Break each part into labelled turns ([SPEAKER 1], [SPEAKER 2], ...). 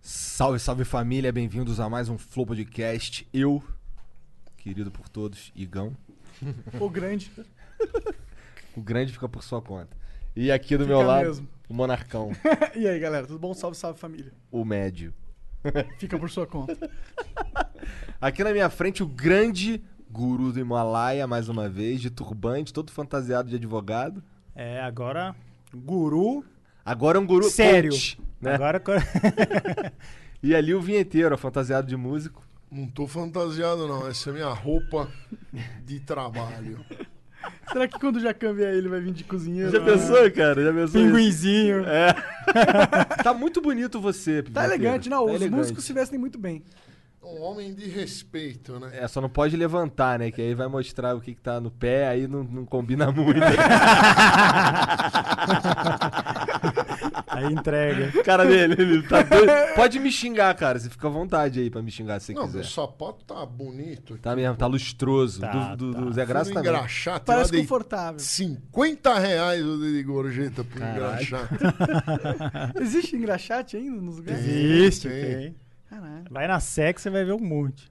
[SPEAKER 1] Salve, salve família, bem-vindos a mais um Flow Podcast. Eu, querido por todos, Igão.
[SPEAKER 2] O grande.
[SPEAKER 1] O grande fica por sua conta. E aqui do
[SPEAKER 2] Fica
[SPEAKER 1] meu lado,
[SPEAKER 2] mesmo.
[SPEAKER 1] o Monarcão,
[SPEAKER 2] E aí, galera, tudo bom? Salve, salve família.
[SPEAKER 1] o médio.
[SPEAKER 2] Fica por sua conta.
[SPEAKER 1] Aqui na minha frente, o grande guru do Himalaia, mais uma vez, de turbante, todo fantasiado de advogado.
[SPEAKER 3] É, agora guru.
[SPEAKER 1] Agora é um guru
[SPEAKER 3] Sério?
[SPEAKER 1] coach, né?
[SPEAKER 3] Agora
[SPEAKER 1] E ali o vinheteiro, ó, fantasiado de músico.
[SPEAKER 4] Não tô fantasiado, não. Essa é minha roupa de trabalho.
[SPEAKER 2] Será que quando o Jacan vier ele vai vir de cozinheiro?
[SPEAKER 1] Já
[SPEAKER 2] né?
[SPEAKER 1] pensou, cara? Já pensou? isso?
[SPEAKER 3] pinguinzinho.
[SPEAKER 1] É. tá muito bonito você,
[SPEAKER 2] Tá
[SPEAKER 1] vinheteiro.
[SPEAKER 2] elegante, não.
[SPEAKER 1] Tá
[SPEAKER 2] os
[SPEAKER 1] elegante.
[SPEAKER 2] músicos se vestem muito bem.
[SPEAKER 4] Um homem de respeito, né?
[SPEAKER 1] É, só não pode levantar, né? Que aí vai mostrar o que, que tá no pé, aí não, não combina muito. né?
[SPEAKER 3] Aí entrega.
[SPEAKER 1] cara dele, ele tá doido. Pode me xingar, cara. Você fica à vontade aí pra me xingar se você
[SPEAKER 4] não,
[SPEAKER 1] quiser.
[SPEAKER 4] meu sapato tá bonito.
[SPEAKER 1] Tá mesmo, tá lustroso.
[SPEAKER 3] Tá,
[SPEAKER 1] do, do-
[SPEAKER 3] tá.
[SPEAKER 1] do Zé Graça
[SPEAKER 4] Fui
[SPEAKER 1] também.
[SPEAKER 4] engraxate,
[SPEAKER 2] Parece
[SPEAKER 4] lá dei
[SPEAKER 2] confortável.
[SPEAKER 4] 50 reais o de gorjeta pro
[SPEAKER 1] Caralho.
[SPEAKER 4] engraxate.
[SPEAKER 2] Existe engraxate ainda nos lugares?
[SPEAKER 3] Existe,
[SPEAKER 4] tem.
[SPEAKER 3] tem.
[SPEAKER 2] Caralho.
[SPEAKER 3] Vai na sec, você vai ver um monte.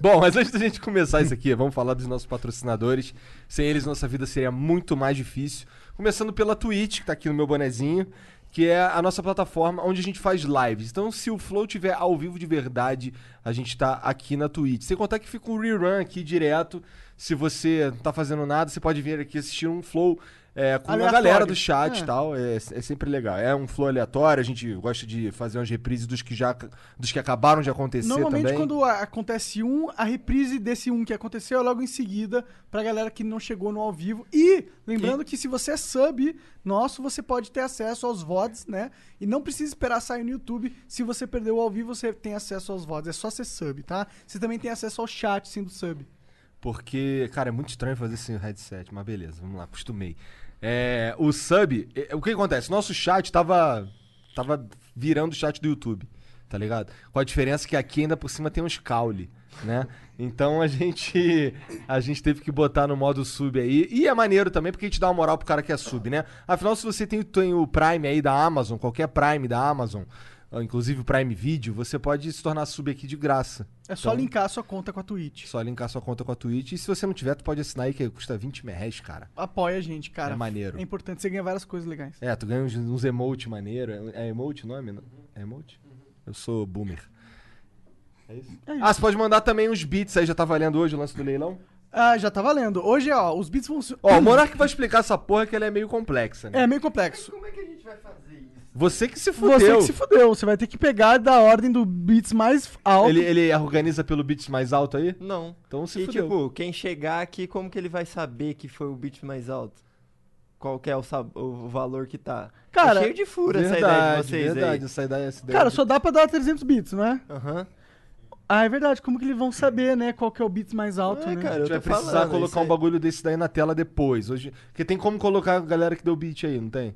[SPEAKER 1] Bom, mas antes da gente começar isso aqui, vamos falar dos nossos patrocinadores. Sem eles, nossa vida seria muito mais difícil. Começando pela Twitch, que tá aqui no meu bonezinho, que é a nossa plataforma onde a gente faz lives. Então, se o Flow tiver ao vivo de verdade, a gente tá aqui na Twitch. Sem contar que fica um rerun aqui direto. Se você não tá fazendo nada, você pode vir aqui assistir um Flow é, com a
[SPEAKER 2] Aleatório.
[SPEAKER 1] galera do chat
[SPEAKER 2] É.
[SPEAKER 1] e tal. É, é sempre legal. É um Flow aleatório, a gente gosta de fazer umas reprises dos que já dos que acabaram de acontecer
[SPEAKER 2] Normalmente,
[SPEAKER 1] também.
[SPEAKER 2] quando a- acontece um, a reprise desse um que aconteceu é logo em seguida pra galera que não chegou no ao vivo. E, lembrando que se você é sub nosso, você pode ter acesso aos VODs, né? E não precisa esperar sair no YouTube. Se você perdeu o ao vivo, você tem acesso aos VODs. É só ser sub, tá? Você também tem acesso ao chat sendo sub.
[SPEAKER 1] Porque, cara, é muito estranho fazer sem o headset, mas beleza, vamos lá, acostumei. É, o sub, é, o que acontece? Nosso chat tava, tava virando o chat do YouTube, tá ligado? Com a diferença que aqui ainda por cima tem uns caule, né? Então a gente a gente teve que botar no modo sub aí. E é maneiro também porque a gente dá uma moral pro cara que é sub, né? Afinal, se você tem, tem o Prime aí da Amazon, qualquer Prime da Amazon, ah, inclusive o Prime Video, você pode se tornar sub aqui de graça.
[SPEAKER 2] É só
[SPEAKER 1] Então-
[SPEAKER 2] linkar a sua conta com a Twitch.
[SPEAKER 1] Só linkar sua conta com a Twitch. E se você não tiver, tu pode assinar aí, que custa 20 reais, cara.
[SPEAKER 2] Apoia a gente, cara.
[SPEAKER 1] É maneiro.
[SPEAKER 2] É importante, você ganha várias coisas legais.
[SPEAKER 1] É, tu ganha uns, uns emote maneiro. É, é emote o nome?
[SPEAKER 5] Uhum.
[SPEAKER 1] não? É emote? Eu sou boomer. É isso? Ah, você pode mandar também uns beats aí, já tá valendo hoje o lance do leilão?
[SPEAKER 2] Ah, já tá valendo. Hoje, ó, os beats funcionam.
[SPEAKER 1] Ó, o Monark vai explicar essa porra que ela é meio complexa, né?
[SPEAKER 2] É meio complexo.
[SPEAKER 1] Você que se fudeu.
[SPEAKER 2] Você que se fudeu, você vai ter que pegar da ordem do beats mais alto.
[SPEAKER 1] Ele, ele organiza pelo beats mais alto aí?
[SPEAKER 5] Não.
[SPEAKER 1] Então se
[SPEAKER 5] e
[SPEAKER 1] fudeu.
[SPEAKER 5] tipo, quem chegar aqui, como que ele vai saber que foi o beat mais alto? Qual que é o, sab- o valor que tá?
[SPEAKER 2] Cara,
[SPEAKER 5] é cheio de fura
[SPEAKER 1] verdade,
[SPEAKER 5] essa ideia de vocês
[SPEAKER 1] verdade, essa ideia, essa ideia
[SPEAKER 2] Cara,
[SPEAKER 1] de-
[SPEAKER 2] só dá pra dar 300 bits, não é?
[SPEAKER 5] aí. Aham.
[SPEAKER 2] Ah, é verdade, como que eles vão saber, né, qual que é o beat mais alto,
[SPEAKER 5] É,
[SPEAKER 2] né?
[SPEAKER 1] A
[SPEAKER 5] cara, eu
[SPEAKER 1] gente vai
[SPEAKER 5] tô
[SPEAKER 1] precisar
[SPEAKER 5] falando, isso
[SPEAKER 1] colocar um
[SPEAKER 5] aí-
[SPEAKER 1] bagulho desse daí na tela depois. Hoje, porque tem como colocar a galera que deu beat aí, não tem?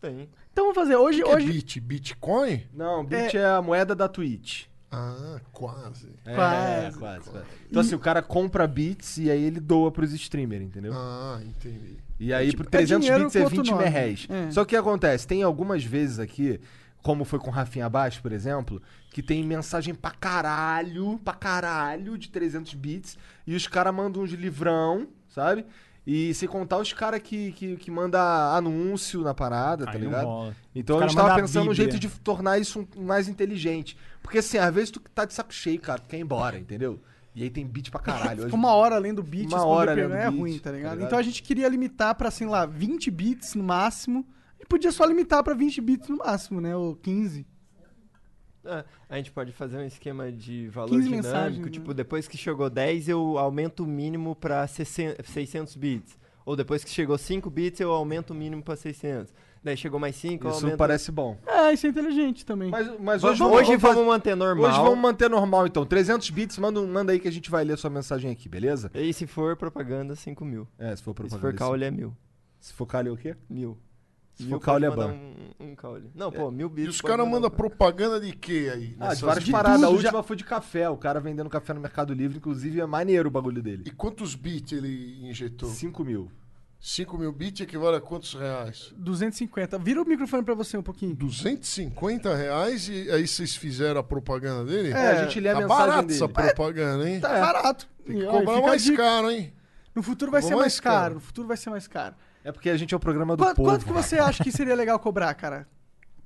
[SPEAKER 5] Tem.
[SPEAKER 2] Então vamos fazer, hoje...
[SPEAKER 4] Que é
[SPEAKER 2] hoje...
[SPEAKER 4] Bit? Bitcoin?
[SPEAKER 1] Não, bit é... a moeda da Twitch.
[SPEAKER 4] Ah, quase.
[SPEAKER 1] É,
[SPEAKER 2] Quase.
[SPEAKER 1] quase, quase. Então assim, o cara compra bits e aí ele doa pros streamers, entendeu?
[SPEAKER 4] Ah, entendi.
[SPEAKER 1] E aí por
[SPEAKER 2] é
[SPEAKER 1] 300
[SPEAKER 2] dinheiro
[SPEAKER 1] bits é
[SPEAKER 2] quanto
[SPEAKER 1] 20
[SPEAKER 2] nome.
[SPEAKER 1] merréis.
[SPEAKER 2] É.
[SPEAKER 1] Só que o que acontece, tem algumas vezes aqui, como foi com o Rafinha Abaixo, por exemplo, que tem mensagem pra caralho, pra caralho de 300 bits e os caras mandam uns livrão, sabe? E sem contar os caras que, que, que manda anúncio na parada, tá
[SPEAKER 3] Aí um não
[SPEAKER 1] ligado?
[SPEAKER 3] rola.
[SPEAKER 1] Então a
[SPEAKER 3] Os cara
[SPEAKER 1] gente tava
[SPEAKER 3] manda a
[SPEAKER 1] pensando num
[SPEAKER 3] Bíblia.
[SPEAKER 1] jeito de tornar isso um- mais inteligente. Porque assim, às vezes tu tá de saco cheio, cara, tu quer ir embora, entendeu? E aí tem beat pra caralho. Hoje-
[SPEAKER 2] Fica uma hora além do beat,
[SPEAKER 1] Uma
[SPEAKER 2] responder
[SPEAKER 1] hora
[SPEAKER 2] pra-
[SPEAKER 1] além do
[SPEAKER 2] é
[SPEAKER 1] beat,
[SPEAKER 2] ruim, tá ligado?
[SPEAKER 1] tá ligado?
[SPEAKER 2] Então a gente queria limitar pra, sei lá, 20 bits no máximo. E podia só limitar pra 20 bits no máximo, né? Ou 15.
[SPEAKER 5] Ah, a gente pode fazer um esquema de valor
[SPEAKER 2] 15
[SPEAKER 5] dinâmico,
[SPEAKER 2] mensagens, né?
[SPEAKER 5] tipo, depois que chegou 10, eu aumento o mínimo pra 60 600 bits. Ou depois que chegou 5 bits, eu aumento o mínimo pra 600. Daí chegou mais 5, eu
[SPEAKER 1] Isso
[SPEAKER 5] aumento...
[SPEAKER 1] não parece bom.
[SPEAKER 2] É, isso é inteligente também.
[SPEAKER 1] Mas, mas
[SPEAKER 5] Hoje,
[SPEAKER 1] hoje,
[SPEAKER 5] vamos, hoje
[SPEAKER 1] fazer-
[SPEAKER 5] vamos manter normal.
[SPEAKER 1] hoje vamos manter normal então. 300 bits, manda, um- manda aí que a gente vai ler sua mensagem aqui, beleza?
[SPEAKER 5] E se for propaganda, 5 mil.
[SPEAKER 1] É, se for
[SPEAKER 5] Se for
[SPEAKER 1] propaganda.
[SPEAKER 5] caule, é mil.
[SPEAKER 1] se for caule, o quê?
[SPEAKER 5] Mil.
[SPEAKER 1] Se
[SPEAKER 5] Mil
[SPEAKER 1] for caule, é
[SPEAKER 5] pode
[SPEAKER 1] ban.
[SPEAKER 5] mandar Um, um caule. Não, pô, mil
[SPEAKER 4] E
[SPEAKER 5] bits.
[SPEAKER 4] os
[SPEAKER 5] pode
[SPEAKER 4] caras
[SPEAKER 5] mandar
[SPEAKER 4] mandam
[SPEAKER 5] um caule.
[SPEAKER 4] propaganda de quê aí?
[SPEAKER 1] Ah, de
[SPEAKER 4] nessas
[SPEAKER 1] várias
[SPEAKER 4] bits?
[SPEAKER 1] paradas. a
[SPEAKER 2] tudo,
[SPEAKER 1] última foi de café. O cara vendendo café no Mercado Livre, inclusive é maneiro o bagulho dele.
[SPEAKER 4] E quantos bits ele injetou?
[SPEAKER 1] 5 mil.
[SPEAKER 4] 5 mil bits equivale a quantos reais?
[SPEAKER 2] 250. Vira o microfone pra você um pouquinho.
[SPEAKER 4] 250 reais e aí vocês fizeram a propaganda dele?
[SPEAKER 1] É, a gente lê a
[SPEAKER 4] tá
[SPEAKER 1] mensagem
[SPEAKER 4] barato
[SPEAKER 1] dele.
[SPEAKER 4] essa propaganda, hein?
[SPEAKER 2] Tá barato.
[SPEAKER 4] Tem que
[SPEAKER 2] E, ó,
[SPEAKER 4] cobrar
[SPEAKER 2] fica a
[SPEAKER 4] mais
[SPEAKER 2] dica.
[SPEAKER 4] caro, hein?
[SPEAKER 2] No futuro vai
[SPEAKER 4] Vou
[SPEAKER 2] ser mais
[SPEAKER 4] mais
[SPEAKER 2] caro.
[SPEAKER 4] caro.
[SPEAKER 2] No futuro vai ser mais caro.
[SPEAKER 1] É porque a gente é o programa do
[SPEAKER 2] Quanto,
[SPEAKER 1] povo.
[SPEAKER 2] quanto que você acha que seria legal cobrar, cara?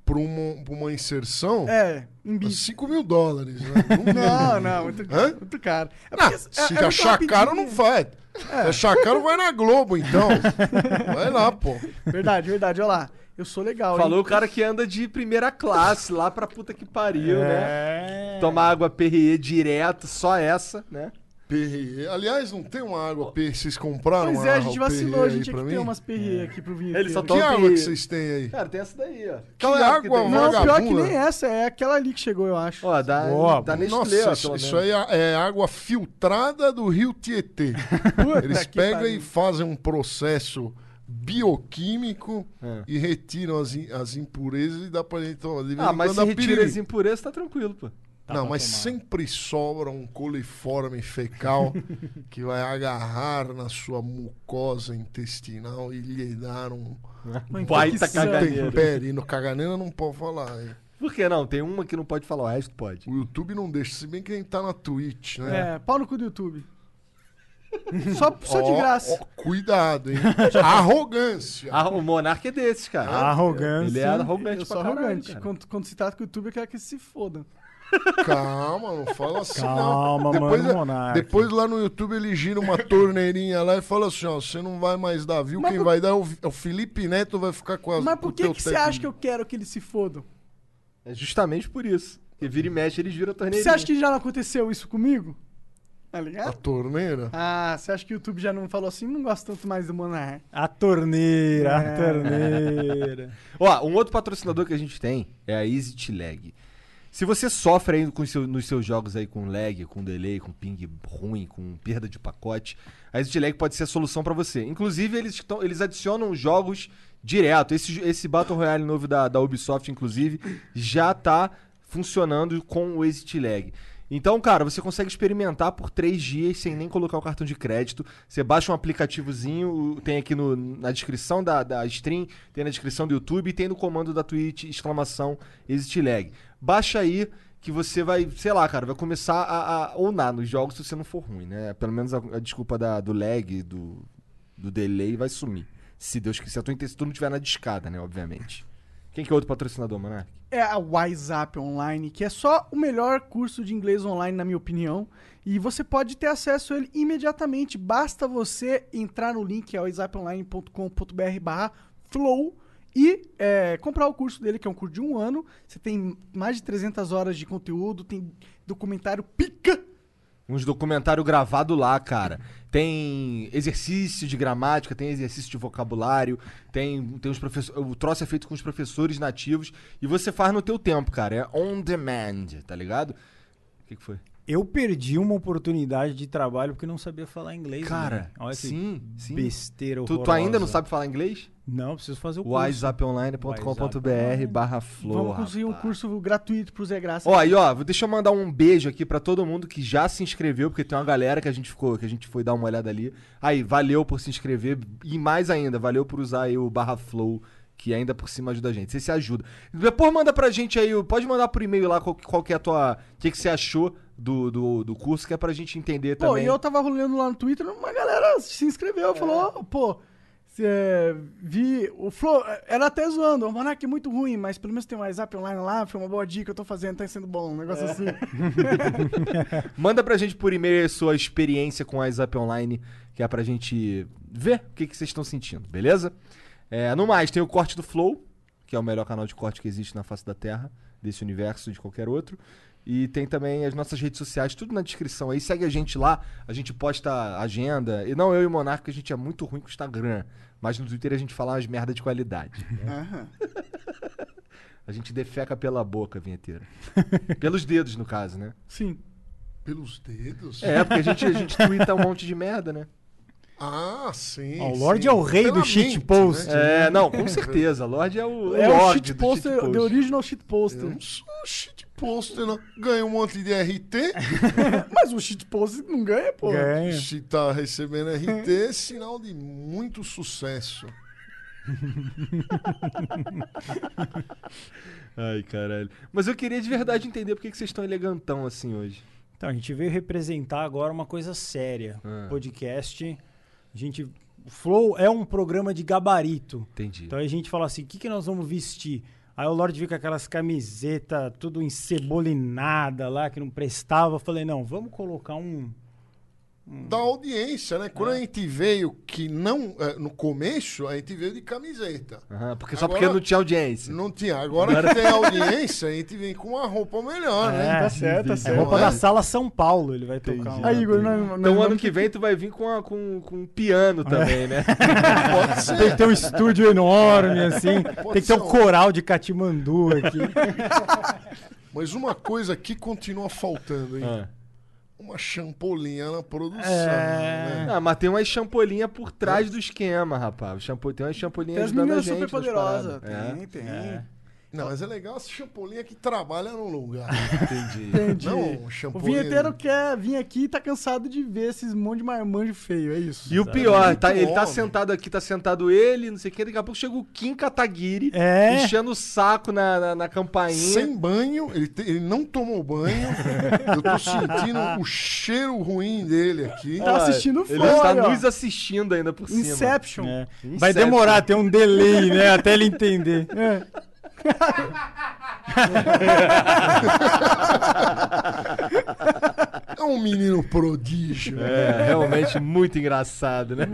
[SPEAKER 4] Pra uma, pra uma inserção,
[SPEAKER 2] É, em bits.
[SPEAKER 4] 5 mil dólares, né? Não
[SPEAKER 2] Não, não, muito,
[SPEAKER 4] assim, Hã?
[SPEAKER 2] muito caro. É
[SPEAKER 4] Ah,
[SPEAKER 2] porque- é-
[SPEAKER 4] se
[SPEAKER 2] é muito
[SPEAKER 4] achar caro,
[SPEAKER 2] rapidinho. É.
[SPEAKER 4] não vai. Se achar caro, vai na Globo, então. Vai lá, pô.
[SPEAKER 2] Verdade, verdade, olha lá. Eu sou legal, hein?
[SPEAKER 1] Falou o cara que anda de primeira classe lá pra puta que pariu, né?
[SPEAKER 3] É.
[SPEAKER 1] Tomar água PRE direto, só essa, né?
[SPEAKER 4] Perrier. Aliás, não tem uma água Perrier. Vocês compraram
[SPEAKER 2] Pois
[SPEAKER 4] uma
[SPEAKER 2] é, a
[SPEAKER 4] água
[SPEAKER 2] gente vacilou, a
[SPEAKER 4] Perrier aí
[SPEAKER 2] gente tinha
[SPEAKER 4] pra
[SPEAKER 2] que
[SPEAKER 4] mim? É.
[SPEAKER 2] ter umas perrier aqui pro vinho.
[SPEAKER 1] Ele só
[SPEAKER 4] Que
[SPEAKER 1] Top-
[SPEAKER 4] água que vocês têm aí?
[SPEAKER 1] Cara, tem essa daí, ó. é
[SPEAKER 4] Que água,
[SPEAKER 1] tem?
[SPEAKER 2] Não, pior que
[SPEAKER 4] vagabunda.
[SPEAKER 2] nem essa, é aquela ali que chegou, eu acho.
[SPEAKER 1] Ó, da,
[SPEAKER 3] Boa,
[SPEAKER 1] da Nestlé,
[SPEAKER 4] Nossa,
[SPEAKER 1] ó,
[SPEAKER 4] isso,
[SPEAKER 1] pelo
[SPEAKER 4] isso
[SPEAKER 1] menos.
[SPEAKER 4] aí é é água filtrada do rio Tietê. Eles
[SPEAKER 2] que
[SPEAKER 4] pegam
[SPEAKER 2] pariu.
[SPEAKER 4] e fazem um processo bioquímico
[SPEAKER 1] É.
[SPEAKER 4] e retiram as, im- as impurezas e dá pra gente tomar. De vez
[SPEAKER 1] Ah,
[SPEAKER 4] em
[SPEAKER 1] mas
[SPEAKER 4] quando
[SPEAKER 1] se
[SPEAKER 4] dá
[SPEAKER 1] retira
[SPEAKER 4] piriri.
[SPEAKER 1] as impurezas, tá tranquilo, pô.
[SPEAKER 3] Tá
[SPEAKER 4] Não,
[SPEAKER 3] pra
[SPEAKER 4] mas
[SPEAKER 3] tomar.
[SPEAKER 4] sempre sobra um coliforme fecal que vai agarrar na sua mucosa intestinal e lhe dar um
[SPEAKER 2] Uma
[SPEAKER 1] Baita
[SPEAKER 3] é?
[SPEAKER 2] infecção.
[SPEAKER 1] caganeiro.
[SPEAKER 4] tempere. No caganeira não pode falar. hein?
[SPEAKER 1] Por que não? Tem uma que não pode falar, o resto pode.
[SPEAKER 4] O YouTube não deixa, se bem que a gente tá na Twitch, né?
[SPEAKER 2] É, pau no cu do YouTube. Só, só de
[SPEAKER 4] Ó,
[SPEAKER 2] graça.
[SPEAKER 4] ó, cuidado, hein? Arrogância.
[SPEAKER 1] Ah, o Monark é desses, cara.
[SPEAKER 4] Ah,
[SPEAKER 3] Arrogância.
[SPEAKER 1] Ele é arrogante pra
[SPEAKER 2] Eu sou
[SPEAKER 1] caralho,
[SPEAKER 2] arrogante.
[SPEAKER 1] cara.
[SPEAKER 2] Quando, quando se trata com o YouTube, eu quero que eles se fodam.
[SPEAKER 4] Calma, não fala assim,
[SPEAKER 3] Calma,
[SPEAKER 4] não. Depois,
[SPEAKER 3] mano, Monark.
[SPEAKER 4] depois lá no YouTube ele gira uma torneirinha lá e fala assim: ó, você não vai mais dar view,
[SPEAKER 2] Mas
[SPEAKER 4] quem
[SPEAKER 2] por-
[SPEAKER 4] vai dar é o, é o Felipe Neto, vai ficar com as
[SPEAKER 2] Mas por
[SPEAKER 4] o
[SPEAKER 2] que,
[SPEAKER 4] teu
[SPEAKER 2] que você
[SPEAKER 4] teto
[SPEAKER 2] acha que eu quero que eles se fodam?
[SPEAKER 1] É justamente por isso. Porque vira e mexe, eles viram a torneirinha.
[SPEAKER 2] Você acha que já não aconteceu isso comigo? Tá
[SPEAKER 4] A
[SPEAKER 2] ligado?
[SPEAKER 4] torneira?
[SPEAKER 2] Ah, você acha que o YouTube já não falou assim? Não gosto tanto mais do Monark.
[SPEAKER 3] A torneira,
[SPEAKER 1] É.
[SPEAKER 3] a torneira.
[SPEAKER 1] Ó, um outro patrocinador que a gente tem é a EasyT Lag. Se você sofre aí com seu- nos seus jogos aí com lag, com delay, com ping ruim, com perda de pacote, a EasyT Lag pode ser a solução pra você. Inclusive, eles, tão- eles adicionam jogos direto. Esse, jo- esse Battle Royale novo da, da Ubisoft, inclusive, já tá funcionando com o EasyT Lag. Então, cara, você consegue experimentar por três dias sem nem colocar o cartão de crédito. Você baixa um aplicativozinho, o- tem aqui no- na descrição da, da stream, tem na descrição do YouTube e tem no comando da Twitch, exclamação, exit lag. Baixa aí que você vai, sei lá, cara, vai começar a, a onar nos jogos se você não for ruim, né? Pelo menos a, a desculpa da- do lag, do, do delay vai sumir. Se Deus quiser, tu, se tu não tiver na discada, né, obviamente. Quem que é outro patrocinador, Monark?
[SPEAKER 2] é a WhatsApp Online, que é só o melhor curso de inglês online, na minha opinião. E você pode ter acesso a ele imediatamente. Basta você entrar no link, é whatsapponline.com.br barra flow e é, comprar o curso dele, que é um curso de um ano. Você tem mais de 300 horas de conteúdo, tem documentário pica
[SPEAKER 1] Uns documentários gravados lá, cara. Tem exercício de gramática, tem exercício de vocabulário, tem, tem os professores. O troço é feito com os professores nativos e você faz no teu tempo, cara. É on demand, tá ligado? O que, que foi?
[SPEAKER 3] Eu perdi uma oportunidade de trabalho porque não sabia falar inglês.
[SPEAKER 1] Cara,
[SPEAKER 3] né? olha que
[SPEAKER 1] sim, sim.
[SPEAKER 3] besteira
[SPEAKER 1] Tu, tu
[SPEAKER 3] horrorosa.
[SPEAKER 1] ainda não sabe falar inglês?
[SPEAKER 3] Não, preciso fazer o curso.
[SPEAKER 1] WhatsApponline.com.br barra flow.
[SPEAKER 2] Vamos conseguir um
[SPEAKER 1] rapaz.
[SPEAKER 2] curso gratuito pro Zé Graça.
[SPEAKER 1] Ó, e ó, vou- deixa eu mandar um beijo aqui pra todo mundo que já se inscreveu, porque tem uma galera que a gente ficou, que a gente foi dar uma olhada ali. Aí, valeu por se inscrever e mais ainda, valeu por usar aí o barra flow, que ainda por cima ajuda a gente. Você se ajuda. Depois manda pra gente aí, o- pode mandar por e-mail lá qual, que- qual que é a tua, o que que você achou do, do, do curso, que é pra gente entender
[SPEAKER 2] Pô,
[SPEAKER 1] também.
[SPEAKER 2] e eu tava rolando lá no Twitter, uma galera se inscreveu, falou,
[SPEAKER 1] É.
[SPEAKER 2] "Ó, pô, cê, vi, o Flo, é, era até zoando, o Monark é muito ruim, mas pelo menos tem um WhatsApp online lá, foi uma boa dica que eu tô fazendo, tá sendo bom, um negócio
[SPEAKER 1] É.
[SPEAKER 2] assim.
[SPEAKER 1] Manda pra gente por e-mail a sua experiência com a WhatsApp Online, que é pra gente ver o que, que vocês estão sentindo, beleza? É, no mais, tem o corte do Flow, que é o melhor canal de corte que existe na face da Terra, desse universo e de qualquer outro. E tem também as nossas redes sociais, tudo na descrição aí. Segue a gente lá, a gente posta agenda. E não eu e o Monarca, a gente é muito ruim com o Instagram. Mas no Twitter a gente fala umas merda de qualidade.
[SPEAKER 2] Aham.
[SPEAKER 1] A gente defeca pela boca, vinheteiro. Pelos dedos, no caso, né?
[SPEAKER 2] Sim.
[SPEAKER 4] Pelos dedos?
[SPEAKER 1] É, porque a gente, a gente twitta um monte de merda, né?
[SPEAKER 4] Ah, sim.
[SPEAKER 3] Ó, o
[SPEAKER 4] sim.
[SPEAKER 3] Lorde é o rei
[SPEAKER 4] Pela
[SPEAKER 3] do shit
[SPEAKER 4] mente,
[SPEAKER 3] post.
[SPEAKER 4] né?
[SPEAKER 1] É, não, com certeza. Lorde é o.
[SPEAKER 2] É o
[SPEAKER 1] Lorde
[SPEAKER 2] shit
[SPEAKER 1] do
[SPEAKER 2] poster,
[SPEAKER 1] shitpost.
[SPEAKER 2] É. the original shit poster.
[SPEAKER 4] Eu não sou shit shitpost, né? ganha um monte de RT.
[SPEAKER 2] Mas o shitpost não ganha, pô.
[SPEAKER 3] Ganha.
[SPEAKER 4] Se tá recebendo RT, sinal de muito sucesso.
[SPEAKER 1] Ai, caralho. Mas eu queria de verdade entender por que que vocês estão elegantão assim hoje.
[SPEAKER 3] Então, a gente veio representar agora uma coisa séria.
[SPEAKER 1] Ah.
[SPEAKER 3] Podcast. A gente. O Flow é um programa de gabarito.
[SPEAKER 1] Entendi.
[SPEAKER 3] Então a gente fala assim: o que, que nós vamos vestir? Aí o Lorde viu com aquelas camisetas tudo encebolinada lá, que não prestava. Eu Falei, não, vamos colocar um.
[SPEAKER 4] Da audiência, né? Quando a gente veio, que não. eh, No começo, a gente veio de camiseta.
[SPEAKER 1] Aham, porque só
[SPEAKER 4] Agora-
[SPEAKER 1] porque não tinha audiência.
[SPEAKER 4] Não tinha. Agora que tem audiência, a gente vem com uma roupa melhor, né?
[SPEAKER 3] é,
[SPEAKER 2] Tá certo, tá
[SPEAKER 3] é
[SPEAKER 4] Não
[SPEAKER 2] certo.
[SPEAKER 3] roupa
[SPEAKER 4] é?
[SPEAKER 3] da sala São Paulo, ele vai tocar. um-
[SPEAKER 2] Aí, Igor, não, não,
[SPEAKER 1] Então
[SPEAKER 2] não- é
[SPEAKER 1] ano que vem tu vai vir com, a- com, com um piano também, né?
[SPEAKER 4] Pode
[SPEAKER 3] Tem que
[SPEAKER 4] ser.
[SPEAKER 3] ter um estúdio enorme, assim. Tem que ter
[SPEAKER 4] ser
[SPEAKER 3] um
[SPEAKER 4] um-
[SPEAKER 3] coral de Catimandu aqui.
[SPEAKER 4] Mas uma coisa que continua faltando, hein?
[SPEAKER 1] Ah.
[SPEAKER 4] Uma champolinha na produção.
[SPEAKER 3] É.
[SPEAKER 4] Né?
[SPEAKER 1] Ah, mas tem umas champolinha por trás do esquema, rapaz. Champo... Tem umas champolinhas
[SPEAKER 2] Tem as
[SPEAKER 1] ajudando a
[SPEAKER 2] meninas
[SPEAKER 1] gente.
[SPEAKER 2] super
[SPEAKER 1] nas
[SPEAKER 2] poderosas.
[SPEAKER 1] paradas. É,
[SPEAKER 2] Tem, tem.
[SPEAKER 4] Não, mas é legal essa champolinha que trabalha no lugar.
[SPEAKER 1] entendi.
[SPEAKER 2] Entendi.
[SPEAKER 4] Não, um
[SPEAKER 1] é
[SPEAKER 2] o
[SPEAKER 4] champolinha.
[SPEAKER 2] vinheteiro quer vir aqui e tá cansado de ver esses monte de marmanjo feio, é isso.
[SPEAKER 1] E o pior, tá-
[SPEAKER 4] Muito
[SPEAKER 1] ele tá
[SPEAKER 4] homem.
[SPEAKER 1] sentado aqui, tá sentado ele, não sei o que, daqui a pouco chega o Kim Kataguiri,
[SPEAKER 3] É.
[SPEAKER 1] enchendo o saco na, na, na campainha.
[SPEAKER 4] Sem banho, ele, te- ele não tomou banho. Eu tô sentindo o cheiro ruim dele aqui.
[SPEAKER 2] Tá assistindo
[SPEAKER 1] Ele
[SPEAKER 2] fora,
[SPEAKER 1] está
[SPEAKER 2] ó.
[SPEAKER 1] nos assistindo ainda por cima.
[SPEAKER 2] Inception.
[SPEAKER 3] É. Vai
[SPEAKER 1] Inception.
[SPEAKER 3] demorar, tem um delay, né? Até ele entender.
[SPEAKER 4] É um menino prodígio.
[SPEAKER 1] É, realmente muito engraçado, né?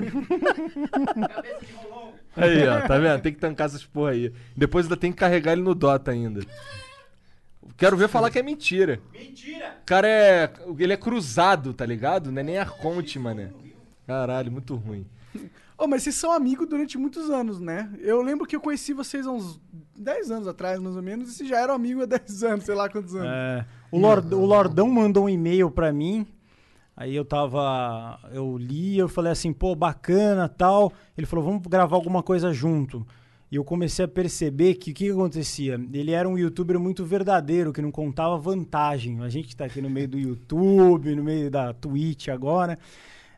[SPEAKER 1] Aí, ó, tá vendo? Tem que tancar essas porra aí. Depois ainda tem que carregar ele no Dota ainda. Quero ver falar que é mentira. Mentira! O cara é. Ele é cruzado, tá ligado? Não é nem Arconte, mané. Caralho, muito ruim.
[SPEAKER 2] Ô, Oh, mas vocês são amigos durante muitos anos, né? Eu lembro que eu conheci vocês há uns 10 anos atrás, mais ou menos, e vocês já eram amigos há 10 anos, sei lá quantos anos.
[SPEAKER 3] É, o, Lord- o Lordão mandou um e-mail pra mim. Aí eu tava. Eu li, eu falei assim, pô, bacana tal. Ele falou, vamos gravar alguma coisa junto. E eu comecei a perceber que o que que acontecia? Ele era um youtuber muito verdadeiro, que não contava vantagem. A gente que tá aqui no meio do YouTube, no meio da Twitch agora.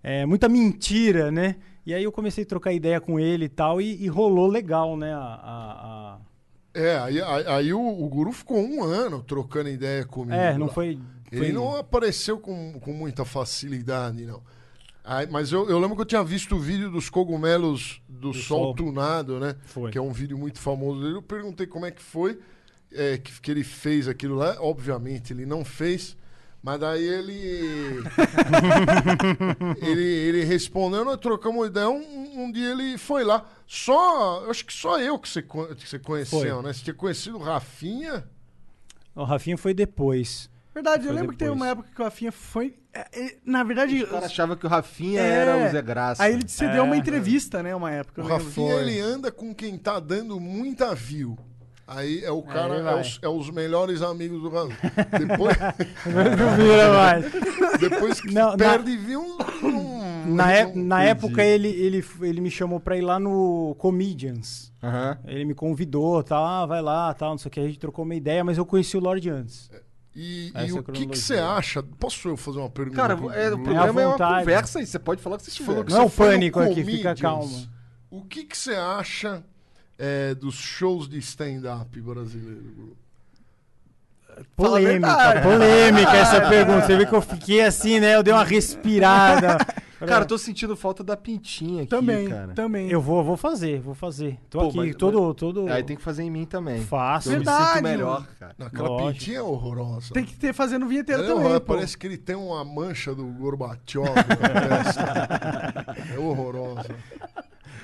[SPEAKER 3] É muita mentira, né? E aí eu comecei a trocar ideia com ele e tal, e, e rolou legal, né? a- a-
[SPEAKER 4] É, aí, aí- aí o, o guru ficou um ano trocando ideia comigo.
[SPEAKER 3] a- É, não
[SPEAKER 4] lá.
[SPEAKER 3] foi.
[SPEAKER 4] Ele
[SPEAKER 3] foi-
[SPEAKER 4] não apareceu com, com muita facilidade, não. Aí, mas eu, eu lembro que eu tinha visto o vídeo dos cogumelos do, sol,
[SPEAKER 3] sol.
[SPEAKER 4] tunado, né?
[SPEAKER 3] Foi.
[SPEAKER 4] Que é um vídeo muito famoso dele. Eu perguntei como é que foi é, que, que ele fez aquilo lá. Obviamente, ele não fez. Mas daí ele. ele, ele respondeu, nós trocamos ideia. Um, um dia ele foi lá. Só. eu Acho que só eu que você, co- que você conheceu,
[SPEAKER 3] Foi.
[SPEAKER 4] né? Você tinha conhecido o Rafinha.
[SPEAKER 3] O Rafinha foi depois.
[SPEAKER 2] Verdade, eu
[SPEAKER 3] Foi
[SPEAKER 2] lembro que teve
[SPEAKER 3] depois.
[SPEAKER 2] uma época que o Rafinha foi. é, é, Na verdade,
[SPEAKER 1] O cara achava que o Rafinha
[SPEAKER 2] É.
[SPEAKER 1] era o Zé Graça.
[SPEAKER 2] aí ele se
[SPEAKER 3] É.
[SPEAKER 2] deu uma entrevista, né? Uma época.
[SPEAKER 4] O
[SPEAKER 2] eu lembro.
[SPEAKER 4] Rafinha, ele anda com quem tá dando muita view. Aí é o cara,
[SPEAKER 3] ele
[SPEAKER 4] é,
[SPEAKER 3] vai.
[SPEAKER 4] os, é os melhores amigos do Rafinha. Depois,
[SPEAKER 3] Não vira mais.
[SPEAKER 4] depois que
[SPEAKER 3] Não, na-
[SPEAKER 4] perde view, um, não-
[SPEAKER 3] Na,
[SPEAKER 4] ele
[SPEAKER 3] é-
[SPEAKER 4] não-
[SPEAKER 3] na época ele, ele, ele me chamou pra ir lá no Comedians.
[SPEAKER 1] Aham.
[SPEAKER 3] Ele me convidou, tal, ah, vai lá, tal, não sei o que, a gente trocou uma ideia, mas eu conheci o Lord antes.
[SPEAKER 4] E,
[SPEAKER 3] Essa
[SPEAKER 4] e
[SPEAKER 3] é a
[SPEAKER 4] o que, que
[SPEAKER 3] cronologia.
[SPEAKER 4] você acha? Posso eu fazer uma pergunta?
[SPEAKER 1] Cara,
[SPEAKER 4] pro
[SPEAKER 1] é, o
[SPEAKER 4] Bruno?
[SPEAKER 1] programa é, uma
[SPEAKER 3] vontade.
[SPEAKER 1] conversa aí. Você pode falar o que você
[SPEAKER 4] Você
[SPEAKER 1] quiser.
[SPEAKER 4] falou que
[SPEAKER 3] Não é o
[SPEAKER 4] você foi no
[SPEAKER 3] pânico aqui, fica
[SPEAKER 4] Comedians.
[SPEAKER 3] calmo.
[SPEAKER 4] O que, que você acha é, dos shows de stand-up brasileiro? Bruno?
[SPEAKER 2] Fala a
[SPEAKER 3] Polêmica,
[SPEAKER 2] verdade.
[SPEAKER 3] polêmica essa pergunta. Você vê que eu fiquei assim, né? Eu dei uma respirada.
[SPEAKER 1] Cara, eu tô sentindo falta da pintinha aqui,
[SPEAKER 2] Também,
[SPEAKER 1] cara.
[SPEAKER 2] também.
[SPEAKER 3] Eu vou, vou fazer, vou fazer. Tô
[SPEAKER 1] Pô,
[SPEAKER 3] aqui,
[SPEAKER 1] mas-
[SPEAKER 3] todo, todo
[SPEAKER 1] Aí tem que fazer em mim também.
[SPEAKER 3] fácil.
[SPEAKER 1] Eu me
[SPEAKER 2] Verdade,
[SPEAKER 1] sinto melhor, cara.
[SPEAKER 4] Não, Aquela
[SPEAKER 3] Lógico.
[SPEAKER 4] pintinha é horrorosa.
[SPEAKER 2] Tem que ter fazendo vinheteiro
[SPEAKER 4] É,
[SPEAKER 2] também.
[SPEAKER 4] horror-
[SPEAKER 2] pô.
[SPEAKER 4] parece que ele tem uma mancha do Gorbachev na testa. É horrorosa.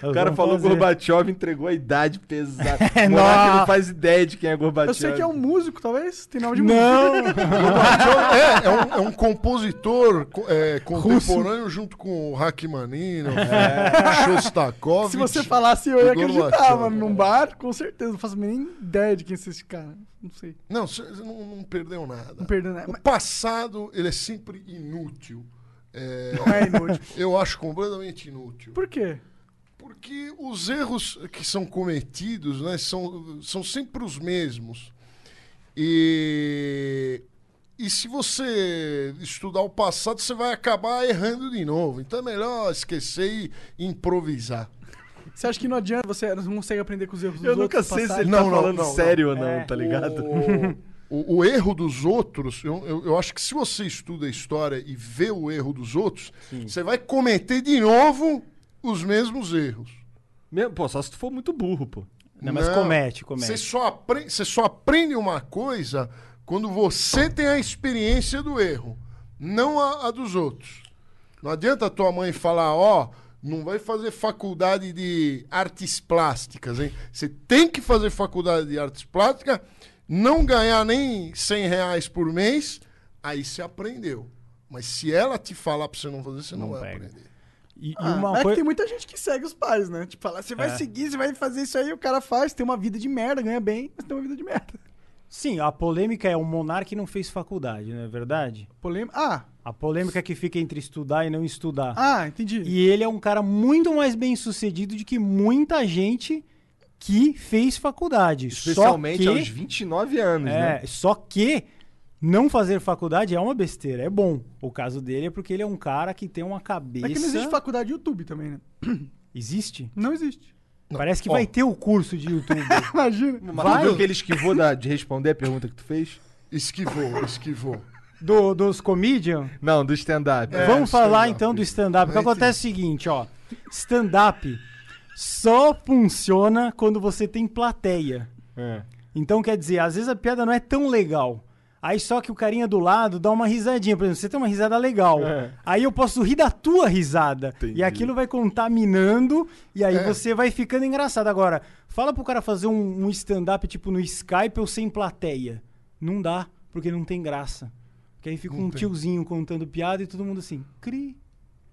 [SPEAKER 1] O cara falou
[SPEAKER 3] fazer.
[SPEAKER 1] Gorbachev, entregou a idade pesada.
[SPEAKER 3] É,
[SPEAKER 1] O Monarca
[SPEAKER 3] nossa.
[SPEAKER 1] não faz ideia de quem é Gorbachev.
[SPEAKER 2] Eu sei que é um músico, talvez. Tem nome de músico.
[SPEAKER 3] Não!
[SPEAKER 4] Gorbachev é, é um, é um compositor co- é, contemporâneo junto com o Rachmaninoff,
[SPEAKER 3] É.
[SPEAKER 4] Shostakovich.
[SPEAKER 2] Se você falasse, eu ia
[SPEAKER 4] do
[SPEAKER 2] acreditar,
[SPEAKER 4] Gorbachev.
[SPEAKER 2] mano. Num bar, com certeza. Não faço nem ideia de quem é esse cara. Não sei.
[SPEAKER 4] Não, você você não, não perdeu nada.
[SPEAKER 2] Não né? perdendo nada.
[SPEAKER 4] O passado, ele é sempre inútil. É,
[SPEAKER 2] Mas não é inútil.
[SPEAKER 4] eu acho completamente inútil.
[SPEAKER 2] Por quê?
[SPEAKER 4] Porque os erros que são cometidos né, são, são sempre os mesmos. E E se você estudar o passado, você vai acabar errando de novo. Então é melhor esquecer e improvisar.
[SPEAKER 2] Você acha que não adianta, você não consegue aprender com os erros dos
[SPEAKER 1] Eu nunca
[SPEAKER 2] outros?
[SPEAKER 1] sei se
[SPEAKER 2] passarem?
[SPEAKER 1] ele
[SPEAKER 4] Não,
[SPEAKER 1] tá
[SPEAKER 4] não,
[SPEAKER 1] falando
[SPEAKER 4] não, não.
[SPEAKER 1] sério ou não,
[SPEAKER 2] É.
[SPEAKER 1] tá ligado?
[SPEAKER 4] O, o- o erro dos outros, eu, eu- eu acho que se você estuda a história e vê o erro dos outros, você vai cometer de novo os mesmos erros.
[SPEAKER 1] Mesmo- Pô, só se tu for muito burro, pô.
[SPEAKER 3] Não, mas
[SPEAKER 4] Não.
[SPEAKER 3] comete,
[SPEAKER 4] Você
[SPEAKER 3] comete.
[SPEAKER 4] só, apre- você só aprende uma coisa quando você tem a experiência do erro, não a, a dos outros. Não adianta tua mãe falar, ó, não vai fazer faculdade de artes plásticas, hein? Você tem que fazer faculdade de artes plásticas, não ganhar nem 100 reais por mês, aí você aprendeu. Mas se ela te falar pra você não fazer, você não,
[SPEAKER 3] Não
[SPEAKER 4] vai
[SPEAKER 3] pega.
[SPEAKER 4] aprender.
[SPEAKER 3] E, e
[SPEAKER 2] Ah,
[SPEAKER 3] uma
[SPEAKER 2] mas é que
[SPEAKER 3] coisa.
[SPEAKER 2] tem muita gente que segue os pais, né? Tipo, fala, você vai
[SPEAKER 3] É.
[SPEAKER 2] seguir, você vai fazer isso aí, o cara faz, tem uma vida de merda, ganha bem, mas tem uma vida de merda.
[SPEAKER 3] Sim, a polêmica é o monarca não fez faculdade, não é verdade?
[SPEAKER 2] Polêmica. Ah,
[SPEAKER 3] A polêmica que fica entre estudar e não estudar.
[SPEAKER 2] ah, entendi.
[SPEAKER 3] E ele é um cara muito mais bem sucedido do que muita gente que fez faculdade.
[SPEAKER 1] Especialmente
[SPEAKER 3] só que,
[SPEAKER 1] aos 29 anos,
[SPEAKER 3] é,
[SPEAKER 1] né?
[SPEAKER 3] Só que não fazer faculdade é uma besteira, é bom. O caso dele é porque ele é um cara que tem uma cabeça.
[SPEAKER 2] É que não existe faculdade de YouTube também, né?
[SPEAKER 3] Existe?
[SPEAKER 2] Não existe.
[SPEAKER 3] Parece que
[SPEAKER 4] Ó.
[SPEAKER 3] vai ter o curso de YouTube.
[SPEAKER 2] Imagina.
[SPEAKER 1] Mas tu viu que ele esquivou da- de responder a pergunta que tu fez?
[SPEAKER 4] Esquivou, esquivou.
[SPEAKER 3] do, dos comedian.
[SPEAKER 1] Não, do stand-up.
[SPEAKER 4] É.
[SPEAKER 3] Vamos falar
[SPEAKER 4] stand-up.
[SPEAKER 3] então do stand-up. O que
[SPEAKER 4] Vai ter.
[SPEAKER 3] acontece é o seguinte, ó. Stand-up só funciona quando você tem plateia.
[SPEAKER 1] É.
[SPEAKER 3] Então, quer dizer, às vezes a piada não é tão legal. Aí só que o carinha do lado dá uma risadinha. Por exemplo, você tem uma risada legal.
[SPEAKER 1] É.
[SPEAKER 3] Aí eu posso rir da tua risada.
[SPEAKER 1] Entendi.
[SPEAKER 3] E aquilo vai contaminando. E aí
[SPEAKER 4] É.
[SPEAKER 3] você vai ficando engraçado. Agora, fala pro cara fazer um, um stand-up tipo no Skype ou sem plateia. Não dá, porque não tem graça. Porque aí fica
[SPEAKER 4] Não
[SPEAKER 3] um
[SPEAKER 4] tem.
[SPEAKER 3] tiozinho contando piada e todo mundo assim, cri,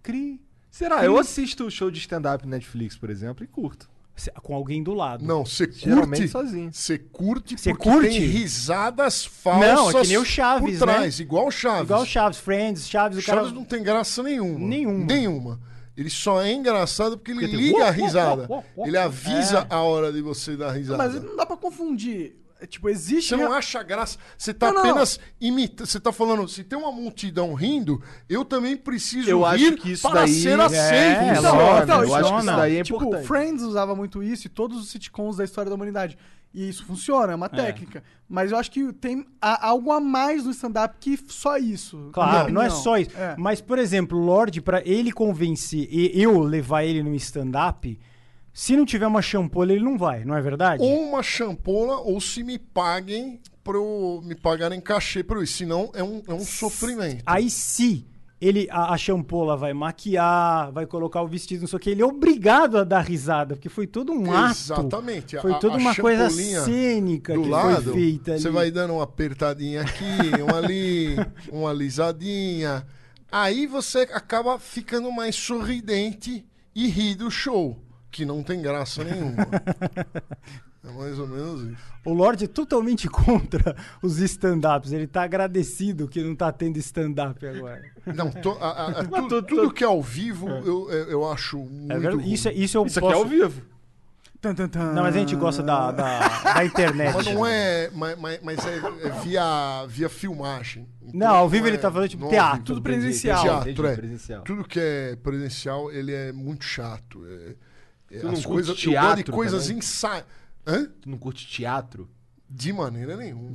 [SPEAKER 3] cri.
[SPEAKER 1] Será? Eu assisto o show de stand-up Netflix, por exemplo, e curto.
[SPEAKER 3] Se- Com alguém do lado.
[SPEAKER 4] Não, você
[SPEAKER 1] Geralmente
[SPEAKER 4] curte.
[SPEAKER 1] sozinho.
[SPEAKER 4] Você curte
[SPEAKER 3] Você
[SPEAKER 4] porque
[SPEAKER 3] curte?
[SPEAKER 4] tem risadas falsas.
[SPEAKER 3] Não, é que nem o Chaves,
[SPEAKER 4] por trás, igual o Chaves.
[SPEAKER 3] Igual Chaves, Friends, Chaves, o cara.
[SPEAKER 4] Chaves não tem graça nenhuma.
[SPEAKER 3] Nenhuma.
[SPEAKER 4] Nenhuma. Ele só é engraçado porque ele
[SPEAKER 1] Porque tem-
[SPEAKER 4] liga
[SPEAKER 1] uou,
[SPEAKER 4] a
[SPEAKER 1] uou,
[SPEAKER 4] risada.
[SPEAKER 1] uou, uou,
[SPEAKER 4] Ele avisa a hora de você dar risada.
[SPEAKER 2] Mas não dá pra confundir. É, tipo, existe.
[SPEAKER 4] Você não
[SPEAKER 2] rea-
[SPEAKER 4] acha graça. Você tá
[SPEAKER 2] Não, não.
[SPEAKER 4] apenas imitando. Você tá falando, se tem uma multidão rindo, eu também preciso
[SPEAKER 1] Eu acho
[SPEAKER 4] rir
[SPEAKER 1] que isso
[SPEAKER 4] para
[SPEAKER 1] daí-
[SPEAKER 4] ser
[SPEAKER 1] É,
[SPEAKER 4] aceito.
[SPEAKER 3] é
[SPEAKER 4] Então,
[SPEAKER 3] lógico.
[SPEAKER 1] eu
[SPEAKER 3] isso-
[SPEAKER 1] acho que isso
[SPEAKER 3] não,
[SPEAKER 1] daí é
[SPEAKER 2] tipo,
[SPEAKER 1] importante.
[SPEAKER 2] Friends usava muito isso e todos os sitcoms da história da humanidade. E isso funciona, é uma técnica. Mas eu acho que tem a- algo a mais no stand-up que só isso.
[SPEAKER 3] Claro,
[SPEAKER 2] na
[SPEAKER 3] não, é
[SPEAKER 2] minha opinião.
[SPEAKER 3] só isso.
[SPEAKER 2] É.
[SPEAKER 3] Mas, por exemplo, o Lorde, pra ele convencer e eu levar ele num stand-up, se não tiver uma champolha, ele não vai, não é verdade?
[SPEAKER 4] Então, ou uma champola, ou se me paguem pra eu- me pagarem cachê pra eu ir. Senão é um, é um sofrimento.
[SPEAKER 3] Aí se ele, a, a champola vai maquiar, vai colocar o vestido, não sei o que, ele é obrigado a dar risada, porque foi todo um ato.
[SPEAKER 4] Exatamente. A-
[SPEAKER 3] Foi toda
[SPEAKER 4] a
[SPEAKER 3] uma coisa
[SPEAKER 4] champolinha
[SPEAKER 3] cênica
[SPEAKER 4] do
[SPEAKER 3] que
[SPEAKER 4] lado,
[SPEAKER 3] foi feita ali.
[SPEAKER 4] Você vai dando uma apertadinha aqui, uma ali, uma alisadinha. Aí você acaba ficando mais sorridente e ri do show, que não tem graça nenhuma. É mais ou menos isso.
[SPEAKER 3] O Lorde é totalmente contra os stand-ups. Ele tá agradecido que não tá tendo stand-up agora.
[SPEAKER 4] Não, to- a- a- a- tu-
[SPEAKER 1] tu-
[SPEAKER 4] tudo que é ao vivo eu, eu- eu acho muito.
[SPEAKER 3] É verdade?
[SPEAKER 4] ruim.
[SPEAKER 3] Isso, é- isso eu
[SPEAKER 1] Isso aqui
[SPEAKER 3] posso...
[SPEAKER 1] é ao vivo.
[SPEAKER 2] Tan, tan, tan.
[SPEAKER 3] Não, mas a gente gosta da, da, da internet.
[SPEAKER 4] Mas não é. Mas, mas- mas é, é via, via filmagem. Então,
[SPEAKER 3] Não, ao vivo ele
[SPEAKER 4] é-
[SPEAKER 3] tá falando tipo
[SPEAKER 4] não é ao
[SPEAKER 3] teatro.
[SPEAKER 4] vivo.
[SPEAKER 2] Tudo
[SPEAKER 1] Entendi,
[SPEAKER 2] presencial.
[SPEAKER 1] entendi,
[SPEAKER 4] Teatro, é.
[SPEAKER 1] presencial.
[SPEAKER 4] Tudo que é presencial, ele é muito chato. É, é,
[SPEAKER 1] Tu não
[SPEAKER 4] as
[SPEAKER 1] curte
[SPEAKER 4] coisas. eu gosto
[SPEAKER 1] teatro
[SPEAKER 4] de coisas
[SPEAKER 1] também?
[SPEAKER 4] ensaiadas. Hã?
[SPEAKER 1] Tu não curte teatro?
[SPEAKER 4] De maneira nenhuma.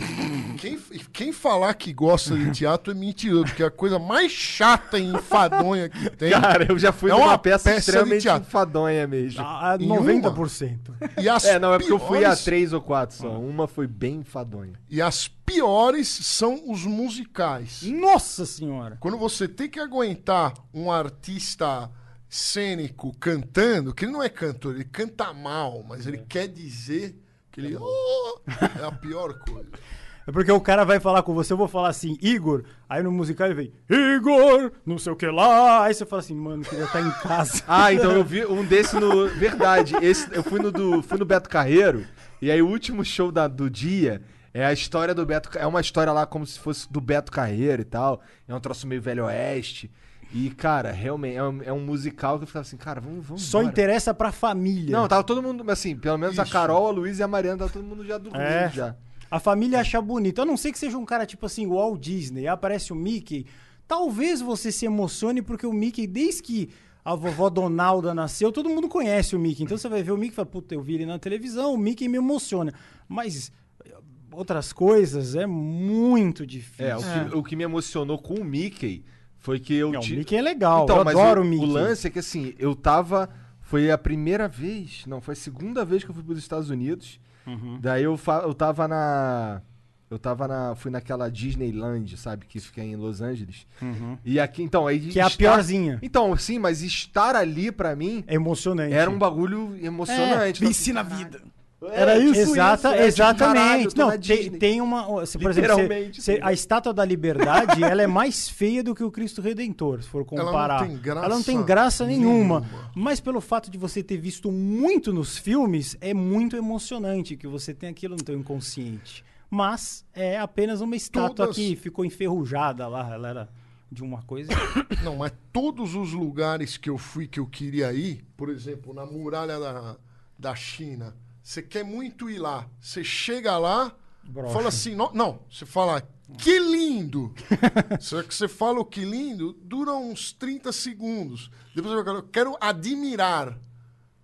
[SPEAKER 4] quem, quem falar que gosta de teatro é mentiroso, porque é a coisa mais chata e enfadonha que tem.
[SPEAKER 1] Cara, eu já fui
[SPEAKER 4] É
[SPEAKER 1] numa
[SPEAKER 4] uma
[SPEAKER 1] peça,
[SPEAKER 4] peça de
[SPEAKER 1] extremamente
[SPEAKER 4] teatro.
[SPEAKER 1] enfadonha mesmo.
[SPEAKER 3] A, a
[SPEAKER 4] Nenhuma.
[SPEAKER 3] 90%.
[SPEAKER 4] E as
[SPEAKER 1] é, não, é porque eu fui a
[SPEAKER 4] piores-
[SPEAKER 1] três ou quatro só. Uma foi bem enfadonha.
[SPEAKER 4] E as piores são os musicais.
[SPEAKER 3] Nossa senhora!
[SPEAKER 4] Quando você tem que aguentar um artista cênico cantando, que ele não é cantor, ele canta mal, mas ele quer dizer que ele. Oh! é a pior coisa.
[SPEAKER 3] É porque o cara vai falar com você, eu vou falar assim, Igor. Aí no musical ele vem, Igor, não sei o que lá. Aí você fala assim, mano, eu queria estar em casa.
[SPEAKER 1] Ah, então eu vi um desse no. Verdade. Esse, eu fui no, do, fui no Beto Carreiro. E aí o último show da- do dia é a história do Beto. Ca- É uma história lá como se fosse do Beto Carreiro e tal. É um troço meio velho oeste. E, cara, realmente, é um, é um musical que eu ficava assim, cara, vamos. vamos
[SPEAKER 3] Só
[SPEAKER 1] embora.
[SPEAKER 3] interessa pra família.
[SPEAKER 1] Não, tava todo mundo, assim, pelo menos a
[SPEAKER 4] Isso.
[SPEAKER 1] Carol, a Luiz e a Mariana, tava todo mundo já dormindo
[SPEAKER 3] É.
[SPEAKER 1] já.
[SPEAKER 3] A família acha bonito. A não ser que seja um cara tipo assim, Walt Disney, aparece o Mickey. Talvez você se emocione, porque o Mickey, desde que a vovó Donalda nasceu, todo mundo conhece o Mickey. Então você vai ver o Mickey e fala, puta, eu vi ele na televisão, o Mickey me emociona. Mas eh, outras coisas é muito difícil.
[SPEAKER 1] É, o que, o que me emocionou com o Mickey foi que eu
[SPEAKER 3] Não, o
[SPEAKER 1] ti-
[SPEAKER 3] Mickey é legal, eu
[SPEAKER 1] Então, mas
[SPEAKER 3] adoro
[SPEAKER 1] o,
[SPEAKER 3] o Mickey.
[SPEAKER 1] O lance é que assim, eu tava. Foi a primeira vez, não, foi a segunda vez que eu fui pros Estados Unidos.
[SPEAKER 3] Uhum.
[SPEAKER 1] Daí eu, fa- eu tava na. Eu tava na. Fui naquela Disneyland, sabe? Que fica em Los Angeles. E aqui, então, aí.
[SPEAKER 3] Uhum. Que é a
[SPEAKER 1] estar-
[SPEAKER 3] piorzinha.
[SPEAKER 1] Então, sim, mas estar ali pra mim
[SPEAKER 3] É emocionante.
[SPEAKER 1] era um bagulho emocionante.
[SPEAKER 2] Me ensina a vida.
[SPEAKER 1] Era isso,
[SPEAKER 3] Exata,
[SPEAKER 1] isso, é, tipo, caralho, eu
[SPEAKER 3] exatamente.
[SPEAKER 1] tô na
[SPEAKER 3] não, tem,
[SPEAKER 1] Disney.
[SPEAKER 3] tem uma. Você, por exemplo, você-
[SPEAKER 1] Literalmente,
[SPEAKER 3] você- a estátua da liberdade ela é mais feia do que o Cristo Redentor, se for
[SPEAKER 4] não
[SPEAKER 3] comparar.
[SPEAKER 4] tem graça
[SPEAKER 3] Ela não tem graça nenhuma.
[SPEAKER 4] nenhuma.
[SPEAKER 3] Mas pelo fato de você ter visto muito nos filmes, é muito emocionante que você tem aquilo no teu inconsciente. Mas é apenas uma estátua
[SPEAKER 4] Todas-
[SPEAKER 3] que ficou enferrujada lá, ela era de uma coisa.
[SPEAKER 4] Não, mas todos os lugares que eu fui que eu queria ir, por exemplo, na muralha da, da China, você quer muito ir lá. Você chega lá,
[SPEAKER 3] Broxa.
[SPEAKER 4] fala assim, não, não, você fala, que lindo! Só que você fala o que lindo, dura uns 30 segundos. Depois você fala, eu quero admirar.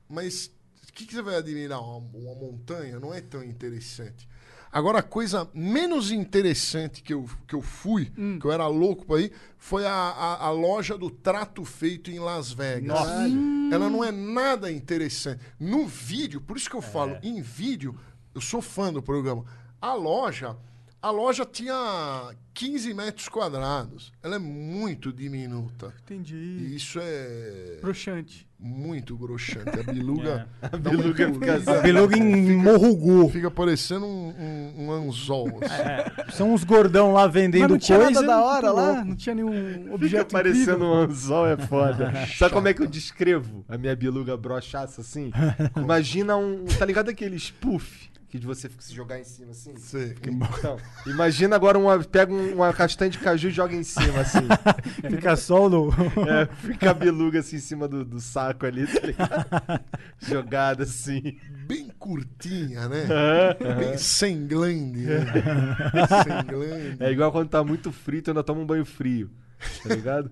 [SPEAKER 4] Mas o que, que você vai admirar? Uma, uma montanha? Não é tão interessante. Agora, a coisa menos interessante que eu, que eu fui, que eu era louco pra ir, foi a, a, a loja do trato feito em Las Vegas.
[SPEAKER 3] Nossa.
[SPEAKER 4] Ela não é nada interessante. No vídeo, por isso que eu falo, em vídeo, eu sou fã do programa. A loja, a loja tinha 15 metros quadrados. Ela é muito diminuta.
[SPEAKER 2] Entendi.
[SPEAKER 4] E isso é
[SPEAKER 2] Broxante.
[SPEAKER 4] muito broxante. A beluga. A
[SPEAKER 1] beluga fica
[SPEAKER 3] A beluga em Morrugu.
[SPEAKER 4] Fica parecendo um, um- um anzol. assim.
[SPEAKER 1] É.
[SPEAKER 3] São uns gordão lá vendendo
[SPEAKER 2] Mas não tinha
[SPEAKER 3] coisa.
[SPEAKER 2] nada da hora
[SPEAKER 3] muito louco.
[SPEAKER 2] lá? Não tinha nenhum
[SPEAKER 1] Fica
[SPEAKER 2] objeto
[SPEAKER 1] parecendo
[SPEAKER 2] incrível?
[SPEAKER 1] um anzol, é foda. Sabe como é que eu descrevo a minha biluga brochaça assim? Imagina um. Tá ligado aqueles puff que de você se jogar em cima assim?
[SPEAKER 4] Sei.
[SPEAKER 1] Então, imagina agora uma. Pega um- uma castanha de caju e joga em cima, assim.
[SPEAKER 3] Fica só no.
[SPEAKER 1] É, fica a biluga assim em cima do, do saco ali, tá ligado? Jogada assim.
[SPEAKER 4] Bem curtinha, né?
[SPEAKER 1] É.
[SPEAKER 4] Bem sem glande. Né? sem glande.
[SPEAKER 1] É igual quando tá muito frio, tu ainda toma um banho frio. Tá ligado?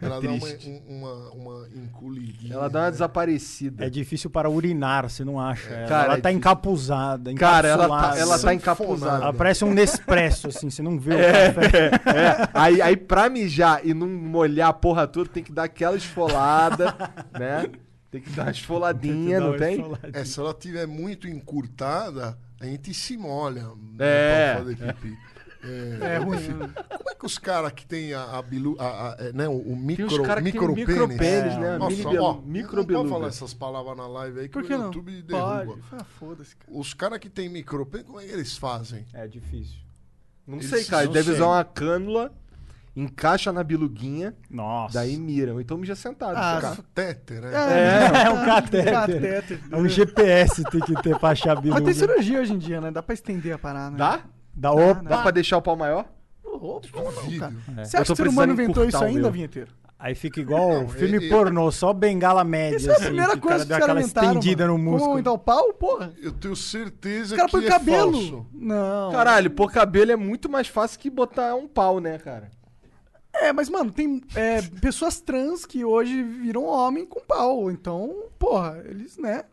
[SPEAKER 4] Ela dá uma,
[SPEAKER 1] triste.
[SPEAKER 4] um- uma, uma encolhidinha.
[SPEAKER 1] Ela dá uma
[SPEAKER 4] né?
[SPEAKER 1] desaparecida.
[SPEAKER 3] É difícil para urinar, você não acha. ela.
[SPEAKER 1] Cara,
[SPEAKER 3] ela
[SPEAKER 1] é
[SPEAKER 3] tá
[SPEAKER 1] difícil.
[SPEAKER 3] encapuzada,
[SPEAKER 1] Cara, ela tá,
[SPEAKER 3] encapsulada.
[SPEAKER 1] ela tá
[SPEAKER 4] Sanfonada.
[SPEAKER 1] encapuzada.
[SPEAKER 3] Ela parece um Nespresso, assim, você não vê o café.
[SPEAKER 1] É, aí, aí pra mijar e não molhar a porra toda, tem que dar aquela esfolada, né? Tem que dar uma esfoladinha,
[SPEAKER 3] um
[SPEAKER 1] não tem?
[SPEAKER 4] É, se ela tiver muito encurtada, a gente se molha. né,
[SPEAKER 1] É.
[SPEAKER 4] Pra fazer pipi.
[SPEAKER 3] um
[SPEAKER 4] É, enfim. Como é que os caras que tem a, a, bilu, a- a- é, né, o, o
[SPEAKER 1] Tem
[SPEAKER 4] micro,
[SPEAKER 1] uns caras que tem um
[SPEAKER 4] micropênis?
[SPEAKER 1] micropênis, né?
[SPEAKER 4] Nossa,
[SPEAKER 1] Mini belu-
[SPEAKER 4] ó, não
[SPEAKER 1] microbeluga.
[SPEAKER 4] pode falar essas palavras na live aí que,
[SPEAKER 2] Por que
[SPEAKER 4] o
[SPEAKER 2] não?
[SPEAKER 4] YouTube derruba.
[SPEAKER 2] Pode. Ah, foda-se, cara.
[SPEAKER 4] Os caras que tem micropênis, como é que eles fazem?
[SPEAKER 3] É difícil.
[SPEAKER 1] Não
[SPEAKER 4] Eles
[SPEAKER 1] sei, cara.
[SPEAKER 4] não
[SPEAKER 1] Deve
[SPEAKER 4] sei.
[SPEAKER 1] usar uma cânula, encaixa na biluguinha,
[SPEAKER 3] Nossa.
[SPEAKER 1] daí miram. Então mija sentado.
[SPEAKER 2] Ah,
[SPEAKER 1] cara.
[SPEAKER 4] Catete, né?
[SPEAKER 3] É, é um catéter.
[SPEAKER 2] catéter.
[SPEAKER 3] É um GPS tem que ter pra achar a
[SPEAKER 2] Mas tem
[SPEAKER 3] biluga.
[SPEAKER 2] cirurgia hoje em dia, né? Dá pra estender a parada, né?
[SPEAKER 1] Dá?
[SPEAKER 3] Da opa.
[SPEAKER 1] Dá pra deixar o pau maior?
[SPEAKER 2] Ô, pô, não,
[SPEAKER 4] Duvido.
[SPEAKER 2] cara.
[SPEAKER 3] É.
[SPEAKER 2] Você
[SPEAKER 1] Eu
[SPEAKER 2] acha que
[SPEAKER 1] tô
[SPEAKER 2] o ser
[SPEAKER 1] precisando
[SPEAKER 2] humano inventou isso
[SPEAKER 1] encurtar o
[SPEAKER 2] ainda,
[SPEAKER 1] meu.
[SPEAKER 2] vinheteiro?
[SPEAKER 3] Aí fica igual
[SPEAKER 4] Não,
[SPEAKER 3] filme
[SPEAKER 4] e- e-
[SPEAKER 3] pornô, só bengala média,
[SPEAKER 2] Essa é a
[SPEAKER 3] assim.
[SPEAKER 2] primeira
[SPEAKER 3] que o
[SPEAKER 2] coisa
[SPEAKER 3] cara
[SPEAKER 2] que
[SPEAKER 3] deu
[SPEAKER 2] os caras
[SPEAKER 3] aquela
[SPEAKER 2] inventaram.
[SPEAKER 3] estendida
[SPEAKER 2] mano.
[SPEAKER 3] no músculo.
[SPEAKER 2] Como então, pau, porra.
[SPEAKER 4] Eu tenho certeza
[SPEAKER 2] Os caras
[SPEAKER 4] que
[SPEAKER 2] põem
[SPEAKER 4] é
[SPEAKER 2] cabelo.
[SPEAKER 4] falso.
[SPEAKER 2] Não.
[SPEAKER 1] Caralho, pôr cabelo é muito mais fácil que botar um pau, né, cara?
[SPEAKER 2] É, mas, mano, tem é, pessoas trans que hoje viram homem com pau. Então, porra, eles, né?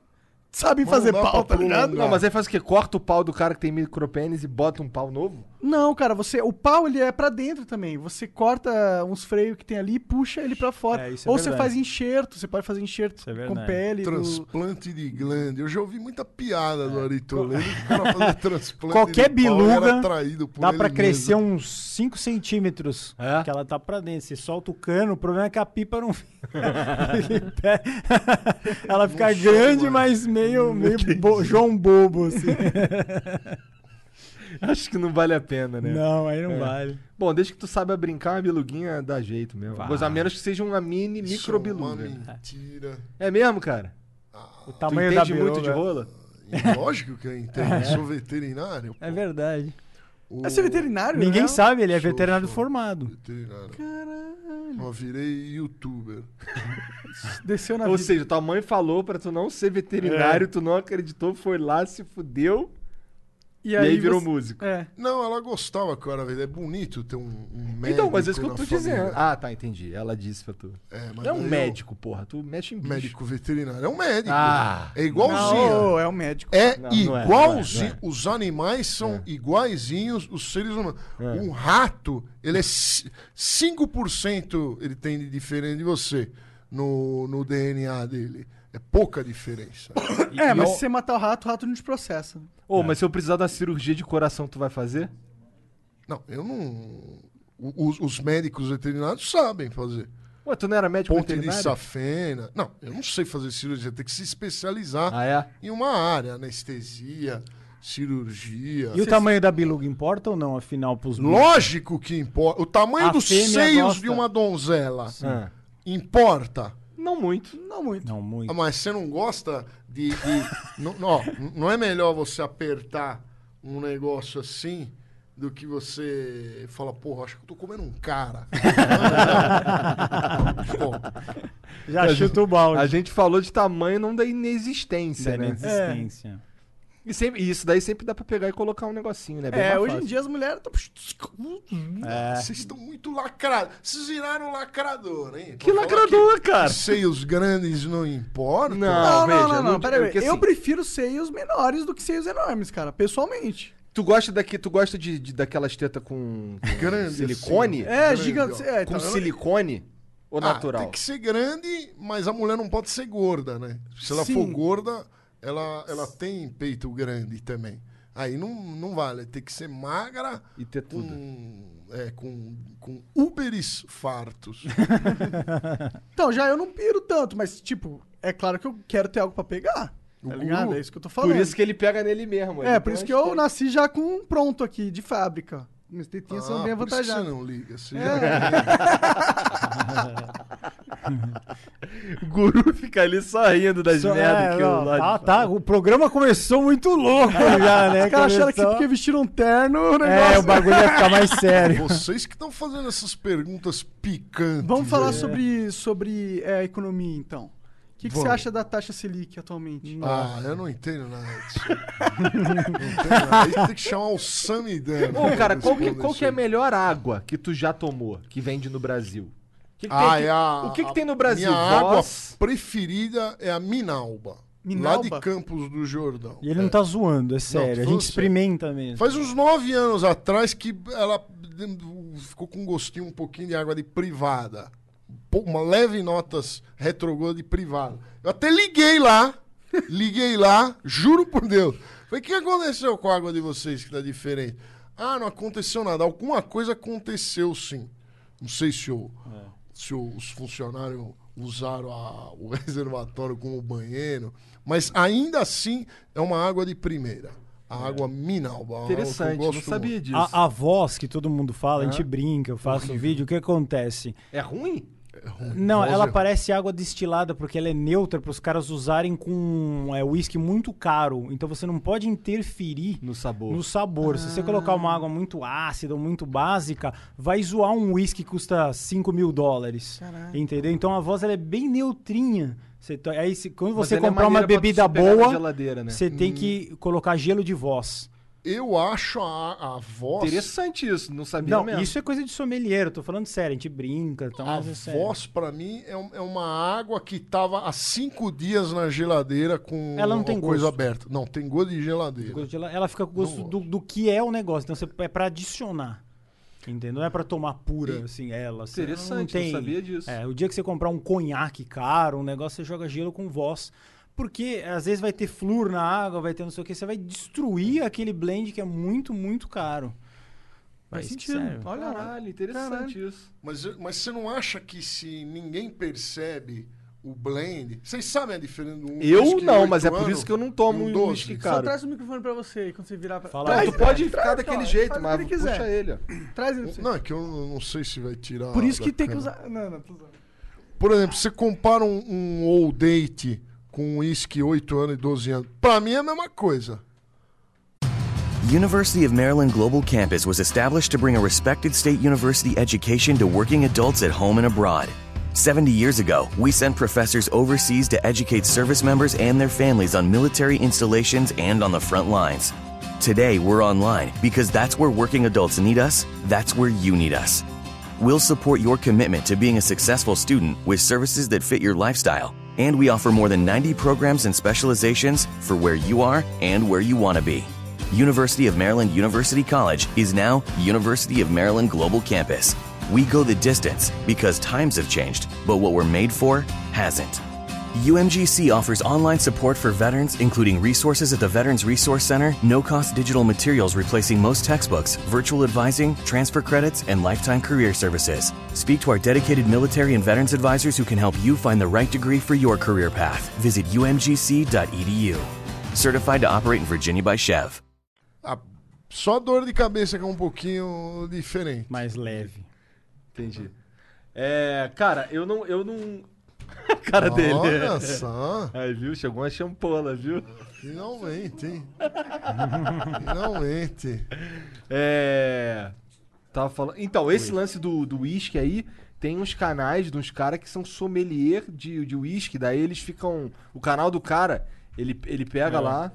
[SPEAKER 2] Sabem
[SPEAKER 4] Mano,
[SPEAKER 2] fazer
[SPEAKER 4] dá
[SPEAKER 2] pau,
[SPEAKER 4] pra
[SPEAKER 2] tá ligado?
[SPEAKER 1] Não, mas aí faz o quê? Corta o pau do cara que tem micropênis e bota um pau novo?
[SPEAKER 2] Não, cara, você. O pau ele é pra dentro também. Você corta uns freios que tem ali e puxa ele pra fora.
[SPEAKER 3] É, isso é
[SPEAKER 2] Ou você
[SPEAKER 3] verdade.
[SPEAKER 2] faz enxerto, você pode fazer enxerto
[SPEAKER 3] Isso é
[SPEAKER 2] com
[SPEAKER 3] verdade.
[SPEAKER 2] pele. do-
[SPEAKER 4] Transplante de glande. Eu já ouvi muita piada do Ari Toledo que o cara fazia transplante
[SPEAKER 3] Qualquer
[SPEAKER 4] de pau, era
[SPEAKER 3] biluga
[SPEAKER 4] traído por
[SPEAKER 3] Dá
[SPEAKER 4] ele
[SPEAKER 3] pra crescer um
[SPEAKER 4] mesmo.
[SPEAKER 3] uns 5 centímetros.
[SPEAKER 1] É?
[SPEAKER 3] Que ela tá pra dentro. Você solta o cano, o problema é que a pipa não. Ele pega- ela fica
[SPEAKER 4] chega,
[SPEAKER 3] grande,
[SPEAKER 4] mano.
[SPEAKER 3] mas meio, meio bo- João Bobo, assim.
[SPEAKER 1] Acho que não vale a pena, né?
[SPEAKER 3] não, aí não
[SPEAKER 1] É.
[SPEAKER 3] vale.
[SPEAKER 1] Bom, desde que tu saiba brincar, uma biluguinha dá jeito mesmo.
[SPEAKER 3] Vai.
[SPEAKER 1] Pois a menos que seja uma mini
[SPEAKER 4] Isso
[SPEAKER 1] microbiluga.
[SPEAKER 4] É uma mentira.
[SPEAKER 1] É mesmo, cara?
[SPEAKER 3] O
[SPEAKER 1] Tu
[SPEAKER 3] tamanho da
[SPEAKER 1] entende
[SPEAKER 3] biruga.
[SPEAKER 1] muito de rola?
[SPEAKER 4] E lógico que eu entendo. eu Sou veterinário.
[SPEAKER 3] É verdade.
[SPEAKER 4] O-
[SPEAKER 2] Esse é veterinário,
[SPEAKER 3] Ninguém
[SPEAKER 2] né?
[SPEAKER 3] sabe, ele é
[SPEAKER 4] Show,
[SPEAKER 3] veterinário
[SPEAKER 4] show.
[SPEAKER 3] formado.
[SPEAKER 4] Veterinário.
[SPEAKER 2] Caralho.
[SPEAKER 4] Eu virei youtuber.
[SPEAKER 2] Desceu na
[SPEAKER 1] Ou
[SPEAKER 2] vida.
[SPEAKER 1] seja, tua mãe falou pra tu não ser veterinário, tu não acreditou, foi lá, se fudeu. E aí, virou
[SPEAKER 2] você-
[SPEAKER 1] músico.
[SPEAKER 2] É.
[SPEAKER 4] Não, ela gostava que eu era velho. É bonito ter um, um médico.
[SPEAKER 1] Então, mas é isso que eu
[SPEAKER 4] na
[SPEAKER 1] tô
[SPEAKER 4] família.
[SPEAKER 1] dizendo. Ah, tá, entendi. Ela disse pra tu.
[SPEAKER 4] É, mas
[SPEAKER 1] Não é um
[SPEAKER 4] eu-
[SPEAKER 1] médico, porra. Tu mexe em bicho.
[SPEAKER 4] Médico veterinário. É um médico.
[SPEAKER 1] Ah.
[SPEAKER 4] é igualzinho.
[SPEAKER 2] Não, é o médico.
[SPEAKER 4] É
[SPEAKER 1] Não, não é, não é,
[SPEAKER 4] igualzinho.
[SPEAKER 1] não é.
[SPEAKER 4] Os animais são
[SPEAKER 1] É.
[SPEAKER 4] iguaizinhos os seres humanos.
[SPEAKER 1] É.
[SPEAKER 4] Um rato, ele é ci- 5% ele tem de diferença de você no, no DNA dele. É pouca diferença.
[SPEAKER 2] É, mas se você matar o rato, o rato não te processa.
[SPEAKER 4] É.
[SPEAKER 1] Ô, mas se eu precisar da cirurgia de coração, tu vai fazer?
[SPEAKER 4] Não, eu não. o- Os, os médicos veterinários sabem fazer.
[SPEAKER 1] Ué, tu não era médico
[SPEAKER 4] Ponte de
[SPEAKER 1] Tipo veterinário?
[SPEAKER 4] safena. Não, eu não sei fazer cirurgia. Tem que se especializar
[SPEAKER 1] Ah, é?
[SPEAKER 4] em uma área. Anestesia, cirurgia.
[SPEAKER 3] E o tamanho da biluga importa ou não, afinal, pros bichos?
[SPEAKER 4] Lógico que importa. O tamanho
[SPEAKER 3] A
[SPEAKER 4] dos
[SPEAKER 3] fêmea
[SPEAKER 4] seios
[SPEAKER 3] gosta.
[SPEAKER 4] de uma donzela
[SPEAKER 1] Ah.
[SPEAKER 4] importa.
[SPEAKER 1] Não muito.
[SPEAKER 2] Não muito.
[SPEAKER 3] Não, muito.
[SPEAKER 4] Ah, Mas você não gosta de. de- não, ó, não é melhor você apertar um negócio assim do que você fala, porra, acho que eu tô comendo um cara. Pô,
[SPEAKER 3] Já chuta o balde.
[SPEAKER 1] A gente falou de tamanho não da inexistência,
[SPEAKER 3] Da
[SPEAKER 1] né?
[SPEAKER 3] inexistência.
[SPEAKER 1] E, sempre- e isso daí sempre dá pra pegar e colocar um negocinho, né? Bem
[SPEAKER 2] É,
[SPEAKER 1] mais
[SPEAKER 2] hoje em
[SPEAKER 1] fácil. É.
[SPEAKER 2] dia as mulheres estão.
[SPEAKER 4] Vocês estão muito lacrados. Vocês viraram lacrador, hein?
[SPEAKER 1] Que
[SPEAKER 4] Pra falar
[SPEAKER 1] lacrador,
[SPEAKER 4] que
[SPEAKER 1] cara!
[SPEAKER 4] Seios grandes não importam.
[SPEAKER 1] Não.
[SPEAKER 2] Não, não,
[SPEAKER 1] veja,
[SPEAKER 2] não, não,
[SPEAKER 1] não-
[SPEAKER 2] pera aí.
[SPEAKER 1] porque assim-
[SPEAKER 2] Eu prefiro seios menores do que seios enormes, cara, pessoalmente.
[SPEAKER 1] Tu gosta daqui, tu gosta de, de- daquelas tetas com, com
[SPEAKER 4] Grande,
[SPEAKER 1] silicone?
[SPEAKER 4] assim,
[SPEAKER 2] É,
[SPEAKER 4] Grande,
[SPEAKER 2] gigante.
[SPEAKER 4] ó.
[SPEAKER 2] É,
[SPEAKER 1] Com
[SPEAKER 2] tá vendo?
[SPEAKER 1] silicone ou
[SPEAKER 4] Ah,
[SPEAKER 1] natural?
[SPEAKER 4] tem que ser grande, mas a mulher não pode ser gorda, né? Se ela
[SPEAKER 2] Sim.
[SPEAKER 4] for gorda, ela, ela tem peito grande também. Aí não, não vale, tem que ser magra
[SPEAKER 1] E ter
[SPEAKER 2] Hum,
[SPEAKER 1] tudo.
[SPEAKER 4] com, é, com, com uberes fartos.
[SPEAKER 2] Então, já eu não piro tanto, mas, tipo, é claro que eu quero ter algo pra pegar. Tá ligado? É isso que eu tô falando.
[SPEAKER 1] Por isso que ele pega nele mesmo.
[SPEAKER 2] É, por isso que eu nasci já com um pronto aqui, de fábrica. Minhas tetinhas são
[SPEAKER 4] Ah,
[SPEAKER 2] bem
[SPEAKER 4] por isso que você
[SPEAKER 2] avantajadas.
[SPEAKER 4] não liga. Você
[SPEAKER 1] É. O guru fica ali só rindo das
[SPEAKER 3] Só-
[SPEAKER 1] merdas
[SPEAKER 3] é,
[SPEAKER 1] que
[SPEAKER 3] não,
[SPEAKER 1] eu
[SPEAKER 3] tá, tá, o programa começou muito louco já, né?
[SPEAKER 2] Os caras acharam que
[SPEAKER 3] Começou-
[SPEAKER 2] porque vestiram um terno, o negócio...
[SPEAKER 3] É, o bagulho ia ficar mais
[SPEAKER 4] já-
[SPEAKER 3] sério.
[SPEAKER 4] Vocês que estão fazendo essas perguntas picantes.
[SPEAKER 2] Vamos falar
[SPEAKER 4] aí.
[SPEAKER 2] sobre, sobre é, economia, então. O que, que você
[SPEAKER 4] Vamos.
[SPEAKER 2] acha da taxa Selic atualmente?
[SPEAKER 4] Ah, eu não entendo nada disso. não entendo nada. Aí tem que chamar o Samidana.
[SPEAKER 1] Ô, cara,
[SPEAKER 4] pra
[SPEAKER 1] qual que,
[SPEAKER 4] responder
[SPEAKER 1] qual
[SPEAKER 4] isso
[SPEAKER 1] que é a
[SPEAKER 4] aí.
[SPEAKER 1] melhor água que tu já tomou, que vende no Brasil? Que que tem
[SPEAKER 4] Ah,
[SPEAKER 1] aqui?
[SPEAKER 4] é a-
[SPEAKER 1] o que, que
[SPEAKER 4] a
[SPEAKER 1] tem no Brasil?
[SPEAKER 4] Minha água
[SPEAKER 1] Voz?
[SPEAKER 4] preferida é a Minalba.
[SPEAKER 2] Minalba?
[SPEAKER 4] Lá de Campos do Jordão.
[SPEAKER 3] E ele
[SPEAKER 4] É.
[SPEAKER 3] não tá zoando, é sério. A
[SPEAKER 4] falando
[SPEAKER 3] gente experimenta mesmo.
[SPEAKER 4] Faz uns nove anos atrás que ela ficou com um gostinho um pouquinho de água de privada. Pô, Uma leve notas retrogosto de privada. Eu até liguei lá. Liguei lá, juro por Deus. Falei, o que aconteceu com a água de vocês que tá diferente? Ah, não aconteceu nada. Alguma coisa aconteceu sim. Não sei se o, se os funcionários usaram a- o reservatório como banheiro, mas ainda assim é uma água de primeira. A água Minalba. uma água que eu
[SPEAKER 1] Interessante, não
[SPEAKER 4] Ah, gosto muito.
[SPEAKER 1] sabia disso.
[SPEAKER 2] Ah,
[SPEAKER 3] A, a voz que todo mundo fala, a gente
[SPEAKER 1] Aham.
[SPEAKER 3] brinca, eu faço vídeo, o que acontece?
[SPEAKER 2] ah.
[SPEAKER 1] É ruim?
[SPEAKER 3] Não,
[SPEAKER 4] Voz
[SPEAKER 3] ela
[SPEAKER 4] é-
[SPEAKER 3] parece água destilada porque ela é neutra para os caras usarem com é, whisky muito caro. Então você não pode interferir
[SPEAKER 1] No sabor.
[SPEAKER 3] no sabor. Se você colocar uma água muito ácida ou muito básica, vai zoar um whisky que custa 5 mil dólares.
[SPEAKER 2] Caraca.
[SPEAKER 3] Entendeu? Então a voz ela é bem neutrinha. Você to- aí, se- quando
[SPEAKER 1] Mas
[SPEAKER 3] você
[SPEAKER 1] ela é
[SPEAKER 3] comprar uma
[SPEAKER 1] maneira pra tu
[SPEAKER 3] bebida
[SPEAKER 1] superar na
[SPEAKER 3] boa,
[SPEAKER 1] geladeira, né?
[SPEAKER 3] você tem que colocar gelo de voz.
[SPEAKER 4] Eu acho a, a voz.
[SPEAKER 1] Interessante isso, não sabia
[SPEAKER 3] Não,
[SPEAKER 1] mesmo.
[SPEAKER 3] isso é coisa de sommelier, eu tô falando sério, a gente brinca, então
[SPEAKER 4] A
[SPEAKER 3] mas é
[SPEAKER 1] assim,
[SPEAKER 3] sério.
[SPEAKER 4] voz, pra mim, é, um- é uma água que tava há cinco dias na geladeira com
[SPEAKER 3] Ela não tem
[SPEAKER 4] a coisa
[SPEAKER 3] gosto.
[SPEAKER 4] aberta. Não, tem gosto de geladeira.
[SPEAKER 3] Gosto de gela- Ela fica com gosto
[SPEAKER 4] Não
[SPEAKER 3] do, do que é o negócio. Então você, é pra adicionar. Entendeu? Não é pra tomar pura,
[SPEAKER 4] E-
[SPEAKER 3] assim, ela. assim, ela não
[SPEAKER 1] Interessante, não,
[SPEAKER 3] tem...
[SPEAKER 1] sabia disso.
[SPEAKER 3] É, o dia que você comprar um conhaque caro, um negócio, você joga gelo com voz. Porque às vezes vai ter flúor na água, vai ter não sei o que, você vai destruir aquele blend que é muito, muito caro.
[SPEAKER 2] Faz
[SPEAKER 3] É isso que
[SPEAKER 2] sentido.
[SPEAKER 3] serve.
[SPEAKER 2] Olha lá.
[SPEAKER 1] Caralho, interessante isso.
[SPEAKER 4] Mas, mas você não acha que se ninguém percebe o blend. Vocês sabem a diferença do um
[SPEAKER 1] Eu
[SPEAKER 4] whisky
[SPEAKER 1] não,
[SPEAKER 4] oito
[SPEAKER 1] mas é por
[SPEAKER 4] anos
[SPEAKER 1] isso que eu não
[SPEAKER 4] e
[SPEAKER 1] tomo
[SPEAKER 4] um
[SPEAKER 1] um
[SPEAKER 4] doze?
[SPEAKER 1] whisky
[SPEAKER 2] Só
[SPEAKER 1] caro.
[SPEAKER 2] traz o microfone pra você aí, quando você virar pra...
[SPEAKER 3] Fala
[SPEAKER 1] Não,
[SPEAKER 3] aí.
[SPEAKER 2] traz,
[SPEAKER 1] tu pode
[SPEAKER 2] traz,
[SPEAKER 1] ficar
[SPEAKER 2] traz,
[SPEAKER 1] daquele
[SPEAKER 2] faz
[SPEAKER 1] jeito,
[SPEAKER 2] o é, que
[SPEAKER 1] mas
[SPEAKER 2] ele quiser.
[SPEAKER 1] puxa ele. ó.
[SPEAKER 2] Traz ele pra
[SPEAKER 1] assim.
[SPEAKER 2] você.
[SPEAKER 4] Não, é que eu não não sei se vai tirar.
[SPEAKER 2] Por isso que
[SPEAKER 4] da
[SPEAKER 2] tem que
[SPEAKER 4] cana.
[SPEAKER 2] usar... Não, não, tô usando.
[SPEAKER 4] Por exemplo, você compara um, um old date com um whisky 8 anos e 12 anos. Pra mim é a mesma coisa.
[SPEAKER 6] University of Maryland Global Campus was established to bring a respected state university education to working adults at home and abroad. 70 years ago, we sent professors overseas to educate service members and their families on military installations and on the front lines. Today, we're online because that's where working adults need us, that's where you need us. We'll support your commitment to being a successful student with services that fit your lifestyle, and we offer more than 90 programs and specializations for where you are and where you want to be. University of Maryland University College is now University of Maryland Global Campus. We go the distance because times have changed, but what we're made for hasn't. UMGC offers online support for veterans, including resources at the Veterans Resource Center, no cost digital materials replacing most textbooks, virtual advising, transfer credits, and lifetime career services. Speak to our dedicated military and veterans advisors who can help you find the right degree for your career path. Visit umgc.edu. E Certified to operate in Virginia by Chev.
[SPEAKER 4] Ah, só dor de cabeça que é um pouquinho diferente.
[SPEAKER 3] Mais leve.
[SPEAKER 1] Entendi. É, cara, eu não. Eu não... A cara dele.
[SPEAKER 4] Olha só.
[SPEAKER 1] Aí, viu? Chegou uma champola, viu?
[SPEAKER 4] Finalmente, hein? Finalmente.
[SPEAKER 1] É. Tava falando. Então, esse lance do do uísque aí, tem uns canais de uns caras que são sommelier de de uísque, daí eles ficam. O canal do cara, ele, ele pega
[SPEAKER 3] É.
[SPEAKER 1] lá,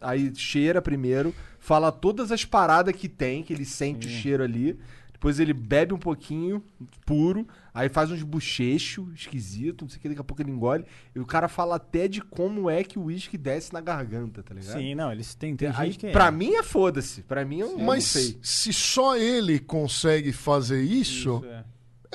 [SPEAKER 1] aí cheira primeiro, fala todas as paradas que tem, que ele sente o cheiro ali. Depois ele bebe um pouquinho, puro, aí faz uns bochechos esquisito, não sei o que, daqui a pouco ele engole. E o cara fala até de como é que o uísque desce na garganta, tá ligado?
[SPEAKER 3] Sim, não, eles têm, tem
[SPEAKER 1] Aí,
[SPEAKER 3] gente que é.
[SPEAKER 1] pra mim é foda-se. Pra mim eu não
[SPEAKER 4] Mas
[SPEAKER 1] sei.
[SPEAKER 4] se só ele consegue fazer isso,
[SPEAKER 3] Isso, é.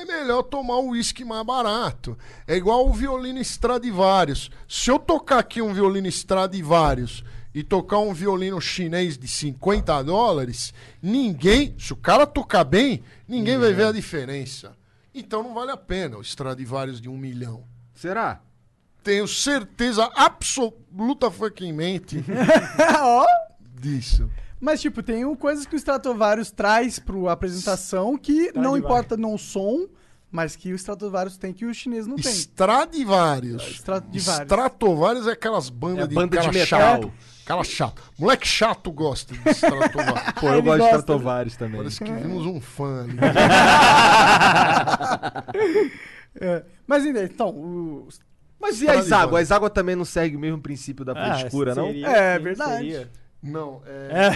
[SPEAKER 4] é melhor tomar o uísque mais barato. É igual o violino Stradivarius. Se eu tocar aqui um violino Stradivarius e tocar um violino chinês de 50 dólares, ninguém, se o cara tocar bem, ninguém vai ver a diferença. Então não vale a pena o Stradivarius de um milhão.
[SPEAKER 1] Será?
[SPEAKER 4] Tenho certeza absoluta fucking mente
[SPEAKER 2] Ó.
[SPEAKER 4] disso.
[SPEAKER 2] Mas, tipo, tem um- coisas que o Stratovarius traz pro apresentação que não importa não o som, mas que o Stratovarius tem que o chinês não tem.
[SPEAKER 4] Stradivarius.
[SPEAKER 2] Stradivarius.
[SPEAKER 4] Stratovarius é aquelas bandas
[SPEAKER 1] É
[SPEAKER 4] de,
[SPEAKER 1] banda de
[SPEAKER 4] cara
[SPEAKER 1] metal.
[SPEAKER 4] chato. Cara chato. Moleque chato gosta de Stratovarius.
[SPEAKER 1] Pô, eu
[SPEAKER 2] Ah,
[SPEAKER 1] gosto
[SPEAKER 2] Ele
[SPEAKER 1] de
[SPEAKER 2] gosta, né?
[SPEAKER 1] Stratovarius também.
[SPEAKER 4] Parece que vimos um fã ali.
[SPEAKER 2] É, mas ainda, então, o...
[SPEAKER 1] Mas e as
[SPEAKER 4] Stradivarius.
[SPEAKER 1] águas? As águas também não seguem o mesmo princípio da
[SPEAKER 3] Ah,
[SPEAKER 1] frescura, não?
[SPEAKER 3] seria-
[SPEAKER 2] É,
[SPEAKER 3] sim,
[SPEAKER 2] verdade.
[SPEAKER 3] seria.
[SPEAKER 4] Não, é...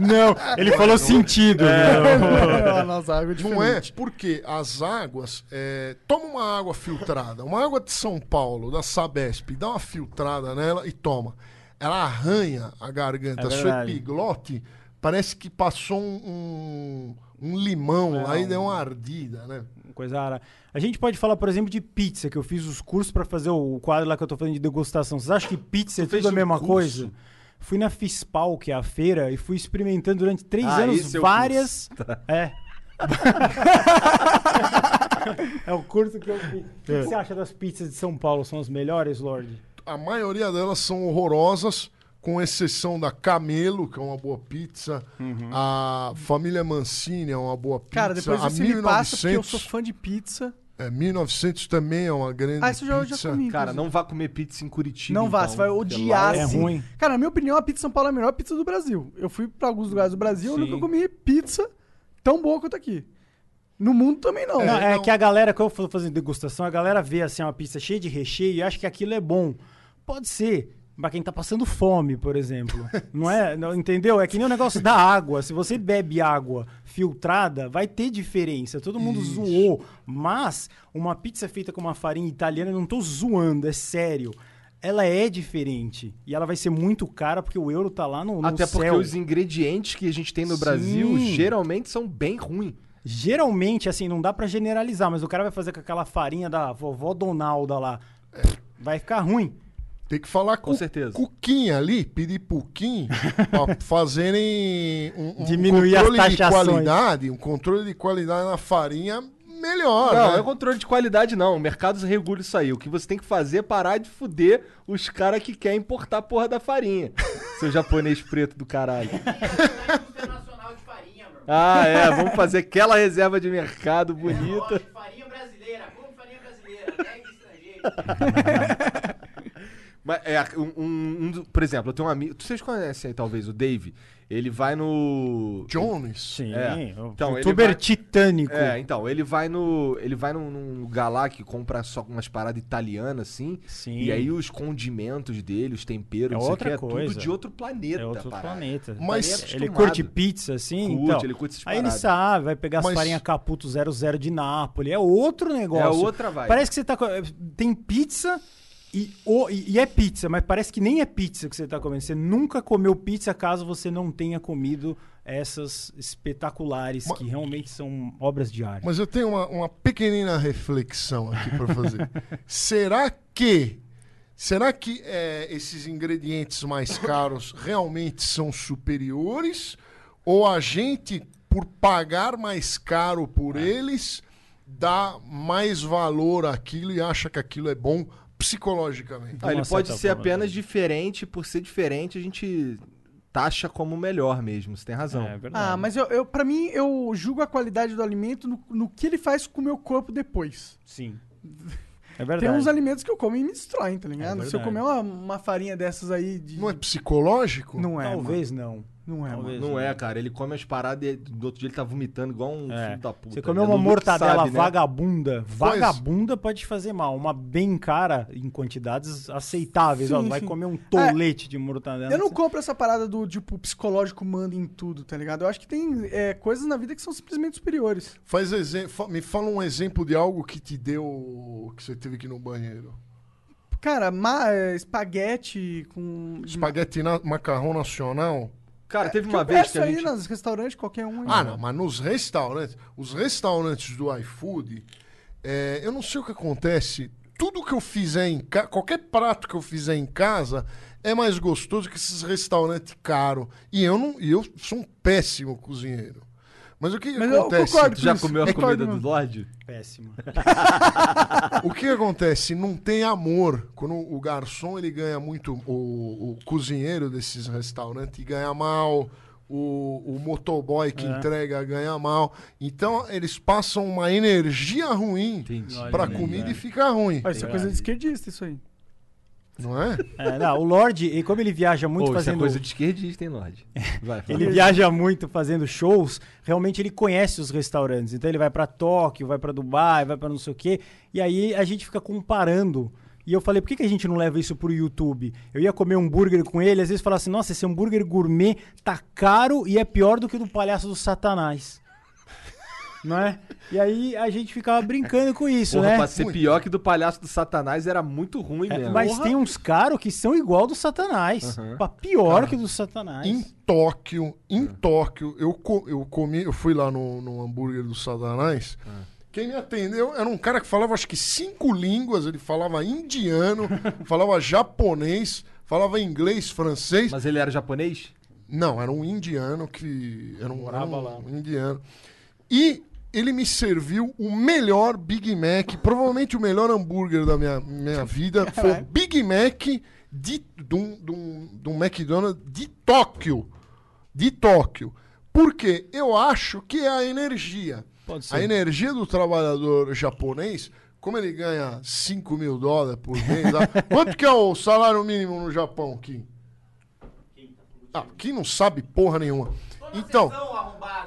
[SPEAKER 3] Não, ele falou sentido. né?
[SPEAKER 2] a nossa água é
[SPEAKER 4] não é,
[SPEAKER 2] diferente.
[SPEAKER 4] porque as águas. é, Toma uma água filtrada, uma água de São Paulo, da Sabesp, dá uma filtrada nela e toma. Ela arranha a garganta,
[SPEAKER 3] É
[SPEAKER 4] a sua
[SPEAKER 3] verdade.
[SPEAKER 4] epiglote parece que passou um, um- um limão lá e deu uma ardida, né?
[SPEAKER 3] Coisa rara. A gente pode falar, por exemplo, de pizza, que eu fiz os cursos pra fazer o quadro lá que eu tô fazendo de degustação. Vocês acham que pizza é
[SPEAKER 1] fez
[SPEAKER 3] tudo a
[SPEAKER 1] um
[SPEAKER 3] mesma
[SPEAKER 1] curso?
[SPEAKER 3] coisa? Fui na FISPAL, que é a feira, e fui experimentando durante três
[SPEAKER 1] Ah,
[SPEAKER 3] anos
[SPEAKER 1] esse é o
[SPEAKER 3] várias. É. é o curso que eu
[SPEAKER 1] É.
[SPEAKER 3] fiz. O que, que você acha das pizzas de São Paulo? São as melhores, Lorde?
[SPEAKER 4] A maioria delas são horrorosas, com exceção da Camelo, que é uma boa pizza. A Família Mancini é uma boa pizza.
[SPEAKER 2] Cara, depois
[SPEAKER 4] a
[SPEAKER 2] você me passa, porque eu
[SPEAKER 4] 1900
[SPEAKER 2] sou fã de pizza.
[SPEAKER 4] É, 1900 também é uma grande
[SPEAKER 2] Ah, isso eu já, eu já
[SPEAKER 4] pizza.
[SPEAKER 2] comi.
[SPEAKER 1] Cara,
[SPEAKER 2] inclusive.
[SPEAKER 1] não vá comer pizza em Curitiba.
[SPEAKER 2] Não vá,
[SPEAKER 1] então,
[SPEAKER 2] você vai
[SPEAKER 1] porque lá
[SPEAKER 2] odiar
[SPEAKER 3] é
[SPEAKER 2] sim.
[SPEAKER 3] ruim.
[SPEAKER 2] Cara, na minha opinião, a pizza de São Paulo é a melhor pizza do Brasil. Eu fui pra alguns lugares do Brasil, eu
[SPEAKER 3] Sim.
[SPEAKER 2] nunca comi pizza tão boa quanto aqui. No mundo também não.
[SPEAKER 3] Não, é
[SPEAKER 4] não.
[SPEAKER 3] que a galera, quando eu for fazer degustação, a galera vê assim uma pizza cheia de recheio e acha que aquilo é bom. Pode ser. Pra quem tá passando fome, por exemplo. Não é? não- entendeu? É que nem o negócio da água. Se você bebe água filtrada, vai ter diferença. Todo mundo zoou. Mas uma pizza feita com uma farinha italiana, eu não tô zoando, é sério. Ela é diferente. E ela vai ser muito cara porque o euro tá lá no, no
[SPEAKER 1] Até porque
[SPEAKER 3] céu.
[SPEAKER 1] os ingredientes que a gente tem no Brasil
[SPEAKER 3] Sim.
[SPEAKER 1] geralmente são bem ruins.
[SPEAKER 3] Geralmente, assim, não dá pra generalizar, mas o cara vai fazer com aquela farinha da vovó Donalda lá.
[SPEAKER 1] É.
[SPEAKER 3] Vai ficar ruim.
[SPEAKER 4] Tem que falar com,
[SPEAKER 1] Com certeza.
[SPEAKER 4] Cuquinha ali, pedir pro Kim pra fazerem um, um
[SPEAKER 3] Diminuir as
[SPEAKER 4] controle de
[SPEAKER 3] taxações.
[SPEAKER 4] qualidade, um controle de qualidade na farinha melhor,
[SPEAKER 1] Não,
[SPEAKER 4] né?
[SPEAKER 1] não é controle de qualidade, não. O mercado regula isso aí. O que você tem que fazer é parar de fuder os caras que querem importar a porra da farinha. Seu japonês preto do caralho.
[SPEAKER 7] internacional de farinha, meu irmão.
[SPEAKER 1] Ah, é. Vamos fazer aquela reserva de mercado bonita.
[SPEAKER 7] Lógico, farinha brasileira, como farinha brasileira, nega estrangeira.
[SPEAKER 1] Mas é, um, um- um do- por exemplo, eu tenho um amigo. Vocês conhecem aí, talvez, o Dave. Ele vai no.
[SPEAKER 4] Jones?
[SPEAKER 3] Sim,
[SPEAKER 1] É.
[SPEAKER 3] o
[SPEAKER 1] Então, ele
[SPEAKER 3] youtuber
[SPEAKER 1] vai-
[SPEAKER 3] titânico.
[SPEAKER 1] É, então, ele vai no. Ele vai num, num lugar lá que compra só umas paradas italianas, assim.
[SPEAKER 3] Sim.
[SPEAKER 1] E aí os condimentos dele, os temperos,
[SPEAKER 3] É
[SPEAKER 1] não sei o
[SPEAKER 3] outra
[SPEAKER 1] quê, é
[SPEAKER 3] coisa.
[SPEAKER 1] tudo de outro planeta.
[SPEAKER 3] é outro
[SPEAKER 1] parada.
[SPEAKER 3] planeta.
[SPEAKER 4] Mas-
[SPEAKER 1] Ele é acostumado.
[SPEAKER 3] ele curte pizza, assim,
[SPEAKER 1] Curte,
[SPEAKER 3] então.
[SPEAKER 1] ele curte essas
[SPEAKER 3] aí ele
[SPEAKER 1] paradas.
[SPEAKER 3] sabe, vai pegar
[SPEAKER 4] Mas-
[SPEAKER 3] as farinhas Caputo 00 de Nápoles. É outro negócio.
[SPEAKER 1] É outra vibe.
[SPEAKER 3] Parece que você tá. co- Tem pizza e, o- e- e é pizza, mas parece que nem é pizza que você tá comendo. Você nunca comeu pizza caso você não tenha comido essas espetaculares
[SPEAKER 4] Ma-
[SPEAKER 3] que realmente são obras de arte.
[SPEAKER 4] Mas eu tenho uma, uma pequenina reflexão aqui para fazer. será que. Será que eh, esses ingredientes mais caros realmente são superiores? Ou a gente, por pagar mais caro por eles, dá mais valor àquilo e acha que aquilo é bom psicologicamente?
[SPEAKER 1] Ah, ele
[SPEAKER 3] uma
[SPEAKER 1] pode
[SPEAKER 3] certa
[SPEAKER 1] ser
[SPEAKER 3] forma,
[SPEAKER 1] apenas
[SPEAKER 3] né?
[SPEAKER 1] diferente, por ser diferente, a gente taxa como melhor mesmo, você tem razão.
[SPEAKER 3] É verdade.
[SPEAKER 2] Ah, mas eu, eu, pra mim, eu julgo a qualidade do alimento no, no que ele faz com o meu corpo depois.
[SPEAKER 3] Sim. É verdade.
[SPEAKER 2] Tem uns alimentos que eu como e me destroem, tá ligado?
[SPEAKER 3] É
[SPEAKER 2] Se eu
[SPEAKER 3] verdade.
[SPEAKER 2] comer uma, uma farinha dessas aí de.
[SPEAKER 4] Não é psicológico?
[SPEAKER 2] Não é, mano.
[SPEAKER 3] Talvez não.
[SPEAKER 2] Não é,
[SPEAKER 3] Talvez.
[SPEAKER 2] mano.
[SPEAKER 1] Não é, cara. Ele come as paradas e do outro dia ele tá vomitando igual um
[SPEAKER 3] É.
[SPEAKER 1] filho da puta.
[SPEAKER 3] Você comeu
[SPEAKER 1] É
[SPEAKER 3] uma
[SPEAKER 1] Lulu que
[SPEAKER 3] mortadela
[SPEAKER 1] sabe, né?
[SPEAKER 3] vagabunda. Vagabunda pode te fazer mal. Uma bem cara, em quantidades aceitáveis.
[SPEAKER 2] Sim,
[SPEAKER 3] ó, vai
[SPEAKER 2] sim.
[SPEAKER 3] comer um tolete de mortadela. é
[SPEAKER 2] Eu não compro essa parada do tipo psicológico manda em tudo, tá ligado? Eu acho que tem é, coisas na vida que são simplesmente superiores.
[SPEAKER 4] Faz exe- fa- me fala um exemplo de algo que te deu. que você teve que ir no banheiro.
[SPEAKER 2] Cara, ma- é, espaguete com. de-
[SPEAKER 4] Espaguete na- macarrão nacional?
[SPEAKER 1] Cara, teve
[SPEAKER 3] É,
[SPEAKER 2] que
[SPEAKER 1] uma
[SPEAKER 2] eu
[SPEAKER 3] tipo
[SPEAKER 1] vez
[SPEAKER 2] peço
[SPEAKER 1] que a
[SPEAKER 2] aí
[SPEAKER 1] gente.
[SPEAKER 2] nos restaurantes, qualquer um. aí.
[SPEAKER 4] Ah, não, mas nos restaurantes, os restaurantes do iFood, é, eu não sei o que acontece. Tudo que eu fizer em casa, qualquer prato que eu fizer em casa é mais gostoso que esses restaurantes caros. E eu não, e eu sou um péssimo cozinheiro. Mas o que, que
[SPEAKER 2] Mas eu
[SPEAKER 4] acontece?
[SPEAKER 2] concordo
[SPEAKER 1] Tu já
[SPEAKER 2] Isso.
[SPEAKER 1] comeu a
[SPEAKER 2] É claro,
[SPEAKER 1] comida do
[SPEAKER 2] mano.
[SPEAKER 1] Lorde?
[SPEAKER 3] Péssima.
[SPEAKER 4] O que acontece? Não tem amor. Quando o garçom ele ganha muito, o, o cozinheiro desses restaurantes ganha mal, o, o motoboy
[SPEAKER 3] É.
[SPEAKER 4] que entrega ganha mal. Então eles passam uma energia ruim
[SPEAKER 1] Entendi.
[SPEAKER 4] pra
[SPEAKER 3] Olha,
[SPEAKER 4] comida
[SPEAKER 3] né?
[SPEAKER 4] e fica ruim,
[SPEAKER 2] Ah, isso é coisa de esquerdista, isso aí.
[SPEAKER 4] não é?
[SPEAKER 3] É, não, o Lorde, e como ele viaja muito
[SPEAKER 1] Pô, isso é
[SPEAKER 3] fazendo.
[SPEAKER 1] coisa de esquerdista, hein, Lorde? Vai, fala.
[SPEAKER 3] Ele viaja muito fazendo shows, realmente ele conhece os restaurantes. Então ele vai pra Tóquio, vai pra Dubai, vai pra não sei o quê. E aí a gente fica comparando. E eu falei, por que, que a gente não leva isso pro YouTube? Eu ia comer um hambúrguer com ele, às vezes falava assim, nossa, esse hambúrguer gourmet tá caro e é pior do que o do palhaço do satanás. não é? E aí a gente ficava brincando com isso,
[SPEAKER 1] Porra,
[SPEAKER 3] né?
[SPEAKER 1] pra ser pior que do palhaço do satanás era muito ruim
[SPEAKER 3] É,
[SPEAKER 1] mesmo.
[SPEAKER 3] mas tem uns caras que são igual do satanás.
[SPEAKER 1] Aham.
[SPEAKER 3] Pra pior que do satanás.
[SPEAKER 4] Em Tóquio,
[SPEAKER 3] É.
[SPEAKER 4] em Tóquio, eu, co- eu comi, eu fui lá no, no hambúrguer do Satanás.
[SPEAKER 3] É.
[SPEAKER 4] Quem me atendeu era um cara que falava acho que cinco línguas, ele falava indiano, falava japonês, falava inglês, francês.
[SPEAKER 1] Mas ele era japonês?
[SPEAKER 4] Não, era um indiano que. Era um,
[SPEAKER 3] Morava
[SPEAKER 4] era um
[SPEAKER 3] lá.
[SPEAKER 4] indiano. E ele me serviu o melhor Big Mac, provavelmente o melhor hambúrguer da minha, minha vida. Foi o Big Mac de, de, um, de, um, de um McDonald's de Tóquio. De Tóquio. Porque eu acho que é a energia.
[SPEAKER 3] Pode ser.
[SPEAKER 4] A energia do trabalhador japonês, como ele ganha 5 mil dólares por mês. lá- quanto que é o salário mínimo no Japão, Kim? Ah, quem não sabe porra nenhuma. Então,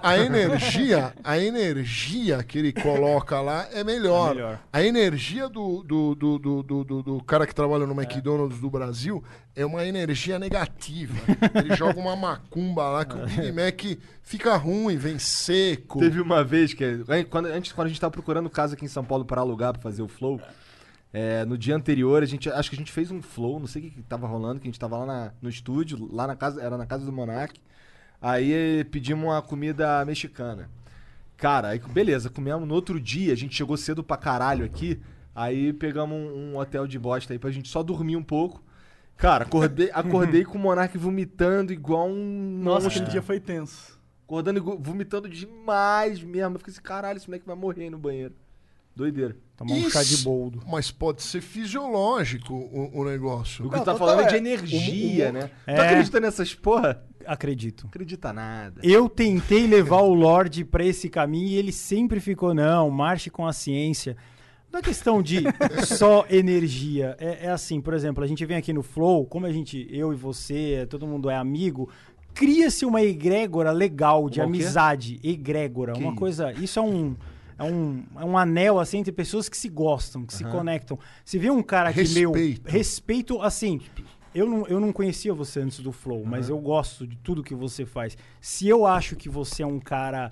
[SPEAKER 4] a energia, a energia que ele coloca lá é melhor.
[SPEAKER 3] É melhor.
[SPEAKER 4] A energia do, do, do, do, do, do- do cara que trabalha no McDonald's do Brasil é uma energia negativa. Ele joga uma macumba lá
[SPEAKER 3] É.
[SPEAKER 4] que o Big Mac fica ruim, vem seco.
[SPEAKER 1] Teve uma vez que. an- Quando, antes, quando a gente tava procurando casa aqui em São Paulo pra alugar, pra fazer o flow, é, no dia anterior, a gente. Acho que a gente fez um flow, não sei o que, que tava rolando, que a gente tava lá na- no estúdio, lá na casa. Era na casa do Monark. Aí eh, pedimos uma comida mexicana. Cara, aí beleza, comemos no outro dia, a gente chegou cedo pra caralho aqui. Aí pegamos um, um hotel de bosta aí pra gente só dormir um pouco. Cara, acordei, acordei com o Monark vomitando igual um.
[SPEAKER 2] Nossa,
[SPEAKER 1] monstro.
[SPEAKER 2] aquele dia foi tenso.
[SPEAKER 1] Acordando e gu- vomitando demais mesmo. Eu fiquei assim, caralho, esse moleque vai morrer no banheiro. Doideira.
[SPEAKER 3] Tomar um chá de
[SPEAKER 4] Isso-
[SPEAKER 3] boldo.
[SPEAKER 4] Mas pode ser fisiológico o, o negócio.
[SPEAKER 1] O que
[SPEAKER 2] Não,
[SPEAKER 1] tu tá
[SPEAKER 2] total,
[SPEAKER 1] falando é de
[SPEAKER 2] é.
[SPEAKER 1] energia, né?
[SPEAKER 3] É.
[SPEAKER 1] Tu acredita nessas porra?
[SPEAKER 3] Acredito.
[SPEAKER 1] Acredita nada.
[SPEAKER 3] Eu tentei levar o Lorde pra esse caminho e ele sempre ficou, não, marche com a ciência. Não é questão de só energia. É, é assim, por exemplo, a gente vem aqui no Flow, como a gente, eu e você, todo mundo é amigo, cria-se uma egrégora legal de
[SPEAKER 1] Uma o quê?
[SPEAKER 3] amizade. Egrégora. uma
[SPEAKER 1] isso?
[SPEAKER 3] coisa. Isso é um. É um, é um anel, assim, entre pessoas que se gostam, que se conectam. Se vê um cara que, meu,
[SPEAKER 4] Respeito.
[SPEAKER 3] respeito, assim. Eu não, eu não conhecia você antes do Flow, mas eu gosto de tudo que você faz. Se eu acho que você é um cara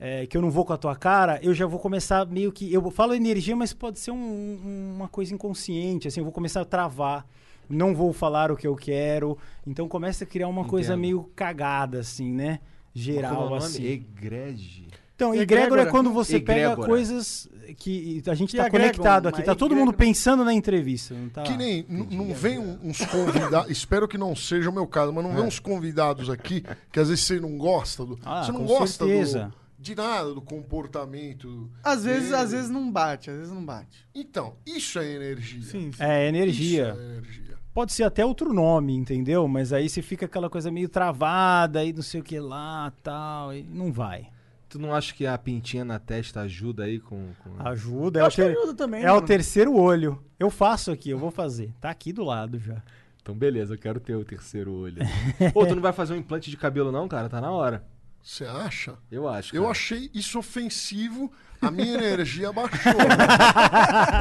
[SPEAKER 3] é, que eu não vou com a tua cara, eu já vou começar meio que. Eu falo energia, mas pode ser um- um- uma coisa inconsciente, assim, eu vou começar a travar. Não vou falar o que eu quero. Então começa a criar uma coisa
[SPEAKER 1] Entendo.
[SPEAKER 3] meio cagada, assim,
[SPEAKER 1] Como é
[SPEAKER 3] né?
[SPEAKER 1] o
[SPEAKER 3] Geral,
[SPEAKER 1] nome?
[SPEAKER 3] assim.
[SPEAKER 1] Egrege.
[SPEAKER 3] Então,
[SPEAKER 2] Egrégora.
[SPEAKER 3] egrégora é quando você pega
[SPEAKER 1] Egrégora.
[SPEAKER 3] coisas que a gente
[SPEAKER 2] Que
[SPEAKER 3] tá
[SPEAKER 2] agregam,
[SPEAKER 3] conectado aqui.
[SPEAKER 2] mas
[SPEAKER 3] Tá todo
[SPEAKER 2] egrégora-
[SPEAKER 3] mundo pensando na entrevista. Não tá...
[SPEAKER 4] Que nem, n- não vem um- uns convidados, espero que não seja o meu caso, mas não vem uns convidados aqui que às vezes você não gosta do.
[SPEAKER 3] Ah,
[SPEAKER 4] você não
[SPEAKER 3] com
[SPEAKER 4] gosta do-
[SPEAKER 3] certeza.
[SPEAKER 4] de nada, do comportamento.
[SPEAKER 2] Às vezes,
[SPEAKER 4] dele.
[SPEAKER 2] às vezes não bate, às vezes não bate.
[SPEAKER 4] Então, isso é energia.
[SPEAKER 2] Sim, sim.
[SPEAKER 3] É,
[SPEAKER 4] Isso
[SPEAKER 3] energia.
[SPEAKER 4] é energia.
[SPEAKER 3] Pode ser até outro nome, entendeu? Mas aí você fica aquela coisa meio travada e não sei o que lá, tal, e não vai.
[SPEAKER 1] Tu não acha que a pintinha na testa ajuda aí com. com-
[SPEAKER 3] Ajuda, é
[SPEAKER 2] Eu
[SPEAKER 3] o,
[SPEAKER 2] acho que
[SPEAKER 3] ter-
[SPEAKER 2] ajuda também.
[SPEAKER 3] é o
[SPEAKER 2] mano.
[SPEAKER 3] terceiro olho. Eu faço aqui, eu vou fazer. Tá aqui do lado já.
[SPEAKER 1] Então, beleza, eu quero ter o terceiro olho. Pô, tu não vai fazer um implante de cabelo, não, cara? Tá na hora.
[SPEAKER 4] Você acha?
[SPEAKER 1] Eu acho.
[SPEAKER 4] Eu
[SPEAKER 1] cara.
[SPEAKER 4] achei isso ofensivo, a minha energia baixou.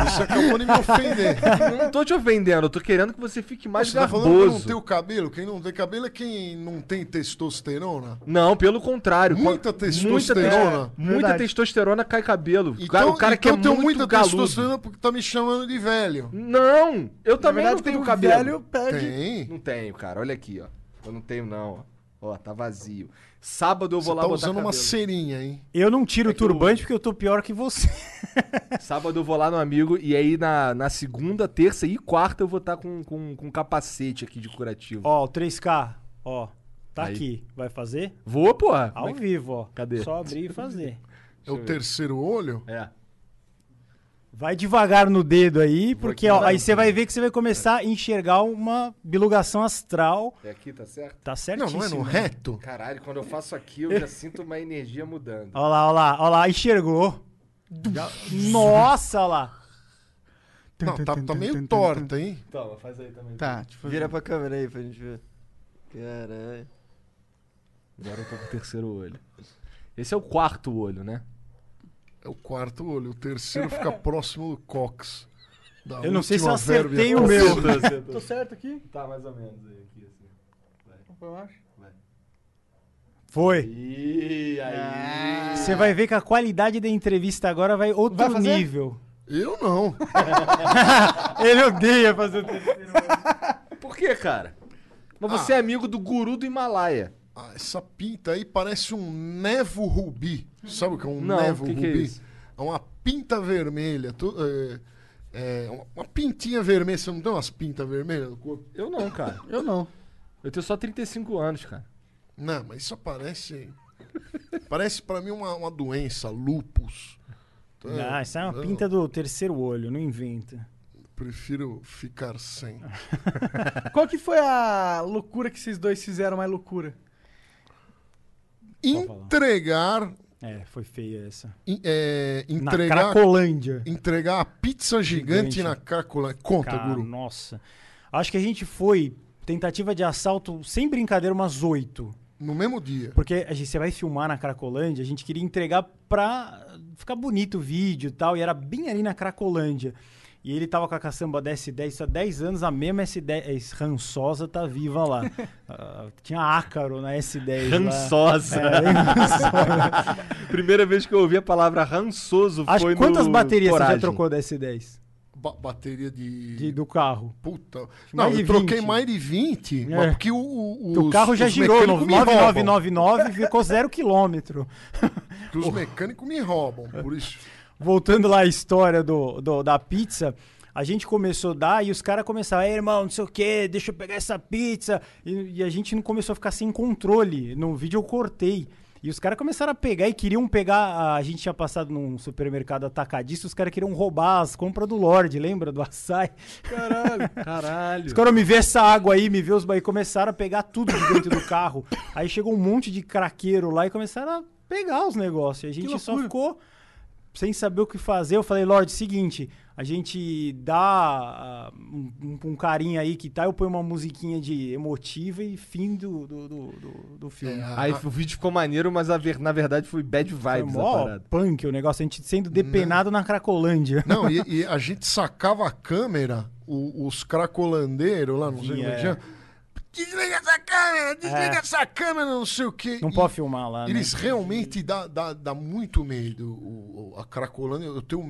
[SPEAKER 4] Isso acabou de me ofender.
[SPEAKER 1] Eu não tô te ofendendo, eu tô querendo que você fique mais
[SPEAKER 4] Você tá falando que eu não
[SPEAKER 1] garboso.
[SPEAKER 4] tenho cabelo? Quem não tem cabelo é quem não tem testosterona.
[SPEAKER 1] Não, pelo contrário.
[SPEAKER 4] Muita
[SPEAKER 1] Quan-
[SPEAKER 4] testosterona.
[SPEAKER 1] Muita, te- muita
[SPEAKER 2] Verdade.
[SPEAKER 1] testosterona cai cabelo.
[SPEAKER 4] Então,
[SPEAKER 1] Cara, o cara
[SPEAKER 4] então
[SPEAKER 1] que é
[SPEAKER 4] eu tenho
[SPEAKER 1] muito
[SPEAKER 4] muita
[SPEAKER 1] galudo.
[SPEAKER 4] testosterona porque tá me chamando de velho.
[SPEAKER 1] Não, eu
[SPEAKER 2] Na
[SPEAKER 1] também
[SPEAKER 2] verdade,
[SPEAKER 1] não tenho
[SPEAKER 2] quando o
[SPEAKER 1] cabelo.
[SPEAKER 2] velho perde.
[SPEAKER 4] Tem.
[SPEAKER 1] Não tenho, cara. Olha aqui, ó. Eu não tenho, não, ó. Ó, tá vazio. Sábado eu
[SPEAKER 4] Você
[SPEAKER 1] vou lá
[SPEAKER 4] tá
[SPEAKER 1] botar
[SPEAKER 4] usando
[SPEAKER 1] cabelo.
[SPEAKER 4] uma cerinha, hein? É
[SPEAKER 3] Eu não tiro o
[SPEAKER 1] que eu-
[SPEAKER 3] turbante porque eu tô pior que você.
[SPEAKER 1] Sábado eu vou lá no amigo e aí na, na segunda, terça e quarta eu vou estar com, com, com capacete aqui de curativo.
[SPEAKER 3] ó, o 3K, ó, tá
[SPEAKER 1] Aí.
[SPEAKER 3] aqui. Vai fazer?
[SPEAKER 1] Vou, é porra.
[SPEAKER 3] Ao vivo, ó.
[SPEAKER 1] Cadê?
[SPEAKER 3] Só abrir e fazer.
[SPEAKER 4] É o terceiro olho?
[SPEAKER 1] É.
[SPEAKER 3] Vai devagar no dedo aí, porque ó,
[SPEAKER 1] aqui,
[SPEAKER 3] aí
[SPEAKER 1] vai.
[SPEAKER 3] você vai ver que você vai começar a enxergar uma bilugação astral.
[SPEAKER 1] É aqui, tá certo?
[SPEAKER 3] Tá
[SPEAKER 4] Não,
[SPEAKER 3] certíssimo.
[SPEAKER 4] não é no reto?
[SPEAKER 1] Caralho, quando eu faço aqui eu já sinto uma energia mudando.
[SPEAKER 3] Olha lá, olha lá, olha lá, enxergou. Já- Nossa, olha lá.
[SPEAKER 4] Não, tá, tá meio torta, hein?
[SPEAKER 1] Toma, faz aí também.
[SPEAKER 2] Tá, tipo.
[SPEAKER 5] Vira pra câmera aí pra gente ver. Caralho.
[SPEAKER 1] Agora eu tô com o terceiro olho. Esse é o quarto olho, né?
[SPEAKER 4] É o quarto olho. O terceiro fica próximo do cox. Da
[SPEAKER 3] Eu não sei se eu
[SPEAKER 4] última
[SPEAKER 3] acertei
[SPEAKER 4] vértebra.
[SPEAKER 3] o meu.
[SPEAKER 2] Tô certo aqui?
[SPEAKER 1] tá mais ou menos aí, aqui assim.
[SPEAKER 2] Eu acho.
[SPEAKER 3] Foi.
[SPEAKER 1] Ih, aí.
[SPEAKER 3] Você vai ver que a qualidade da entrevista agora vai outro
[SPEAKER 2] Vai fazer?
[SPEAKER 3] nível.
[SPEAKER 4] Eu não.
[SPEAKER 3] Ele odeia fazer o texto.
[SPEAKER 1] Ah. Por que, cara? Mas você é amigo do guru do Himalaia.
[SPEAKER 4] Ah, essa pinta aí parece um nevo rubi. Sabe o que é um
[SPEAKER 1] Não,
[SPEAKER 4] nevo
[SPEAKER 1] o que que
[SPEAKER 4] rubi?
[SPEAKER 1] é isso?
[SPEAKER 4] É uma pinta vermelha. Tu- é, é, uma- uma pintinha vermelha. Você não tem umas pintas vermelhas no corpo?
[SPEAKER 1] Eu não, cara.
[SPEAKER 2] Eu não.
[SPEAKER 1] Eu tenho só 35 anos, cara.
[SPEAKER 4] Não, mas isso parece. parece pra mim uma, uma doença, lupus. Então,
[SPEAKER 3] Ah, isso é uma
[SPEAKER 4] eu
[SPEAKER 3] pinta do terceiro olho, não inventa.
[SPEAKER 4] Prefiro ficar sem.
[SPEAKER 2] Qual que foi a loucura que vocês dois fizeram mais loucura?
[SPEAKER 4] Entregar.
[SPEAKER 3] É, foi feia essa.
[SPEAKER 4] in- é,
[SPEAKER 3] Na
[SPEAKER 4] entregar.
[SPEAKER 3] Cracolândia.
[SPEAKER 4] Entregar a pizza gigante,
[SPEAKER 3] Gigante.
[SPEAKER 4] na cácula. Conta,
[SPEAKER 3] Cara,
[SPEAKER 4] guru.
[SPEAKER 3] nossa. Acho que a gente foi tentativa de assalto, sem brincadeira, umas oito.
[SPEAKER 4] No mesmo dia.
[SPEAKER 3] Porque a gente, você vai filmar na Cracolândia, a gente queria entregar pra ficar bonito o vídeo e tal, e era bem ali na Cracolândia. E ele tava com a caçamba da S10, isso há 10 tá anos, a mesma S10, é, isso, rançosa tá viva lá. Ah, tinha ácaro na S10 lá.
[SPEAKER 1] Rançosa.
[SPEAKER 3] É, bem rançosa.
[SPEAKER 1] Primeira vez que eu ouvi a palavra rançoso
[SPEAKER 3] Acho
[SPEAKER 1] foi
[SPEAKER 3] que quantas
[SPEAKER 1] no
[SPEAKER 3] baterias
[SPEAKER 1] Coragem.
[SPEAKER 3] você já trocou da S10?
[SPEAKER 4] Ba- bateria de.
[SPEAKER 3] De- do carro?
[SPEAKER 4] Puta. Não,
[SPEAKER 3] Mais
[SPEAKER 4] eu
[SPEAKER 3] de
[SPEAKER 4] troquei
[SPEAKER 3] 20.
[SPEAKER 4] mais de 20,
[SPEAKER 3] É.
[SPEAKER 4] mas porque o, o,
[SPEAKER 3] o
[SPEAKER 4] os-
[SPEAKER 3] carro já
[SPEAKER 4] os
[SPEAKER 3] girou,
[SPEAKER 4] mecânicos me roubam.
[SPEAKER 3] 9999 ficou zero quilômetro.
[SPEAKER 4] Porque Os mecânicos me roubam, por isso.
[SPEAKER 3] voltando lá à história do, do- da pizza, a gente começou a dar e os caras começaram, "Ei, irmão, não sei o que, deixa eu pegar essa pizza. E, e a gente não começou a ficar sem controle. No vídeo eu cortei. E os caras começaram a pegar e queriam pegar. A gente tinha passado num supermercado atacadista, os caras queriam roubar as compras do Lorde, lembra? Do açaí. Os
[SPEAKER 1] Caralho.
[SPEAKER 3] caras me vê essa água aí, me vê os aí começaram a pegar tudo de dentro do carro. Aí chegou um monte de craqueiro lá e começaram a pegar os negócios. E A gente só ficou sem saber o que fazer, eu falei, Lorde, seguinte, a gente dá ah, um, um carinho aí que tá, eu ponho uma musiquinha de emotiva e fim do, do, do, do- do filme.
[SPEAKER 4] É,
[SPEAKER 1] Aí o vídeo ficou maneiro, mas a ver- na verdade foi bad
[SPEAKER 3] Foi
[SPEAKER 1] vibes a
[SPEAKER 3] mó
[SPEAKER 1] parada.
[SPEAKER 3] punk o negócio, a gente sendo depenado na Cracolândia.
[SPEAKER 4] Não, e, e a gente sacava a câmera, o- os cracolandeiros lá, não sei como é que
[SPEAKER 3] Yeah.
[SPEAKER 4] chama. Desliga essa câmera, desliga essa câmera, não sei o quê.
[SPEAKER 3] É. Não
[SPEAKER 4] E
[SPEAKER 3] pode filmar lá, né?
[SPEAKER 4] Eles realmente dá, dá, dá muito medo, o- o- a Cracolândia. Eu tenho.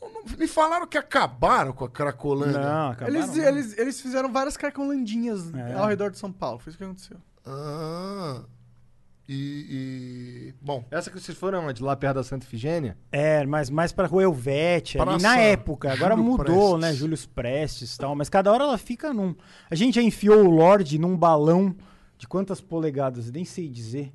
[SPEAKER 4] eu não- me falaram que acabaram com a Cracolândia.
[SPEAKER 3] Não, acabaram.
[SPEAKER 2] Eles,
[SPEAKER 3] não.
[SPEAKER 2] eles, eles fizeram várias cracolandinhas
[SPEAKER 3] É.
[SPEAKER 2] ao redor de São Paulo. Foi isso que aconteceu.
[SPEAKER 4] Ah, e, e- Bom,
[SPEAKER 1] Essa que vocês foram onde? Lá perto da Santa Ifigênia?
[SPEAKER 3] É, mas mais pra Rua Elvete, ali
[SPEAKER 4] Praça
[SPEAKER 3] na época. Agora
[SPEAKER 4] Júlio
[SPEAKER 3] mudou,
[SPEAKER 4] Prestes.
[SPEAKER 3] né? Júlio Prestes e tal. Mas cada hora ela fica num. A gente já enfiou o Lorde num balão de quantas polegadas? Eu Nem sei dizer.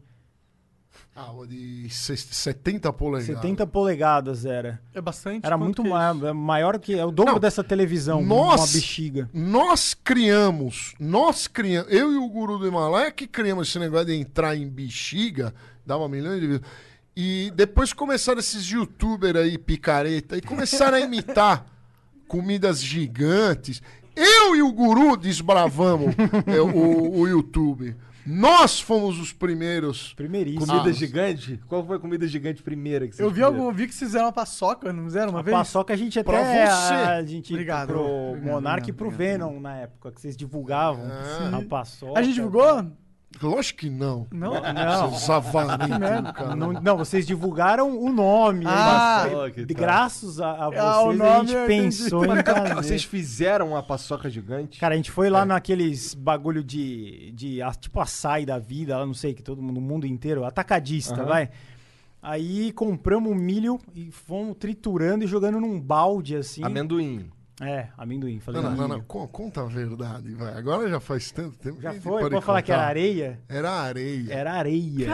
[SPEAKER 4] ah, o de ses- 70 polegadas.
[SPEAKER 3] 70 polegadas era.
[SPEAKER 2] É bastante.
[SPEAKER 3] Era
[SPEAKER 2] Quanto
[SPEAKER 3] muito
[SPEAKER 2] que é
[SPEAKER 3] maior,
[SPEAKER 2] isso?
[SPEAKER 3] maior que. É o dobro
[SPEAKER 4] Não,
[SPEAKER 3] dessa televisão.
[SPEAKER 4] nós-
[SPEAKER 3] Uma bexiga.
[SPEAKER 4] Nós criamos, nós criamos, eu e o guru do Himalaia que criamos esse negócio de entrar em bexiga, dava milhões de views. E depois começaram esses youtubers aí, picareta, e começaram a imitar comidas gigantes. Eu e o guru desbravamos é, o, o YouTube. Nós fomos os primeiros.
[SPEAKER 3] Primeiríssimo.
[SPEAKER 1] Comida
[SPEAKER 4] Ah.
[SPEAKER 1] gigante? Qual foi a comida gigante primeira que vocês
[SPEAKER 2] Eu vi,
[SPEAKER 1] comeram?
[SPEAKER 2] algum, eu vi que vocês fizeram uma paçoca, não fizeram uma
[SPEAKER 3] A
[SPEAKER 2] vez?
[SPEAKER 3] paçoca a gente até.
[SPEAKER 4] Pra você.
[SPEAKER 3] A gente
[SPEAKER 2] Obrigado.
[SPEAKER 3] pro
[SPEAKER 2] Obrigado,
[SPEAKER 3] Monark e
[SPEAKER 2] obrigado,
[SPEAKER 3] pro
[SPEAKER 2] obrigado.
[SPEAKER 3] Venom na época, que vocês divulgavam. A paçoca.
[SPEAKER 2] A gente divulgou?
[SPEAKER 4] Lógico que não.
[SPEAKER 2] Não.
[SPEAKER 3] Não.
[SPEAKER 4] Seus avanitos, cara.
[SPEAKER 3] Ah, Não, não, vocês divulgaram o nome.
[SPEAKER 2] Ah,
[SPEAKER 3] né?
[SPEAKER 1] ok, tá.
[SPEAKER 3] graças a,
[SPEAKER 4] É,
[SPEAKER 3] a vocês,
[SPEAKER 2] Ah, o
[SPEAKER 3] a
[SPEAKER 2] nome eu
[SPEAKER 3] gente
[SPEAKER 2] entendi.
[SPEAKER 3] pensou em
[SPEAKER 1] Cara,
[SPEAKER 3] fazer.
[SPEAKER 1] é Vocês fizeram uma paçoca gigante?
[SPEAKER 3] Cara, a gente
[SPEAKER 4] É.
[SPEAKER 3] foi lá naqueles bagulho de, de a- tipo açaí da vida, lá não sei, que todo mundo, o mundo inteiro, atacadista,
[SPEAKER 1] Aham.
[SPEAKER 3] vai. Aí compramos um milho e fomos triturando e jogando num balde, assim.
[SPEAKER 1] Amendoim.
[SPEAKER 3] É, amendoim. Falei,
[SPEAKER 4] Não, não, não,
[SPEAKER 3] milho.
[SPEAKER 4] não. Con- Conta a verdade, vai. Agora já faz tanto tempo.
[SPEAKER 3] Já
[SPEAKER 4] que
[SPEAKER 3] foi?
[SPEAKER 4] pode
[SPEAKER 3] Pode falar que era
[SPEAKER 4] contar.
[SPEAKER 3] areia?
[SPEAKER 4] Era areia.
[SPEAKER 3] Era areia.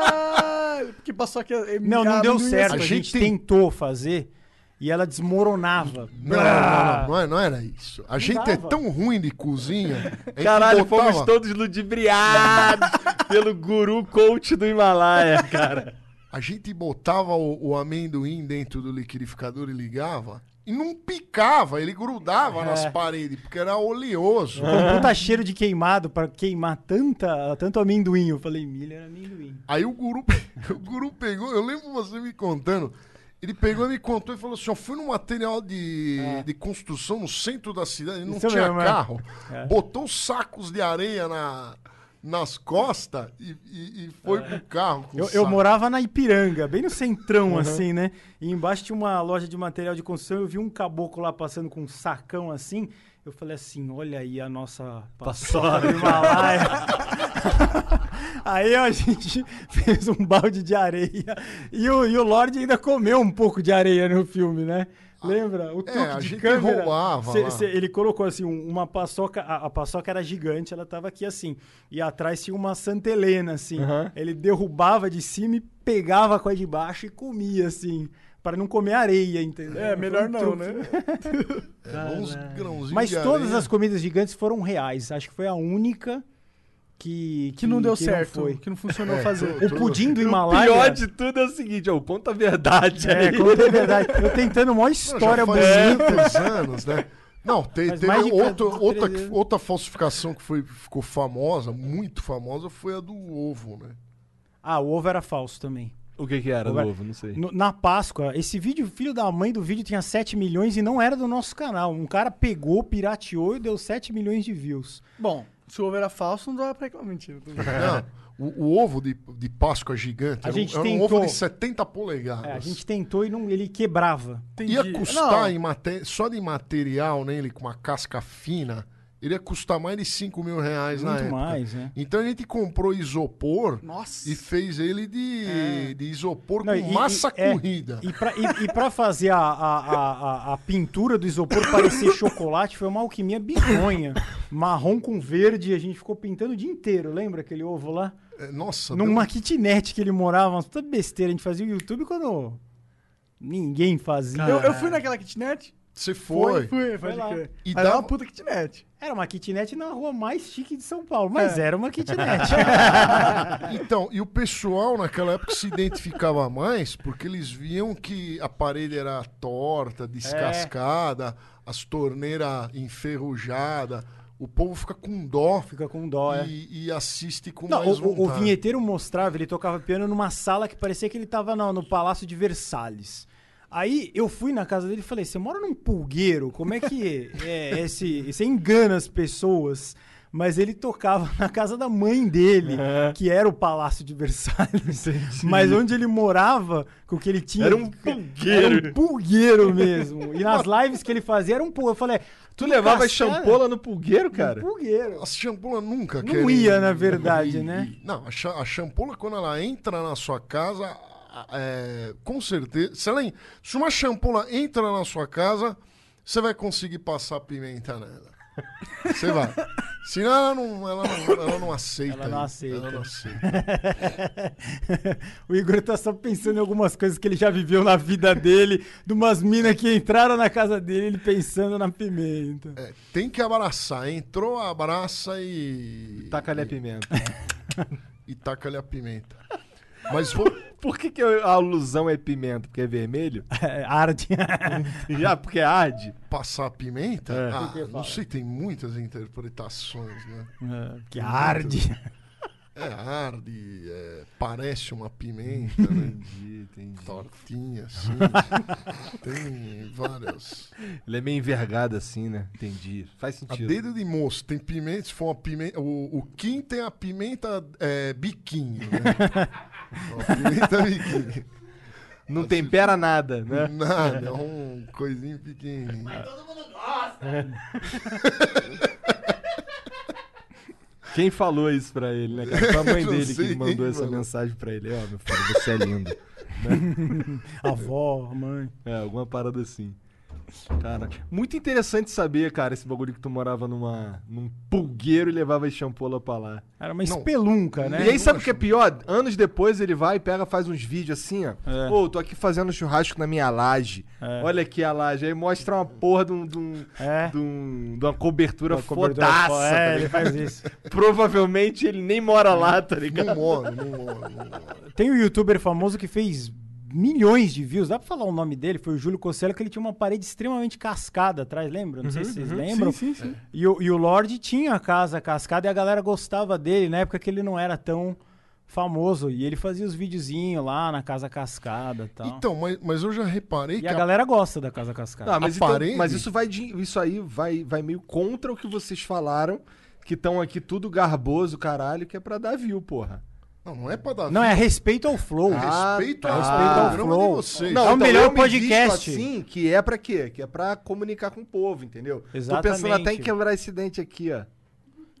[SPEAKER 2] Caralho! Porque paçoca. é-
[SPEAKER 3] Não, não
[SPEAKER 2] ah,
[SPEAKER 3] deu
[SPEAKER 2] ia-
[SPEAKER 3] certo.
[SPEAKER 4] assim. A
[SPEAKER 3] A
[SPEAKER 4] gente
[SPEAKER 3] gente,
[SPEAKER 4] tem-
[SPEAKER 3] tentou fazer e ela desmoronava. Ah!
[SPEAKER 4] Não, não, não, não, não, é- não era isso. A gente é
[SPEAKER 3] dava.
[SPEAKER 4] tão ruim de cozinha. é que
[SPEAKER 1] Caralho,
[SPEAKER 4] botava-
[SPEAKER 1] fomos todos ludibriados pelo guru coach do Himalaia, cara.
[SPEAKER 4] A gente botava o, o amendoim dentro do liquidificador e ligava. E não picava, ele grudava
[SPEAKER 3] É.
[SPEAKER 4] nas paredes, porque era
[SPEAKER 3] Com
[SPEAKER 4] oleoso.
[SPEAKER 3] um puta cheiro de queimado pra queimar tanta, tanto amendoim. Eu falei, milho era amendoim.
[SPEAKER 4] Aí o guru, o guru pegou, eu lembro você me contando. Ele pegou e me contou e falou assim: ó, fui num material de, de construção no centro da cidade, não
[SPEAKER 3] É. Isso
[SPEAKER 4] tinha
[SPEAKER 3] mesmo, é.
[SPEAKER 4] carro. Botou uns sacos de areia na, nas costas e, e- e foi pro carro. Com
[SPEAKER 3] É. Eu, eu
[SPEAKER 4] saco.
[SPEAKER 3] morava na Ipiranga, bem no centrão, assim, né? E embaixo tinha uma loja de material de construção. Eu vi um caboclo lá passando com um sacão assim. Eu falei assim: olha aí a nossa paçoca do Himalaia. aí a gente fez um balde de areia. E o, e o Lorde ainda comeu um pouco de areia no filme, né? Lembra? O truque
[SPEAKER 4] É, a
[SPEAKER 3] de
[SPEAKER 4] gente
[SPEAKER 3] câmera.
[SPEAKER 4] roubava lá.
[SPEAKER 3] ele colocou assim um- uma paçoca, a, a paçoca era gigante, ela tava aqui assim, e atrás tinha uma Santa Helena assim. Ele derrubava de cima e pegava com a de baixo e comia assim, para não comer areia, entendeu?
[SPEAKER 2] É, melhor
[SPEAKER 3] Foi um
[SPEAKER 2] não,
[SPEAKER 3] truque.
[SPEAKER 2] né?
[SPEAKER 4] É, uns grãozinhos
[SPEAKER 3] Mas
[SPEAKER 4] de
[SPEAKER 3] todas
[SPEAKER 4] areia.
[SPEAKER 3] as comidas gigantes foram reais, acho que foi a única que
[SPEAKER 2] Que não deu
[SPEAKER 3] que
[SPEAKER 2] certo,
[SPEAKER 3] foi. É.
[SPEAKER 2] que não funcionou fazer.
[SPEAKER 3] O pudim do
[SPEAKER 1] O pior
[SPEAKER 3] Himalaia.
[SPEAKER 1] de tudo é o seguinte, ó, o ponto da verdade
[SPEAKER 3] É,
[SPEAKER 1] aí.
[SPEAKER 3] conta a verdade. Eu tentando uma
[SPEAKER 4] Não,
[SPEAKER 3] história
[SPEAKER 4] já
[SPEAKER 3] bonita.
[SPEAKER 4] faz muitos anos, né? Não, te-
[SPEAKER 3] Faz
[SPEAKER 4] teve
[SPEAKER 3] mais de
[SPEAKER 4] outro-
[SPEAKER 3] quatro-
[SPEAKER 4] outra,
[SPEAKER 3] três anos.
[SPEAKER 4] outra falsificação que foi, ficou famosa, muito famosa, foi a do ovo, né?
[SPEAKER 3] Ah, o ovo era falso também.
[SPEAKER 1] O que que era
[SPEAKER 3] Agora-
[SPEAKER 1] novo? Não sei.
[SPEAKER 3] No- na Páscoa, esse vídeo, o filho da mãe do vídeo tinha 7 milhões e não era do nosso canal. Um cara pegou, pirateou e deu 7 milhões de views.
[SPEAKER 2] Bom, se o ovo era falso, não dava pra reclamar. Mentira. tô
[SPEAKER 3] É.
[SPEAKER 2] brincando.
[SPEAKER 4] Não, o, o ovo de, de Páscoa gigante
[SPEAKER 3] A
[SPEAKER 4] era, um-
[SPEAKER 3] gente
[SPEAKER 4] era um
[SPEAKER 3] tentou.
[SPEAKER 4] ovo de 70 polegadas.
[SPEAKER 3] É, a gente tentou e não, ele quebrava.
[SPEAKER 4] Ia
[SPEAKER 2] Entendi.
[SPEAKER 4] custar
[SPEAKER 2] Não,
[SPEAKER 4] em mate- só de material, né? Ele com uma casca fina, ele ia custar mais de 5 mil reais na
[SPEAKER 3] muito
[SPEAKER 4] época.
[SPEAKER 3] mais, né?
[SPEAKER 4] Então a gente comprou isopor
[SPEAKER 2] Nossa.
[SPEAKER 4] e fez ele de, de isopor
[SPEAKER 3] É. Não,
[SPEAKER 4] com
[SPEAKER 3] e- e-
[SPEAKER 4] massa
[SPEAKER 3] é,
[SPEAKER 4] corrida.
[SPEAKER 3] e, pra, e, e pra fazer a, a, a, a- a pintura do isopor parecer chocolate, foi uma alquimia bizonha. Marrom com verde, a gente ficou pintando o dia inteiro. Lembra aquele ovo lá?
[SPEAKER 4] É, Nossa, deu-
[SPEAKER 3] Numa kitnet que ele morava, uma puta besteira. A gente fazia o YouTube quando ninguém fazia.
[SPEAKER 2] Eu, eu fui naquela kitnet.
[SPEAKER 4] Você foi.
[SPEAKER 2] Foi, foi.
[SPEAKER 3] lá.
[SPEAKER 2] foi
[SPEAKER 4] E
[SPEAKER 2] e dá
[SPEAKER 4] dá-
[SPEAKER 2] uma puta kitnet.
[SPEAKER 3] Era uma kitnet na rua mais chique de São Paulo, mas era uma kitnet.
[SPEAKER 4] Então, e o pessoal naquela época se identificava mais porque eles viam que a parede era
[SPEAKER 3] É.
[SPEAKER 4] torta, descascada, as torneiras enferrujadas. O povo fica com dó
[SPEAKER 3] Fica com dó, é.
[SPEAKER 4] e, e assiste com
[SPEAKER 3] Não,
[SPEAKER 4] mais
[SPEAKER 3] o- o, o
[SPEAKER 4] vontade.
[SPEAKER 3] vinheteiro mostrava, ele tocava piano numa sala que parecia que ele tava no, no Palácio de Versalhes. Aí eu fui na casa dele e falei: você mora num pulgueiro? Como é que é esse. Você engana as pessoas. Mas ele tocava na casa da mãe dele,
[SPEAKER 1] É.
[SPEAKER 3] que era o Palácio de Versalhes. Mas onde ele morava, com o que ele tinha.
[SPEAKER 1] Era um
[SPEAKER 3] Era um
[SPEAKER 1] pulgueiro.
[SPEAKER 3] pulgueiro mesmo. E nas lives que ele fazia era um pulgueiro. Eu falei,
[SPEAKER 1] Tu levava
[SPEAKER 3] Castelo.
[SPEAKER 1] champola no pulgueiro,
[SPEAKER 3] um
[SPEAKER 1] cara?
[SPEAKER 3] pulgueiro.
[SPEAKER 4] A champola nunca
[SPEAKER 3] Não
[SPEAKER 4] quer-
[SPEAKER 3] ia, na verdade,
[SPEAKER 4] Não,
[SPEAKER 3] né?
[SPEAKER 4] Não, a, cha- a champola, quando ela entra na sua casa, a- é, com certeza. Se, ela en- se uma champola entra na sua casa, você vai conseguir passar pimenta nela. Você vai. Senão ela não, ela não, ela não aceita.
[SPEAKER 3] Ela não
[SPEAKER 4] isso.
[SPEAKER 3] aceita.
[SPEAKER 4] Ela não aceita.
[SPEAKER 3] o Igor tá só pensando em algumas coisas que ele já viveu na vida dele, de umas minas que entraram na casa dele, ele pensando na pimenta.
[SPEAKER 4] É, tem que abraçar. Entrou, abraça e.
[SPEAKER 1] Taca-lhe a pimenta.
[SPEAKER 4] E taca-lhe a pimenta. Mas vou.
[SPEAKER 1] Por que, que a alusão é pimenta? Porque é vermelho?
[SPEAKER 3] É, Arde.
[SPEAKER 1] Já, porque arde.
[SPEAKER 4] passar pimenta?
[SPEAKER 1] É.
[SPEAKER 4] Ah, não sei, tem muitas interpretações, né?
[SPEAKER 3] É, que arde.
[SPEAKER 4] É arde, é, parece uma pimenta, né?
[SPEAKER 1] Entendi, entendi.
[SPEAKER 4] Tortinha, assim. tem várias.
[SPEAKER 1] Ele é meio envergado assim, né? Entendi. Faz
[SPEAKER 4] A
[SPEAKER 1] sentido.
[SPEAKER 4] dedo de moço, tem pimenta, se for uma pimenta. O, o Kim tem a pimenta é, biquinho, né? Uma pimenta biquinho.
[SPEAKER 1] Não tempera nada, né?
[SPEAKER 4] Nada, é um coisinho pequenininho.
[SPEAKER 7] Mas todo mundo gosta.
[SPEAKER 1] Quem falou isso pra ele, né, cara? Foi a mãe
[SPEAKER 4] Não
[SPEAKER 1] dele
[SPEAKER 4] sei
[SPEAKER 1] que mandou
[SPEAKER 4] quem
[SPEAKER 1] essa
[SPEAKER 4] falou.
[SPEAKER 1] mensagem pra ele. Ó, meu filho, você é lindo.
[SPEAKER 3] A avó, a mãe.
[SPEAKER 1] É, alguma parada assim. Cara, muito interessante saber, cara, esse bagulho que tu morava numa, num pulgueiro e levava as champola pra lá.
[SPEAKER 3] Era uma
[SPEAKER 4] Não.
[SPEAKER 3] espelunca, né?
[SPEAKER 1] e aí, sabe o que é pior? Anos depois ele vai e pega, faz uns vídeos assim, ó.
[SPEAKER 3] É.
[SPEAKER 1] Pô, tô aqui fazendo churrasco na minha laje.
[SPEAKER 3] É.
[SPEAKER 1] Olha aqui a laje. Aí mostra uma porra de, um, de, um-
[SPEAKER 3] É.
[SPEAKER 1] de um- de uma cobertura,
[SPEAKER 3] Uma cobertura
[SPEAKER 1] fodaça.
[SPEAKER 3] fo-
[SPEAKER 1] tá
[SPEAKER 3] É,
[SPEAKER 1] ligado?
[SPEAKER 3] ele faz isso.
[SPEAKER 1] Provavelmente ele nem mora lá, tá ligado?
[SPEAKER 4] Não moro, não moro, não moro.
[SPEAKER 3] Tem um youtuber famoso que fez milhões de views. Dá pra falar o nome dele? Foi o Júlio Cosselo, que ele tinha uma parede extremamente cascada atrás, lembra? Não sei se
[SPEAKER 1] Uhum.
[SPEAKER 3] vocês lembram.
[SPEAKER 2] Sim, sim, sim.
[SPEAKER 3] E o, e o Lorde tinha a casa cascada e a galera gostava dele na época que ele não era tão famoso. E ele fazia os videozinhos lá na casa cascada e tal.
[SPEAKER 4] Então, mas, mas eu já reparei
[SPEAKER 3] e
[SPEAKER 4] que
[SPEAKER 3] a
[SPEAKER 4] a
[SPEAKER 3] galera gosta da casa cascada.
[SPEAKER 1] Não, mas, então-
[SPEAKER 4] parede-
[SPEAKER 1] mas isso vai de- isso aí vai, vai meio contra o que vocês falaram, que estão aqui tudo garboso, caralho, que é pra dar view, porra.
[SPEAKER 4] Não, não é pra dar
[SPEAKER 3] não, é respeito ao flow.
[SPEAKER 1] Ah,
[SPEAKER 4] Respeito,
[SPEAKER 1] tá.
[SPEAKER 4] ao
[SPEAKER 1] Respeito ao
[SPEAKER 4] programa
[SPEAKER 3] flow.
[SPEAKER 4] de vocês.
[SPEAKER 3] Não, é o melhor
[SPEAKER 1] então eu me
[SPEAKER 3] podcast.
[SPEAKER 1] visto assim, que é pra quê? Que é pra comunicar com o povo, entendeu? Tô pensando
[SPEAKER 3] Exatamente. Ah,
[SPEAKER 1] até em quebrar esse dente aqui, ó.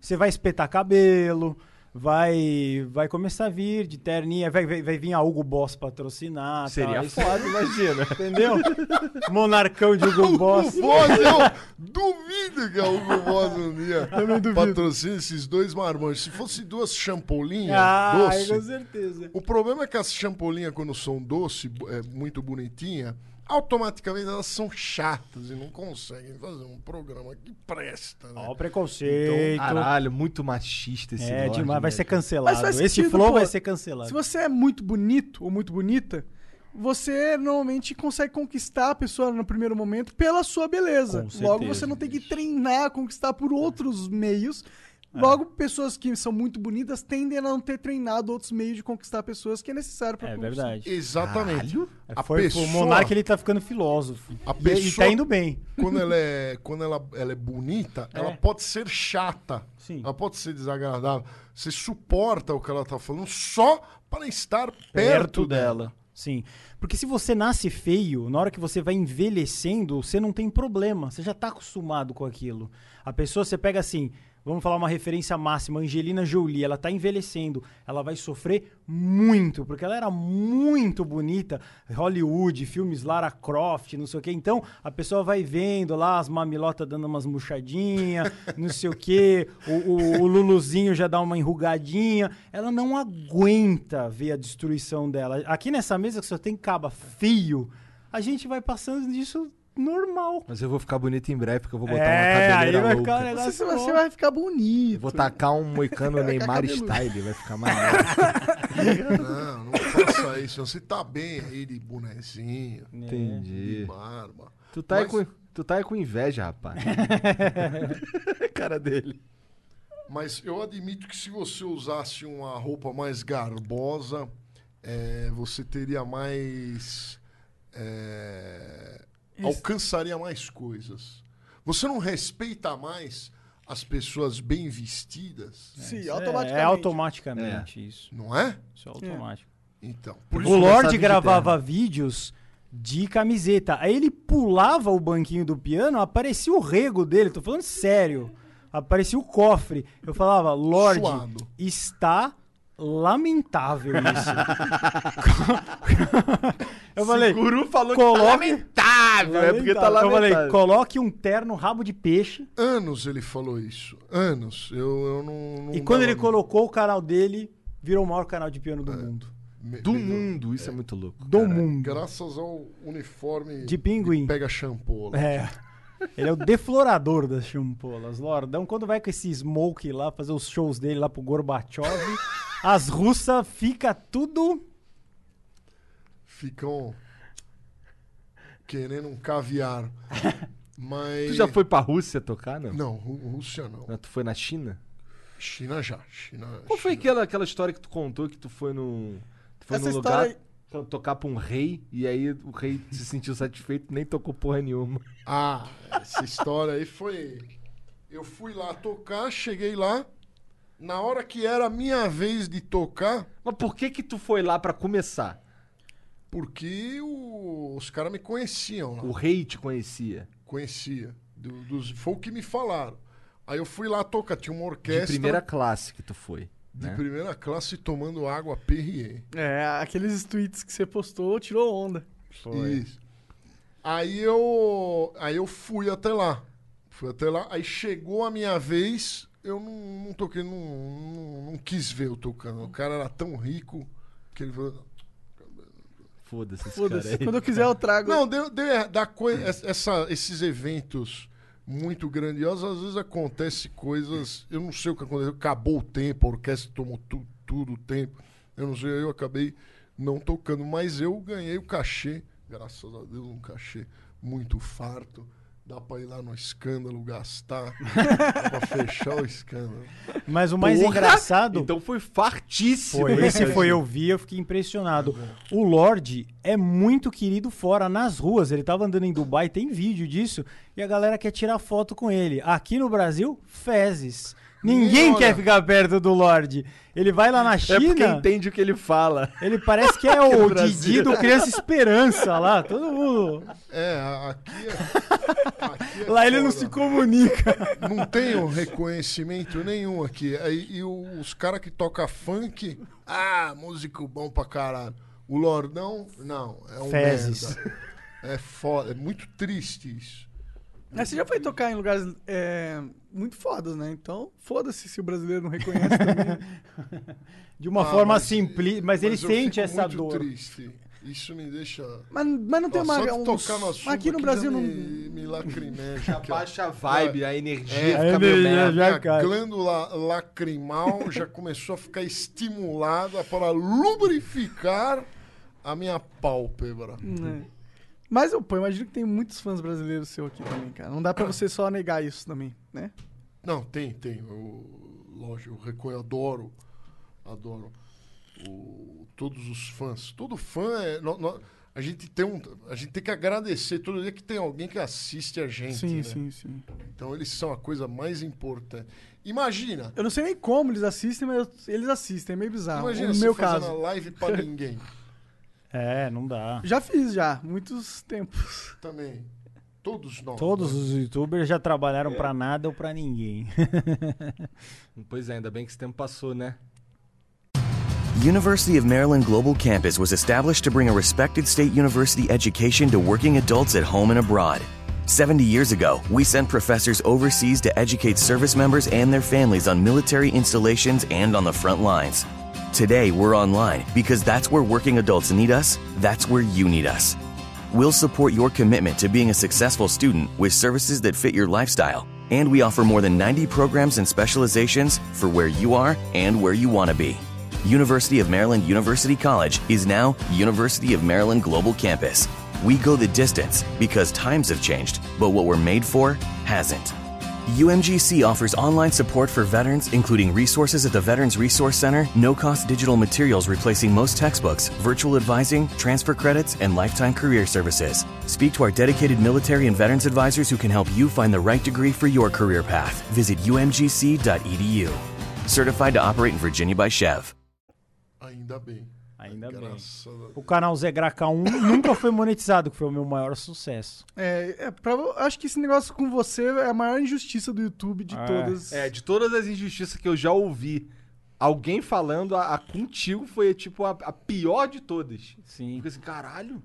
[SPEAKER 3] Você vai espetar cabelo, vai vai começar a vir de terninha, vai, vai, vai vir a Hugo Boss patrocinar.
[SPEAKER 1] Seria
[SPEAKER 3] tal. Isso-
[SPEAKER 1] foda, imagina.
[SPEAKER 3] tá, Entendeu? Monarcão de Hugo Boss.
[SPEAKER 4] Hugo Boss, eu duvido que a Hugo Boss um dia patrocine esses dois marmanjos. Se fosse duas champolinhas
[SPEAKER 3] Ah, com
[SPEAKER 4] doce,
[SPEAKER 3] certeza.
[SPEAKER 4] o problema é que as champolinhas, quando são doce, bo- é, muito bonitinha, automaticamente elas são chatas e não conseguem fazer um programa que presta. Né?
[SPEAKER 3] Ó, o preconceito.
[SPEAKER 1] Então, Caralho, muito machista esse
[SPEAKER 3] é,
[SPEAKER 1] Lorde,
[SPEAKER 3] demais. Vai
[SPEAKER 1] né,
[SPEAKER 3] ser
[SPEAKER 1] cara?
[SPEAKER 3] cancelado.
[SPEAKER 2] Mas faz
[SPEAKER 3] Esse
[SPEAKER 2] sentido,
[SPEAKER 3] flow
[SPEAKER 2] pô.
[SPEAKER 3] vai ser cancelado.
[SPEAKER 2] Se você é muito bonito ou muito bonita, você normalmente consegue conquistar a pessoa no primeiro momento pela sua beleza.
[SPEAKER 3] Com
[SPEAKER 2] Logo,
[SPEAKER 3] certeza, É.
[SPEAKER 2] você não tem que treinar, conquistar por outros meios. Logo, pessoas que são muito bonitas tendem a não ter treinado outros meios de conquistar pessoas que é necessário para
[SPEAKER 3] É verdade. É,
[SPEAKER 4] Exatamente. A
[SPEAKER 3] Foi
[SPEAKER 4] pessoa,
[SPEAKER 3] o Monark, ele tá ficando filósofo.
[SPEAKER 4] A
[SPEAKER 3] E- E,
[SPEAKER 4] pessoa-
[SPEAKER 3] tá indo bem.
[SPEAKER 4] quando ela é, quando ela, ela é bonita, ela pode ser chata.
[SPEAKER 3] Sim.
[SPEAKER 4] Ela pode ser desagradável. Você suporta o que ela tá falando só para estar perto, dela.
[SPEAKER 3] Sim. Porque se você nasce feio, na hora que você vai envelhecendo, você não tem problema. Você já tá acostumado com aquilo. A pessoa, você pega assim, vamos falar uma referência máxima, Angelina Jolie, ela tá envelhecendo, ela vai sofrer muito, porque ela era muito bonita, Hollywood, filmes Lara Croft, não sei o quê. Então, a pessoa vai vendo lá as mamilotas dando umas murchadinhas, não sei o quê, o, o- o Luluzinho já dá uma enrugadinha. Ela não aguenta ver a destruição dela. Aqui nessa mesa que só tem caba feio, a gente vai passando disso normal.
[SPEAKER 1] Mas eu vou ficar bonito em breve, porque eu vou botar
[SPEAKER 3] é,
[SPEAKER 1] uma
[SPEAKER 3] aí
[SPEAKER 1] cabeleira
[SPEAKER 3] vai
[SPEAKER 1] louca.
[SPEAKER 3] ficar um negócio.
[SPEAKER 2] Você,
[SPEAKER 3] louco.
[SPEAKER 2] você vai ficar bonito.
[SPEAKER 1] Eu Vou tacar um moicano Neymar
[SPEAKER 2] cabeludo.
[SPEAKER 1] style, vai ficar maneiro.
[SPEAKER 4] Não, não faça isso. Você tá bem aí de bonezinho, de
[SPEAKER 3] É,
[SPEAKER 1] Entendi.
[SPEAKER 4] barba.
[SPEAKER 1] Tu tá, aí
[SPEAKER 4] Mas-
[SPEAKER 1] com, tu tá aí com inveja, rapaz. Cara dele.
[SPEAKER 4] Mas eu admito que se você usasse uma roupa mais garbosa, eh, você teria mais. eh, alcançaria mais coisas. Você não respeita mais as pessoas bem vestidas,
[SPEAKER 2] Sim,
[SPEAKER 3] É,
[SPEAKER 2] automaticamente.
[SPEAKER 3] é automaticamente isso.
[SPEAKER 4] não é?
[SPEAKER 3] Isso é automático.
[SPEAKER 4] Então. Por
[SPEAKER 3] O
[SPEAKER 1] isso eu
[SPEAKER 3] Lorde
[SPEAKER 1] sabia de
[SPEAKER 3] gravava vídeos de camiseta. Aí ele pulava o banquinho do piano, aparecia o rego dele, tô falando sério. Aparecia o cofre. Eu falava, Lorde,
[SPEAKER 4] Suado.
[SPEAKER 3] está lamentável isso. eu falei,
[SPEAKER 1] Guru falou
[SPEAKER 3] coloque...
[SPEAKER 1] tá lamentável. É porque tá
[SPEAKER 3] Eu
[SPEAKER 1] lamentável.
[SPEAKER 3] falei, coloque um terno rabo de peixe.
[SPEAKER 4] anos ele falou isso. Anos. Eu, eu não, não
[SPEAKER 3] e quando
[SPEAKER 4] dava-
[SPEAKER 3] ele colocou o canal dele, virou o maior canal de piano
[SPEAKER 1] É.
[SPEAKER 3] do mundo.
[SPEAKER 4] me-
[SPEAKER 1] Do
[SPEAKER 4] me-
[SPEAKER 1] mundo, isso é muito louco.
[SPEAKER 3] Do
[SPEAKER 1] cara.
[SPEAKER 3] mundo.
[SPEAKER 4] Graças ao uniforme
[SPEAKER 3] De pinguim.
[SPEAKER 4] pega shampoo. lá.
[SPEAKER 3] É. Ele é o deflorador das chumpolas. Lordão, quando vai com esse smoke lá, fazer os shows dele lá pro Gorbachev, as russas fica tudo.
[SPEAKER 4] ficam querendo um caviar. Mas.
[SPEAKER 1] Tu já foi pra Rússia tocar, não?
[SPEAKER 4] Não, Rú- Rússia não.
[SPEAKER 1] Mas Tu foi na China?
[SPEAKER 4] China já. China.
[SPEAKER 1] Qual foi aquela, aquela história que tu contou que tu foi num. Tu foi
[SPEAKER 2] Essa
[SPEAKER 1] num lugar
[SPEAKER 2] história
[SPEAKER 1] to- tocar pra um rei e aí o rei se sentiu satisfeito nem tocou porra nenhuma.
[SPEAKER 4] Ah, essa história aí foi. Eu fui lá tocar, cheguei lá. Na hora que era a minha vez de tocar,
[SPEAKER 1] Mas por que que tu foi lá pra começar?
[SPEAKER 4] porque o- os caras me conheciam lá.
[SPEAKER 1] O rei te conhecia.
[SPEAKER 4] Conhecia. do- dos, foi o que me falaram. Aí eu fui lá tocar, tinha uma
[SPEAKER 1] De
[SPEAKER 4] orquestra
[SPEAKER 1] primeira classe que tu foi.
[SPEAKER 4] de
[SPEAKER 1] né?
[SPEAKER 4] primeira classe tomando água Perrier.
[SPEAKER 2] É, aqueles tweets que você postou tirou onda.
[SPEAKER 4] Isso. Aí eu, aí eu fui até lá. Fui até lá, aí chegou a minha vez, eu não, não toquei, não, não, não quis ver eu tocando. O cara era tão rico que ele falou.
[SPEAKER 1] Foda-se esse cara
[SPEAKER 2] Foda-se.
[SPEAKER 1] aí.
[SPEAKER 2] Quando eu quiser, eu trago.
[SPEAKER 4] Não, deu, deu er- da coi- es- essa, esses eventos muito grandiosos, às vezes acontece coisas, eu não sei o que aconteceu, acabou o tempo, a orquestra tomou tu- tudo o tempo, eu não sei, eu acabei não tocando, mas eu ganhei o cachê, graças a Deus, um cachê muito farto, dá pra ir lá no escândalo, gastar, dá pra fechar o escândalo.
[SPEAKER 3] Mas o mais
[SPEAKER 1] Porra!
[SPEAKER 3] engraçado.
[SPEAKER 1] Então foi fartíssimo.
[SPEAKER 3] Foi, esse
[SPEAKER 1] cara.
[SPEAKER 3] foi eu vi, eu fiquei impressionado. O Lorde é muito querido fora, nas ruas. Ele tava andando em Dubai, tem vídeo disso, e a galera quer tirar foto com ele. Aqui no Brasil, fezes. Ninguém
[SPEAKER 4] Ninguém
[SPEAKER 3] quer
[SPEAKER 4] olha.
[SPEAKER 3] ficar perto do Lorde. Ele vai lá na
[SPEAKER 1] É porque
[SPEAKER 3] China.
[SPEAKER 1] entende o que ele fala.
[SPEAKER 3] Ele parece que é o
[SPEAKER 1] no Brasil.
[SPEAKER 3] Didi do Criança Esperança lá, todo mundo.
[SPEAKER 4] É, a- aqui é. aqui é
[SPEAKER 3] Lá ele não
[SPEAKER 4] foda.
[SPEAKER 3] se comunica.
[SPEAKER 4] não tenho reconhecimento nenhum aqui. Aí, E, o- os caras que tocam funk, ah, músico bom pra caralho. O Lordão, não, é um
[SPEAKER 3] Fezes.
[SPEAKER 4] merda. É foda, é muito triste isso.
[SPEAKER 2] Mas você já foi tocar em lugares é, muito fodas, né? Então, foda-se se o brasileiro não reconhece também.
[SPEAKER 3] De uma
[SPEAKER 4] Ah,
[SPEAKER 3] forma
[SPEAKER 4] mas-
[SPEAKER 3] simples, mas, ele
[SPEAKER 4] eu
[SPEAKER 3] sente
[SPEAKER 4] fico
[SPEAKER 3] essa
[SPEAKER 4] muito
[SPEAKER 3] dor.
[SPEAKER 4] triste. Isso me deixa.
[SPEAKER 2] Mas, mas não tem
[SPEAKER 4] Ó,
[SPEAKER 2] uma...
[SPEAKER 4] só de
[SPEAKER 2] uns-
[SPEAKER 4] tocar no assunto
[SPEAKER 2] mas aqui no Brasil
[SPEAKER 4] já
[SPEAKER 2] não...
[SPEAKER 4] Me, me lacrimeja. aqui, ó.
[SPEAKER 1] Abaixa a vibe, a energia
[SPEAKER 3] É,
[SPEAKER 1] fica meio
[SPEAKER 3] ele-
[SPEAKER 1] merda.
[SPEAKER 3] já
[SPEAKER 4] Minha
[SPEAKER 3] cai.
[SPEAKER 4] glândula lacrimal já começou a ficar estimulada para lubrificar a minha pálpebra.
[SPEAKER 2] né? Mas, pô, eu imagino que tem muitos fãs brasileiros seu aqui também, cara. Não dá pra você só negar isso também, né?
[SPEAKER 4] Não, tem, tem. Eu, lógico, eu reconheço, adoro. Adoro. o- todos os fãs. Todo fã é. nó- nó- a, gente tem um, a gente tem que agradecer todo dia que tem alguém que assiste a gente.
[SPEAKER 2] sim,
[SPEAKER 4] né?
[SPEAKER 2] sim, sim.
[SPEAKER 4] Então eles são a coisa mais importante. Imagina.
[SPEAKER 2] Eu não sei nem como eles assistem, mas eu- eles assistem. É meio bizarro.
[SPEAKER 4] imagina
[SPEAKER 2] no
[SPEAKER 4] você
[SPEAKER 2] meu
[SPEAKER 4] fazendo
[SPEAKER 2] caso.
[SPEAKER 4] a live pra ninguém
[SPEAKER 3] É, não dá.
[SPEAKER 2] Já fiz, já. Muitos tempos.
[SPEAKER 4] também. Todos nós.
[SPEAKER 3] Todos
[SPEAKER 4] né?
[SPEAKER 3] os youtubers já
[SPEAKER 4] É.
[SPEAKER 3] trabalharam pra nada ou pra ninguém.
[SPEAKER 1] Pois é, ainda bem que esse tempo passou, né?
[SPEAKER 6] University of Maryland Global Campus was established to bring a respected state university education to working adults at home and abroad. 70 years ago, we sent professors overseas to educate service members and their families on military installations and on the front lines. Today, we're online because that's where working adults need us, that's where you need us. We'll support your commitment to being a successful student with services that fit your lifestyle. And we offer more than 90 programs and specializations for where you are and where you want to be. University of Maryland University College is now University of Maryland Global Campus. We go the distance because times have changed, but what we're made for hasn't. UMGC offers online support for veterans, including resources at the Veterans Resource Center, no cost digital materials replacing most textbooks, virtual advising, transfer credits, and lifetime career services. Speak to our dedicated military and veterans advisors who can help you find the right degree for your career path. Visit umgc.edu. E Certified to operate in Virginia by Chev.
[SPEAKER 4] Ainda bem.
[SPEAKER 3] Ainda bem.
[SPEAKER 4] Graças a
[SPEAKER 3] O canal Zé Graca 1 nunca foi monetizado, que foi o meu maior sucesso.
[SPEAKER 2] É, é prova- acho que esse negócio com você é a maior injustiça do YouTube Ah, de
[SPEAKER 3] É.
[SPEAKER 2] todas.
[SPEAKER 1] É, de todas as injustiças que eu já ouvi, alguém falando, a, a contigo foi tipo a, a pior de todas.
[SPEAKER 3] Sim.
[SPEAKER 1] Fica assim, caralho.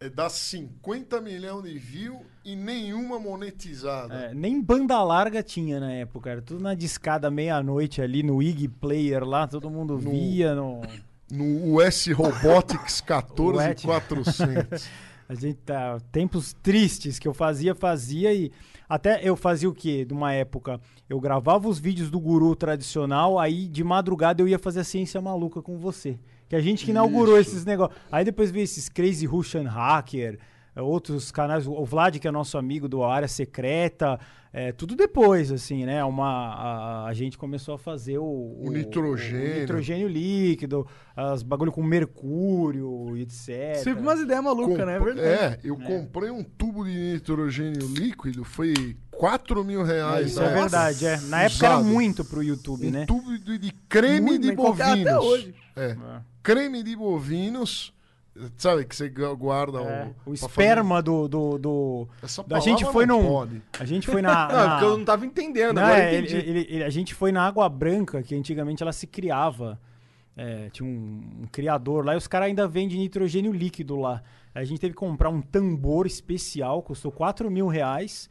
[SPEAKER 4] É dar 50 milhões de views e nenhuma monetizada.
[SPEAKER 3] É, nem banda larga tinha na época, era tudo na discada meia-noite ali no IG Player lá, todo mundo via. No...
[SPEAKER 4] No US Robotics
[SPEAKER 3] Wet.
[SPEAKER 4] 14400.
[SPEAKER 3] A gente tá. Tempos tristes que eu fazia, fazia e. Até eu fazia o quê? De uma época, eu gravava os vídeos do guru tradicional, aí de madrugada eu ia fazer a ciência maluca com você. Que a gente que inaugurou esses negócios. Aí depois veio esses Crazy Russian Hacker, eh, outros canais, o Vlad, que é nosso amigo do Área Secreta, eh, tudo depois, assim, né? Uma, a, a gente começou a fazer o,
[SPEAKER 4] O nitrogênio.
[SPEAKER 3] o nitrogênio líquido, as bagulho com mercúrio, e etc.
[SPEAKER 2] Sempre umas ideias malucas, né? É
[SPEAKER 4] Compre-
[SPEAKER 2] verdade.
[SPEAKER 4] É, eu comprei um tubo de nitrogênio líquido, foi 4 mil
[SPEAKER 1] Ah,
[SPEAKER 4] reais.
[SPEAKER 3] Isso é
[SPEAKER 4] na época.
[SPEAKER 3] verdade, é. Na época era
[SPEAKER 4] Usado.
[SPEAKER 3] muito pro YouTube,
[SPEAKER 4] Um
[SPEAKER 3] né?
[SPEAKER 4] tubo de, de creme
[SPEAKER 2] Muito,
[SPEAKER 4] de
[SPEAKER 2] mas qualquer-
[SPEAKER 4] bovinos.
[SPEAKER 2] até hoje.
[SPEAKER 4] É, creme de bovinos. Sabe que você gu- guarda
[SPEAKER 3] É,
[SPEAKER 4] o...
[SPEAKER 3] O
[SPEAKER 4] pra fazer-
[SPEAKER 3] esperma do. do, do-
[SPEAKER 4] Essa
[SPEAKER 3] A gente
[SPEAKER 4] palavra
[SPEAKER 3] foi
[SPEAKER 4] não
[SPEAKER 3] num.
[SPEAKER 4] pode.
[SPEAKER 3] A gente foi na.
[SPEAKER 1] Não,
[SPEAKER 3] na-
[SPEAKER 1] é porque eu não tava entendendo,
[SPEAKER 3] Ah, Não,
[SPEAKER 1] agora eu
[SPEAKER 3] é,
[SPEAKER 1] entendi.
[SPEAKER 3] ele- ele- ele- a gente foi na Água Branca, que antigamente ela se criava. É, tinha um, um criador lá e os caras ainda vendem nitrogênio líquido lá. A gente teve que comprar um tambor especial, custou 4 mil reais.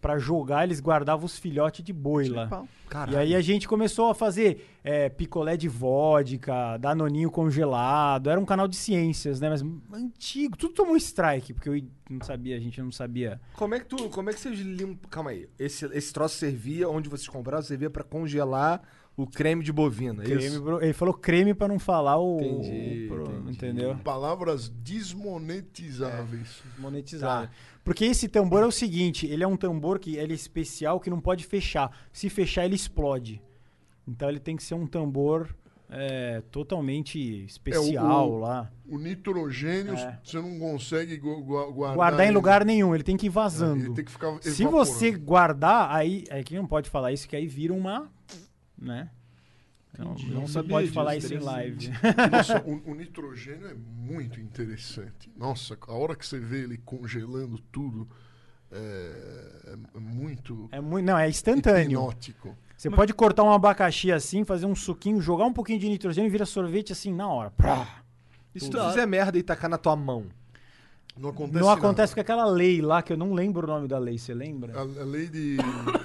[SPEAKER 3] Pra jogar, eles guardavam os filhotes de boi lá.
[SPEAKER 2] tipo, Pau.
[SPEAKER 1] Caralho.
[SPEAKER 3] é. E aí a gente começou a fazer é, picolé de vodka, danoninho congelado. Era um canal de ciências, né? Mas antigo. Tudo tomou strike, porque eu não sabia, a gente não sabia.
[SPEAKER 1] Como é que tu, como é que vocês limpam... Calma aí. Esse, esse troço servia, onde vocês compraram, servia pra congelar o creme de bovina, é
[SPEAKER 3] Creme,
[SPEAKER 1] isso?
[SPEAKER 3] bro- ele falou creme pra não falar o...
[SPEAKER 1] Entendi,
[SPEAKER 3] o pro-
[SPEAKER 1] entendi.
[SPEAKER 3] Entendeu?
[SPEAKER 4] Palavras desmonetizáveis.
[SPEAKER 3] É. Monetizar. Tá. Porque esse tambor é o seguinte, ele é um tambor que ele é especial, que não pode fechar. Se fechar, ele explode. Então ele tem que ser um tambor é, totalmente especial lá.
[SPEAKER 4] O nitrogênio
[SPEAKER 3] É.
[SPEAKER 4] você não consegue gu- gu- guardar...
[SPEAKER 3] Guardar em
[SPEAKER 4] ele. É,
[SPEAKER 3] lugar nenhum, ele tem que ir vazando.
[SPEAKER 4] Ele tem que ficar
[SPEAKER 3] Se
[SPEAKER 4] evaporando.
[SPEAKER 3] você guardar, aí. É que não pode falar isso, que aí vira uma. Né? Não, não
[SPEAKER 1] Não
[SPEAKER 3] se
[SPEAKER 1] sabia
[SPEAKER 3] pode
[SPEAKER 1] disso,
[SPEAKER 3] falar isso em
[SPEAKER 1] interessante.
[SPEAKER 3] live.
[SPEAKER 4] Nossa, o, o nitrogênio é muito interessante. Nossa, a hora que você vê ele congelando tudo, é, é muito
[SPEAKER 3] É muito, não, é instantâneo.
[SPEAKER 4] hipnótico.
[SPEAKER 3] Você pode cortar um abacaxi assim, fazer um suquinho, jogar um pouquinho de nitrogênio e vira sorvete assim na hora. Prá.
[SPEAKER 1] E se tu fizer merda e tacar na tua mão?
[SPEAKER 4] Não acontece
[SPEAKER 3] Não acontece com
[SPEAKER 4] nada.
[SPEAKER 3] aquela lei lá, que eu não lembro o nome da lei, você lembra?
[SPEAKER 4] A, a lei de...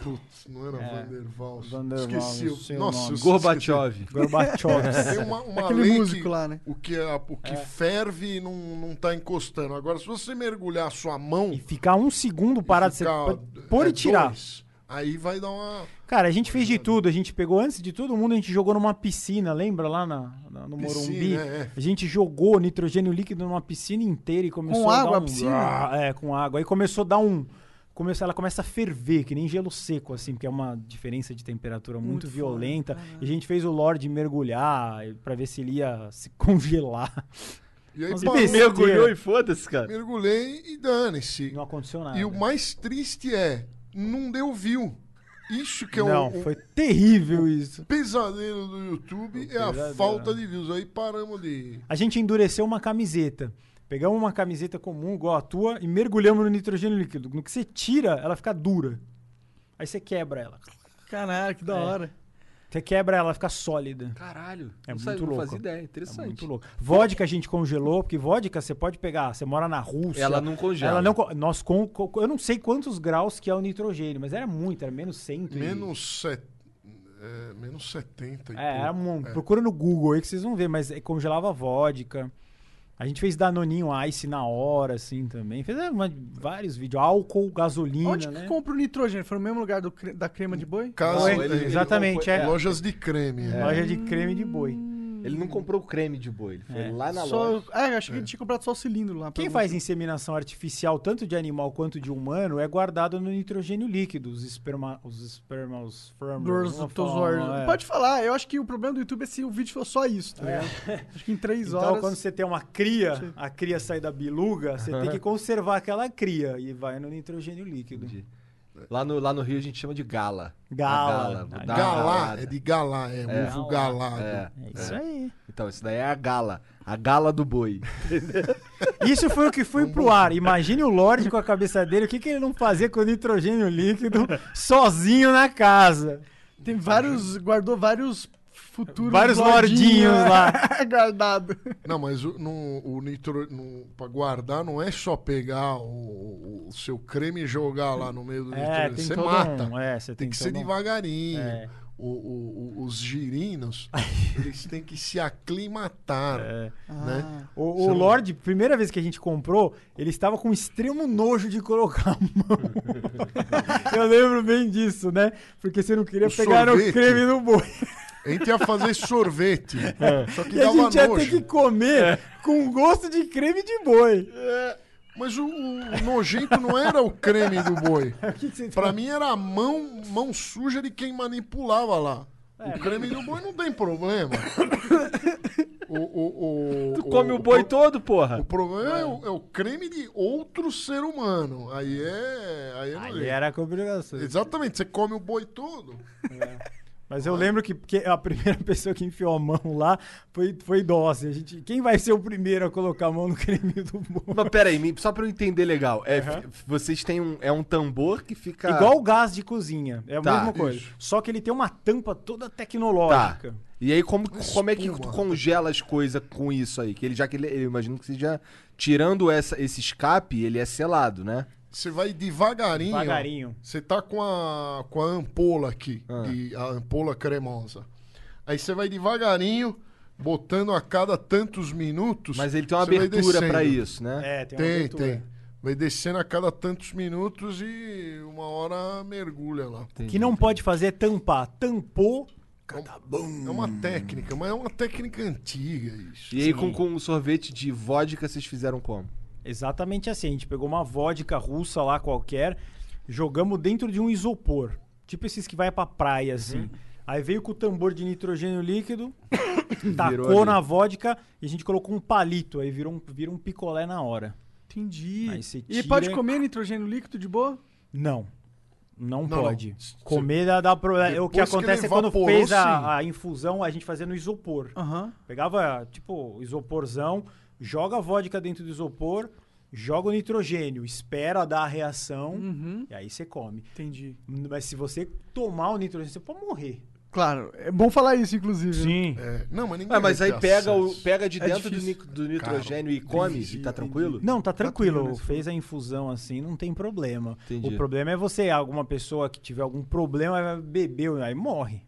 [SPEAKER 4] Putz, não era
[SPEAKER 3] É,
[SPEAKER 4] Van der Waals.
[SPEAKER 3] Van der
[SPEAKER 4] Esqueci.
[SPEAKER 3] Waals,
[SPEAKER 4] o-
[SPEAKER 3] seu
[SPEAKER 4] Nossa,
[SPEAKER 3] nome.
[SPEAKER 4] eu esqueci. É.
[SPEAKER 1] Gorbachev.
[SPEAKER 3] Gorbachev.
[SPEAKER 4] Tem uma, uma
[SPEAKER 2] Aquele
[SPEAKER 4] lei
[SPEAKER 2] músico
[SPEAKER 4] que,
[SPEAKER 2] lá, né?
[SPEAKER 4] o que, é- o que ferve não, não tá encostando. Agora, se você mergulhar a sua mão...
[SPEAKER 3] E ficar um segundo parado, você
[SPEAKER 4] ficar,
[SPEAKER 3] pode pôr
[SPEAKER 4] é,
[SPEAKER 3] e tirar.
[SPEAKER 4] dois, aí vai dar uma...
[SPEAKER 3] Cara, a gente fez de tudo. A gente pegou, antes de todo mundo, a gente jogou numa piscina, lembra lá na, na- no
[SPEAKER 4] Piscina,
[SPEAKER 3] Morumbi?
[SPEAKER 4] é.
[SPEAKER 3] A gente jogou nitrogênio líquido numa piscina inteira e começou
[SPEAKER 2] Com
[SPEAKER 3] a
[SPEAKER 2] água,
[SPEAKER 3] dar
[SPEAKER 2] a
[SPEAKER 3] um...
[SPEAKER 2] piscina?
[SPEAKER 3] É, com água. Aí começou a dar um... Começou, ela começa a ferver, que nem gelo seco, assim, porque é uma diferença de temperatura muito,
[SPEAKER 2] Muito né?
[SPEAKER 3] violenta. e a gente fez o Lorde mergulhar e- pra ver se ele ia se congelar.
[SPEAKER 4] E aí
[SPEAKER 3] Mas
[SPEAKER 4] parou.
[SPEAKER 3] besteira.
[SPEAKER 1] Mergulhou e foda-se, cara.
[SPEAKER 4] Mergulhei e dane-se.
[SPEAKER 3] Não aconteceu nada.
[SPEAKER 4] E o mais triste é, não deu view. Isso que é
[SPEAKER 3] Não,
[SPEAKER 4] o, o
[SPEAKER 3] foi terrível isso.
[SPEAKER 4] pesadelo do YouTube, é a
[SPEAKER 3] pesadelo.
[SPEAKER 4] falta de views. Aí paramos de...
[SPEAKER 3] A gente endureceu uma camiseta. Pegamos uma camiseta comum, igual a tua, e mergulhamos no nitrogênio líquido. No que você tira, ela fica dura. Aí você quebra ela.
[SPEAKER 2] Caralho, que da
[SPEAKER 3] É.
[SPEAKER 2] hora.
[SPEAKER 3] Você quebra ela, ela fica sólida.
[SPEAKER 1] Caralho.
[SPEAKER 3] É
[SPEAKER 1] não
[SPEAKER 3] muito
[SPEAKER 1] sabia,
[SPEAKER 3] louco.
[SPEAKER 1] Não fazia ideia.
[SPEAKER 3] É
[SPEAKER 1] Interessante.
[SPEAKER 3] muito louco. Vodka a gente congelou, porque vodka você pode pegar. Você mora na Rússia.
[SPEAKER 1] Ela não congela.
[SPEAKER 3] Ela não co- nós com, co- eu não sei quantos graus que é o nitrogênio, mas era muito, era menos 100. e-
[SPEAKER 4] Menos, set... é, menos 70 e
[SPEAKER 3] É, era
[SPEAKER 4] pouco.
[SPEAKER 3] um, procura no Google aí que vocês vão ver, mas é, congelava vodka. A gente fez Danoninho Ice na hora, assim, também. Fez é, uma- vários vídeos. Álcool, gasolina,
[SPEAKER 2] Onde
[SPEAKER 3] né?
[SPEAKER 2] que compra o nitrogênio? Foi no mesmo lugar do cre- da crema de boi?
[SPEAKER 4] Caso
[SPEAKER 3] Não, ele- exatamente, é.
[SPEAKER 4] Lojas de creme. É.
[SPEAKER 3] Loja de creme de boi.
[SPEAKER 1] Ele não comprou o creme de boi, ele foi
[SPEAKER 3] É.
[SPEAKER 1] lá na
[SPEAKER 2] Só,
[SPEAKER 1] loja.
[SPEAKER 2] ah, eu achei que ele tinha comprado só o cilindro lá.
[SPEAKER 3] Quem
[SPEAKER 2] Pra-
[SPEAKER 3] faz inseminação artificial, tanto de animal quanto de humano, é guardado no nitrogênio líquido, os esperma... Os esperma... Os
[SPEAKER 2] Doors,
[SPEAKER 3] spermers, não
[SPEAKER 2] todos
[SPEAKER 3] falam,
[SPEAKER 2] os-
[SPEAKER 3] é.
[SPEAKER 2] Pode falar, eu acho que o problema do YouTube é se o vídeo for só isso, tá ligado? Acho que em três
[SPEAKER 3] Então,
[SPEAKER 2] horas.
[SPEAKER 3] quando você tem uma cria, a cria sai da biluga, você tem que conservar aquela cria e vai no nitrogênio líquido.
[SPEAKER 1] Entendi. Lá no, lá no Rio a gente chama de gala.
[SPEAKER 3] Gala.
[SPEAKER 1] A gala. vou dar
[SPEAKER 3] Ah,
[SPEAKER 1] uma
[SPEAKER 4] Galá,
[SPEAKER 1] galada.
[SPEAKER 4] é de galá, é, ovo galado.
[SPEAKER 1] É.
[SPEAKER 3] É isso aí.
[SPEAKER 1] Então, isso daí é a gala. A gala do boi.
[SPEAKER 3] Isso foi o que foi pro ar. Imagine o Lorde com a cabeça dele, o que, que ele não fazia com o nitrogênio líquido sozinho na casa.
[SPEAKER 2] Tem vários. Guardou vários futuros.
[SPEAKER 3] Vários lordinhos lá.
[SPEAKER 2] guardado.
[SPEAKER 4] Não, mas o, no, o nitro, no, pra guardar não é só pegar o, o seu creme e jogar lá no meio do
[SPEAKER 3] É,
[SPEAKER 4] nitrogênio.
[SPEAKER 3] tem
[SPEAKER 4] Você
[SPEAKER 3] todo
[SPEAKER 4] mata.
[SPEAKER 3] um- é, você
[SPEAKER 4] tem
[SPEAKER 3] tem
[SPEAKER 4] que ser
[SPEAKER 3] todo um-
[SPEAKER 4] devagarinho.
[SPEAKER 3] É.
[SPEAKER 4] O- o- o- os girinos, eles têm que se aclimatar.
[SPEAKER 3] É.
[SPEAKER 4] Né?
[SPEAKER 3] O, o Lorde, primeira vez que a gente comprou, ele estava com extremo nojo de colocar a mão. Eu lembro bem disso, né? Porque você não queria
[SPEAKER 4] O
[SPEAKER 3] pegar o
[SPEAKER 4] sorvete.
[SPEAKER 3] creme no boi.
[SPEAKER 4] A gente ia fazer sorvete. Só que
[SPEAKER 3] É. E a
[SPEAKER 4] dava
[SPEAKER 3] gente ia ter
[SPEAKER 4] nojo. É.
[SPEAKER 3] que comer com gosto de creme de boi.
[SPEAKER 4] Mas o, o nojento não era o creme do boi.
[SPEAKER 3] que que você
[SPEAKER 4] Pra mim era a mão, mão suja de quem manipulava lá.
[SPEAKER 3] É.
[SPEAKER 4] o creme do boi não tem problema. o, o, o,
[SPEAKER 1] Tu come o boi todo, porra.
[SPEAKER 4] O problema é. o, é o creme de outro ser humano. Aí é. Aí é nojento.
[SPEAKER 3] Aí era complicação.
[SPEAKER 4] Exatamente, você come o boi todo.
[SPEAKER 3] Mas eu lembro que, que a primeira pessoa que enfiou a mão lá foi, foi idosa. A gente, quem vai ser o primeiro a colocar a mão no creme do boi?
[SPEAKER 1] Mas pera aí, me- só pra eu entender legal. É, f- Vocês têm um. É um tambor que fica.
[SPEAKER 3] Igual o gás de cozinha. É a
[SPEAKER 1] Tá,
[SPEAKER 3] mesma coisa. Só que ele tem uma tampa toda
[SPEAKER 1] Tá.
[SPEAKER 3] tecnológica.
[SPEAKER 1] E aí, como, como é que
[SPEAKER 4] espuma.
[SPEAKER 1] tu congela as coisas com isso aí? Que ele já que ele, eu imagino que seja. Tirando essa, esse escape, ele é selado, né?
[SPEAKER 4] Você vai devagarinho.
[SPEAKER 3] Devagarinho. Ah.
[SPEAKER 4] Você tá com a, com a ampola aqui, de- a ampola cremosa. Aí você vai devagarinho, botando a cada tantos minutos.
[SPEAKER 1] Mas ele tem uma
[SPEAKER 4] você vai
[SPEAKER 1] abertura pra
[SPEAKER 4] é descendo.
[SPEAKER 1] isso, né?
[SPEAKER 3] É, tem uma
[SPEAKER 4] Tem,
[SPEAKER 3] abertura.
[SPEAKER 4] tem. Vai descendo a cada tantos minutos e uma hora mergulha lá.
[SPEAKER 3] O que não pode fazer é tampar. Tampou.
[SPEAKER 4] É uma técnica, mas é uma técnica antiga isso.
[SPEAKER 1] E aí, com, com o sorvete de vodka, vocês fizeram como?
[SPEAKER 3] Exatamente assim. A gente pegou uma vodka russa lá qualquer, jogamos dentro de um isopor. Tipo esses que vai pra praia, assim.
[SPEAKER 4] Uhum.
[SPEAKER 3] Aí veio com o tambor de nitrogênio líquido,
[SPEAKER 1] Virou
[SPEAKER 3] tacou
[SPEAKER 1] ali.
[SPEAKER 3] na vodka e a gente colocou um palito. Aí virou um, vira um picolé na hora.
[SPEAKER 2] Entendi.
[SPEAKER 3] Aí você
[SPEAKER 2] E
[SPEAKER 3] tira-
[SPEAKER 2] pode comer nitrogênio líquido de boa?
[SPEAKER 3] Não. Não,
[SPEAKER 4] não.
[SPEAKER 3] pode.
[SPEAKER 4] Se-
[SPEAKER 3] Comer dá, dá problema. O que
[SPEAKER 4] Depois que
[SPEAKER 3] acontece
[SPEAKER 4] ele
[SPEAKER 3] é quando
[SPEAKER 4] evaporou,
[SPEAKER 3] fez
[SPEAKER 4] sim.
[SPEAKER 3] a, a infusão, a gente fazia no isopor.
[SPEAKER 2] Aham.
[SPEAKER 3] Pegava, tipo, isoporzão, joga a vodka dentro do isopor, joga o nitrogênio, espera dar a reação
[SPEAKER 2] Uhum.
[SPEAKER 3] e aí você come.
[SPEAKER 2] Entendi.
[SPEAKER 3] Mas se você tomar o nitrogênio, você pode morrer.
[SPEAKER 2] Claro, é bom falar isso, inclusive. né?
[SPEAKER 3] Sim.
[SPEAKER 4] É, não, mas ninguém
[SPEAKER 1] Ah, mas
[SPEAKER 4] vai
[SPEAKER 1] aí
[SPEAKER 4] ter
[SPEAKER 1] pega, o,
[SPEAKER 4] acesso.
[SPEAKER 1] pega de
[SPEAKER 2] É
[SPEAKER 1] dentro do,
[SPEAKER 2] difícil.
[SPEAKER 1] ni- do nitrogênio e come e tá tranquilo?
[SPEAKER 3] Não, tá tranquilo.
[SPEAKER 2] tranquilo, né?
[SPEAKER 3] Fez a infusão assim, não tem problema.
[SPEAKER 1] Entendi.
[SPEAKER 3] O problema é você, alguma pessoa que tiver algum problema, vai beber, aí morre.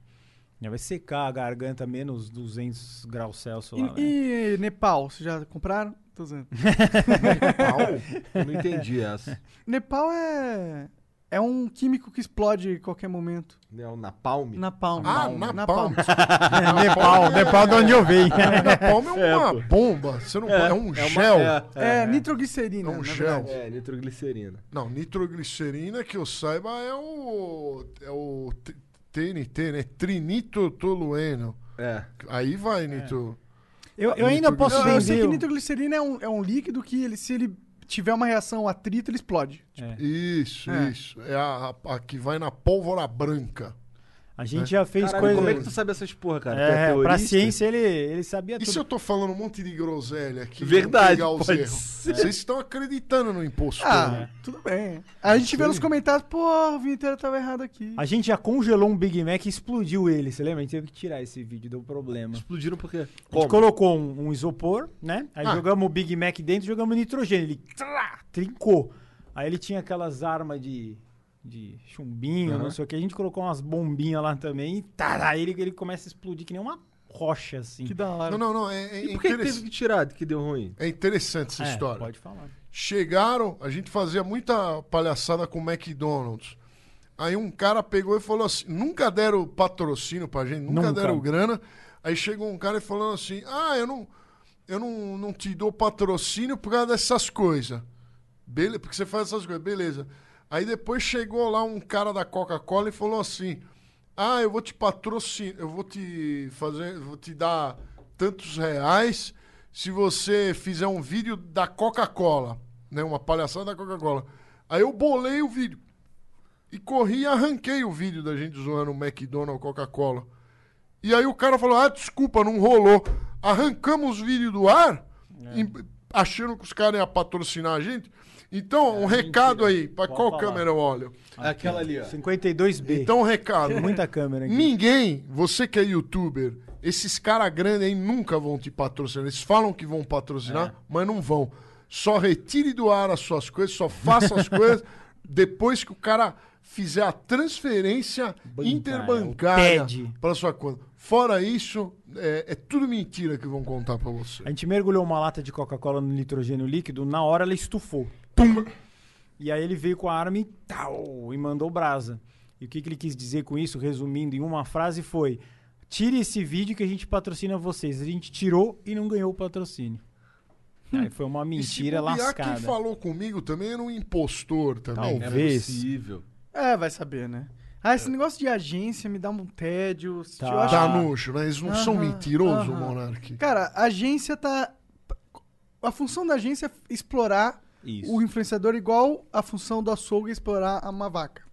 [SPEAKER 3] Já vai secar a garganta a menos 200 graus Celsius lá. né?
[SPEAKER 2] E, e Nepal, vocês já compraram? Tô dizendo.
[SPEAKER 1] Eu não entendi essa.
[SPEAKER 2] Nepal é. É um químico que explode em qualquer momento.
[SPEAKER 1] Não, na palme?
[SPEAKER 2] Napalm.
[SPEAKER 4] Ah,
[SPEAKER 2] Napalm.
[SPEAKER 4] napalm.
[SPEAKER 3] Nepal,
[SPEAKER 1] é
[SPEAKER 3] Nepal de onde eu venho.
[SPEAKER 4] Napalm é uma bomba. Você não pode- é um gel.
[SPEAKER 2] É, nitroglicerina.
[SPEAKER 4] É um
[SPEAKER 2] na
[SPEAKER 4] gel.
[SPEAKER 2] verdade.
[SPEAKER 1] É, nitroglicerina.
[SPEAKER 4] Não, nitroglicerina, que eu saiba, é o. É o T- TNT, né? Trinitrotolueno.
[SPEAKER 1] É.
[SPEAKER 4] Aí vai, Nitro.
[SPEAKER 3] Eu, eu ainda posso
[SPEAKER 2] Eu, eu sei
[SPEAKER 3] vender.
[SPEAKER 2] que
[SPEAKER 3] o-
[SPEAKER 2] nitroglicerina é um, é um líquido que, ele, se ele tiver uma reação um atrito, ele explode.
[SPEAKER 4] Isso,
[SPEAKER 2] É.
[SPEAKER 4] isso. É a, a- a que vai na pólvora branca.
[SPEAKER 3] A gente já fez
[SPEAKER 1] Caralho,
[SPEAKER 3] coisas.
[SPEAKER 1] como é que tu sabe essas porra, cara? Tu
[SPEAKER 3] É, pra
[SPEAKER 1] teorista?
[SPEAKER 3] ciência ele, ele sabia É
[SPEAKER 4] E se
[SPEAKER 3] tudo.
[SPEAKER 4] eu tô falando um monte de groselha aqui?
[SPEAKER 1] Verdade,
[SPEAKER 4] Pegar os
[SPEAKER 1] pode
[SPEAKER 4] erros.
[SPEAKER 1] ser.
[SPEAKER 4] Vocês estão acreditando no impostor.
[SPEAKER 2] Ah, tudo bem. A gente vê nos comentários, pô, o Vinteiro tava errado aqui.
[SPEAKER 3] A gente já congelou um Big Mac e explodiu ele, você lembra? A gente teve que tirar esse vídeo, deu problema.
[SPEAKER 1] Explodiram por quê?
[SPEAKER 3] A gente colocou um, um isopor, né?
[SPEAKER 4] Ah.
[SPEAKER 3] Aí jogamos o Big Mac dentro, jogamos nitrogênio. Ele trá, trincou. Aí ele tinha aquelas armas de, de chumbinho, não sei o que. A gente colocou umas bombinhas lá também e tará, ele, ele começa a explodir que nem uma rocha, assim.
[SPEAKER 2] Que da hora.
[SPEAKER 4] Não, não, não. É, é
[SPEAKER 1] E por que que
[SPEAKER 4] interess-
[SPEAKER 1] teve que tirar que deu ruim?
[SPEAKER 4] é interessante essa
[SPEAKER 3] É,
[SPEAKER 4] história.
[SPEAKER 3] Pode falar.
[SPEAKER 4] Chegaram, a gente fazia muita palhaçada com o McDonald's. Aí um cara pegou e falou assim: nunca deram patrocínio pra gente, nunca,
[SPEAKER 3] Nunca.
[SPEAKER 4] deram grana. Aí chegou um cara e falando assim: ah, eu não, eu não, não te dou patrocínio por causa dessas coisas. Beleza, porque você faz essas coisas, beleza. Aí depois chegou lá um cara da Coca-Cola e falou assim: Ah, eu vou te patrocinar, eu vou te fazer, eu vou te dar tantos reais se você fizer um vídeo da Coca-Cola, né? Uma palhaçada da Coca-Cola. Aí eu bolei o vídeo e corri e arranquei o vídeo da gente zoando o McDonald's Coca-Cola. E aí o cara falou: Ah, desculpa, não rolou. Arrancamos os vídeos do ar,
[SPEAKER 3] É.
[SPEAKER 4] em- achando que os caras iam patrocinar a gente. Então, um recado aí, pra
[SPEAKER 3] É, Pode
[SPEAKER 4] qual
[SPEAKER 3] falar.
[SPEAKER 4] câmera eu olho?
[SPEAKER 3] Ah,
[SPEAKER 1] Aquela ali, ó.
[SPEAKER 3] 52B.
[SPEAKER 4] Então, um recado.
[SPEAKER 3] Muita câmera aqui.
[SPEAKER 4] Ninguém, você que é youtuber, esses caras grandes aí nunca vão te patrocinar. Eles falam que vão
[SPEAKER 3] É.
[SPEAKER 4] patrocinar, mas não vão. Só retire do ar as suas coisas, só faça as coisas depois que o cara fizer a transferência
[SPEAKER 3] Bancária, o
[SPEAKER 4] interbancária
[SPEAKER 3] TED.
[SPEAKER 4] para sua conta. Fora isso, é, é tudo mentira que vão contar para você.
[SPEAKER 3] A gente mergulhou uma lata de Coca-Cola no nitrogênio líquido, na hora ela estufou. Tum! E aí ele veio com a arma e tal, e mandou brasa. E o que, que ele quis dizer com isso, resumindo em uma frase, foi: tire esse vídeo que a gente patrocina vocês. A gente tirou e não ganhou o patrocínio. Aí foi uma
[SPEAKER 4] Hum. E se
[SPEAKER 3] mentira
[SPEAKER 4] bobear,
[SPEAKER 3] lascada.
[SPEAKER 4] quem falou comigo também era um impostor também. né?
[SPEAKER 1] Era
[SPEAKER 3] Talvez.
[SPEAKER 1] possível.
[SPEAKER 2] É, vai saber, né? Ah, esse negócio de agência me dá um tédio.
[SPEAKER 3] Tá.
[SPEAKER 2] Eu acho
[SPEAKER 4] Tá nojo, né? Eles não são
[SPEAKER 2] Aham,
[SPEAKER 4] mentirosos,
[SPEAKER 2] aham.
[SPEAKER 4] Monark.
[SPEAKER 2] Cara, a agência tá. A função da agência é explorar
[SPEAKER 1] Isso.
[SPEAKER 2] o influenciador igual a função do açougue é explorar uma vaca.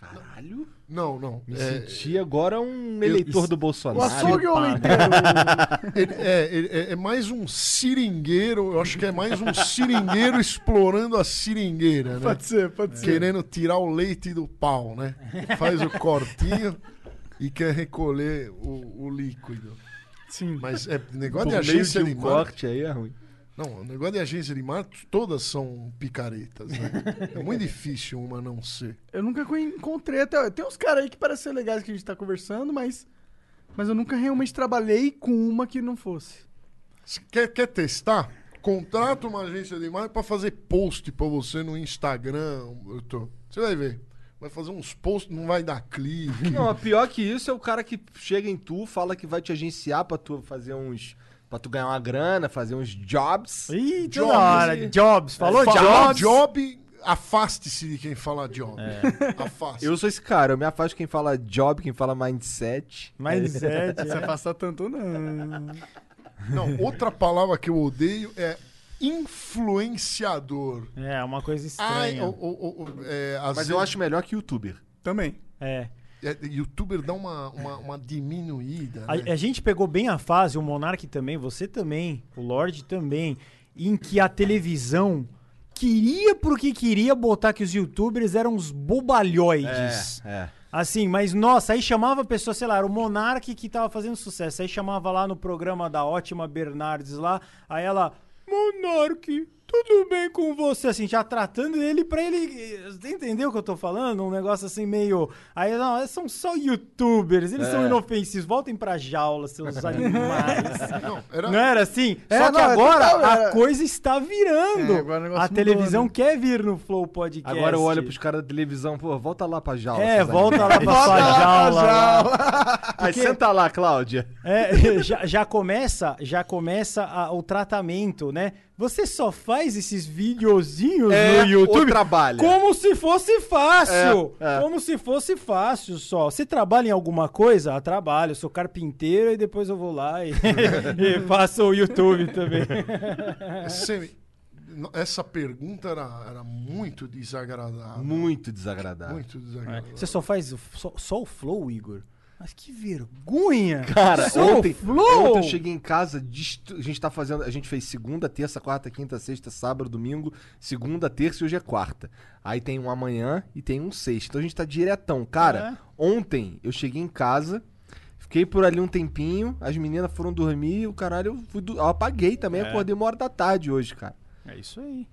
[SPEAKER 1] Caralho.
[SPEAKER 4] Não, não.
[SPEAKER 1] Me
[SPEAKER 4] É,
[SPEAKER 1] senti agora um eleitor do
[SPEAKER 2] O
[SPEAKER 1] Bolsonaro.
[SPEAKER 2] açougue é um ou o
[SPEAKER 3] pá.
[SPEAKER 2] leiteiro?
[SPEAKER 4] Ele- é, ele- é, é mais um seringueiro, eu acho que é mais um seringueiro explorando a seringueira, né?
[SPEAKER 2] pode ser, pode ser.
[SPEAKER 4] Querendo tirar o leite do pau, né? Faz o cortinho e quer recolher o, o líquido.
[SPEAKER 2] Sim.
[SPEAKER 4] Mas é
[SPEAKER 1] Por
[SPEAKER 4] negócio de
[SPEAKER 1] meio de
[SPEAKER 4] agência de
[SPEAKER 1] um
[SPEAKER 4] marketing.
[SPEAKER 1] corte aí é ruim.
[SPEAKER 4] Não, o negócio de agência de marketing, todas são picaretas, né? É muito difícil uma não ser.
[SPEAKER 2] Eu nunca co- encontrei até. Tem uns caras aí que parecem ser legais que a gente tá conversando, mas. Mas eu nunca realmente trabalhei com uma que não fosse.
[SPEAKER 4] Se Quer, quer testar? Contrata uma agência de marketing para fazer post para você no Instagram. eu tô. Você vai ver. Vai fazer uns posts, não vai dar clique.
[SPEAKER 1] Não, a pior que isso é o cara que chega em tu, fala que vai te agenciar pra tu fazer uns. pra tu ganhar uma grana, fazer uns jobs.
[SPEAKER 3] Ih, toda
[SPEAKER 1] Jobs
[SPEAKER 3] hora.
[SPEAKER 1] e-
[SPEAKER 3] Jobs. Falou
[SPEAKER 4] Falar
[SPEAKER 3] Jobs?
[SPEAKER 4] job, afaste-se de quem fala job. Afaste.
[SPEAKER 1] É. Eu sou esse cara, eu me afasto quem fala job, quem fala mindset.
[SPEAKER 3] Mas é, é.
[SPEAKER 2] Se afastar tanto, não.
[SPEAKER 4] Não, outra palavra que eu odeio é influenciador.
[SPEAKER 3] É, uma coisa
[SPEAKER 4] Ai,
[SPEAKER 3] estranha.
[SPEAKER 4] o, o- o- é, às
[SPEAKER 1] Mas
[SPEAKER 4] vezes-
[SPEAKER 1] eu acho melhor que youtuber.
[SPEAKER 2] Também.
[SPEAKER 3] É.
[SPEAKER 4] é, youtuber dá uma, uma, uma diminuída.
[SPEAKER 3] A,
[SPEAKER 4] né?
[SPEAKER 3] a gente pegou bem a fase, o Monark também, você também, o Lorde também, em que a televisão queria porque queria botar que os youtubers eram uns bobalhoides.
[SPEAKER 1] é.
[SPEAKER 3] Assim, mas nossa, aí chamava a pessoa, sei lá, era o Monark que tava fazendo sucesso. Aí chamava lá no programa da ótima Bernardes lá, aí ela, Monark, tudo bem com você? Assim, já tratando ele pra ele. Você entendeu o que eu tô falando? Um negócio assim meio. Aí, não, eles são só youtubers, eles são inofensivos, voltem pra jaula, seus animais.
[SPEAKER 4] Não, era-
[SPEAKER 3] Não era assim?
[SPEAKER 2] É,
[SPEAKER 3] Só que
[SPEAKER 2] não, é
[SPEAKER 3] agora
[SPEAKER 2] total, era-
[SPEAKER 3] a coisa está virando.
[SPEAKER 2] É, agora o negócio
[SPEAKER 3] a
[SPEAKER 2] mudou,
[SPEAKER 3] televisão
[SPEAKER 2] né?
[SPEAKER 3] quer vir no Flow Podcast.
[SPEAKER 1] Agora eu olho pros caras da televisão, pô, volta lá pra jaula.
[SPEAKER 3] É,
[SPEAKER 1] seus
[SPEAKER 3] volta
[SPEAKER 1] animais.
[SPEAKER 3] lá pra sua jaula. lá.
[SPEAKER 1] Aí senta lá, Cláudia.
[SPEAKER 3] É, já, já começa, já começa a- o tratamento, né? Você só faz esses videozinhos
[SPEAKER 1] É,
[SPEAKER 3] no
[SPEAKER 1] ou
[SPEAKER 3] YouTube
[SPEAKER 1] trabalha.
[SPEAKER 3] como se fosse fácil.
[SPEAKER 1] É, é.
[SPEAKER 3] Como se fosse fácil só. Você trabalha em alguma coisa? Ah, trabalho. Eu sou carpinteiro e depois eu vou lá e, e faço o YouTube também.
[SPEAKER 4] Semi, no- essa pergunta era, era muito desagradável.
[SPEAKER 1] Muito desagradável.
[SPEAKER 4] Muito desagradável.
[SPEAKER 3] Você só faz o- só, só o flow, Igor? Mas que vergonha!
[SPEAKER 1] Cara,
[SPEAKER 3] só o
[SPEAKER 1] ontem,
[SPEAKER 3] flow!
[SPEAKER 1] ontem eu cheguei em casa, destru- a gente tá fazendo, a gente fez segunda, terça, quarta, quinta, sexta, sábado, domingo, segunda, terça e hoje é quarta. Aí tem um amanhã e tem um sexta. Então a gente tá diretão. Cara, ontem eu cheguei em casa, fiquei por ali um tempinho, as meninas foram dormir, o caralho, eu, fui do- eu apaguei também, acordei uma hora da tarde hoje, cara.
[SPEAKER 3] É isso é aí.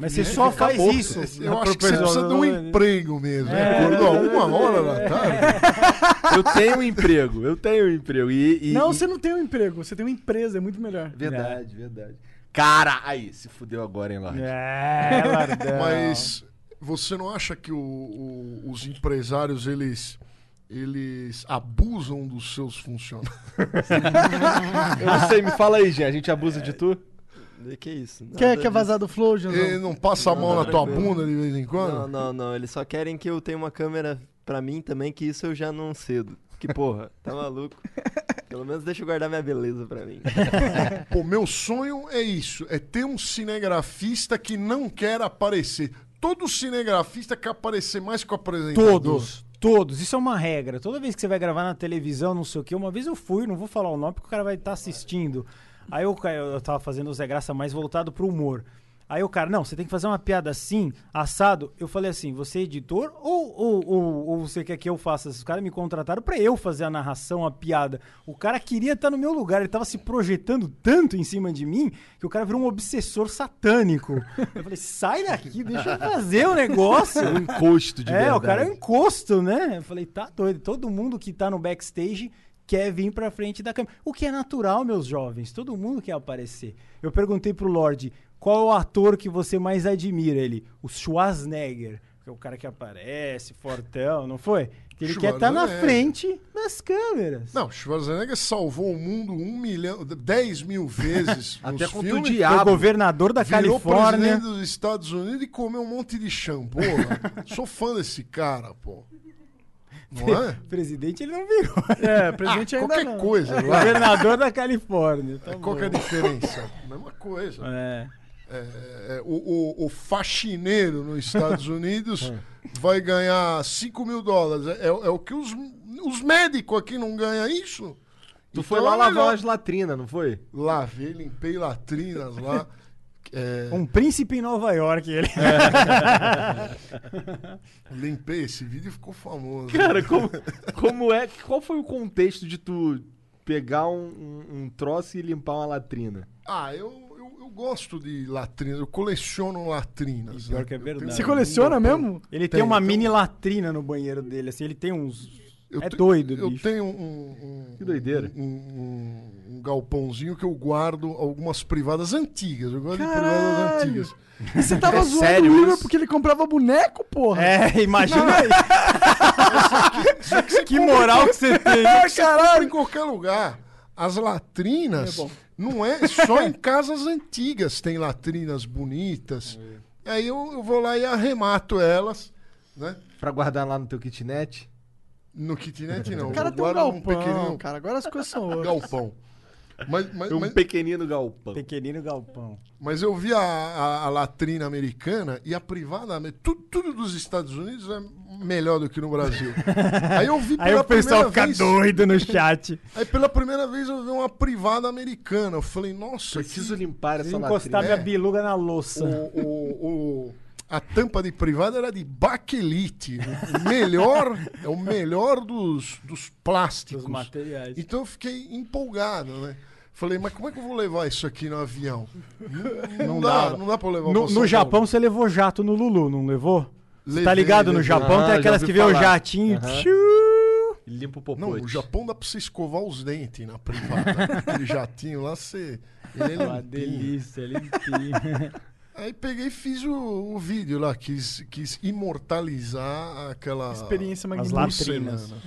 [SPEAKER 3] Mas você só faz
[SPEAKER 1] Acabou.
[SPEAKER 3] isso.
[SPEAKER 4] Eu acho que você precisa de um emprego mesmo.
[SPEAKER 3] É,
[SPEAKER 4] né? Acordou
[SPEAKER 3] é,
[SPEAKER 4] a uma hora da tarde.
[SPEAKER 1] Eu tenho um emprego, eu tenho um emprego. E, e-
[SPEAKER 2] Não,
[SPEAKER 1] e-
[SPEAKER 2] você não tem um emprego, você tem uma empresa, é muito melhor.
[SPEAKER 1] Verdade, verdade. Cara, aí, se fudeu agora, hein, Lorde?
[SPEAKER 3] É, Lardão.
[SPEAKER 4] Mas você não acha que o- o- os empresários, eles... Eles abusam dos seus funcionários.
[SPEAKER 1] Eu não sei, me fala aí, Jean, a gente abusa de tu?
[SPEAKER 5] Que isso? Nada
[SPEAKER 2] Quer, quer
[SPEAKER 5] disso.
[SPEAKER 2] vazar do é flow, Janzão?
[SPEAKER 4] Ele não passa a mão
[SPEAKER 5] Não,
[SPEAKER 4] na tua
[SPEAKER 5] tranquilo.
[SPEAKER 4] bunda de vez em quando?
[SPEAKER 5] Não, não, não. Eles só querem que eu tenha uma câmera pra mim também, que isso eu já não cedo. Que porra, tá maluco? Pelo menos deixa eu guardar minha beleza pra mim.
[SPEAKER 4] Pô, meu sonho é isso, é ter um cinegrafista que não quer aparecer. Todo cinegrafista quer aparecer mais que o apresentador.
[SPEAKER 3] Todos. Todos. Isso é uma regra. Toda vez que você vai gravar na televisão, não sei o quê. Uma vez eu fui, não vou falar o nome porque o cara vai estar assistindo. Aí eu, eu tava fazendo o Zé Graça mais voltado pro humor. Aí o cara, não, você tem que fazer uma piada assim, assado. Eu falei assim, você é editor ou, ou, ou, ou você quer que eu faça? Os caras me contrataram pra eu fazer a narração, a piada. O cara queria estar no meu lugar, ele tava se projetando tanto em cima de mim que o cara virou um obsessor satânico. Eu falei, sai daqui, deixa eu fazer o negócio.
[SPEAKER 1] Um encosto de
[SPEAKER 3] é,
[SPEAKER 1] verdade.
[SPEAKER 3] o cara é um encosto, né? Eu falei, tá doido. Todo mundo que tá no backstage quer vir pra frente da câmera. O que é natural, meus jovens. Todo mundo quer aparecer. Eu perguntei pro Lorde, qual é o ator que você mais admira? Ele, o Schwarzenegger. Que é o cara que aparece, fortão, não foi? Que ele quer estar na
[SPEAKER 4] Schwarzenegger.
[SPEAKER 3] frente das câmeras.
[SPEAKER 4] Não, Schwarzenegger salvou o mundo um milhão, dez mil vezes nos
[SPEAKER 1] Até contra o
[SPEAKER 4] filmes.
[SPEAKER 3] Foi o
[SPEAKER 1] diabo.
[SPEAKER 3] é governador da
[SPEAKER 4] Virou
[SPEAKER 3] Califórnia.
[SPEAKER 4] presidente dos Estados Unidos e comeu um monte de shampoo. né? Sou fã desse cara, pô. Não é?
[SPEAKER 3] Presidente ele não virou. Ah,
[SPEAKER 2] É, presidente ainda
[SPEAKER 4] Qualquer
[SPEAKER 2] não.
[SPEAKER 1] É
[SPEAKER 4] coisa, lá.
[SPEAKER 3] governador da Califórnia. Tá
[SPEAKER 4] Qual que é a
[SPEAKER 3] bom.
[SPEAKER 4] diferença? Mesma coisa.
[SPEAKER 3] É.
[SPEAKER 4] É, o, o- o faxineiro nos Estados Unidos
[SPEAKER 1] É.
[SPEAKER 4] vai ganhar 5 mil dólares. É, é o que os, os médicos aqui não ganham isso?
[SPEAKER 1] Tu
[SPEAKER 4] Então
[SPEAKER 1] foi lá
[SPEAKER 4] é
[SPEAKER 1] lavar
[SPEAKER 4] melhor.
[SPEAKER 1] umas latrinas, não foi?
[SPEAKER 4] Lavei, limpei latrinas lá. É,
[SPEAKER 3] Um príncipe em Nova York, ele.
[SPEAKER 4] limpei, esse vídeo ficou famoso.
[SPEAKER 1] Cara, como, como é. Qual foi o contexto de tu pegar um, um- um troço e limpar uma latrina?
[SPEAKER 4] Ah, eu, eu, eu gosto de latrinas, eu coleciono latrinas.
[SPEAKER 3] Pior
[SPEAKER 4] né?
[SPEAKER 3] que é
[SPEAKER 4] Eu tenho-
[SPEAKER 3] verdade.
[SPEAKER 2] Você coleciona mesmo?
[SPEAKER 3] Ele tem,
[SPEAKER 4] Tem,
[SPEAKER 3] uma
[SPEAKER 4] tem um-
[SPEAKER 3] mini latrina no banheiro dele, assim, ele tem uns.
[SPEAKER 4] Eu
[SPEAKER 3] é
[SPEAKER 4] te-
[SPEAKER 3] doido,
[SPEAKER 4] Eu
[SPEAKER 3] bicho.
[SPEAKER 4] tenho um, um-
[SPEAKER 1] Que doideira.
[SPEAKER 4] Um, um- um galpãozinho que eu guardo algumas privadas antigas. Eu gosto de privadas
[SPEAKER 2] Caralho!
[SPEAKER 4] antigas.
[SPEAKER 2] E você tava
[SPEAKER 1] É
[SPEAKER 2] zoando
[SPEAKER 1] sério
[SPEAKER 2] o Igor
[SPEAKER 1] isso?
[SPEAKER 2] porque ele comprava boneco, porra?
[SPEAKER 3] É, imagina aí. que moral que você tem. né?
[SPEAKER 4] Caralho! Em qualquer lugar. As latrinas não é só em casas antigas tem latrinas bonitas.
[SPEAKER 3] É.
[SPEAKER 4] Aí eu, eu vou lá e arremato elas, né?
[SPEAKER 1] Pra guardar lá no teu kitnet?
[SPEAKER 4] No kitnet não.
[SPEAKER 2] O cara
[SPEAKER 4] eu
[SPEAKER 2] tem um
[SPEAKER 4] guardo num
[SPEAKER 2] galpão,
[SPEAKER 4] pequenino
[SPEAKER 2] cara. Agora as coisas são outras.
[SPEAKER 4] um galpão. Mas, mas,
[SPEAKER 1] Um
[SPEAKER 4] mas-
[SPEAKER 1] pequenino galpão.
[SPEAKER 3] Pequenino galpão.
[SPEAKER 4] mas eu vi a, a- a latrina americana e a privada. amer- Tudo, tudo dos Estados Unidos é melhor do que no Brasil. Aí eu vi pela
[SPEAKER 3] Aí o pessoal
[SPEAKER 4] primeira
[SPEAKER 3] fica
[SPEAKER 4] vez,
[SPEAKER 3] doido no chat.
[SPEAKER 4] Aí pela primeira vez eu vi uma privada americana. Eu falei, nossa,
[SPEAKER 1] Preciso
[SPEAKER 4] que-
[SPEAKER 1] limpar essa
[SPEAKER 3] Preciso encostar
[SPEAKER 4] é-
[SPEAKER 1] latrina.
[SPEAKER 3] minha biluga na louça.
[SPEAKER 4] o, o- o- a tampa de privada era de baquelite. O melhor, é o melhor dos, dos plásticos.
[SPEAKER 3] Dos materiais.
[SPEAKER 4] Então eu fiquei empolgado, né? Falei, mas como é que eu vou levar isso aqui no avião? Não, não dá,
[SPEAKER 3] dava.
[SPEAKER 4] não dá pra eu levar pra
[SPEAKER 3] No,
[SPEAKER 4] São
[SPEAKER 3] no
[SPEAKER 4] Paulo.
[SPEAKER 3] Japão você levou jato no Lulu, não levou? Você tá
[SPEAKER 4] Levei,
[SPEAKER 3] ligado? No
[SPEAKER 4] levei.
[SPEAKER 3] Japão
[SPEAKER 1] Ah,
[SPEAKER 3] tem
[SPEAKER 1] já
[SPEAKER 3] aquelas
[SPEAKER 1] ouvi
[SPEAKER 3] que vê o
[SPEAKER 1] falar.
[SPEAKER 3] jatinho.
[SPEAKER 1] Aham.
[SPEAKER 3] Tchiu.
[SPEAKER 1] Limpa o popote.
[SPEAKER 4] Não, no Japão dá pra você escovar os dentes na privada. Aquele jatinho lá, você. Ele é
[SPEAKER 3] Uma
[SPEAKER 4] limpinho.
[SPEAKER 3] Ah, delícia, limpinho.
[SPEAKER 4] Aí peguei e fiz o, o vídeo lá, quis, quis imortalizar aquela
[SPEAKER 2] Experiência
[SPEAKER 3] As
[SPEAKER 2] magnífica.
[SPEAKER 3] latrinas.
[SPEAKER 4] Semana.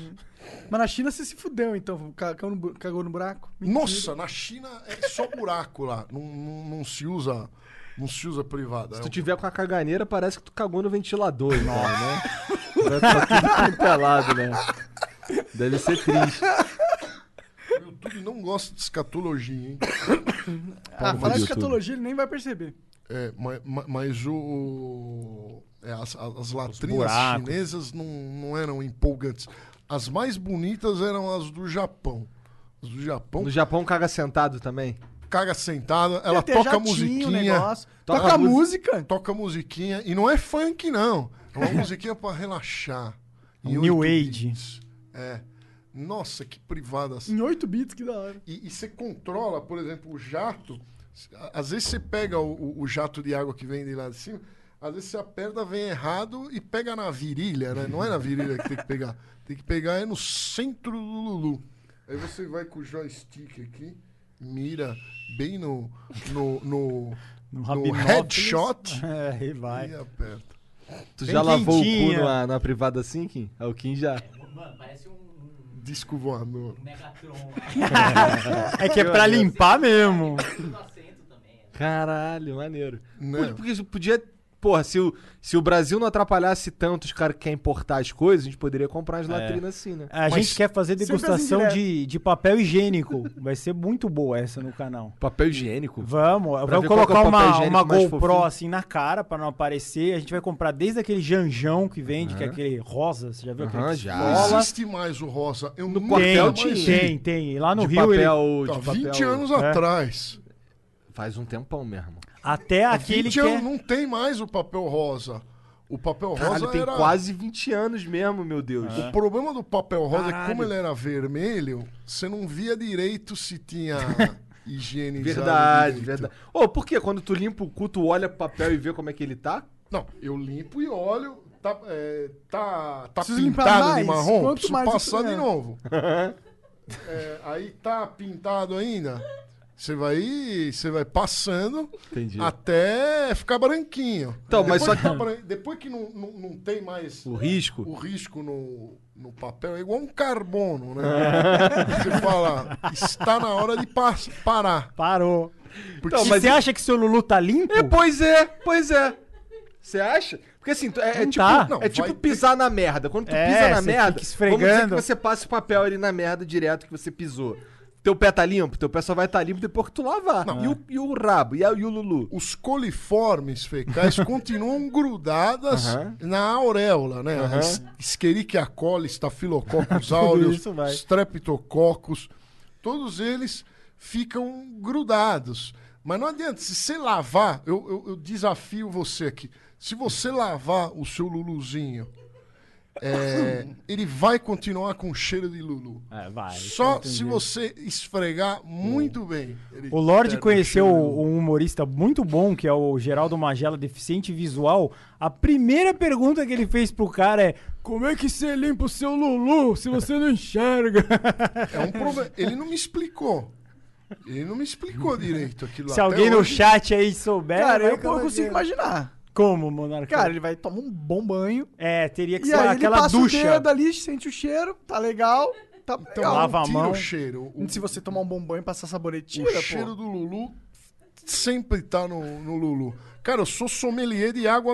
[SPEAKER 2] Mas na China você se fudeu, então. Cagou no, bu- cagou no buraco. Mentira.
[SPEAKER 4] Nossa, na China é só buraco lá. Não, não, não se usa. Não se usa privada.
[SPEAKER 1] Se
[SPEAKER 4] É
[SPEAKER 1] tu
[SPEAKER 4] um-
[SPEAKER 1] tiver com a caganeira, parece que tu cagou no ventilador, então, né? Vai tá tudo pelado, né? Deve ser triste.
[SPEAKER 4] O YouTube não gosta de escatologia, hein?
[SPEAKER 2] Ah, falar de
[SPEAKER 1] YouTube.
[SPEAKER 2] escatologia ele nem vai perceber.
[SPEAKER 4] É, ma- ma- mas, o. é, as, as latrinas
[SPEAKER 3] buracos.
[SPEAKER 4] chinesas não, não eram empolgantes. As mais bonitas eram as do Japão. As do Japão,
[SPEAKER 1] No Japão caga sentado também.
[SPEAKER 4] caga sentada, ela
[SPEAKER 2] Tem
[SPEAKER 4] toca
[SPEAKER 2] jatinho,
[SPEAKER 4] musiquinha.
[SPEAKER 2] um negócio.
[SPEAKER 1] Toca
[SPEAKER 2] Toca,
[SPEAKER 1] a
[SPEAKER 2] a música.
[SPEAKER 4] toca musiquinha. E não é funk, não. É uma musiquinha pra relaxar. Em
[SPEAKER 3] New
[SPEAKER 4] oito
[SPEAKER 3] Age.
[SPEAKER 4] bits. É. Nossa, que privada. assim.
[SPEAKER 2] Em 8 bits, que da hora.
[SPEAKER 4] E, e você controla, por exemplo, o jato. Às vezes você pega o- o, o jato de água que vem de lá de cima, às vezes a perna vem errado e pega na virilha, né? Não é na virilha que tem que pegar. Tem que pegar é no centro do Lulu. Aí você vai com o joystick aqui, mira bem no, no, no,
[SPEAKER 3] No,
[SPEAKER 4] no
[SPEAKER 3] Rabinópolis.
[SPEAKER 4] Um headshot
[SPEAKER 3] É, e vai.
[SPEAKER 4] e aperta.
[SPEAKER 1] Tu
[SPEAKER 3] Tem
[SPEAKER 1] já lavou o
[SPEAKER 3] quentinha.
[SPEAKER 1] cu na, na privada assim, Kim? Ah, O Kim já.
[SPEAKER 7] Mano, parece um, um
[SPEAKER 4] Disco voador.
[SPEAKER 1] Né?
[SPEAKER 7] Megatron.
[SPEAKER 3] É que é pra limpar mesmo.
[SPEAKER 7] Tudo assento também.
[SPEAKER 1] Caralho, maneiro.
[SPEAKER 4] Né?
[SPEAKER 1] Podia- Porque isso podia. Porra, se o, se o Brasil não atrapalhasse tanto os caras que querem importar as coisas, a gente poderia comprar
[SPEAKER 3] É.
[SPEAKER 1] as latrinas assim, né?
[SPEAKER 3] A
[SPEAKER 4] Mas
[SPEAKER 3] gente quer fazer
[SPEAKER 2] sempre assim
[SPEAKER 3] degustação de, de papel higiênico. Vai ser muito boa essa no canal.
[SPEAKER 1] Papel higiênico.
[SPEAKER 3] Vamos,
[SPEAKER 1] ver
[SPEAKER 3] vamos
[SPEAKER 1] qual que é o
[SPEAKER 3] colocar
[SPEAKER 1] papel
[SPEAKER 3] uma,
[SPEAKER 1] higiênico
[SPEAKER 3] uma
[SPEAKER 1] mais
[SPEAKER 3] GoPro
[SPEAKER 1] fofinho.
[SPEAKER 3] assim na cara pra não aparecer. A gente vai comprar desde aquele janjão que vende, que é aquele rosa, você já viu?
[SPEAKER 1] Aham,
[SPEAKER 3] aquele que
[SPEAKER 1] já.
[SPEAKER 4] Não
[SPEAKER 3] Cola.
[SPEAKER 4] existe mais o rosa. Eu
[SPEAKER 1] No
[SPEAKER 4] nunca
[SPEAKER 1] quartel
[SPEAKER 4] mais
[SPEAKER 3] Tem,
[SPEAKER 1] tinha.
[SPEAKER 4] vi.
[SPEAKER 3] tem, tem. E Lá no
[SPEAKER 1] de
[SPEAKER 3] Rio ele-
[SPEAKER 1] papel,
[SPEAKER 4] Tá,
[SPEAKER 1] de papel.
[SPEAKER 4] 20 anos
[SPEAKER 3] É.
[SPEAKER 4] atrás.
[SPEAKER 1] Faz um tempão mesmo.
[SPEAKER 3] Até aquele
[SPEAKER 4] 20
[SPEAKER 3] que
[SPEAKER 4] anos
[SPEAKER 1] um
[SPEAKER 3] é...
[SPEAKER 4] um, não tem mais o papel rosa. O papel rosa
[SPEAKER 1] Caralho, tem
[SPEAKER 4] era...
[SPEAKER 1] quase 20 anos mesmo, meu Deus.
[SPEAKER 3] É.
[SPEAKER 4] O problema do papel rosa é que
[SPEAKER 1] Caralho.
[SPEAKER 4] como ele era vermelho, você não via direito se tinha higienizado.
[SPEAKER 1] Verdade,
[SPEAKER 4] direito.
[SPEAKER 1] verdade. Ô, por quê? Quando tu limpa o cu, tu olha pro papel e vê como é que ele tá?
[SPEAKER 4] Não, eu limpo e olho, tá, é, tá, tá
[SPEAKER 2] Preciso limpar
[SPEAKER 4] pintado de
[SPEAKER 2] mais,
[SPEAKER 4] marrom,
[SPEAKER 2] quanto
[SPEAKER 4] preciso
[SPEAKER 2] mais
[SPEAKER 4] passar
[SPEAKER 2] isso-
[SPEAKER 4] de
[SPEAKER 2] é.
[SPEAKER 4] novo. É, aí tá pintado ainda, você vai, você vai passando
[SPEAKER 1] Entendi.
[SPEAKER 4] até ficar branquinho.
[SPEAKER 1] Então, mas
[SPEAKER 4] depois
[SPEAKER 1] só
[SPEAKER 4] que... tá bran- depois que não, não, não tem mais...
[SPEAKER 1] O risco.
[SPEAKER 4] o risco no, no papel é igual um carbono, né? Você fala, está na hora de pas- parar.
[SPEAKER 3] Parou.
[SPEAKER 4] Porque
[SPEAKER 1] Então,
[SPEAKER 4] se-
[SPEAKER 1] mas-
[SPEAKER 3] Você acha que seu Lulu tá limpo?
[SPEAKER 1] É, pois é, pois é. Você acha? Porque assim, tu- é, é
[SPEAKER 3] Não
[SPEAKER 1] tipo,
[SPEAKER 3] tá.
[SPEAKER 4] Não,
[SPEAKER 1] é tipo
[SPEAKER 4] vai-
[SPEAKER 1] pisar na merda. Quando tu
[SPEAKER 3] É,
[SPEAKER 1] pisa na
[SPEAKER 3] você
[SPEAKER 1] merda,
[SPEAKER 3] fica esfregando.
[SPEAKER 1] vamos dizer que você passa o papel ali na merda direto que você pisou. Teu pé tá limpo? Teu pé só vai estar tá limpo depois que tu lavar. E o, e o rabo? E, a, e o Lulu?
[SPEAKER 4] os coliformes fecais continuam grudadas
[SPEAKER 1] Aham.
[SPEAKER 4] na auréola, né?
[SPEAKER 1] Aham.
[SPEAKER 4] Es- Escherichia coli, Staphylococcus aureus,
[SPEAKER 3] isso vai.
[SPEAKER 4] Streptococcus, todos eles ficam grudados. Mas não adianta, se você lavar, eu, eu- eu desafio você aqui, se você lavar o seu luluzinho, é, ele vai continuar com cheiro de lulu.
[SPEAKER 3] É, vai.
[SPEAKER 4] Só
[SPEAKER 3] entendi.
[SPEAKER 4] se você esfregar muito bem. ele
[SPEAKER 3] O Lorde
[SPEAKER 4] perde
[SPEAKER 3] conheceu
[SPEAKER 4] cheiro de lulu.
[SPEAKER 3] um humorista muito bom, que é o Geraldo Magela, deficiente visual. A primeira pergunta que ele fez pro cara é: Como é que você limpa o seu Lulu se você não enxerga?
[SPEAKER 4] É um problema. Ele não me explicou. Ele não me explicou direito aquilo lá.
[SPEAKER 3] se
[SPEAKER 4] Até
[SPEAKER 3] alguém no
[SPEAKER 4] hoje-
[SPEAKER 3] chat aí souber.
[SPEAKER 2] Cara,
[SPEAKER 3] É,
[SPEAKER 2] eu,
[SPEAKER 3] vai
[SPEAKER 2] eu consigo
[SPEAKER 3] colocar.
[SPEAKER 2] imaginar.
[SPEAKER 3] Como, Monarca?
[SPEAKER 2] Cara, ele vai tomar um bom banho.
[SPEAKER 3] é, teria que
[SPEAKER 2] E
[SPEAKER 3] ser
[SPEAKER 2] aí ele
[SPEAKER 3] aquela
[SPEAKER 2] passa o
[SPEAKER 3] ducha.
[SPEAKER 2] dedo ali, sente o cheiro, tá legal. Tá
[SPEAKER 4] Então,
[SPEAKER 2] legal.
[SPEAKER 3] lava a
[SPEAKER 4] tira
[SPEAKER 3] mão.
[SPEAKER 4] O cheiro. O, é,
[SPEAKER 2] Se você tomar um bom banho e passar
[SPEAKER 4] o
[SPEAKER 2] sabonetinho, pô.
[SPEAKER 4] cheiro do Lulu sempre tá no, no Lulu. Cara, eu sou sommelier de água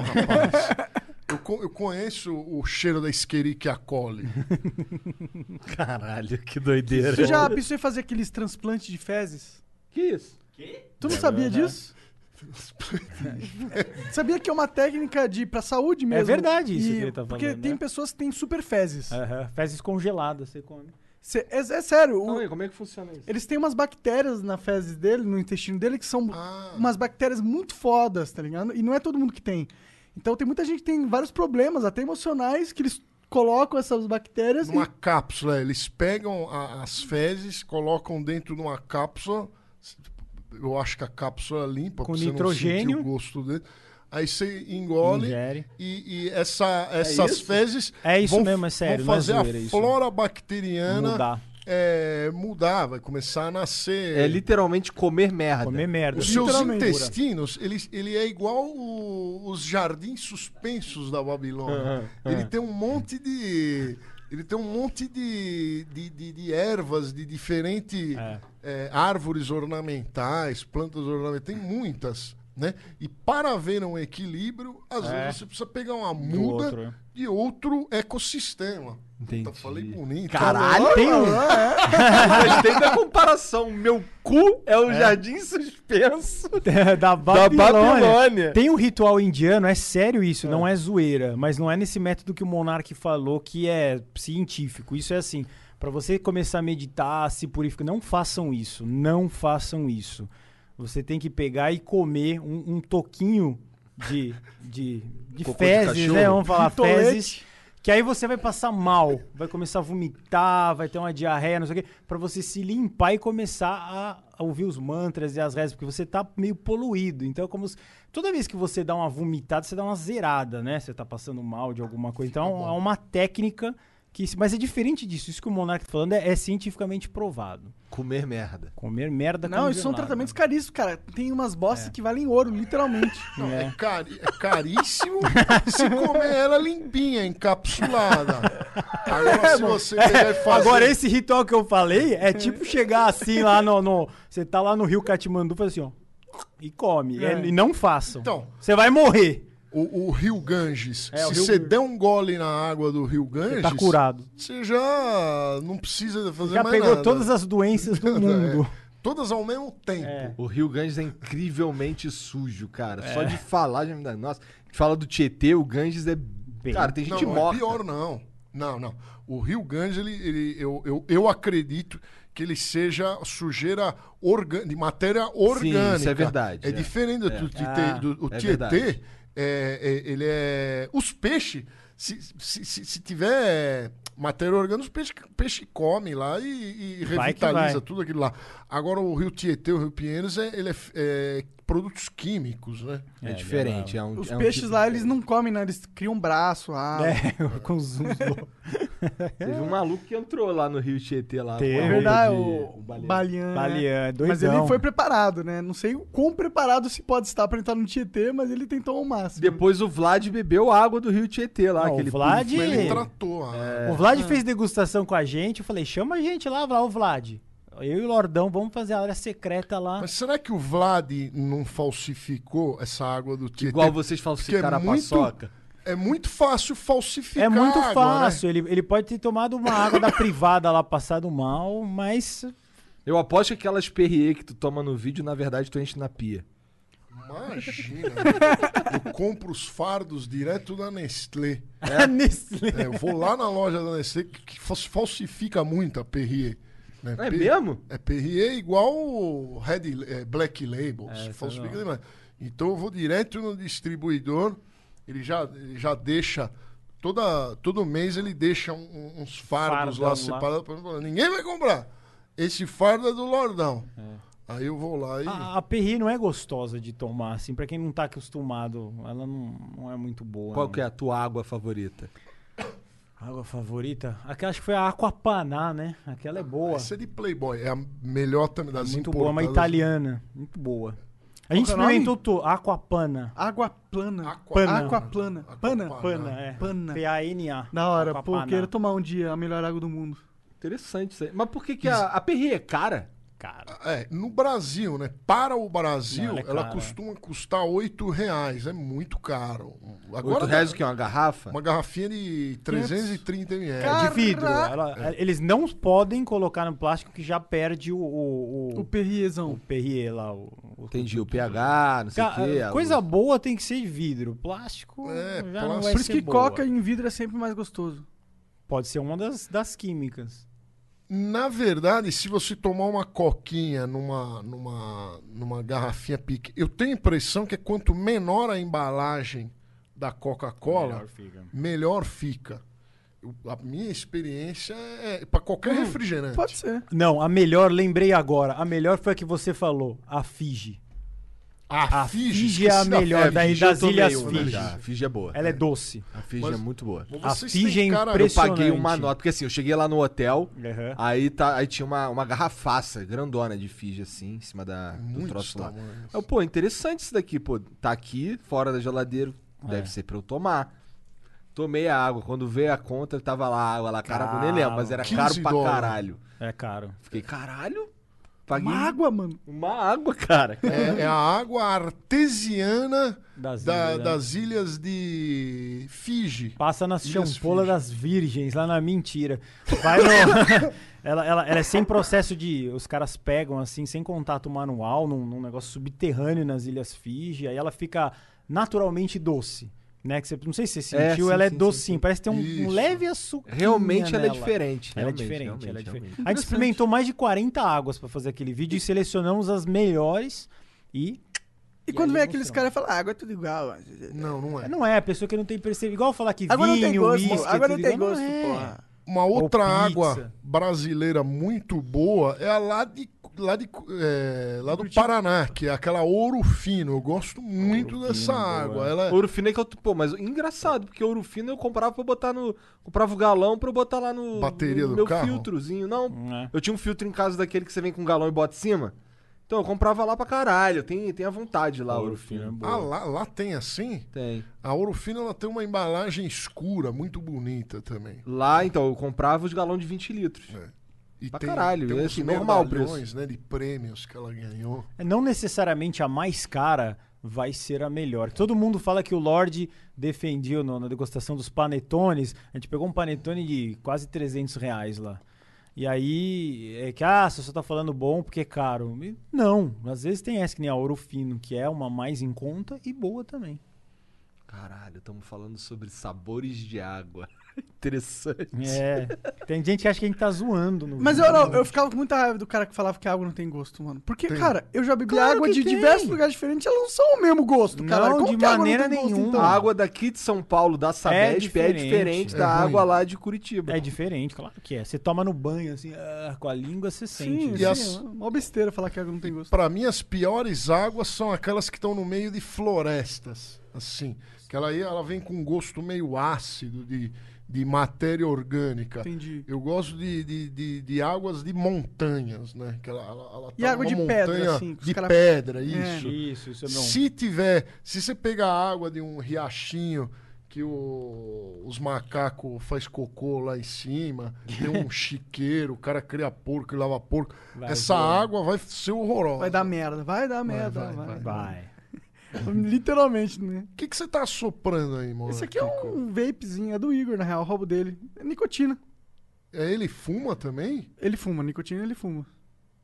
[SPEAKER 4] rapaz. Eu, co- eu conheço o cheiro da Escherichia coli.
[SPEAKER 1] Caralho, que doideira.
[SPEAKER 2] Tu já pensou em fazer aqueles transplantes de fezes?
[SPEAKER 1] Que isso?
[SPEAKER 2] Tu não sabia
[SPEAKER 3] É
[SPEAKER 2] disso? sabia que é uma técnica de pra saúde mesmo.
[SPEAKER 3] É verdade isso que ele tá
[SPEAKER 2] Porque
[SPEAKER 3] falando,
[SPEAKER 2] tem
[SPEAKER 3] né?
[SPEAKER 2] pessoas que têm super fezes. É,
[SPEAKER 3] Aham, Fezes congeladas, você come.
[SPEAKER 2] é sério. o-
[SPEAKER 1] Calma aí, como é que funciona isso?
[SPEAKER 2] eles têm umas bactérias na fezes dele, no intestino dele, que são
[SPEAKER 4] Ah.
[SPEAKER 2] umas bactérias muito fodas, tá ligado? E não é todo mundo que tem. Então tem muita gente que tem vários problemas, até emocionais, que eles colocam essas bactérias
[SPEAKER 4] Numa
[SPEAKER 2] e
[SPEAKER 4] cápsula, eles pegam a- as fezes, colocam dentro de uma cápsula. Eu acho que a cápsula limpa,
[SPEAKER 3] Com
[SPEAKER 4] pra você não
[SPEAKER 3] nitrogênio.
[SPEAKER 4] sentir o gosto dele. Aí você engole,
[SPEAKER 3] Ingere.
[SPEAKER 4] e, e essa, essas
[SPEAKER 1] isso?
[SPEAKER 4] fezes
[SPEAKER 3] É isso
[SPEAKER 4] vão,
[SPEAKER 3] mesmo, é sério, não
[SPEAKER 4] vão
[SPEAKER 3] é
[SPEAKER 4] fazer
[SPEAKER 3] zoeira
[SPEAKER 4] a
[SPEAKER 3] isso.
[SPEAKER 4] flora bacteriana
[SPEAKER 3] Mudar.
[SPEAKER 4] é, mudar, vai começar a nascer.
[SPEAKER 1] É literalmente comer merda.
[SPEAKER 3] Comer merda.
[SPEAKER 4] os seus
[SPEAKER 3] Literalmente.
[SPEAKER 4] intestinos, ele, ele é igual o- os jardins suspensos da Babilônia. Ele tem um monte de. Ele tem um monte de, de, de- de ervas, de diferentes
[SPEAKER 3] É.
[SPEAKER 4] árvores ornamentais, plantas ornamentais, tem muitas. Né? E para haver um equilíbrio, às vezes você pprecisa pegar uma muda
[SPEAKER 3] É. outro, é.
[SPEAKER 4] de outro ecossistema.
[SPEAKER 1] Entendi.
[SPEAKER 4] Puta, falei bonito.
[SPEAKER 1] Caralho, tem um.
[SPEAKER 2] Ah,
[SPEAKER 1] Gostei da comparação. Meu cu é o jardim suspenso.
[SPEAKER 3] da
[SPEAKER 1] Babilônia.
[SPEAKER 3] Babilônia. Tem um ritual indiano, é sério isso, não é zoeira, mas não é nesse método que o Monark falou que é científico. Isso é assim, pra você começar a meditar, se purificar, não façam isso, não façam isso. Você tem que pegar e comer um, um toquinho de, de, de
[SPEAKER 1] Cocô de
[SPEAKER 3] fezes,
[SPEAKER 1] cachorro.
[SPEAKER 3] né? Vamos falar
[SPEAKER 2] Tolete.
[SPEAKER 3] fezes Que aí você vai passar mal, vai começar a vomitar, vai ter uma diarreia, não sei o quê, pra você se limpar e começar a, a ouvir os mantras e as rezas, porque você tá meio poluído. Então é como se, toda vez que você dá uma vomitada, você dá uma zerada, né? Você tá passando mal de alguma coisa. Então é uma técnica que, se- mas é diferente disso. Isso que o Monark tá falando é, é cientificamente provado.
[SPEAKER 1] Comer merda.
[SPEAKER 3] Comer merda
[SPEAKER 2] Não, isso é um são
[SPEAKER 3] congelada.
[SPEAKER 2] tratamentos caríssimos, cara. Tem umas bostas
[SPEAKER 3] É.
[SPEAKER 2] que valem ouro, literalmente.
[SPEAKER 4] Não, é. cari- é caríssimo se comer ela limpinha, encapsulada. Agora, se você quiser fazer.
[SPEAKER 3] É, Agora, esse ritual que eu falei é tipo chegar assim lá no. no- você tá lá no Rio Catimandu, faz assim, ó. E come. É, e não façam.
[SPEAKER 4] Então.
[SPEAKER 3] Você vai morrer.
[SPEAKER 4] O, o Rio Ganges.
[SPEAKER 3] É, o
[SPEAKER 4] se
[SPEAKER 3] Rio
[SPEAKER 4] você
[SPEAKER 3] Ganges.
[SPEAKER 4] der um gole na água do Rio Ganges.
[SPEAKER 3] Você tá curado.
[SPEAKER 4] Você já não precisa fazer
[SPEAKER 3] Já
[SPEAKER 4] mais
[SPEAKER 3] pegou
[SPEAKER 4] nada. É.
[SPEAKER 3] todas as doenças do mundo.
[SPEAKER 4] Todas ao mesmo tempo.
[SPEAKER 3] É.
[SPEAKER 1] O Rio Ganges é incrivelmente sujo, cara. Só de falar já me dá. Nossa, a gente fala do Tietê, o Ganges é. Cara, tem
[SPEAKER 4] Não,
[SPEAKER 1] gente
[SPEAKER 4] não
[SPEAKER 1] morta.
[SPEAKER 4] é pior, não. Não, não. O Rio Ganges, ele, ele- eu, eu, eu acredito que ele seja sujeira orga- de matéria orgânica.
[SPEAKER 1] isso é verdade,
[SPEAKER 4] É,
[SPEAKER 1] é.
[SPEAKER 4] diferente do, do,
[SPEAKER 3] Ah,
[SPEAKER 4] do- do
[SPEAKER 1] é
[SPEAKER 4] Tietê.
[SPEAKER 1] verdade.
[SPEAKER 4] é- é- ele é... Os peixes, se, se, se, se tiver matéria orgânica, os peixes peixe come lá e, e
[SPEAKER 3] Vai que
[SPEAKER 4] revitaliza
[SPEAKER 3] vai.
[SPEAKER 4] tudo aquilo lá. Agora, o Rio Tietê, o Rio Pinheiros, é, ele é, f- é produtos químicos, né?
[SPEAKER 1] É, diferente. É um,
[SPEAKER 2] Os
[SPEAKER 1] é um
[SPEAKER 2] peixes
[SPEAKER 1] tipo-
[SPEAKER 2] lá, eles não comem, né? Eles criam braço, ah,
[SPEAKER 3] É, com os uns loucos.
[SPEAKER 1] Teve um maluco que entrou lá no Rio Tietê lá.
[SPEAKER 3] Teve.
[SPEAKER 1] com
[SPEAKER 2] É
[SPEAKER 1] a
[SPEAKER 2] verdade,
[SPEAKER 1] roupa de-
[SPEAKER 2] o
[SPEAKER 1] um baleia.
[SPEAKER 2] Balian. né?
[SPEAKER 3] Balian, é doidão.
[SPEAKER 2] Mas ele foi preparado, né? Não sei o quão preparado se pode estar pra entrar no Tietê, mas ele tentou ao máximo.
[SPEAKER 1] Depois o Vlad bebeu água do Rio Tietê lá.
[SPEAKER 3] Não, o
[SPEAKER 1] aquele
[SPEAKER 3] Vlad-
[SPEAKER 1] pulo-
[SPEAKER 4] Mas
[SPEAKER 3] Ih.
[SPEAKER 4] ele tratou. a-
[SPEAKER 1] É.
[SPEAKER 3] O Vlad fez degustação com a gente. Eu falei, chama a gente lá, Vlad. Ô, Vlad. Eu e o Lordão vamos fazer a área secreta lá.
[SPEAKER 4] Mas será que o Vlad não falsificou essa água do Tietê?
[SPEAKER 1] Igual vocês falam,
[SPEAKER 4] Porque
[SPEAKER 1] esse cara paçoca.
[SPEAKER 4] É muito fácil falsificar
[SPEAKER 3] É muito
[SPEAKER 4] a água, né?
[SPEAKER 3] fácil. Ele, ele pode ter tomado uma água da privada lá, passado mal, mas
[SPEAKER 1] Eu aposto que aquelas perrier que tu toma no vídeo, na verdade, tu enche na pia.
[SPEAKER 4] Né? Imagina. eu compro os fardos direto da Nestlé.
[SPEAKER 3] é Nestlé.
[SPEAKER 4] É, eu vou lá na loja da Nestlé, que, que fals- falsifica muito a Perrier. né?
[SPEAKER 1] É
[SPEAKER 4] Per-
[SPEAKER 1] mesmo?
[SPEAKER 4] É Perrier igual o Red, é, Black Label.
[SPEAKER 3] tá
[SPEAKER 4] falsifica demais. Então eu vou direto no distribuidor, ele já, ele já deixa. Toda, todo mês ele deixa um- um- uns fardos
[SPEAKER 3] Fardão
[SPEAKER 4] lá
[SPEAKER 3] lá.
[SPEAKER 4] separados pra mim, falando, ninguém vai comprar. Esse fardo é do Lordão. Aí eu vou lá e.
[SPEAKER 3] A, a Perrier não é gostosa de tomar, assim, pra quem não tá acostumado, ela não, não é muito boa.
[SPEAKER 1] Qual
[SPEAKER 3] não.
[SPEAKER 1] que é a tua água favorita?
[SPEAKER 3] Água favorita? Aquela acho que foi a Aquapaná, né? Aquela é boa.
[SPEAKER 4] Essa é de Playboy, é a melhor também das
[SPEAKER 3] É muito
[SPEAKER 4] importadas.
[SPEAKER 3] boa, uma italiana. Muito boa. A gente
[SPEAKER 2] que é o nome?
[SPEAKER 3] experimentou to- Aquapana.
[SPEAKER 2] Água plana.
[SPEAKER 4] Aquapana.
[SPEAKER 2] Aquaplana. Pana.
[SPEAKER 4] Aquapana.
[SPEAKER 3] Pana, é.
[SPEAKER 2] Pana.
[SPEAKER 3] P-A-N-A.
[SPEAKER 2] Da hora, pô,
[SPEAKER 3] Aquapana.
[SPEAKER 2] queira tomar um dia a melhor água do mundo.
[SPEAKER 1] Interessante isso aí. Mas por que, que a, a perrier é cara?
[SPEAKER 3] Cara,
[SPEAKER 4] É, no Brasil, né? Para o Brasil,
[SPEAKER 3] Não, ela é
[SPEAKER 4] ela
[SPEAKER 3] cara.
[SPEAKER 4] costuma custar 8 reais. É muito caro.
[SPEAKER 1] Agora,
[SPEAKER 4] Agora,
[SPEAKER 1] 8 reais o que? Uma garrafa?
[SPEAKER 4] uma garrafinha de 330 ml.
[SPEAKER 2] Cara,
[SPEAKER 3] de vidro.
[SPEAKER 2] Caraca.
[SPEAKER 3] é Ela- é, Eles não podem colocar no plástico que já perde o, o, o,
[SPEAKER 2] O
[SPEAKER 3] o
[SPEAKER 2] perriezão.
[SPEAKER 3] Perrier lá. O, o-
[SPEAKER 1] Entendi, o pH, não sei o
[SPEAKER 3] Ca-
[SPEAKER 1] quê. a
[SPEAKER 3] coisa
[SPEAKER 1] luz.
[SPEAKER 3] boa tem que ser de vidro. Plástico
[SPEAKER 4] É,
[SPEAKER 3] já não
[SPEAKER 4] plástico.
[SPEAKER 3] vai
[SPEAKER 2] Por isso
[SPEAKER 3] ser
[SPEAKER 2] que
[SPEAKER 3] boa.
[SPEAKER 2] coca em vidro é sempre mais gostoso.
[SPEAKER 3] Pode ser uma das, das químicas.
[SPEAKER 4] Na verdade, se você tomar uma coquinha numa, numa, numa garrafinha pique, eu tenho a impressão que é quanto menor a embalagem da Coca-Cola,
[SPEAKER 3] fica.
[SPEAKER 4] melhor fica. Eu- a minha experiência é para qualquer
[SPEAKER 3] Hum, É
[SPEAKER 4] refrigerante.
[SPEAKER 2] Pode
[SPEAKER 3] tipo
[SPEAKER 2] ser.
[SPEAKER 3] Não, a melhor, lembrei agora. A melhor foi a que você falou, a Fiji.
[SPEAKER 4] A,
[SPEAKER 3] A
[SPEAKER 4] Fiji,
[SPEAKER 3] Fiji é a
[SPEAKER 4] esqueci da
[SPEAKER 3] melhor,
[SPEAKER 4] Fiji.
[SPEAKER 3] daí
[SPEAKER 1] Fiji eu
[SPEAKER 3] das
[SPEAKER 1] tomei
[SPEAKER 3] Ilhas
[SPEAKER 1] uma
[SPEAKER 3] Fiji.
[SPEAKER 1] já. A Fiji é boa.
[SPEAKER 3] Ela é doce.
[SPEAKER 1] A Fiji
[SPEAKER 4] Mas-
[SPEAKER 1] é muito boa.
[SPEAKER 4] Vocês
[SPEAKER 3] a Fiji
[SPEAKER 4] têm
[SPEAKER 3] é
[SPEAKER 4] cara-
[SPEAKER 1] Eu paguei
[SPEAKER 3] impressionante.
[SPEAKER 1] uma nota, porque assim, eu cheguei lá no hotel,
[SPEAKER 3] Aham.
[SPEAKER 1] aí, tá, aí tinha uma, uma garrafaça grandona de Fiji, assim, em cima da, do
[SPEAKER 4] Muitos
[SPEAKER 1] troço lá.
[SPEAKER 4] tamanhos.
[SPEAKER 1] Eu, pô, interessante isso daqui, pô. Tá aqui, fora da geladeira, deve
[SPEAKER 3] É.
[SPEAKER 1] ser pra eu tomar. Tomei a água, quando veio a conta, tava lá a água lá, caraca, eu nem lembro, mas era
[SPEAKER 4] 15
[SPEAKER 1] caro pra
[SPEAKER 4] dólares.
[SPEAKER 1] caralho.
[SPEAKER 3] É caro.
[SPEAKER 1] Fiquei, caralho? Paguei
[SPEAKER 2] Uma água, mano.
[SPEAKER 1] uma água, cara.
[SPEAKER 4] É, é a água artesiana
[SPEAKER 3] Das
[SPEAKER 4] da-
[SPEAKER 1] né?
[SPEAKER 3] ilhas,
[SPEAKER 4] das ilhas de Fiji.
[SPEAKER 3] Passa nas
[SPEAKER 4] Ilhas
[SPEAKER 3] champolas
[SPEAKER 4] Fiji.
[SPEAKER 3] das virgens, lá na mentira. Vai no... ela, ela, ela é sem processo de. Os caras pegam assim, sem contato manual, num, num negócio subterrâneo nas Ilhas Fiji, aí ela fica naturalmente doce. Né? Que você, não sei se você
[SPEAKER 1] É,
[SPEAKER 3] sentiu,
[SPEAKER 1] sim,
[SPEAKER 3] ela é
[SPEAKER 1] sim, sim,
[SPEAKER 3] docinha.
[SPEAKER 1] sim.
[SPEAKER 3] Parece ter um, um
[SPEAKER 4] Isso.
[SPEAKER 3] leve açúcar.
[SPEAKER 1] Realmente ela é diferente.
[SPEAKER 3] Ela é
[SPEAKER 1] realmente,
[SPEAKER 3] diferente,
[SPEAKER 1] realmente,
[SPEAKER 3] ela é diferente.
[SPEAKER 1] realmente.
[SPEAKER 3] A gente experimentou mais de 40 águas pra fazer aquele vídeo e selecionamos as melhores e
[SPEAKER 2] E, quando
[SPEAKER 3] aí
[SPEAKER 2] vem
[SPEAKER 3] não
[SPEAKER 2] aqueles caras
[SPEAKER 3] funciona.
[SPEAKER 2] e falam, ah, água é tudo igual.
[SPEAKER 4] Não, não é.
[SPEAKER 3] Não é, a pessoa que não tem percebido. Igual falar que
[SPEAKER 2] Água não tem
[SPEAKER 3] vinho,
[SPEAKER 2] gosto,
[SPEAKER 3] uísque,
[SPEAKER 2] água não
[SPEAKER 3] tudo
[SPEAKER 2] tem
[SPEAKER 3] igual,
[SPEAKER 2] gosto,
[SPEAKER 3] é.
[SPEAKER 2] porra.
[SPEAKER 4] Uma outra
[SPEAKER 3] pizza.
[SPEAKER 4] água brasileira muito boa é a lá de. Lá, de, é, lá do Paraná, que é aquela ouro fino. Eu gosto muito dessa água. Ela é-
[SPEAKER 1] Ouro fino é que eu. Pô, mas engraçado, porque ouro fino eu comprava pra botar no. Comprava o galão pra eu botar lá no.
[SPEAKER 4] Bateria
[SPEAKER 1] no
[SPEAKER 4] do
[SPEAKER 1] meu
[SPEAKER 4] carro?
[SPEAKER 1] filtrozinho. Não.
[SPEAKER 3] É.
[SPEAKER 1] Eu tinha um filtro em casa daquele que você vem com um galão e bota em cima. Então eu comprava lá pra caralho. Tem, tem à vontade lá, ouro
[SPEAKER 3] é
[SPEAKER 1] fino.
[SPEAKER 4] Ah, lá, lá tem assim?
[SPEAKER 1] Tem.
[SPEAKER 4] A ouro fino ela tem uma embalagem escura, muito bonita também.
[SPEAKER 1] Lá, então, eu comprava os galões de 20 litros.
[SPEAKER 4] E
[SPEAKER 1] Pra caralho, é assim, normal o preço.
[SPEAKER 4] medalhões, né, de prêmios que ela ganhou.
[SPEAKER 3] Não necessariamente a mais cara vai ser a melhor. Todo mundo fala que o Lorde defendia no- na degustação dos panetones. A gente pegou um panetone de quase 300 reais lá. E aí, é que, ah, você só tá falando bom porque é caro. E não, às vezes tem essa que nem a Ouro Fino, que é uma mais em conta e boa também.
[SPEAKER 1] Caralho, estamos falando sobre sabores de água. Interessante.
[SPEAKER 3] É, tem gente que acha que a gente tá zoando. No
[SPEAKER 2] Mas
[SPEAKER 3] vídeo.
[SPEAKER 2] eu, não, eu ficava com muita raiva do cara que falava que a água não tem gosto, mano. Porque, cara, eu já bebi
[SPEAKER 3] Claro
[SPEAKER 2] água
[SPEAKER 3] que
[SPEAKER 2] de
[SPEAKER 3] tem.
[SPEAKER 2] diversos lugares diferentes, elas não são o mesmo gosto, cara.
[SPEAKER 3] Não, de maneira nenhuma.
[SPEAKER 2] então?
[SPEAKER 1] A água daqui de São Paulo, da Sabesp, é diferente,
[SPEAKER 3] diferente. É
[SPEAKER 1] da
[SPEAKER 4] ruim.
[SPEAKER 1] água lá de Curitiba.
[SPEAKER 3] É diferente, claro que é. Você toma no banho, assim, ah, com a língua, você
[SPEAKER 2] Sim,
[SPEAKER 3] sente.
[SPEAKER 2] sim,
[SPEAKER 4] E as-
[SPEAKER 2] é uma besteira falar que a água não tem gosto.
[SPEAKER 4] Pra mim, as piores águas são aquelas que estão no meio de florestas, assim. Que ela, aí- ela vem com um gosto meio ácido de, de matéria orgânica.
[SPEAKER 2] Entendi.
[SPEAKER 4] Eu gosto de, de, de, de águas de montanhas, né? Que ela, ela, ela
[SPEAKER 2] E
[SPEAKER 4] tá
[SPEAKER 2] água
[SPEAKER 4] numa
[SPEAKER 2] de pedra,
[SPEAKER 4] montanha
[SPEAKER 2] assim, que os
[SPEAKER 4] de
[SPEAKER 2] cara-
[SPEAKER 4] pedra,
[SPEAKER 2] É.
[SPEAKER 4] isso.
[SPEAKER 3] Isso, isso é bom.
[SPEAKER 4] Se tiver, se você pegar a água de um riachinho que o- os macacos faz cocô lá em cima, tem um chiqueiro, o cara cria porco e lava porco,
[SPEAKER 3] Vai
[SPEAKER 4] essa
[SPEAKER 3] ver.
[SPEAKER 4] água vai ser horrorosa.
[SPEAKER 2] Vai dar merda, vai dar merda, vai.
[SPEAKER 4] vai, vai.
[SPEAKER 3] Vai.
[SPEAKER 2] Literalmente, né?
[SPEAKER 4] O que que você tá soprando aí, mano?
[SPEAKER 2] Esse aqui é
[SPEAKER 4] Kiko?
[SPEAKER 2] um vapezinho, é do Igor, na real, roubo dele. É nicotina.
[SPEAKER 4] É, ele fuma também?
[SPEAKER 2] Ele fuma, nicotina ele fuma.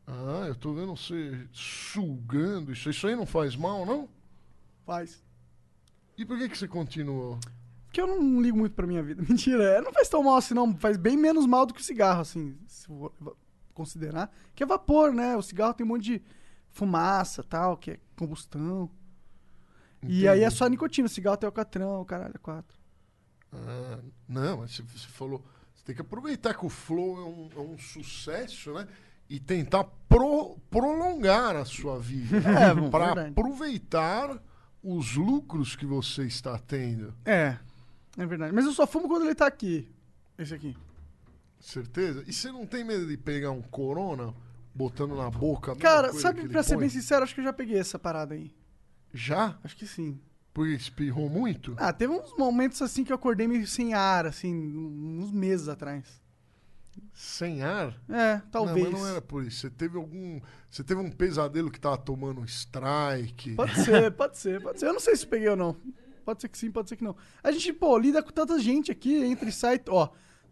[SPEAKER 4] Ah, eu tô vendo você sugando isso. Isso aí não faz mal, não?
[SPEAKER 2] Faz.
[SPEAKER 4] E por que que você continuou?
[SPEAKER 2] Porque eu não ligo muito pra minha vida. Mentira, é, não faz tão mal assim, não. Faz bem menos mal do que o cigarro, assim, se for considerar. Que é vapor, né? O cigarro tem um monte de fumaça tal, que é combustão. E aí é só nicotina. O cigarro tem alcatrão, caralho, é quatro.
[SPEAKER 4] Ah, não, mas você você falou. Você tem que aproveitar que o Flow é um, é um sucesso, né? E tentar pro- prolongar a sua vida.
[SPEAKER 2] É, bom,
[SPEAKER 4] Para
[SPEAKER 2] verdade.
[SPEAKER 4] aproveitar os lucros que você está tendo.
[SPEAKER 2] É, é verdade. Mas eu só fumo quando ele tá aqui. Esse aqui.
[SPEAKER 4] Certeza? E você não tem medo de pegar um corona botando na boca? a mesma
[SPEAKER 2] Cara,
[SPEAKER 4] coisa que
[SPEAKER 2] sabe,
[SPEAKER 4] ele
[SPEAKER 2] pra ser
[SPEAKER 4] põe?
[SPEAKER 2] bem sincero, acho que eu já peguei essa parada aí.
[SPEAKER 4] Já?
[SPEAKER 2] Acho que sim.
[SPEAKER 4] Porque espirrou muito?
[SPEAKER 2] Ah, teve uns momentos assim que eu acordei meio sem ar, assim, uns meses atrás.
[SPEAKER 4] Sem ar?
[SPEAKER 2] É, talvez.
[SPEAKER 4] Não, mas não era por isso. Você teve algum. Você teve um pesadelo que tava tomando um strike.
[SPEAKER 2] Pode ser, pode ser, pode ser. Eu não sei se peguei ou não. Pode ser que sim, pode ser que não. A gente, pô, lida com tanta gente aqui, entra e sai. Ó,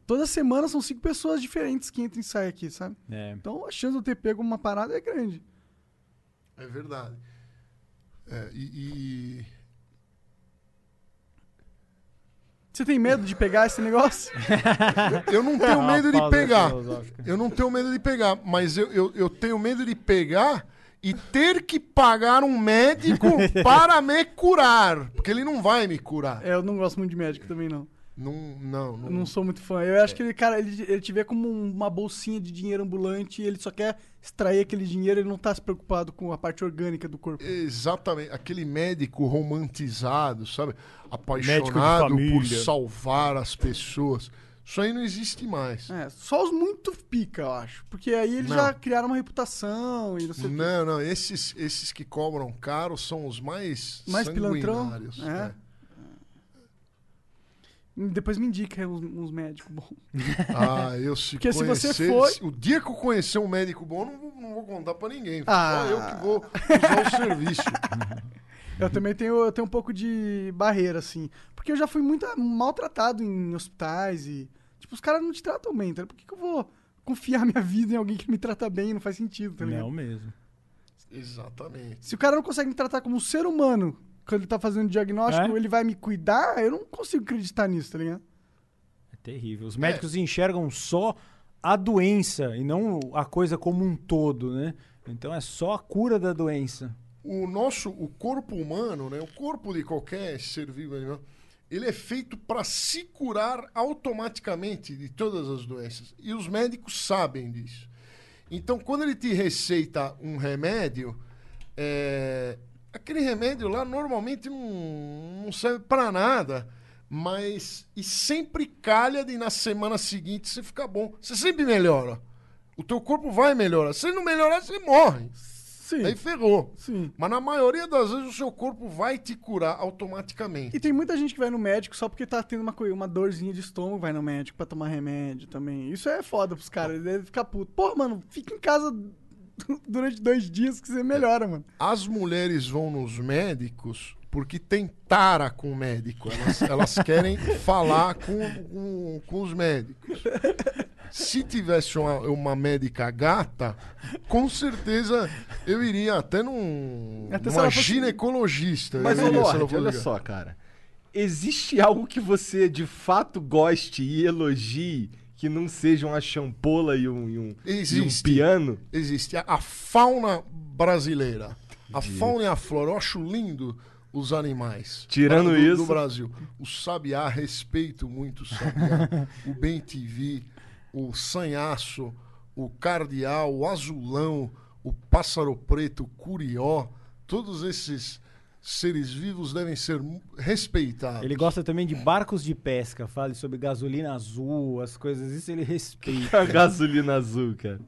[SPEAKER 2] toda semana são cinco pessoas diferentes que entram e saem aqui, sabe?
[SPEAKER 3] É.
[SPEAKER 2] Então a chance de eu ter pego uma parada é grande.
[SPEAKER 4] É verdade. É, e, e-
[SPEAKER 2] Você tem medo de pegar esse negócio?
[SPEAKER 4] Eu não tenho
[SPEAKER 3] Uma
[SPEAKER 4] medo de
[SPEAKER 3] pausa
[SPEAKER 4] pegar.
[SPEAKER 3] filosófica.
[SPEAKER 4] Eu não tenho medo de pegar, mas eu, eu, eu tenho medo de pegar e ter que pagar um médico para me curar. Porque ele não vai me curar.
[SPEAKER 2] É, eu não gosto muito de médico também, não.
[SPEAKER 4] Não, não,
[SPEAKER 2] Eu
[SPEAKER 4] não.
[SPEAKER 2] não sou muito fã. Eu acho que ele, cara, ele, ele te vê como um- uma bolsinha de dinheiro ambulante e ele só quer extrair aquele dinheiro, ele não tá se preocupado com a parte orgânica do corpo.
[SPEAKER 4] Exatamente, aquele médico romantizado, sabe?
[SPEAKER 3] de
[SPEAKER 4] Apaixonado por
[SPEAKER 3] família.
[SPEAKER 4] salvar as pessoas. Isso aí não existe mais.
[SPEAKER 2] É, só os muito pica, eu acho. Porque aí eles
[SPEAKER 4] Não.
[SPEAKER 2] já criaram uma reputação e não sei o quê.
[SPEAKER 4] Não, não, esses, esses que cobram caro são os mais,
[SPEAKER 2] Mais pilantrão?
[SPEAKER 4] sanguinários.
[SPEAKER 2] É. Depois me indica uns, uns médicos bons.
[SPEAKER 4] Ah, eu se
[SPEAKER 2] Porque se
[SPEAKER 4] conhecer,
[SPEAKER 2] você foi-
[SPEAKER 4] se- O dia que eu conhecer um médico bom, eu não, vou- não vou contar pra ninguém.
[SPEAKER 2] Ah.
[SPEAKER 4] Só eu que vou usar o serviço.
[SPEAKER 2] Eu também tenho, eu tenho um pouco de barreira, assim. Porque eu já fui muito ah, maltratado em hospitais e. Tipo, os caras não te tratam bem, tá? ligado? Por que, que eu vou confiar minha vida em alguém que me trata bem? Não faz sentido, tá ligado?
[SPEAKER 3] Não mesmo.
[SPEAKER 4] Exatamente.
[SPEAKER 2] Se o cara não consegue me tratar como um ser humano quando ele tá fazendo diagnóstico,
[SPEAKER 3] É?
[SPEAKER 2] ele vai me cuidar, eu não consigo acreditar nisso, tá ligado?
[SPEAKER 3] É terrível. Os médicos enxergam só a doença e não a coisa como um todo, né? Então é só a cura da doença.
[SPEAKER 4] o nosso o corpo humano, né, o corpo de qualquer ser vivo, animal, ele é feito para se curar automaticamente de todas as doenças. E os médicos sabem disso. Então, quando ele te receita um remédio, é, aquele remédio lá normalmente não, não serve para nada, mas e sempre calha de na semana seguinte você ficar bom. Você sempre melhora. O teu corpo vai melhorar. Se não melhorar, você morre.
[SPEAKER 2] Sim.
[SPEAKER 4] Aí ferrou.
[SPEAKER 2] Sim.
[SPEAKER 4] Mas na maioria das vezes o seu corpo vai te curar automaticamente.
[SPEAKER 2] E tem muita gente que vai no médico só porque tá tendo uma, coi- uma dorzinha de estômago, vai no médico pra tomar remédio também. Isso é foda pros caras, ele deve ficar puto. Pô, mano, fica em casa durante dois dias que você melhora, mano.
[SPEAKER 4] As mulheres vão nos médicos porque tem tara com o médico. Elas, elas querem falar com, com, com os médicos. Se tivesse uma, uma médica gata, com certeza eu iria até num
[SPEAKER 2] Até se
[SPEAKER 4] uma
[SPEAKER 2] ela fosse-
[SPEAKER 4] ginecologista.
[SPEAKER 1] Mas,
[SPEAKER 4] eu
[SPEAKER 1] ô
[SPEAKER 4] iria, se ela
[SPEAKER 1] Lorde,
[SPEAKER 4] for
[SPEAKER 1] olha
[SPEAKER 4] legal.
[SPEAKER 1] só, cara. Existe algo que você de fato goste e elogie que não seja uma champola e um, e um, e um
[SPEAKER 4] Existe.
[SPEAKER 1] piano?
[SPEAKER 4] existe a, a fauna brasileira. A fauna e a flora. Eu acho lindo os animais.
[SPEAKER 1] Tirando
[SPEAKER 4] do,
[SPEAKER 1] isso-
[SPEAKER 4] Do Brasil. O sabiá, respeito muito o sabiá. o bem TV, o sanhaço, o cardeal, o azulão, o pássaro preto, o curió. Todos esses seres vivos devem ser mu- respeitados.
[SPEAKER 3] Ele gosta também de barcos de pesca, fale sobre gasolina azul, as coisas, isso ele respeita.
[SPEAKER 1] A gasolina azul, cara.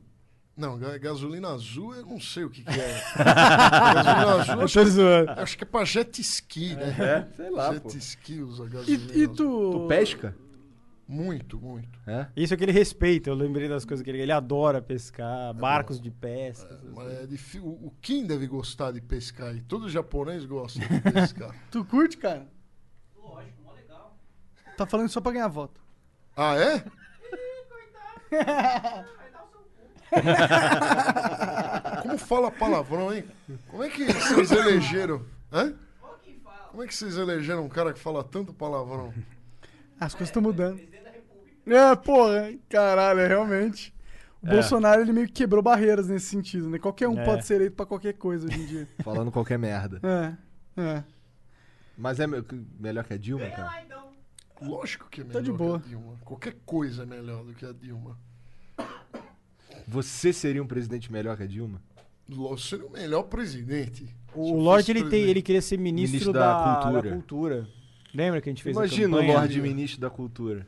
[SPEAKER 4] Não, ga- gasolina azul, eu não sei o que, que é. gasolina azul, acho que,
[SPEAKER 3] zoando.
[SPEAKER 4] acho que é pra jet ski, né?
[SPEAKER 1] É, sei lá, pô.
[SPEAKER 4] Jet ski usa
[SPEAKER 2] E,
[SPEAKER 4] gasolina.
[SPEAKER 2] e
[SPEAKER 4] azul.
[SPEAKER 2] tu.
[SPEAKER 1] Tu pesca?
[SPEAKER 4] Muito, muito.
[SPEAKER 1] É?
[SPEAKER 3] Isso é que ele respeita, eu lembrei das coisas que ele, ele adora pescar, barcos de pesca. essas
[SPEAKER 4] Mas é difí- O o Kim deve gostar de pescar e todo japonês gosta de pescar.
[SPEAKER 2] Tu curte, cara?
[SPEAKER 7] Lógico, mó legal.
[SPEAKER 2] Tá falando só pra ganhar voto.
[SPEAKER 4] ah, é?
[SPEAKER 7] Vai dar o seu cu.
[SPEAKER 4] Como fala palavrão, hein? Como é que vocês elegeram? Hã?
[SPEAKER 7] Olha quem fala.
[SPEAKER 4] Como é que vocês elegeram um cara que fala tanto palavrão?
[SPEAKER 2] Ah, As coisas estão mudando.
[SPEAKER 7] É, Presidente da República.
[SPEAKER 2] É, porra, caralho, é, realmente.
[SPEAKER 4] É.
[SPEAKER 2] O Bolsonaro, ele meio que quebrou barreiras nesse sentido, né? Qualquer um
[SPEAKER 3] É.
[SPEAKER 2] pode ser eleito pra qualquer coisa hoje em dia.
[SPEAKER 1] Falando qualquer merda.
[SPEAKER 2] É, é.
[SPEAKER 1] Mas é me- melhor que a Dilma,
[SPEAKER 7] Vem
[SPEAKER 1] cara?
[SPEAKER 7] lá então.
[SPEAKER 4] Lógico que é melhor
[SPEAKER 2] Tá de boa.
[SPEAKER 4] que a Dilma. Qualquer coisa é melhor do que a Dilma.
[SPEAKER 1] Você seria um presidente melhor que a Dilma?
[SPEAKER 4] Lógico, seria o melhor presidente. Se
[SPEAKER 3] O
[SPEAKER 4] eu
[SPEAKER 3] Lorde
[SPEAKER 4] fosse
[SPEAKER 3] ele, tem,
[SPEAKER 4] presidente.
[SPEAKER 3] ele queria ser ministro,
[SPEAKER 1] Ministro da
[SPEAKER 3] da, da cultura.
[SPEAKER 1] Cultura.
[SPEAKER 3] Lembra que a gente fez
[SPEAKER 1] Imagina o
[SPEAKER 3] a campanha?
[SPEAKER 1] Lorde Ministro da Cultura.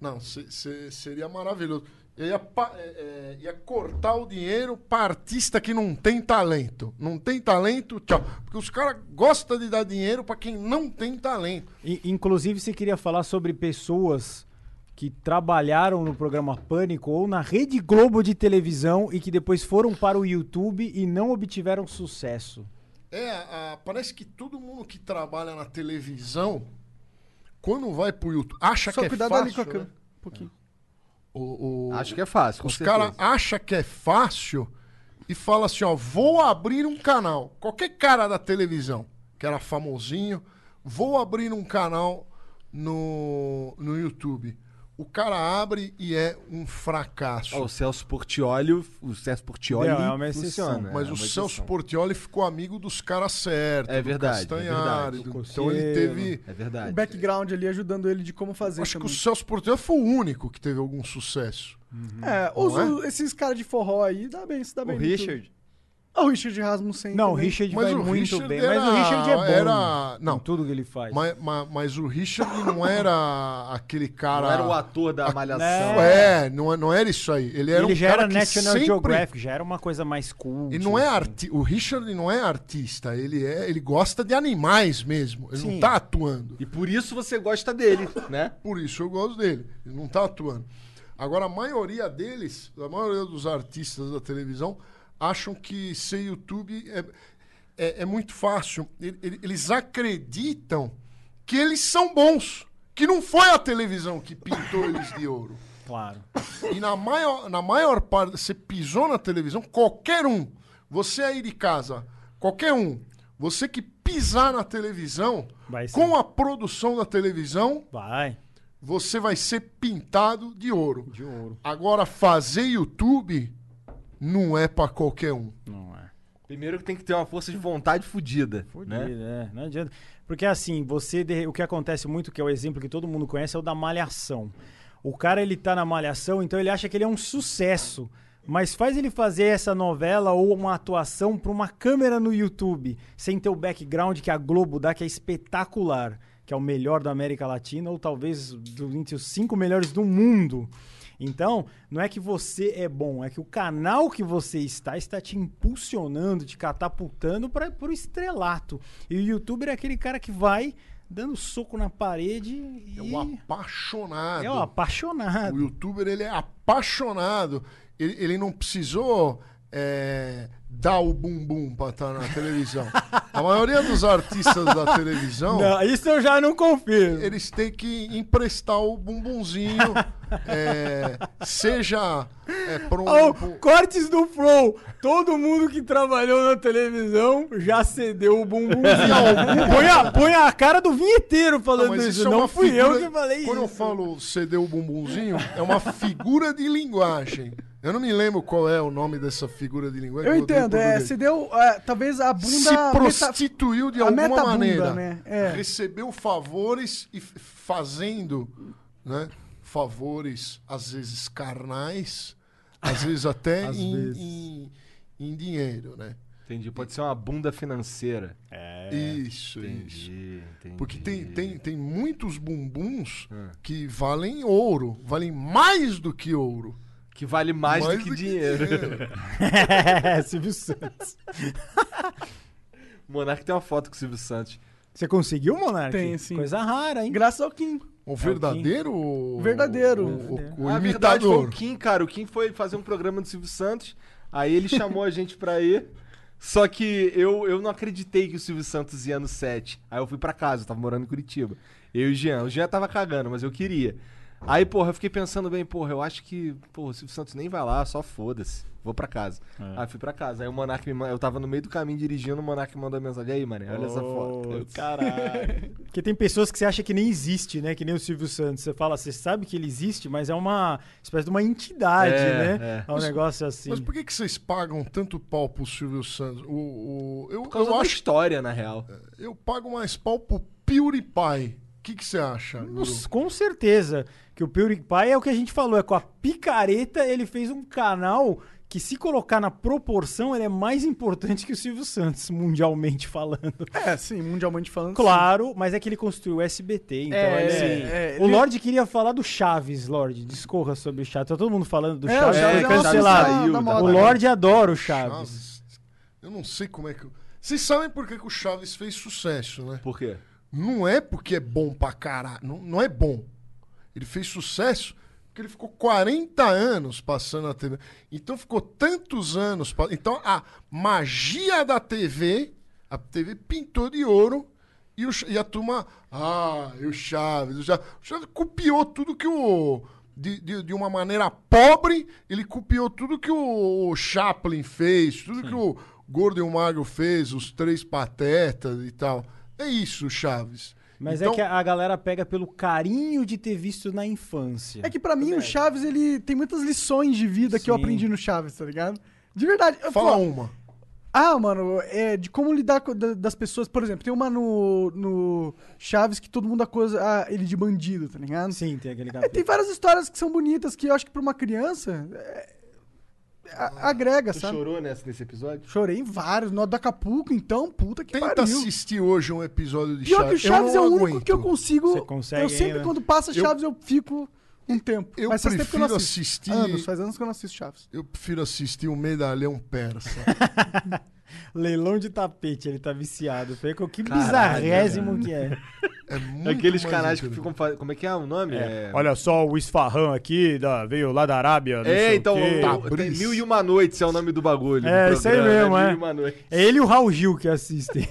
[SPEAKER 4] Não, se- se- seria maravilhoso. Eu ia, pa- é, é, ia cortar o dinheiro pra artista que não tem talento. Não tem talento, tchau. Porque os caras gostam de dar dinheiro pra quem não tem talento.
[SPEAKER 3] I- Inclusive, você queria falar sobre pessoas que trabalharam no programa Pânico ou na Rede Globo de televisão e que depois foram para o YouTube e não obtiveram sucesso.
[SPEAKER 4] É, a- parece que todo mundo que trabalha na televisão, quando vai pro YouTube, acha
[SPEAKER 2] Só
[SPEAKER 4] que é
[SPEAKER 2] cuidado
[SPEAKER 4] fácil.
[SPEAKER 2] ali com a
[SPEAKER 4] né?
[SPEAKER 2] câmera. Um pouquinho.
[SPEAKER 4] O- o-
[SPEAKER 1] Acho que é fácil, com
[SPEAKER 4] Os
[SPEAKER 1] certeza.
[SPEAKER 4] caras acham que é fácil e fala assim, ó, vou abrir um canal. Qualquer cara da televisão que era famosinho, vou abrir um canal no, no YouTube. O cara abre e é um fracasso.
[SPEAKER 1] Ó, o Celso Portioli, o Celso Portioli
[SPEAKER 3] Não, é uma exceção.
[SPEAKER 1] funciona.
[SPEAKER 4] Mas
[SPEAKER 1] é
[SPEAKER 4] o
[SPEAKER 1] uma
[SPEAKER 4] Celso
[SPEAKER 1] exceção.
[SPEAKER 4] Portioli ficou amigo dos caras certos.
[SPEAKER 1] É
[SPEAKER 4] do
[SPEAKER 1] verdade, é
[SPEAKER 4] Castanhari,
[SPEAKER 1] verdade.
[SPEAKER 4] do-
[SPEAKER 3] Do
[SPEAKER 4] então ele
[SPEAKER 3] Coceiro.
[SPEAKER 4] teve...
[SPEAKER 1] É
[SPEAKER 2] O
[SPEAKER 1] verdade.
[SPEAKER 2] background ali ajudando ele de como fazer
[SPEAKER 4] Acho que o
[SPEAKER 2] também.
[SPEAKER 4] Celso Portioli foi o único que teve algum sucesso.
[SPEAKER 2] É, os-
[SPEAKER 4] Não
[SPEAKER 2] esses caras de forró aí, dá bem, se dá
[SPEAKER 5] O
[SPEAKER 2] bem. no YouTube.
[SPEAKER 5] Richard.
[SPEAKER 2] Ah, o Richard Rasmussen.
[SPEAKER 3] Não, o
[SPEAKER 2] também.
[SPEAKER 3] Richard
[SPEAKER 4] Mas
[SPEAKER 3] vai
[SPEAKER 4] o
[SPEAKER 3] muito
[SPEAKER 4] Richard
[SPEAKER 3] bem.
[SPEAKER 4] era-
[SPEAKER 3] Mas o Richard é bom
[SPEAKER 4] era-
[SPEAKER 3] em
[SPEAKER 4] não.
[SPEAKER 3] tudo que ele faz.
[SPEAKER 4] Mas, ma- mas o Richard não era aquele cara...
[SPEAKER 1] Não era o ator da Malhação.
[SPEAKER 4] É, não, é- não era isso aí. Ele era
[SPEAKER 3] ele
[SPEAKER 4] um
[SPEAKER 3] já
[SPEAKER 4] cara
[SPEAKER 3] era
[SPEAKER 4] que
[SPEAKER 3] National
[SPEAKER 4] sempre...
[SPEAKER 3] Geographic, já era uma coisa mais cool. tipo,
[SPEAKER 4] E não é arti... O Richard não é artista, ele é, ele gosta de animais mesmo. Ele não
[SPEAKER 3] Sim.
[SPEAKER 4] tá atuando.
[SPEAKER 1] E por isso você gosta dele, né?
[SPEAKER 4] Por isso eu gosto dele. Ele não tá atuando. Agora a maioria deles, a maioria dos artistas da televisão acham que ser YouTube é, é, é muito fácil. Ele- ele- Eles acreditam que eles são bons, que não foi a televisão que pintou eles de ouro.
[SPEAKER 3] Claro.
[SPEAKER 4] E na maior, na maior parte, você pisou na televisão, qualquer um, você aí de casa, qualquer um, você que pisar na televisão,
[SPEAKER 3] Vai ser.
[SPEAKER 4] com a produção da televisão,
[SPEAKER 3] Vai.
[SPEAKER 4] você vai ser pintado de ouro.
[SPEAKER 3] De ouro.
[SPEAKER 4] Agora, fazer YouTube não é pra qualquer um.
[SPEAKER 3] Não é.
[SPEAKER 1] Primeiro que tem que ter uma força de vontade fodida. Né?
[SPEAKER 3] Fudido, é. Não adianta. Porque assim, você de- o que acontece muito, que é o exemplo que todo mundo conhece, é o da malhação. O cara ele tá na malhação, então ele acha que ele é um sucesso. Mas faz ele fazer essa novela ou uma atuação pra uma câmera no YouTube, sem ter o background que a Globo dá, que é espetacular, que é o melhor da América Latina, ou talvez do- entre os cinco melhores do mundo. Então, não é que você é bom, é que o canal que você está está te impulsionando, te catapultando para o estrelato. E o youtuber é aquele cara que vai dando soco na parede e
[SPEAKER 4] É um apaixonado.
[SPEAKER 3] é um apaixonado.
[SPEAKER 4] O youtuber, ele é apaixonado. Ele, ele não precisou é, dar o bumbum pra estar na televisão. A maioria dos artistas da televisão,
[SPEAKER 3] Não, isso eu já não confio.
[SPEAKER 4] eles têm que emprestar o bumbumzinho, é, seja é, pra um... pro-
[SPEAKER 3] Ah, cortes do Flow. Todo mundo que trabalhou na televisão já cedeu o bumbumzinho. põe, a, põe a cara do vinheteiro
[SPEAKER 4] Não,
[SPEAKER 3] falando
[SPEAKER 4] mas
[SPEAKER 3] isso.
[SPEAKER 4] isso é
[SPEAKER 3] não
[SPEAKER 4] uma
[SPEAKER 3] fui eu
[SPEAKER 4] figura-
[SPEAKER 3] que falei
[SPEAKER 4] Quando eu
[SPEAKER 3] isso.
[SPEAKER 4] falo ceder o bumbumzinho, é uma figura de linguagem. Eu não me lembro qual é o nome dessa figura de linguagem.
[SPEAKER 2] Eu
[SPEAKER 4] que odeio em
[SPEAKER 2] entendo, é,
[SPEAKER 4] português.
[SPEAKER 2] você deu é, talvez a bunda.
[SPEAKER 4] se
[SPEAKER 2] meta-
[SPEAKER 4] prostituiu de
[SPEAKER 2] a
[SPEAKER 4] alguma
[SPEAKER 2] metabunda,
[SPEAKER 4] maneira.
[SPEAKER 2] né? É.
[SPEAKER 4] Recebeu favores e f- fazendo, né? Favores, às vezes carnais, às vezes até
[SPEAKER 3] Às
[SPEAKER 4] em,
[SPEAKER 3] vezes.
[SPEAKER 4] em- em dinheiro, né?
[SPEAKER 1] Entendi. Pode ser uma bunda financeira.
[SPEAKER 4] isso, isso.
[SPEAKER 1] Entendi, entendi.
[SPEAKER 4] Porque tem, tem, tem muitos bumbuns que valem ouro, valem mais do que ouro.
[SPEAKER 1] Que vale mais, do que dinheiro.
[SPEAKER 3] É, Silvio Santos.
[SPEAKER 1] O Monark tem uma foto com o Silvio Santos.
[SPEAKER 3] Você conseguiu, Monark?
[SPEAKER 2] Tem, sim.
[SPEAKER 3] Coisa rara, hein?
[SPEAKER 2] Graças ao Kim.
[SPEAKER 4] O Um verdadeiro. O
[SPEAKER 2] Verdadeiro.
[SPEAKER 4] O, o
[SPEAKER 1] A Ah, é verdade foi um o
[SPEAKER 4] imitador.
[SPEAKER 1] Kim, cara. O Kim foi fazer um programa do Silvio Santos. Aí ele chamou a gente pra ir. Só que eu, eu não acreditei que o Silvio Santos ia no set. Aí eu fui pra casa, eu tava morando em Curitiba. Eu e o Jean. O Jean tava cagando, mas eu queria. Aí, porra, eu fiquei pensando bem, porra, eu acho que, porra, o Silvio Santos nem vai lá, só foda-se. Vou pra casa. Aí fui pra casa. Aí o Monark me mandou. Eu tava no meio do caminho dirigindo, o Monark mandou a mensagem. Aí, mano, olha essa foto. Eu, Caralho.
[SPEAKER 3] Porque tem pessoas que você acha que nem existe, né? Que nem o Silvio Santos. Você fala, você sabe que ele existe, mas é uma espécie de uma entidade,
[SPEAKER 1] É,
[SPEAKER 3] né?
[SPEAKER 1] é.
[SPEAKER 3] É, um negócio assim.
[SPEAKER 4] Mas por que, que vocês pagam tanto pau pro Silvio Santos? O, o- eu,
[SPEAKER 1] Por causa
[SPEAKER 4] eu
[SPEAKER 1] da
[SPEAKER 4] acho É.
[SPEAKER 1] história, na real.
[SPEAKER 4] eu pago mais pau pro PewDiePie. O que, que você acha? Guru?
[SPEAKER 3] Nossa, com certeza que o PewDiePie é o que a gente falou, é com a picareta ele fez um canal que se colocar na proporção ele é mais importante que o Silvio Santos, mundialmente falando.
[SPEAKER 2] É, sim, mundialmente falando.
[SPEAKER 3] Claro, mas é que ele construiu o SBT, então
[SPEAKER 2] É,
[SPEAKER 3] ele
[SPEAKER 2] sim, é,
[SPEAKER 3] O
[SPEAKER 2] ele-
[SPEAKER 3] Lorde queria falar do Chaves, Lorde, discorra sobre o Chaves, tá todo mundo falando do
[SPEAKER 2] sim. É, o
[SPEAKER 3] Chaves,
[SPEAKER 2] Chaves
[SPEAKER 1] é
[SPEAKER 2] é
[SPEAKER 1] Chaves
[SPEAKER 2] uma né?
[SPEAKER 1] cancelado.
[SPEAKER 2] opção
[SPEAKER 1] saiu
[SPEAKER 2] da
[SPEAKER 1] da
[SPEAKER 2] moda.
[SPEAKER 3] O Lorde adora o Chaves.
[SPEAKER 4] Chaves. Eu não sei como é que. eu- Vocês sabem por que, que o Chaves fez sucesso, né?
[SPEAKER 1] Por quê?
[SPEAKER 4] Não é porque é bom pra caralho. Não, não é bom. Ele fez sucesso porque ele ficou 40 anos passando na TV. Então ficou tantos anos. pa- Então a magia da TV, a TV pintou de ouro. E, o Ch- e a turma, ah, e o Chaves, o Chaves, o Chaves copiou tudo que o. De, de, de uma maneira pobre, ele copiou tudo que o, Chaplin fez, tudo que o Gordo e o Magro fez, os três patetas e tal. É isso, Chaves.
[SPEAKER 3] Mas
[SPEAKER 4] Então-
[SPEAKER 3] é que a galera pega pelo carinho de ter visto na infância.
[SPEAKER 2] É que pra mim o Chaves, ele tem muitas lições de vida que eu
[SPEAKER 3] Sim.
[SPEAKER 2] aprendi no Chaves, tá ligado? De verdade. Eu,
[SPEAKER 4] Fala um.
[SPEAKER 2] pô,
[SPEAKER 4] uma.
[SPEAKER 2] Ah, mano, é de como lidar com, da- das pessoas. Por exemplo, tem uma no, no Chaves que todo mundo acusa ah, ele de bandido, tá ligado?
[SPEAKER 3] Sim, tem aquele
[SPEAKER 2] É, tem
[SPEAKER 3] capítulo.
[SPEAKER 2] várias histórias que são bonitas que eu acho que pra uma criança é, a- agrega,
[SPEAKER 1] Tu
[SPEAKER 2] sabe?
[SPEAKER 1] chorou nessa, nesse episódio?
[SPEAKER 2] Chorei em vários. No do Acapulco, então, puta que
[SPEAKER 4] Tenta
[SPEAKER 2] pariu.
[SPEAKER 4] assistir hoje um episódio de
[SPEAKER 2] Pior que o
[SPEAKER 4] Chaves.
[SPEAKER 2] Chaves é
[SPEAKER 4] não
[SPEAKER 2] o único
[SPEAKER 4] aguento.
[SPEAKER 2] que eu consigo.
[SPEAKER 3] Você consegue
[SPEAKER 2] eu sempre,
[SPEAKER 3] ainda?
[SPEAKER 2] quando passa Chaves, eu, fico um tempo.
[SPEAKER 4] eu
[SPEAKER 2] Mas faz tempo que eu não
[SPEAKER 4] prefiro
[SPEAKER 2] assisto.
[SPEAKER 4] assistir-
[SPEAKER 2] Anos, faz anos que eu não assisto Chaves.
[SPEAKER 4] Eu prefiro assistir o Medalhão Persa.
[SPEAKER 3] Leilão de tapete, ele tá viciado. Pega que
[SPEAKER 1] Caralho,
[SPEAKER 3] bizarrésimo que é.
[SPEAKER 4] É muito
[SPEAKER 1] Aqueles
[SPEAKER 4] mais
[SPEAKER 1] canais que
[SPEAKER 4] incrível.
[SPEAKER 1] ficam fazendo. Como é que é o nome? É,
[SPEAKER 3] Olha só o esfarrão aqui, da- veio lá da Arábia. não
[SPEAKER 1] É,
[SPEAKER 3] sei o
[SPEAKER 1] então.
[SPEAKER 3] quê.
[SPEAKER 1] o- o- Tem
[SPEAKER 4] Tabriz.
[SPEAKER 1] Mil e Uma Noites é o nome do bagulho. do
[SPEAKER 3] É, isso aí
[SPEAKER 1] programa, né?
[SPEAKER 3] mesmo, é.
[SPEAKER 1] Mil e Uma Noites.
[SPEAKER 3] É ele e o Raul Gil que assistem.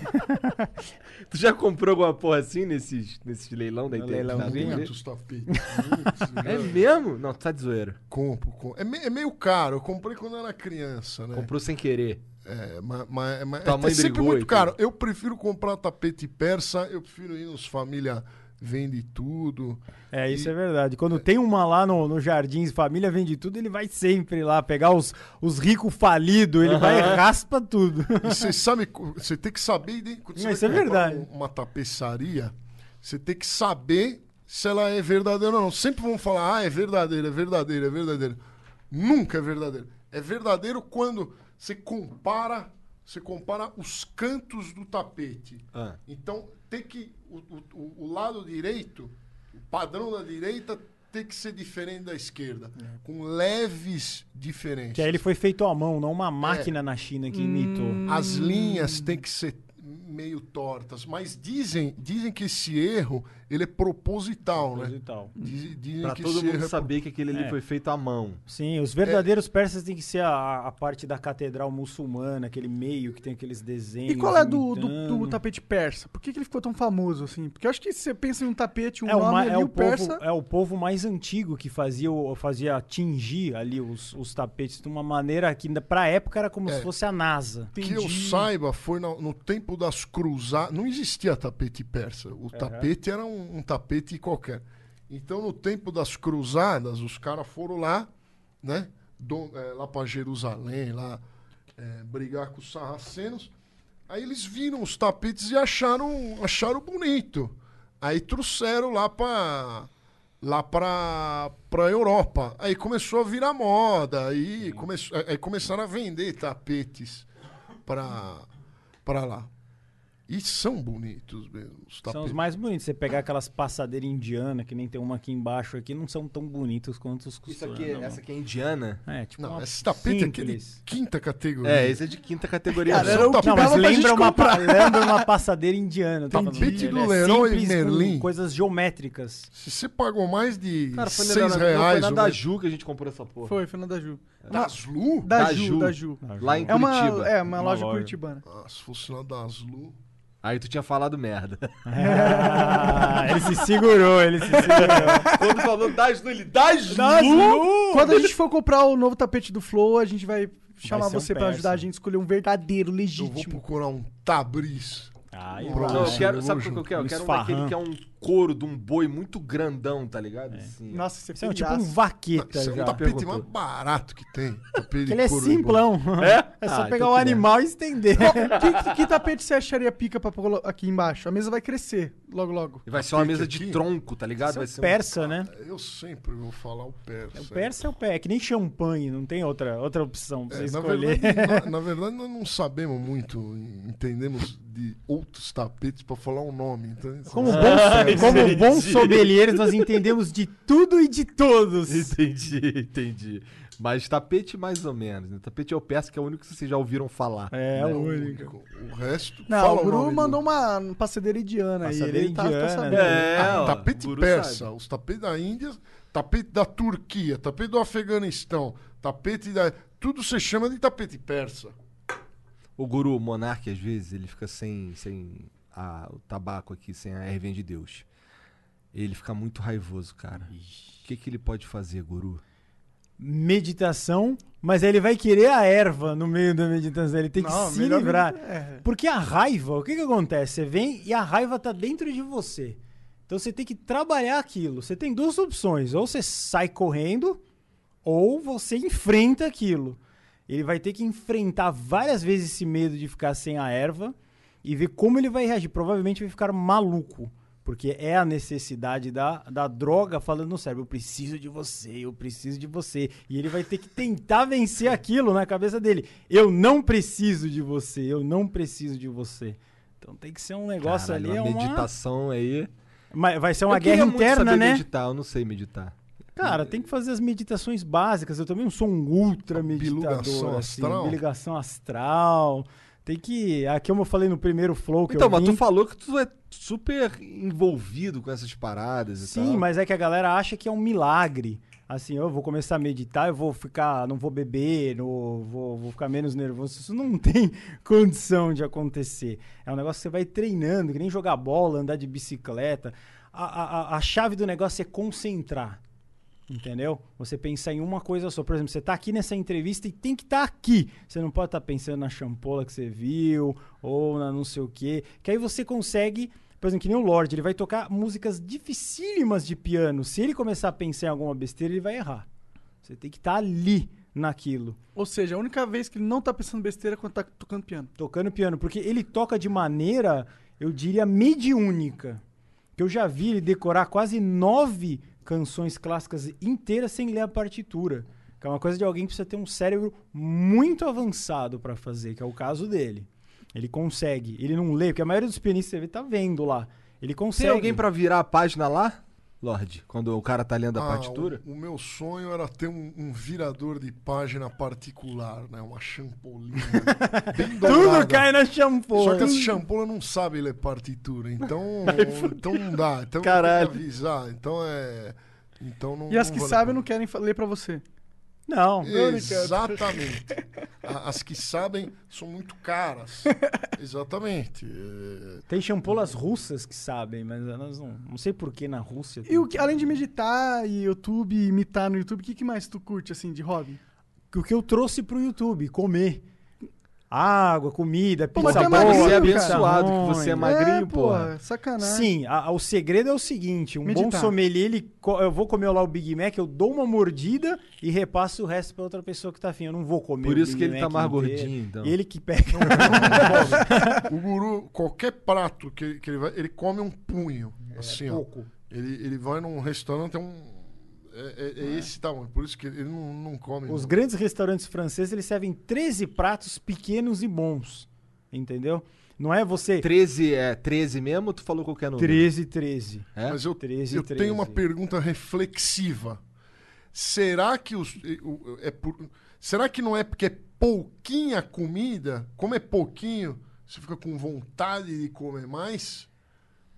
[SPEAKER 1] Tu já comprou alguma porra assim nesses, nesses leilão da
[SPEAKER 2] É,
[SPEAKER 3] No
[SPEAKER 1] internet? tá
[SPEAKER 2] né?
[SPEAKER 3] leilãozinho?
[SPEAKER 1] vendo?
[SPEAKER 4] Muitos tapetes. Muitos,
[SPEAKER 1] É
[SPEAKER 4] né?
[SPEAKER 1] mesmo? Não, tu tá de zoeira.
[SPEAKER 4] Compro, compro. É, me- é meio caro. Eu comprei quando era criança, né?
[SPEAKER 1] Comprou sem querer.
[SPEAKER 4] É, mas, mas, mas
[SPEAKER 1] Tua
[SPEAKER 4] é
[SPEAKER 1] mãe
[SPEAKER 4] sempre
[SPEAKER 2] então.
[SPEAKER 1] brigou e
[SPEAKER 4] muito
[SPEAKER 1] tudo.
[SPEAKER 4] caro. Eu prefiro comprar tapete persa. Eu prefiro ir nos família vende tudo.
[SPEAKER 3] É, isso
[SPEAKER 4] E-
[SPEAKER 3] é verdade. Quando tem uma lá no, no Jardins Família Vende Tudo, ele vai sempre lá pegar os, os ricos falidos, ele vai e raspa tudo.
[SPEAKER 4] E você sabe, co- você tem que saber. iden- quando você
[SPEAKER 3] Não,
[SPEAKER 4] vai
[SPEAKER 3] isso é
[SPEAKER 4] comprar
[SPEAKER 3] verdade.
[SPEAKER 4] um- Uma tapeçaria, você tem que saber se ela é verdadeira ou não. Sempre vão falar, ah, é verdadeira, é verdadeira, é verdadeira. Nunca é verdadeiro. É verdadeiro quando você compara, você compara os cantos do tapete.
[SPEAKER 1] Ah.
[SPEAKER 4] Então tem que o, o- o- o lado direito, o padrão da direita tem que ser diferente da esquerda, com leves diferenças.
[SPEAKER 3] É. Que aí ele foi feito à mão, não
[SPEAKER 2] É.
[SPEAKER 3] uma máquina na China
[SPEAKER 2] Hum.
[SPEAKER 3] que imitou.
[SPEAKER 4] As linhas têm que ser meio tortas, mas dizem, dizem que esse erro ele é proposital,
[SPEAKER 3] Coisa e
[SPEAKER 4] né?
[SPEAKER 3] tal.
[SPEAKER 4] Diz- dizem
[SPEAKER 1] Pra
[SPEAKER 4] que
[SPEAKER 1] todo
[SPEAKER 4] esse erro
[SPEAKER 1] mundo
[SPEAKER 4] é pro-
[SPEAKER 1] saber que aquele ali
[SPEAKER 3] É.
[SPEAKER 1] foi feito à mão.
[SPEAKER 3] Sim, os verdadeiros
[SPEAKER 2] É.
[SPEAKER 3] persas tem que ser a, a parte da catedral muçulmana, aquele meio que tem aqueles desenhos.
[SPEAKER 2] E qual é do, do,
[SPEAKER 3] imitando.
[SPEAKER 2] do tapete persa? Por que, que ele ficou tão famoso assim? Porque eu acho que se você pensa em um tapete, um
[SPEAKER 3] É o,
[SPEAKER 2] nome
[SPEAKER 3] ma-
[SPEAKER 2] ali,
[SPEAKER 3] é
[SPEAKER 2] o,
[SPEAKER 3] o povo,
[SPEAKER 2] persa...
[SPEAKER 3] é o povo mais antigo que fazia, o- fazia tingir ali os, os tapetes de uma maneira que, ainda pra época, era como
[SPEAKER 4] É.
[SPEAKER 3] se fosse a NASA.
[SPEAKER 4] Que eu saiba, foi no, no tempo das cruzadas. Não existia tapete persa. O tapete era um, um tapete qualquer. Então, no tempo das cruzadas, os caras foram lá, né? do- eh, lá para Jerusalém, lá eh, brigar com os sarracenos. Aí eles viram os tapetes e acharam, acharam bonito. Aí trouxeram lá para lá para para Europa. Aí começou a virar moda, aí, come, aí começaram a vender tapetes para para lá. E são bonitos mesmo os
[SPEAKER 3] São os
[SPEAKER 4] tapetes.
[SPEAKER 3] mais bonitos. Você pegar aquelas passadeiras indianas, que nem tem uma aqui embaixo aqui, não são tão bonitos quanto os
[SPEAKER 1] Isso
[SPEAKER 3] costurados.
[SPEAKER 1] aqui, essa aqui é indiana?
[SPEAKER 3] É, tipo
[SPEAKER 4] Não,
[SPEAKER 3] uma
[SPEAKER 4] esse tapete aqui é de
[SPEAKER 3] simples.
[SPEAKER 4] quinta
[SPEAKER 3] Hum.
[SPEAKER 4] categoria.
[SPEAKER 1] É, esse é de quinta categoria.
[SPEAKER 2] Cara,
[SPEAKER 1] não.
[SPEAKER 2] era o que dava
[SPEAKER 3] Não, mas
[SPEAKER 2] pra gente
[SPEAKER 3] lembra uma, pa-
[SPEAKER 2] comprar.
[SPEAKER 3] lembra uma passadeira indiana. eu tava falando.
[SPEAKER 4] Tapete do
[SPEAKER 3] Ele é
[SPEAKER 4] Leroy
[SPEAKER 3] simples com
[SPEAKER 4] Merlin.
[SPEAKER 3] coisas geométricas.
[SPEAKER 4] Se você pagou mais de
[SPEAKER 1] Cara, foi na,
[SPEAKER 4] seis
[SPEAKER 1] na-
[SPEAKER 4] reais um
[SPEAKER 2] um
[SPEAKER 1] foi
[SPEAKER 4] o
[SPEAKER 1] na da Ju que a gente comprou essa porra.
[SPEAKER 2] Foi, foi na da Ju.
[SPEAKER 4] Daslu?
[SPEAKER 2] Da,
[SPEAKER 1] Da
[SPEAKER 2] Ju,
[SPEAKER 1] Ju.
[SPEAKER 2] da Ju.
[SPEAKER 1] Lá em
[SPEAKER 2] É uma,
[SPEAKER 1] Curitiba.
[SPEAKER 2] é, uma,
[SPEAKER 3] Uma
[SPEAKER 2] loja
[SPEAKER 3] loja.
[SPEAKER 2] curitibana.
[SPEAKER 4] Ah, se fosse na Daslu.
[SPEAKER 1] Aí tu tinha falado merda.
[SPEAKER 3] Ah, ele se segurou, ele se segurou.
[SPEAKER 1] Quando falou das Lu, ele das
[SPEAKER 3] Das
[SPEAKER 1] Lu?
[SPEAKER 2] Quando a gente for comprar o novo tapete do Flow, a gente vai chamar
[SPEAKER 3] ser um
[SPEAKER 2] você pra
[SPEAKER 3] persa.
[SPEAKER 2] ajudar a gente a escolher um verdadeiro,
[SPEAKER 4] Eu vou
[SPEAKER 2] legítimo.
[SPEAKER 4] procurar um Tabriz.
[SPEAKER 3] Ai,
[SPEAKER 4] Não,
[SPEAKER 1] Não, eu
[SPEAKER 4] Ah,
[SPEAKER 1] quero,
[SPEAKER 4] eu
[SPEAKER 1] sabe
[SPEAKER 4] vou
[SPEAKER 1] o que eu quero? Eu
[SPEAKER 3] junto.
[SPEAKER 1] quero um
[SPEAKER 3] Luiz
[SPEAKER 1] daquele
[SPEAKER 3] Farran.
[SPEAKER 1] que é um couro de um boi muito grandão, tá ligado? Assim, ó.
[SPEAKER 2] Nossa, você
[SPEAKER 3] Isso é um
[SPEAKER 2] foi
[SPEAKER 3] tipo um
[SPEAKER 2] graça.
[SPEAKER 3] vaqueta
[SPEAKER 4] Esse é
[SPEAKER 3] já.
[SPEAKER 4] um tapete
[SPEAKER 1] perguntou.
[SPEAKER 4] mais barato que tem. Tapete de
[SPEAKER 3] Ele é
[SPEAKER 4] couro
[SPEAKER 3] simplão.
[SPEAKER 1] É?
[SPEAKER 3] É só
[SPEAKER 1] Ah,
[SPEAKER 3] pegar
[SPEAKER 1] então
[SPEAKER 3] o
[SPEAKER 1] que
[SPEAKER 3] animal e estender.
[SPEAKER 2] que, que tapete você acharia pica pra pôr aqui embaixo? A mesa vai crescer logo, logo.
[SPEAKER 1] E vai ser uma mesa
[SPEAKER 4] Tapete
[SPEAKER 1] de
[SPEAKER 4] aqui?
[SPEAKER 1] tronco, tá ligado? Vai ser um-
[SPEAKER 3] Persa, né?
[SPEAKER 4] bom. Eu sempre vou falar o persa.
[SPEAKER 3] O persa é o pé, é que nem champanhe, não tem outra, outra opção pra
[SPEAKER 4] É,
[SPEAKER 3] você
[SPEAKER 4] na,
[SPEAKER 3] escolher.
[SPEAKER 4] verdade, na, na verdade, nós não sabemos muito, entendemos de outros tapetes pra falar o nome. Então, isso-
[SPEAKER 3] Como bons, como bons sommeliers, nós entendemos de tudo e de todos.
[SPEAKER 1] Entendi, entendi. Mas tapete mais ou menos, né? Tapete é o persa que é o único que vocês já ouviram falar.
[SPEAKER 3] É,
[SPEAKER 4] é
[SPEAKER 3] o
[SPEAKER 4] o
[SPEAKER 3] único.
[SPEAKER 4] único. O resto.
[SPEAKER 2] Não,
[SPEAKER 4] fala
[SPEAKER 2] o Guru
[SPEAKER 4] nome,
[SPEAKER 2] mandou um uma passadeira indiana aí.
[SPEAKER 3] Passadeira
[SPEAKER 2] Ele tá, tá
[SPEAKER 3] indiana,
[SPEAKER 2] sabendo.
[SPEAKER 3] né?
[SPEAKER 1] É,
[SPEAKER 4] Ah,
[SPEAKER 1] ó,
[SPEAKER 4] tapete
[SPEAKER 1] guru
[SPEAKER 4] persa,
[SPEAKER 1] sabe.
[SPEAKER 4] os tapetes da Índia, tapete da Turquia, tapete do Afeganistão, tapete da. Tudo se chama de tapete persa.
[SPEAKER 1] O guru o monarca, às vezes, ele fica sem, sem a- o tabaco aqui, sem a ervinha de Deus. Ele fica muito raivoso, cara. O que, que ele pode fazer, guru?
[SPEAKER 3] Meditação, mas aí ele vai querer a erva no meio da meditação, ele tem que
[SPEAKER 2] Não,
[SPEAKER 3] se
[SPEAKER 2] melhor
[SPEAKER 3] livrar.
[SPEAKER 2] medita- é.
[SPEAKER 3] Porque a raiva, o que que acontece? Você vem e a raiva tá dentro de você. Então você tem que trabalhar aquilo. Você tem duas opções, ou você sai correndo ou você enfrenta aquilo. Ele vai ter que enfrentar várias vezes esse medo de ficar sem a erva e ver como ele vai reagir. Provavelmente vai ficar maluco, porque é a necessidade da, da droga falando no cérebro: eu preciso de você, eu preciso de você. E ele vai ter que tentar vencer aquilo na cabeça dele: eu não preciso de você, eu não preciso de você. Então tem que ser um negócio
[SPEAKER 1] Caralho,
[SPEAKER 3] ali. É
[SPEAKER 1] uma
[SPEAKER 3] uma...
[SPEAKER 1] meditação aí.
[SPEAKER 3] Mas Vai ser É uma
[SPEAKER 1] Eu queria
[SPEAKER 3] guerra
[SPEAKER 1] muito
[SPEAKER 3] interna,
[SPEAKER 1] saber
[SPEAKER 3] né?
[SPEAKER 1] meditar, eu não sei meditar.
[SPEAKER 3] Cara, tem que fazer as meditações básicas. Eu também não sou um ultra meditador.
[SPEAKER 4] Bilugação
[SPEAKER 3] Assim,
[SPEAKER 4] astral?
[SPEAKER 3] Biligação astral. Tem que. Aqui, como eu falei no primeiro flow que
[SPEAKER 1] Então,
[SPEAKER 3] eu
[SPEAKER 1] mas
[SPEAKER 3] vim,
[SPEAKER 1] tu falou que tu é super envolvido com essas paradas e tal.
[SPEAKER 3] Sim, mas é que a galera acha que é um milagre. Assim, eu vou começar a meditar, eu vou ficar, não vou beber, não, vou, vou ficar menos nervoso. Isso não tem condição de acontecer. É um negócio que você vai treinando, que nem jogar bola, andar de bicicleta. A, a- a- a chave do negócio é concentrar. Entendeu? Você pensar em uma coisa só. Por exemplo, você tá aqui nessa entrevista e tem que estar aqui. Você não pode tá estar pensando na champola que você viu ou na não sei o quê. Que aí você consegue Por exemplo, que nem o Lorde, ele vai tocar músicas dificílimas de piano. Se ele começar a pensar em alguma besteira, ele vai errar. Você tem que estar ali naquilo.
[SPEAKER 2] Ou seja, a única vez que ele não tá pensando besteira é quando tá tocando piano.
[SPEAKER 3] Tocando piano, porque ele toca de maneira, eu diria, mediúnica. Que eu já vi ele decorar quase nove canções clássicas inteiras sem ler a partitura. Que é uma coisa de alguém que precisa ter um cérebro muito avançado para fazer, que é o caso dele. Ele consegue, ele não lê, porque a maioria dos pianistas você vê tá vendo lá. Ele
[SPEAKER 1] Tem
[SPEAKER 3] consegue.
[SPEAKER 1] alguém pra virar a página lá, Lorde? Quando o cara tá lendo a
[SPEAKER 4] Ah,
[SPEAKER 1] partitura?
[SPEAKER 4] O, o meu sonho era ter um, um virador de página particular, né? Uma champolina. bem dobrada.
[SPEAKER 3] Tudo cai na shampoo.
[SPEAKER 4] Só que as champolas não sabem ler partitura, então, então não dá. Então
[SPEAKER 5] Caralho.
[SPEAKER 4] Tem que avisar. Então é. Então não,
[SPEAKER 2] E as
[SPEAKER 4] não
[SPEAKER 2] que é né?
[SPEAKER 4] vale
[SPEAKER 2] sabem
[SPEAKER 4] a
[SPEAKER 2] não querem fa- ler pra você.
[SPEAKER 3] Não.
[SPEAKER 4] Exatamente. A- As que sabem são muito caras. Exatamente. É,
[SPEAKER 3] Tem champolas russas que sabem, mas elas não. Não sei por que na Rússia.
[SPEAKER 2] E o que, além de meditar e YouTube, imitar no YouTube, o que, que mais tu curte, assim, de hobby?
[SPEAKER 3] o que eu trouxe pro YouTube, comer. Água, comida,
[SPEAKER 2] Pô,
[SPEAKER 3] pizza
[SPEAKER 2] mas
[SPEAKER 1] Porra,
[SPEAKER 2] tu é
[SPEAKER 3] boa,
[SPEAKER 1] pô, você é
[SPEAKER 2] magrinho,
[SPEAKER 3] pizza
[SPEAKER 1] abençoado,
[SPEAKER 3] ruim.
[SPEAKER 1] que você é magrinho, porra.
[SPEAKER 2] Sacanagem.
[SPEAKER 3] Sim, a- a- o segredo é o seguinte, um bom
[SPEAKER 2] Meditar.
[SPEAKER 3] sommelier, ele, co- eu vou comer lá o Big Mac, eu dou uma mordida e repasso o resto pra outra pessoa que tá afim. Eu não vou comer
[SPEAKER 1] Por
[SPEAKER 3] o
[SPEAKER 1] isso
[SPEAKER 3] Big
[SPEAKER 1] que ele tá
[SPEAKER 3] Mac
[SPEAKER 1] mais
[SPEAKER 3] inteiro.
[SPEAKER 1] gordinho, então.
[SPEAKER 3] Ele que pega.
[SPEAKER 4] o guru, qualquer prato que, ele- que ele vai, ele come um punho. assim, ó.
[SPEAKER 3] pouco.
[SPEAKER 4] Ele, ele vai num restaurante, é um. É, é- é esse tamanho. Por isso que ele não, não come.
[SPEAKER 3] Os
[SPEAKER 4] não.
[SPEAKER 3] grandes restaurantes franceses, eles servem 13 pratos pequenos e bons, entendeu? Não é você...
[SPEAKER 1] 13 é 13 mesmo, tu falou qualquer número.
[SPEAKER 3] 13, 13.
[SPEAKER 1] É?
[SPEAKER 4] Mas eu,
[SPEAKER 3] 13,
[SPEAKER 4] eu
[SPEAKER 3] 13.
[SPEAKER 4] tenho uma pergunta reflexiva. Será que os. e- o- É por- será que não é porque é pouquinha comida? Como é pouquinho, você fica com vontade de comer mais?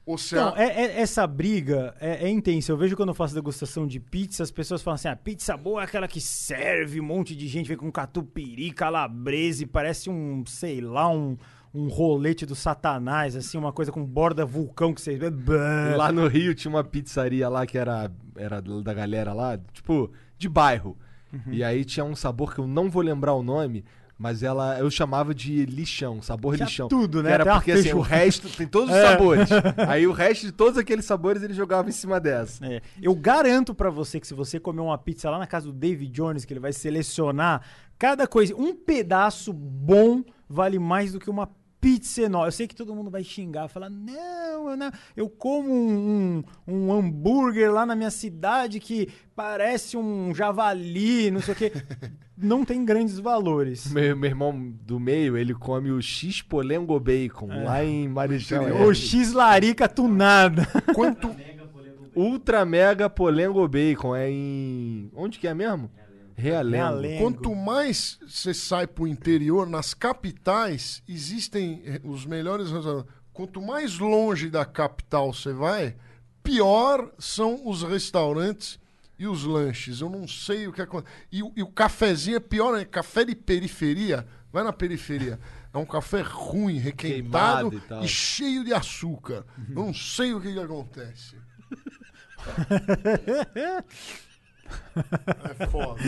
[SPEAKER 4] Ou será.
[SPEAKER 3] Então, é- é- essa briga é, é intensa. Eu vejo quando eu faço degustação de pizza, as pessoas falam assim: a pizza boa é aquela que serve um monte de gente, vem com catupiry, calabrese, parece um, sei lá, um, um rolete do satanás, assim, uma coisa com borda vulcão que você. Lá
[SPEAKER 1] Lá no Rio tinha uma pizzaria lá que era, era da galera lá, tipo, de bairro.
[SPEAKER 3] Uhum.
[SPEAKER 1] E aí tinha um sabor que eu não vou lembrar o nome, mas ela eu chamava de lixão, sabor
[SPEAKER 3] Tinha
[SPEAKER 1] lixão.
[SPEAKER 3] tudo,
[SPEAKER 1] Que
[SPEAKER 3] né?
[SPEAKER 1] era
[SPEAKER 3] Até uma
[SPEAKER 1] porque assim,
[SPEAKER 3] feijoada.
[SPEAKER 1] o resto tem todos os
[SPEAKER 3] É.
[SPEAKER 1] sabores. Aí o resto de todos aqueles sabores ele jogava em cima dessa.
[SPEAKER 3] É, eu garanto pra você que se você comer uma pizza lá na casa do David Jones, que ele vai selecionar cada coisa, um pedaço bom vale mais do que uma pizza enorme. Eu sei que todo mundo vai xingar, falar, não, eu, não- eu como um, um, um hambúrguer lá na minha cidade que parece um javali, não sei o quê. não tem grandes valores.
[SPEAKER 1] Meu, meu irmão do meio, ele come o X Polengo Bacon,
[SPEAKER 3] É.
[SPEAKER 1] lá em Marechal.
[SPEAKER 2] É.
[SPEAKER 3] O
[SPEAKER 1] Hermes.
[SPEAKER 3] X larica tunada.
[SPEAKER 4] Quanto.
[SPEAKER 1] Ultra Mega Polengo Bacon, é em... Onde que é mesmo? Realengo.
[SPEAKER 3] Realengo.
[SPEAKER 4] Quanto mais você sai pro interior, nas capitais existem eh, os melhores restaurantes. Quanto mais longe da capital você vai, pior são os restaurantes e os lanches. Eu não sei o que acontece. E, o- e o cafezinho é pior, né? Café de periferia. Vai na periferia. É um café ruim, requentado
[SPEAKER 1] Queimado e tal.
[SPEAKER 4] e, cheio de açúcar. Eu não sei o que, que acontece. É foda.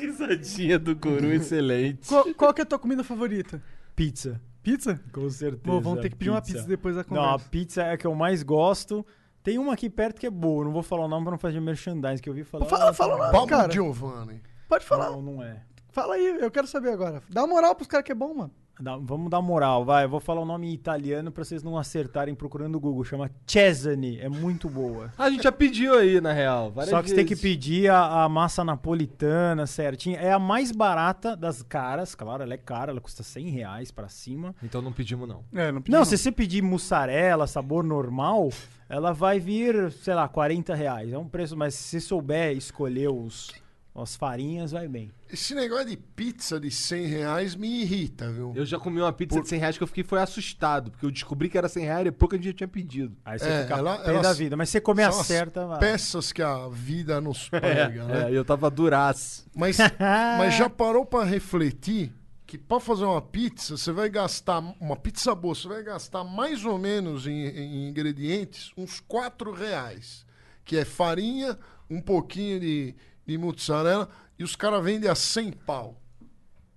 [SPEAKER 1] Risadinha do Guru, excelente.
[SPEAKER 2] Qual, qual que é a tua comida favorita?
[SPEAKER 3] Pizza.
[SPEAKER 2] Pizza?
[SPEAKER 3] Com certeza.
[SPEAKER 2] Pô, vamos ter que pedir uma pizza depois da
[SPEAKER 3] Não, a
[SPEAKER 2] conversa.
[SPEAKER 3] pizza é a que eu mais gosto. Tem uma aqui perto que é boa, eu não vou falar o nome pra não fazer merchandising, que eu vi falar.
[SPEAKER 2] Pô, fala-
[SPEAKER 3] ah,
[SPEAKER 2] fala o nome.
[SPEAKER 3] tá
[SPEAKER 4] Pablo
[SPEAKER 2] cara.
[SPEAKER 4] Giovanni.
[SPEAKER 2] Pode
[SPEAKER 3] bom.
[SPEAKER 2] falar.
[SPEAKER 3] Não, não é.
[SPEAKER 2] Fala aí, eu quero saber agora. Dá uma moral pros caras que é bom, mano.
[SPEAKER 3] Dá- vamos dar moral, vai. Eu vou falar o nome em italiano pra vocês não acertarem procurando no Google. Chama Cesani, é muito boa.
[SPEAKER 1] A gente já pediu aí, na real. várias
[SPEAKER 3] Só que você tem que
[SPEAKER 1] vezes.
[SPEAKER 3] pedir a, a massa napolitana certinha. É a mais barata das caras, claro, ela é cara, ela custa 100 reais pra cima.
[SPEAKER 1] Então não pedimos, não.
[SPEAKER 2] É, não
[SPEAKER 3] Não, se você pedir mussarela, sabor normal, ela vai vir, sei lá, 40 reais. É um preço, mas se você souber escolher os, as farinhas, vai bem.
[SPEAKER 4] Esse negócio de pizza de 100 reais me irrita, viu?
[SPEAKER 1] Eu já comi uma pizza de 100 reais que eu fiquei foi assustado, porque eu descobri que era 100 reais e pouco a gente já tinha pedido.
[SPEAKER 3] Aí você
[SPEAKER 4] É,
[SPEAKER 3] fica
[SPEAKER 4] ela-
[SPEAKER 3] pé
[SPEAKER 4] ela-
[SPEAKER 3] da vida. Mas se você comer a
[SPEAKER 4] São as
[SPEAKER 3] certa, vai.
[SPEAKER 4] Peças que a vida nos prega, né?
[SPEAKER 1] É, eu tava duraço.
[SPEAKER 4] Mas, mas já parou pra refletir que pra fazer uma pizza, você vai gastar, uma pizza boa, você vai gastar mais ou menos em, em ingredientes uns 4 reais. Que é farinha, um pouquinho de, de mussarela e os caras vendem a 100 pau.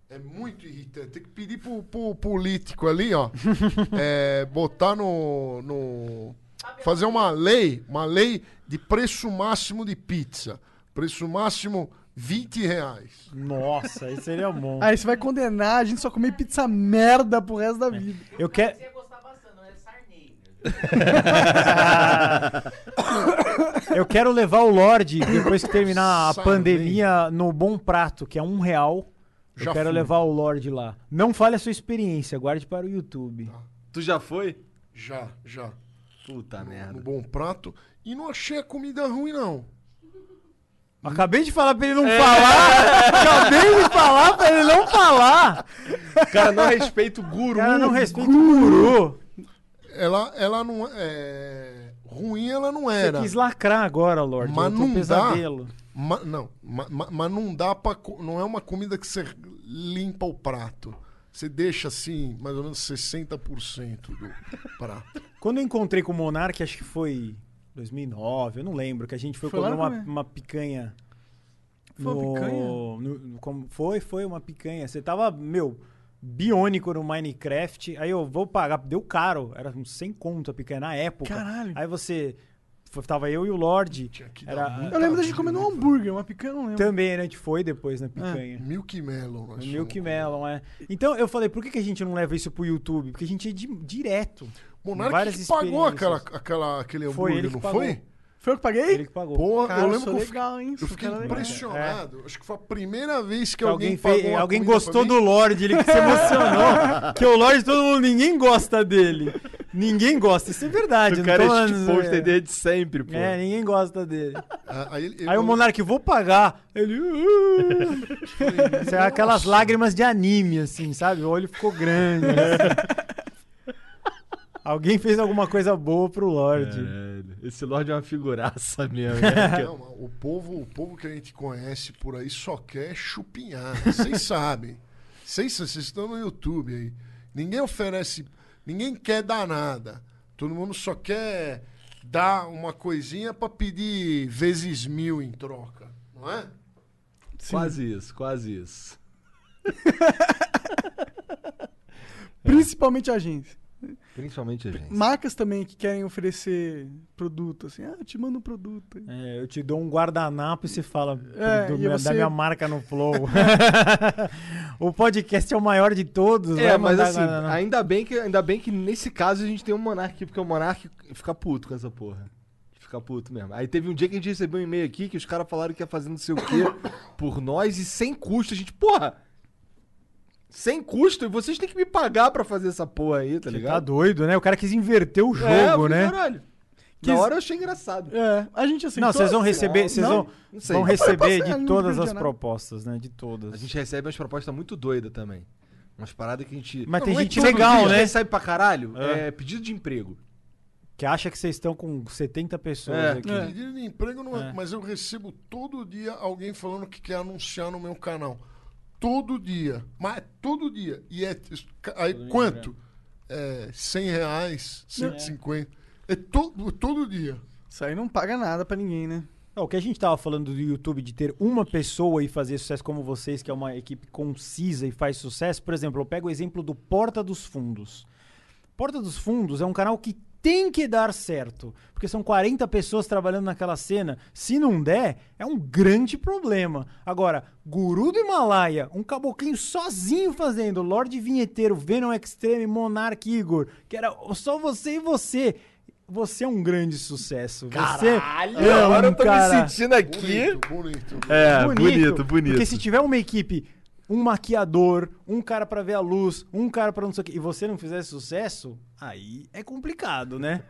[SPEAKER 4] É muito irritante. Tem que pedir pro, pro político ali, ó. é, botar no, no. Fazer uma lei, uma lei de preço máximo de pizza. Preço máximo 20 reais.
[SPEAKER 3] Nossa, aí seria bom.
[SPEAKER 2] Aí você vai condenar a gente só comer pizza merda pro resto da vida.
[SPEAKER 3] Eu quero.
[SPEAKER 7] Você ia gostar bastante, não é Sarney.
[SPEAKER 3] Eu quero levar o Lorde, depois que terminar a
[SPEAKER 4] Sai
[SPEAKER 3] pandemia, no Bom Prato, que é um real. Eu
[SPEAKER 4] Já
[SPEAKER 3] quero
[SPEAKER 4] fui.
[SPEAKER 3] levar o Lorde lá. Não fale a sua experiência, guarde para o YouTube.
[SPEAKER 1] Tu já foi?
[SPEAKER 4] Já, já.
[SPEAKER 1] Puta
[SPEAKER 4] No
[SPEAKER 1] merda.
[SPEAKER 4] bom prato. E não achei a comida ruim, não.
[SPEAKER 3] Acabei de falar pra ele não
[SPEAKER 2] É.
[SPEAKER 3] falar! Acabei de falar pra ele não falar!
[SPEAKER 1] O cara não respeita o guru.
[SPEAKER 3] Cara, não respeita o guru!
[SPEAKER 4] Ela, ela não. É... Ruim ela não
[SPEAKER 3] Você
[SPEAKER 4] era.
[SPEAKER 3] quis lacrar agora, Lorde.
[SPEAKER 4] Mas
[SPEAKER 3] eu tô
[SPEAKER 4] não dá.
[SPEAKER 3] pesadelo.
[SPEAKER 4] Ma- não, ma- ma- mas não dá pra. co- Não é uma comida que você limpa o prato. Você deixa assim, mais ou menos 60% do prato.
[SPEAKER 3] Quando eu encontrei com o Monark, acho que foi 2009, eu não lembro, que a gente foi,
[SPEAKER 2] Foi lá
[SPEAKER 3] comer uma,
[SPEAKER 2] comer.
[SPEAKER 3] uma picanha.
[SPEAKER 2] Foi uma
[SPEAKER 3] no-
[SPEAKER 2] picanha?
[SPEAKER 3] no- no- como, foi, foi uma picanha. Você tava, meu, biônico no Minecraft. Aí eu vou pagar, deu caro, era uns 100 conto a picanha na época.
[SPEAKER 2] Caralho.
[SPEAKER 3] Aí você, f- tava eu e o Lorde.
[SPEAKER 4] Tinha que dar
[SPEAKER 3] Era,
[SPEAKER 4] muito.
[SPEAKER 2] Eu lembro da gente comendo um hambúrguer, uma picanha, eu não lembro.
[SPEAKER 3] também né, a gente foi depois na picanha.
[SPEAKER 4] Milk Melon. nós
[SPEAKER 3] O Milk
[SPEAKER 4] chamamos.
[SPEAKER 3] Melon, é. Então eu falei, por que, que a gente não leva isso pro YouTube? Porque a gente ia di- direto.
[SPEAKER 4] Monark
[SPEAKER 3] Várias
[SPEAKER 4] que pagou aquela,
[SPEAKER 3] experiências.
[SPEAKER 4] aquela, aquele hambúrguer,
[SPEAKER 3] Foi ele que
[SPEAKER 4] não
[SPEAKER 3] pagou.
[SPEAKER 4] foi?
[SPEAKER 2] Foi eu que paguei?
[SPEAKER 3] Ele que pagou.
[SPEAKER 4] Porra,
[SPEAKER 2] Cara,
[SPEAKER 4] eu
[SPEAKER 2] eu
[SPEAKER 4] lembro
[SPEAKER 2] sou
[SPEAKER 4] que eu fiquei,
[SPEAKER 2] legal, hein?
[SPEAKER 4] eu
[SPEAKER 2] Sou
[SPEAKER 4] fiquei
[SPEAKER 2] cara legal.
[SPEAKER 4] impressionado. Acho que foi a primeira vez que
[SPEAKER 3] É, Que
[SPEAKER 4] alguém,
[SPEAKER 3] alguém
[SPEAKER 4] pagou.
[SPEAKER 3] fez-
[SPEAKER 4] uma
[SPEAKER 3] alguém
[SPEAKER 4] comida pra
[SPEAKER 3] gostou
[SPEAKER 4] mim.
[SPEAKER 3] do Lorde, ele que se emocionou. que o Lorde, todo mundo, ninguém gosta dele. Ninguém gosta, isso é verdade.
[SPEAKER 1] O
[SPEAKER 3] não
[SPEAKER 1] cara
[SPEAKER 3] tô
[SPEAKER 1] é
[SPEAKER 3] falando
[SPEAKER 1] tipo poster
[SPEAKER 3] zoeira.
[SPEAKER 1] desde sempre, pô.
[SPEAKER 3] É, ninguém gosta dele.
[SPEAKER 4] Ah, Aí, ele-
[SPEAKER 3] Aí o
[SPEAKER 4] eu-
[SPEAKER 3] Monark, eu vou pagar. Ele. "Uh". Isso é aquelas lágrimas de anime, assim, sabe? O olho ficou grande. assim. Alguém fez alguma coisa boa pro Lorde.
[SPEAKER 1] Caralho. Esse Lorde é uma figuraça mesmo. né?
[SPEAKER 4] É, Não, mas o povo, o povo que a gente conhece por aí só quer chupinhar. Vocês sabem. Vocês vocês estão no YouTube aí. Ninguém oferece, ninguém quer dar nada. Todo mundo só quer dar uma coisinha pra pedir vezes mil em troca, não é?
[SPEAKER 1] quase isso, quase isso.
[SPEAKER 2] É. Principalmente a gente.
[SPEAKER 1] Principalmente a gente.
[SPEAKER 2] Marcas também que querem oferecer produto, assim, ah, eu te mando um produto.
[SPEAKER 3] É, eu te dou um guardanapo e você fala
[SPEAKER 2] É,
[SPEAKER 3] do-
[SPEAKER 2] e
[SPEAKER 3] da
[SPEAKER 2] você-
[SPEAKER 3] minha marca no Flow. o podcast é o maior de todos.
[SPEAKER 1] É,
[SPEAKER 3] vai
[SPEAKER 1] mas
[SPEAKER 3] mandar né?
[SPEAKER 1] assim,
[SPEAKER 3] guardanapo.
[SPEAKER 1] ainda bem, que, ainda bem que nesse caso a gente tem um Monark aqui, porque o Monark fica puto com essa porra. Fica puto mesmo. Aí teve um dia que a gente recebeu um e-mail aqui que os caras falaram que ia fazer não sei o quê por nós e sem custo. A gente, porra! Sem custo, e vocês têm que me pagar pra fazer essa porra aí, tá
[SPEAKER 3] Você tá
[SPEAKER 1] ligado?
[SPEAKER 3] doido, né? O cara quis inverter o
[SPEAKER 1] É, eu
[SPEAKER 3] jogo,
[SPEAKER 1] falei,
[SPEAKER 3] né?
[SPEAKER 1] Caralho.
[SPEAKER 2] Quis-
[SPEAKER 1] Na hora eu achei engraçado.
[SPEAKER 2] É, a gente aceitou.
[SPEAKER 3] assim, Não, vocês vão receber, vocês
[SPEAKER 2] Não?
[SPEAKER 3] vão,
[SPEAKER 1] Não sei.
[SPEAKER 3] vão
[SPEAKER 2] passei,
[SPEAKER 3] receber
[SPEAKER 2] eu
[SPEAKER 3] de
[SPEAKER 2] não
[SPEAKER 3] todas
[SPEAKER 2] entendi
[SPEAKER 3] as
[SPEAKER 2] nada.
[SPEAKER 3] propostas, né? De todas.
[SPEAKER 1] A gente recebe umas propostas muito doidas também. Umas paradas que a gente.
[SPEAKER 3] Mas tem
[SPEAKER 4] Não é
[SPEAKER 3] gente
[SPEAKER 4] tudo,
[SPEAKER 3] legal,
[SPEAKER 1] Pedido que
[SPEAKER 3] né?
[SPEAKER 1] recebe pra caralho
[SPEAKER 3] Ah.
[SPEAKER 1] é pedido de emprego.
[SPEAKER 3] Que acha que vocês estão com 70 pessoas
[SPEAKER 1] É.
[SPEAKER 3] aqui.
[SPEAKER 2] É.
[SPEAKER 4] Pedido de emprego não é,
[SPEAKER 3] É.
[SPEAKER 4] mas eu recebo todo dia alguém falando que quer anunciar no meu canal. Todo dia. Mas é todo dia. E é. Aí quanto? É, 100 reais, 150. É, to, todo dia.
[SPEAKER 2] Isso aí não paga nada pra ninguém, né?
[SPEAKER 3] Não, o que a gente tava falando do YouTube de ter uma pessoa e fazer sucesso como vocês, que é uma equipe concisa e faz sucesso, por exemplo, eu pego o exemplo do Porta dos Fundos. Porta dos Fundos é um canal que tem que dar certo, porque são 40 pessoas trabalhando naquela cena. Se não der, é um grande problema. Agora, Guru do Himalaia, um caboclinho sozinho fazendo, Lorde Vinheteiro, Venom Extreme, Monarch Igor, que era só você e você. Você é um grande sucesso. Você é um
[SPEAKER 1] agora eu tô
[SPEAKER 3] cara
[SPEAKER 1] me sentindo aqui.
[SPEAKER 4] Bonito, bonito.
[SPEAKER 1] É, bonito, bonito.
[SPEAKER 3] Porque se tiver uma equipe, um maquiador, um cara pra ver a luz, um cara pra não sei o quê, e você não fizer sucesso, aí é complicado, né?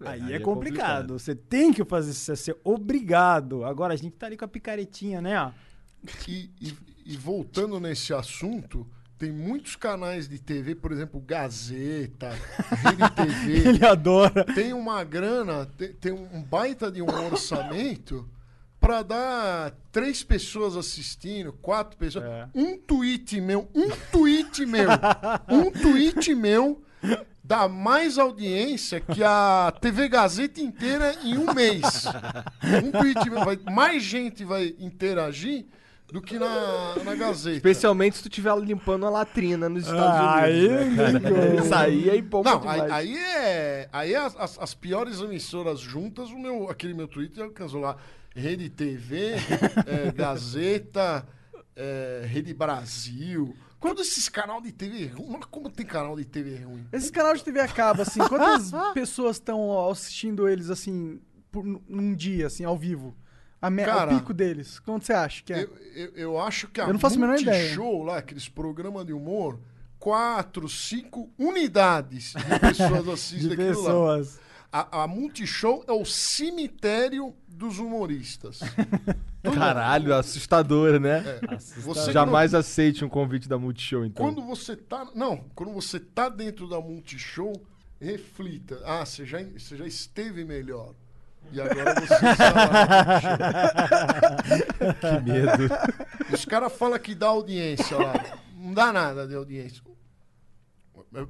[SPEAKER 3] Aí,
[SPEAKER 1] Aí
[SPEAKER 3] é,
[SPEAKER 1] é
[SPEAKER 3] complicado.
[SPEAKER 1] complicado.
[SPEAKER 3] Você tem que fazer sucesso, você é obrigado. Agora a gente tá ali com a picaretinha, né? ó.
[SPEAKER 4] E, e- e voltando nesse assunto, tem muitos canais de TV, por exemplo, Gazeta, Rede TV.
[SPEAKER 3] Ele adora.
[SPEAKER 4] tem uma grana, te- tem, um baita de um orçamento pra dar três pessoas assistindo, quatro pessoas.
[SPEAKER 3] É.
[SPEAKER 4] Um tweet meu, um tweet meu, um tweet meu dá mais audiência que a TV Gazeta inteira em um mês. Um tweet meu vai, mais gente vai interagir do que na, na Gazeta.
[SPEAKER 1] Especialmente se tu estiver limpando a latrina nos Estados
[SPEAKER 3] Ah, Aí,
[SPEAKER 1] Unidos. né, cara? Isso aí é empolga
[SPEAKER 4] Não, aí,
[SPEAKER 1] demais.
[SPEAKER 4] aí é. Aí as, as- as piores emissoras juntas, o meu, aquele meu Twitter alcançou lá. Rede TV, é, Gazeta, é, Rede Brasil. Quando esses canal de TV ruim. Olha Como tem canal de TV ruim?
[SPEAKER 2] Esses canais de TV a cabo, assim, quantas pessoas estão assistindo eles, assim, por, num dia, assim, ao vivo? A me-
[SPEAKER 4] Cara,
[SPEAKER 2] o pico deles. Quanto você acha que é?
[SPEAKER 4] Eu, eu- eu acho que a
[SPEAKER 2] Eu não faço a menor ideia.
[SPEAKER 4] show lá, aqueles programas de humor, quatro, cinco unidades de pessoas assistem
[SPEAKER 3] de
[SPEAKER 4] aquilo lá.
[SPEAKER 3] pessoas.
[SPEAKER 4] A, a Multishow é o cemitério dos humoristas.
[SPEAKER 1] Caralho, assustador,
[SPEAKER 4] É,
[SPEAKER 1] né?
[SPEAKER 4] Você que
[SPEAKER 1] Jamais aceite um convite da Multishow,
[SPEAKER 4] não-
[SPEAKER 1] então.
[SPEAKER 4] quando você tá. Não, quando você tá dentro da Multishow, reflita. Ah, você já, você já esteve melhor. E agora você está lá. na Multishow.
[SPEAKER 1] Que medo.
[SPEAKER 4] Os caras falam que dá audiência lá. Não dá nada de audiência. É,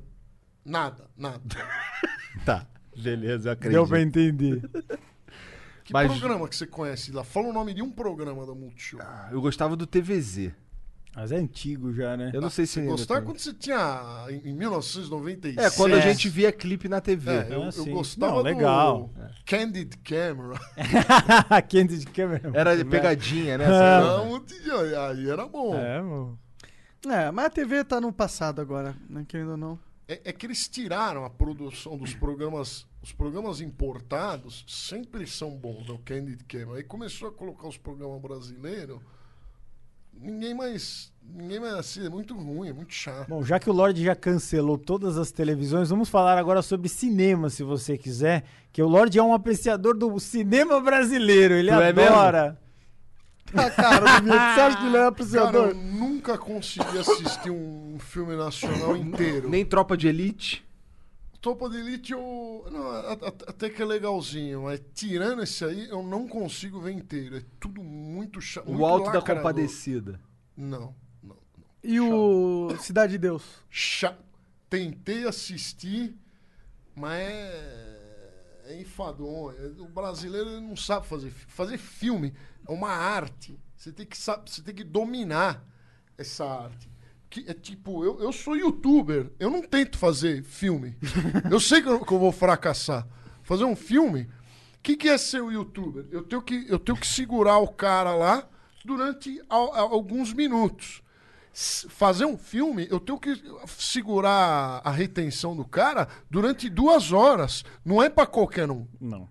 [SPEAKER 4] Nada, nada.
[SPEAKER 1] tá, beleza, eu acredito.
[SPEAKER 3] Deu pra entender.
[SPEAKER 4] Que
[SPEAKER 1] Mas-
[SPEAKER 4] programa que você conhece lá? Fala o nome de um programa da Multishow.
[SPEAKER 1] Eu gostava do TVZ.
[SPEAKER 3] Mas é antigo já, né?
[SPEAKER 1] Eu não sei se ainda
[SPEAKER 4] Gostava
[SPEAKER 1] tem.
[SPEAKER 4] quando você tinha. Em em 1996.
[SPEAKER 1] É, quando a
[SPEAKER 3] Sim.
[SPEAKER 1] gente né? via clipe na TV.
[SPEAKER 4] É, eu,
[SPEAKER 3] Ah,
[SPEAKER 4] eu
[SPEAKER 3] sim.
[SPEAKER 4] gostava
[SPEAKER 3] Não, legal.
[SPEAKER 4] do Candid Camera.
[SPEAKER 3] Candy de câmera.
[SPEAKER 1] Era pegadinha, né?
[SPEAKER 4] Era
[SPEAKER 1] Essa-
[SPEAKER 4] um dia- Aí era bom. É.
[SPEAKER 3] É, mano.
[SPEAKER 2] É, mas a TV tá no passado agora, né? Querendo ou não.
[SPEAKER 4] é que eles tiraram a produção dos programas. Os programas importados sempre são bons, né? o Candid Camera. Aí começou a colocar os programas brasileiros. Ninguém mais. Ninguém mais assim, é muito ruim, é muito chato.
[SPEAKER 3] Bom, já que o Lorde já cancelou todas as televisões, vamos falar agora sobre cinema, se você quiser. Que o Lorde é um apreciador do cinema brasileiro. Ele
[SPEAKER 1] Tu é
[SPEAKER 3] adora.
[SPEAKER 2] Tá cara do meu. Você acha que ele é
[SPEAKER 4] Cara, eu
[SPEAKER 2] apreciador?
[SPEAKER 4] nunca consegui assistir um filme nacional inteiro.
[SPEAKER 1] Nem tropa de elite.
[SPEAKER 4] Topa de Elite, eu. Não, a- a- até que é legalzinho, mas tirando esse aí, eu não consigo ver inteiro. É tudo muito chato.
[SPEAKER 1] O alto da compadecida.
[SPEAKER 4] Não, não.
[SPEAKER 2] E o Cidade de Deus?
[SPEAKER 4] Chato. Tentei assistir, mas é. é enfadonho. O brasileiro ele não sabe fazer. fi- Fazer filme é uma arte. Você tem que, sa- você tem que dominar essa arte. Que é tipo, eu, eu sou youtuber, eu não tento fazer filme. eu sei que eu, que eu vou fracassar. Fazer um filme. O que, que é ser um youtuber? Eu tenho, que, eu tenho que segurar o cara lá durante al- al- alguns minutos. S- Fazer um filme, eu tenho que segurar a retenção do cara durante duas horas. Não é pra qualquer um.
[SPEAKER 3] Não.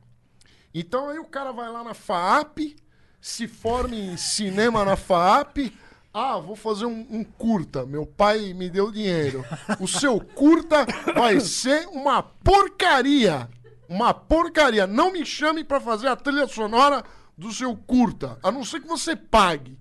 [SPEAKER 4] Então aí o cara vai lá na FAAP, se forma em cinema na FAAP. Ah, vou fazer um, um curta. Meu pai me deu dinheiro. O seu curta vai ser uma porcaria. Uma porcaria. Não me chame pra fazer a trilha sonora do seu curta. A não ser que você pague.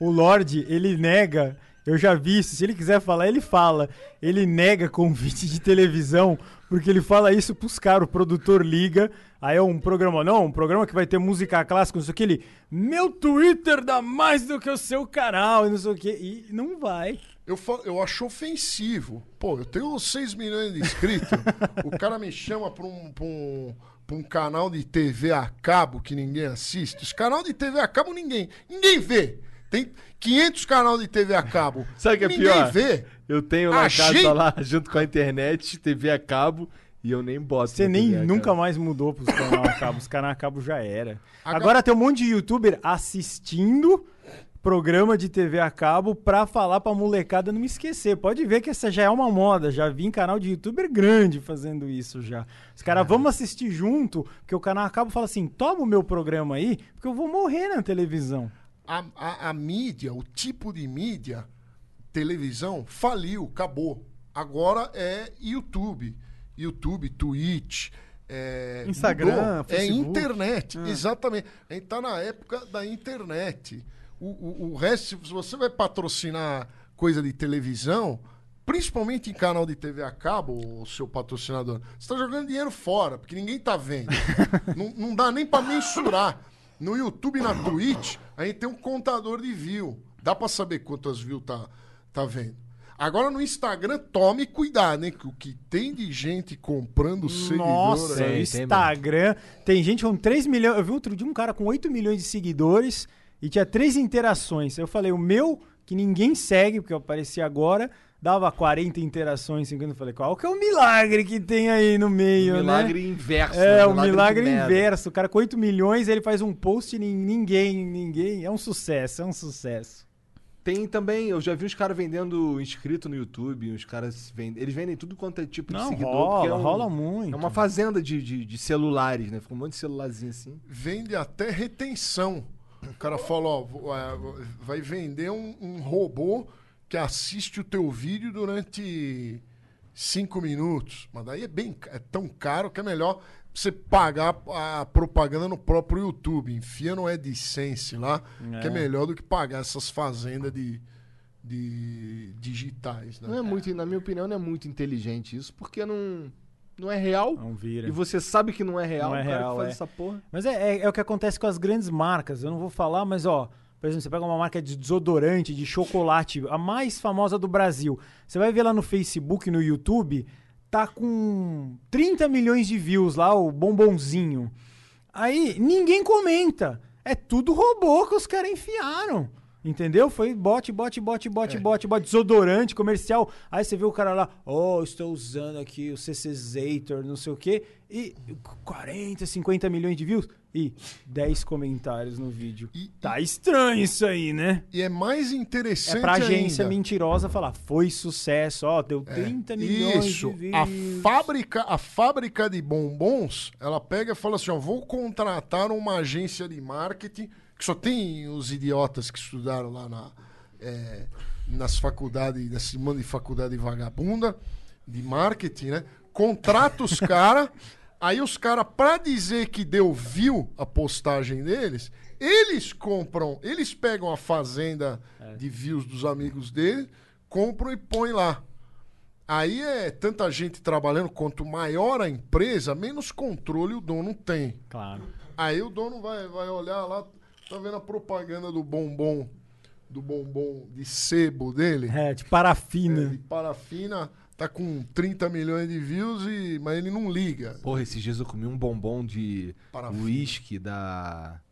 [SPEAKER 3] O Lorde, ele nega. Eu já vi isso. Se ele quiser falar, ele fala. Ele nega convite de televisão, porque ele fala isso pros caras. O produtor liga. Aí é um programa, não, um programa que vai ter música clássica, não sei o que. Ele, meu Twitter dá mais do que o seu canal, e não sei o que. E não vai.
[SPEAKER 4] Eu, fa- eu acho ofensivo. Pô, eu tenho 6 milhões de inscritos. o cara me chama pra um, pra, um, pra um canal de TV a cabo que ninguém assiste. Os canal de TV a cabo ninguém. Ninguém vê. Tem 500 canal de TV a cabo.
[SPEAKER 1] Sabe o que é
[SPEAKER 4] ninguém
[SPEAKER 1] pior?
[SPEAKER 4] vê.
[SPEAKER 1] Eu tenho lá em
[SPEAKER 4] Achei!
[SPEAKER 1] casa lá, junto com a internet, TV a cabo, e eu nem boto.
[SPEAKER 3] Você
[SPEAKER 1] na
[SPEAKER 3] nem
[SPEAKER 1] TV a cabo.
[SPEAKER 3] nunca mais mudou pros canal a cabo. Os canal a cabo já era.
[SPEAKER 4] Agora-
[SPEAKER 3] Agora tem um monte de youtuber assistindo programa de TV a cabo pra falar pra molecada não me esquecer. Pode ver que essa já é uma moda. Já vi em canal de youtuber grande fazendo isso já. Os caras, vamos assistir junto, porque o canal a cabo fala assim, toma o meu programa aí, porque eu vou morrer na televisão.
[SPEAKER 4] A, a- a mídia, o tipo de mídia, televisão, faliu, acabou. Agora é YouTube. YouTube, Twitch. é,
[SPEAKER 2] Instagram,
[SPEAKER 4] É
[SPEAKER 2] Facebook.
[SPEAKER 4] internet, exatamente. A gente tá na época da internet. O, o- o resto, se você vai patrocinar coisa de televisão, principalmente em canal de TV a cabo, o seu patrocinador, você tá jogando dinheiro fora, porque ninguém tá vendo. não, não dá nem para mensurar. No YouTube e na Twitch, a gente tem um contador de view. Dá para saber quantas views tá, tá vendo. Agora no Instagram, tome cuidado, hein? Que o que tem de gente comprando seguidor é.
[SPEAKER 3] Nossa,
[SPEAKER 4] aí-
[SPEAKER 1] Tem, tem
[SPEAKER 3] Instagram. Tem, gente com 3 milhões. Eu vi outro dia um cara com 8 milhões de seguidores E tinha três interações. Eu falei, o meu, que ninguém segue, porque eu apareci agora, dava 40 interações, 50. Eu falei, qual que é o milagre que tem aí no meio, né?
[SPEAKER 1] milagre inverso.
[SPEAKER 3] É,
[SPEAKER 1] né?
[SPEAKER 3] o milagre
[SPEAKER 1] de merda.
[SPEAKER 3] inverso. O cara com 8 milhões, ele faz um post e nin- ninguém, ninguém. É um sucesso, é um sucesso.
[SPEAKER 1] Tem também, eu já vi uns caras vendendo inscrito no YouTube, uns caras vendem. Eles vendem tudo quanto é tipo de
[SPEAKER 3] Não,
[SPEAKER 1] seguidor.
[SPEAKER 3] rola,
[SPEAKER 1] porque é um-
[SPEAKER 3] rola muito.
[SPEAKER 1] É uma fazenda de, de, de celulares, né? Fica um monte de celularzinho assim.
[SPEAKER 4] Vende até retenção. O cara fala, ó, vo- é, vai vender um, um robô que assiste o teu vídeo durante cinco minutos. Mas daí é bem ca- é tão caro que é melhor você pagar a propaganda no próprio YouTube. Enfia no AdSense lá, que é melhor do que pagar essas fazendas de, de digitais, né?
[SPEAKER 1] Não é muito, na minha opinião, não é muito inteligente isso, porque não, não é real.
[SPEAKER 3] Não vira.
[SPEAKER 1] E você sabe que não é real,
[SPEAKER 3] Não é
[SPEAKER 1] o cara
[SPEAKER 3] real,
[SPEAKER 1] que faz
[SPEAKER 3] é.
[SPEAKER 1] essa porra.
[SPEAKER 3] Mas é, é- é o que acontece com as grandes marcas. Eu não vou falar, mas ó, por exemplo, você pega uma marca de desodorante, de chocolate, a mais famosa do Brasil. Você vai ver lá no Facebook, no YouTube, tá com 30 milhões de views lá, o bombonzinho. Aí ninguém comenta. É tudo robô que os caras enfiaram. Entendeu? Foi bote, bote, bote, bote, bote, bote, desodorante comercial. Aí você vê o cara lá, oh, estou usando aqui o CC Zator, não sei o quê. E 40, 50 milhões de views e 10 comentários no vídeo.
[SPEAKER 4] E-
[SPEAKER 3] tá estranho isso aí, né?
[SPEAKER 4] E é mais interessante
[SPEAKER 3] É pra agência
[SPEAKER 4] ainda.
[SPEAKER 3] mentirosa falar, foi sucesso, ó, deu 30 milhões
[SPEAKER 4] Isso.
[SPEAKER 3] de views.
[SPEAKER 4] A fábrica, a fábrica de bombons, ela pega e fala assim: ó, vou contratar uma agência de marketing, que só tem os idiotas que estudaram lá na, eh, nas faculdades, nesse mano de faculdade vagabunda de marketing, né? Contrata os caras, aí os caras, pra dizer que deu view a postagem deles, eles compram, eles pegam a fazenda
[SPEAKER 3] É.
[SPEAKER 4] de views dos amigos dele, compram e põem lá. Aí é tanta gente trabalhando, quanto maior a empresa, menos controle o dono tem.
[SPEAKER 3] Claro.
[SPEAKER 4] Aí o dono vai, vai olhar lá, tá vendo a propaganda do bombom, do bombom de sebo dele,
[SPEAKER 3] É, de
[SPEAKER 4] é, de
[SPEAKER 3] parafina.
[SPEAKER 4] parafina, tá com 30 milhões de views, e, mas ele não liga.
[SPEAKER 1] Porra, esses dias eu comi um bombom de
[SPEAKER 4] Parafina.
[SPEAKER 1] uísque da.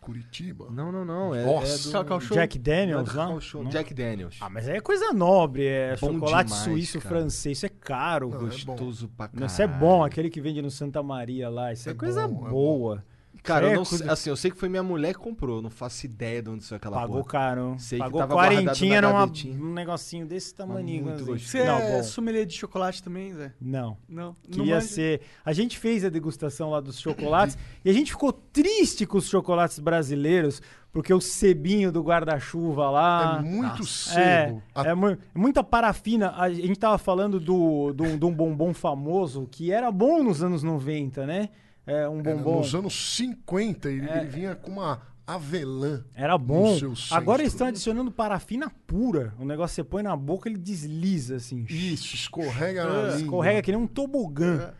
[SPEAKER 4] Curitiba.
[SPEAKER 1] Não, não, não. É,
[SPEAKER 4] Nossa.
[SPEAKER 1] é do...
[SPEAKER 2] Cacau Show.
[SPEAKER 3] Jack
[SPEAKER 1] não é
[SPEAKER 3] Daniels
[SPEAKER 1] do
[SPEAKER 3] lá?
[SPEAKER 1] Cacau Show,
[SPEAKER 3] Não?
[SPEAKER 1] Jack Daniels.
[SPEAKER 3] Ah, mas aí é coisa nobre, é
[SPEAKER 1] Bom
[SPEAKER 3] chocolate
[SPEAKER 1] demais,
[SPEAKER 3] suíço
[SPEAKER 1] cara.
[SPEAKER 3] francês, isso é caro.
[SPEAKER 4] Não, é bom.
[SPEAKER 1] Gostoso pra caralho.
[SPEAKER 3] Não, isso é bom, aquele que vende no Santa Maria lá, isso é,
[SPEAKER 4] É
[SPEAKER 3] coisa
[SPEAKER 4] bom, é
[SPEAKER 3] boa.
[SPEAKER 1] Cara,
[SPEAKER 3] Isso aí
[SPEAKER 1] eu
[SPEAKER 3] é
[SPEAKER 1] não
[SPEAKER 3] coisa-
[SPEAKER 1] sei, assim, eu sei que foi minha mulher que comprou, eu não faço ideia de onde saiu aquela
[SPEAKER 3] Pagou
[SPEAKER 1] porra.
[SPEAKER 3] caro.
[SPEAKER 1] Sei que
[SPEAKER 3] Pagou
[SPEAKER 1] tava guardado
[SPEAKER 3] quarentinha
[SPEAKER 1] na
[SPEAKER 3] numa,
[SPEAKER 1] gavetinha.
[SPEAKER 3] um negocinho desse tamanho.
[SPEAKER 1] muito gostoso.
[SPEAKER 2] Você
[SPEAKER 3] Não,
[SPEAKER 2] é
[SPEAKER 3] bom.
[SPEAKER 2] sommelier de chocolate também, Zé?
[SPEAKER 3] Não.
[SPEAKER 2] Não. não
[SPEAKER 3] Queria
[SPEAKER 2] manja?
[SPEAKER 3] ser. A gente fez a degustação lá dos chocolates e a gente ficou triste com os chocolates brasileiros, porque o cebinho do guarda-chuva lá.
[SPEAKER 4] é muito
[SPEAKER 3] É,
[SPEAKER 4] sebo. A-
[SPEAKER 3] é mu- muita parafina. A gente tava falando do, do, de um bombom famoso que era bom nos anos 90, né? É, um
[SPEAKER 4] era
[SPEAKER 3] bombom. É.
[SPEAKER 4] Nos anos 50, ele, ele vinha com uma avelã.
[SPEAKER 3] Era bom.
[SPEAKER 4] No seu centro.
[SPEAKER 3] Agora eles estão adicionando parafina pura. O negócio você põe na boca, ele desliza assim.
[SPEAKER 4] Isso, escorrega na língua.
[SPEAKER 3] Ah, Escorrega que nem um tobogã.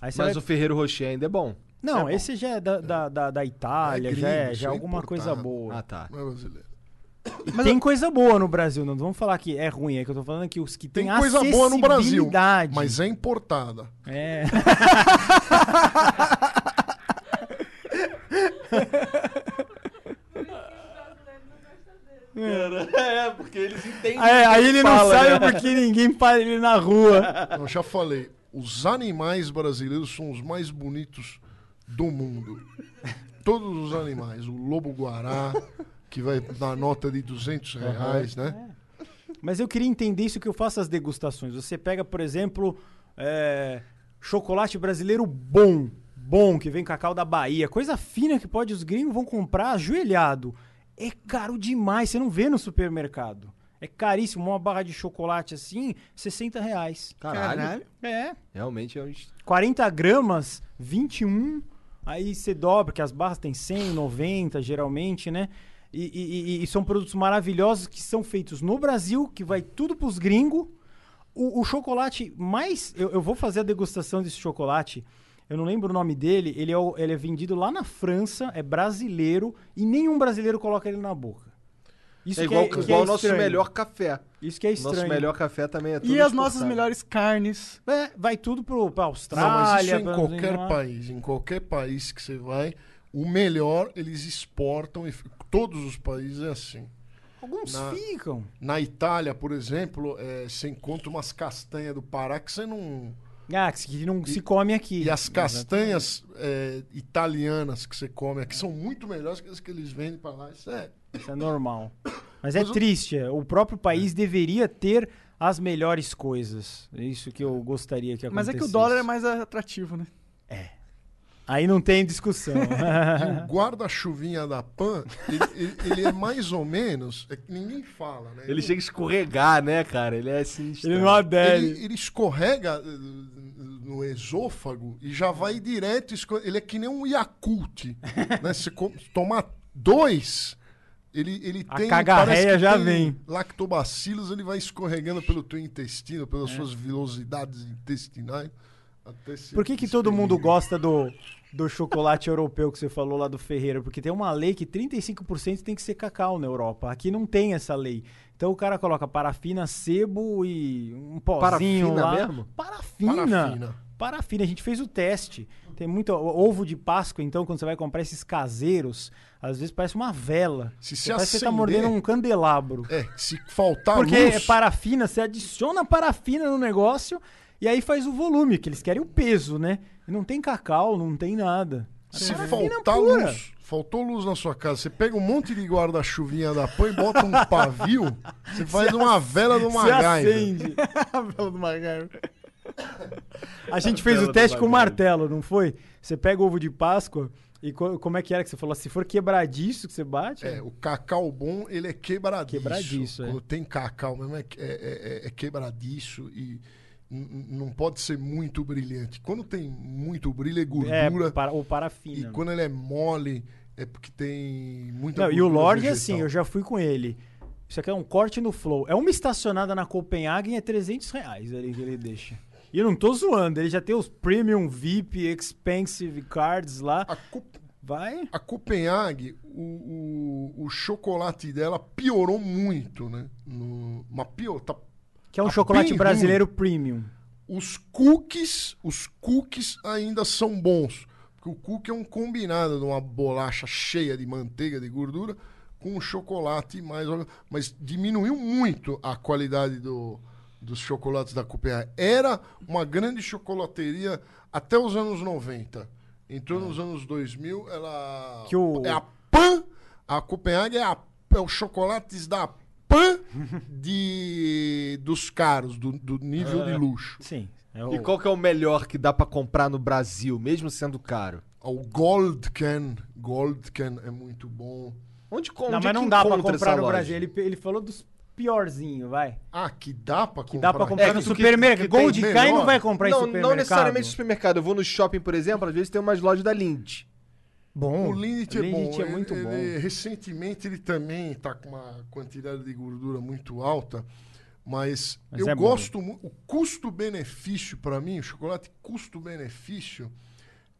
[SPEAKER 3] Aí você
[SPEAKER 1] É. Mas
[SPEAKER 3] vai-
[SPEAKER 1] o Ferreiro Rocher ainda é bom.
[SPEAKER 3] Não, esse já é da, da, da, da Itália,
[SPEAKER 4] É
[SPEAKER 3] já é,
[SPEAKER 4] gringo,
[SPEAKER 3] já é
[SPEAKER 4] isso é
[SPEAKER 3] alguma coisa
[SPEAKER 4] importado.
[SPEAKER 3] boa.
[SPEAKER 1] Ah, tá.
[SPEAKER 4] Não é brasileiro.
[SPEAKER 3] E tem coisa boa no Brasil, não vamos falar que é ruim, é que eu tô falando que os que
[SPEAKER 4] Tem
[SPEAKER 3] têm
[SPEAKER 4] coisa boa no Brasil,
[SPEAKER 3] acessibilidade.
[SPEAKER 4] mas é importada.
[SPEAKER 3] É.
[SPEAKER 5] É, porque eles entendem.
[SPEAKER 3] Aí, aí ele não sabe porque ninguém para ele na rua.
[SPEAKER 4] Eu já falei, os animais brasileiros são os mais bonitos do mundo. Todos os animais. O lobo-guará, que vai dar nota de 200 reais, né?
[SPEAKER 3] Mas eu queria entender isso que eu faço as degustações. Você pega, por exemplo, é, chocolate brasileiro bom, bom, que vem cacau da Bahia, coisa fina que pode os gringos vão comprar ajoelhado. É caro demais, você não vê no supermercado. É caríssimo, uma barra de chocolate assim, 60 reais.
[SPEAKER 1] Caralho.
[SPEAKER 3] É,
[SPEAKER 1] Realmente é um... est-
[SPEAKER 3] 40 gramas, 21. Aí você dobra, que as barras têm 100, 90 geralmente, né? E, e- e- e são produtos maravilhosos que são feitos no Brasil, que vai tudo pros gringos. O, o chocolate mais. Eu, eu vou fazer a degustação desse chocolate. Eu não lembro o nome dele. Ele é, o- ele é vendido lá na França, é brasileiro, e nenhum brasileiro coloca ele na boca. Isso
[SPEAKER 1] É
[SPEAKER 3] que
[SPEAKER 1] igual,
[SPEAKER 3] que
[SPEAKER 1] igual o nosso
[SPEAKER 3] estranho.
[SPEAKER 1] melhor café.
[SPEAKER 3] Isso que é estranho.
[SPEAKER 1] Nosso melhor café também é tudo
[SPEAKER 2] E as
[SPEAKER 1] exportado.
[SPEAKER 2] nossas melhores carnes.
[SPEAKER 3] É, vai tudo pro, pra Austrália.
[SPEAKER 4] Não, mas isso é em
[SPEAKER 3] pra-
[SPEAKER 4] qualquer
[SPEAKER 3] lá.
[SPEAKER 4] país. Em qualquer país que você vai, O melhor eles exportam e fi- todos os países é assim.
[SPEAKER 3] Alguns
[SPEAKER 4] Na-
[SPEAKER 3] ficam.
[SPEAKER 4] Na Itália, por exemplo, eh, você encontra umas castanhas do Pará que você não.
[SPEAKER 3] Ah, que se- que não
[SPEAKER 4] E-
[SPEAKER 3] se come aqui. é-
[SPEAKER 4] E as castanhas eh, italianas que você come aqui são muito melhores que as que eles vendem para lá. Isso é.
[SPEAKER 3] Isso é normal. Mas é
[SPEAKER 4] Mas o-
[SPEAKER 3] triste. é. O próprio país deveria ter as melhores coisas. É isso que eu gostaria que
[SPEAKER 2] Mas
[SPEAKER 3] acontecesse.
[SPEAKER 2] é que o dólar é mais atrativo, né?
[SPEAKER 3] Aí não tem discussão.
[SPEAKER 4] E o guarda-chuvinha da Pan, ele, ele- ele é mais ou menos. É que ninguém fala, né?
[SPEAKER 1] Ele chega a escorregar, né, cara? Ele é sinistro.
[SPEAKER 3] Ele não adere.
[SPEAKER 4] Ele, ele escorrega eh, no esôfago e já vai direto. esco- Ele é que nem um Yakult. né? Se co- tomar dois, ele, ele
[SPEAKER 3] A
[SPEAKER 4] tem.
[SPEAKER 3] cagarreia
[SPEAKER 4] parece que
[SPEAKER 3] já
[SPEAKER 4] tem
[SPEAKER 3] vem.
[SPEAKER 4] Lactobacilos, ele vai escorregando pelo teu intestino, pelas
[SPEAKER 3] É.
[SPEAKER 4] suas velocidades intestinais. até se-
[SPEAKER 3] Por que, que todo mundo gosta do, do chocolate europeu que você falou lá do Ferreira? Porque tem uma lei que 35% tem que ser cacau na Europa. Aqui não tem essa lei. Então o cara coloca parafina, sebo e um pozinho
[SPEAKER 1] Parafina
[SPEAKER 3] lá.
[SPEAKER 1] mesmo?
[SPEAKER 3] Parafina.
[SPEAKER 4] Parafina.
[SPEAKER 3] Parafina, a gente fez o teste. Tem muito o- ovo de Páscoa, então, quando você vai comprar esses caseiros, às vezes parece uma vela.
[SPEAKER 4] Se se
[SPEAKER 3] parece que você tá
[SPEAKER 4] acender-
[SPEAKER 3] mordendo um candelabro.
[SPEAKER 4] É, se faltar
[SPEAKER 3] Porque
[SPEAKER 4] luz.
[SPEAKER 3] é parafina, você adiciona parafina no negócio e aí faz o volume, que eles querem o peso, né? E não tem cacau, não tem nada.
[SPEAKER 4] Se
[SPEAKER 3] Parafina
[SPEAKER 4] faltar
[SPEAKER 3] pura.
[SPEAKER 4] luz, faltou luz na sua casa, você pega um monte de guarda-chuvinha da Pan e bota um pavio, você faz uma vela do
[SPEAKER 3] Você
[SPEAKER 4] Magaiva.
[SPEAKER 3] acende.
[SPEAKER 2] A vela Ah, do Magar.
[SPEAKER 3] A gente fez
[SPEAKER 1] Martelo do
[SPEAKER 3] o teste com o
[SPEAKER 1] Magalhães.
[SPEAKER 3] martelo, não foi? Você pega o ovo de Páscoa e co- como é que era que você falou? Se for quebradiço que você bate,
[SPEAKER 4] É, o cacau bom, ele é quebradiço.
[SPEAKER 3] Quebradiço, é.
[SPEAKER 4] Quando tem cacau mesmo, é, que- é, é- é quebradiço e n- n- não pode ser muito brilhante. Quando tem muito brilho, é
[SPEAKER 3] é,
[SPEAKER 4] gordura.
[SPEAKER 3] para, ou
[SPEAKER 4] e
[SPEAKER 3] parafina. né?
[SPEAKER 4] quando ele é mole, é porque tem muita
[SPEAKER 3] Não, e o
[SPEAKER 4] gordura
[SPEAKER 3] Lorde,
[SPEAKER 4] vegetal.
[SPEAKER 3] assim, eu já fui com ele. Isso aqui é um corte no flow. É uma estacionada na Copenhagen, é 300 reais ali que ele deixa. E eu não tô zoando, ele já tem os Premium, VIP, Expensive Cards lá.
[SPEAKER 4] A, Cop-
[SPEAKER 3] Vai.
[SPEAKER 4] a Copenhague, o, o- o chocolate dela piorou muito, né? No, mas pior, tá
[SPEAKER 3] Que é um
[SPEAKER 4] Tá
[SPEAKER 3] chocolate
[SPEAKER 4] bem
[SPEAKER 3] brasileiro premium.
[SPEAKER 4] os cookies, os cookies ainda são bons. Porque o cookie é um combinado de uma bolacha cheia de manteiga, de gordura, com chocolate mais ou menos. Mas diminuiu muito a qualidade do- dos chocolates da Copenhague. Era uma grande chocolateria até os anos 90. Entrou nos anos 2000, ela...
[SPEAKER 3] É. Que o-
[SPEAKER 4] É a PAN, a Copenhague é, a, é os chocolates da PAN de, dos caros, do, do nível de luxo.
[SPEAKER 3] Sim. É
[SPEAKER 1] E
[SPEAKER 3] o...
[SPEAKER 1] qual que é o melhor que dá pra comprar no Brasil, mesmo sendo caro?
[SPEAKER 4] O Goldken, Goldken é muito bom.
[SPEAKER 1] Onde, com- onde
[SPEAKER 3] Não,
[SPEAKER 1] é
[SPEAKER 3] mas
[SPEAKER 1] que
[SPEAKER 3] não dá pra
[SPEAKER 1] encontra
[SPEAKER 3] comprar
[SPEAKER 1] essa
[SPEAKER 3] no
[SPEAKER 1] loja?
[SPEAKER 3] Brasil. Ele, ele falou dos piorzinhos, vai.
[SPEAKER 4] Ah, que dá pra comprar.
[SPEAKER 3] Que dá pra comprar
[SPEAKER 1] É,
[SPEAKER 3] no
[SPEAKER 1] que- que-
[SPEAKER 3] supermercado.
[SPEAKER 4] que
[SPEAKER 3] Gol
[SPEAKER 4] tem
[SPEAKER 3] de
[SPEAKER 4] melhor.
[SPEAKER 3] Kai não vai comprar em
[SPEAKER 1] não,
[SPEAKER 3] supermercado.
[SPEAKER 1] não necessariamente supermercado. Eu vou no shopping, por exemplo, às vezes tem umas lojas da Lindt.
[SPEAKER 3] Bom.
[SPEAKER 4] O Lindt é bom.
[SPEAKER 3] Lindt
[SPEAKER 4] Ele-
[SPEAKER 3] muito bom.
[SPEAKER 4] ele- recentemente ele também tá com uma quantidade de gordura muito alta, mas,
[SPEAKER 3] Mas
[SPEAKER 4] eu
[SPEAKER 3] é bom.
[SPEAKER 4] gosto muito. O custo-benefício pra mim, o chocolate custo-benefício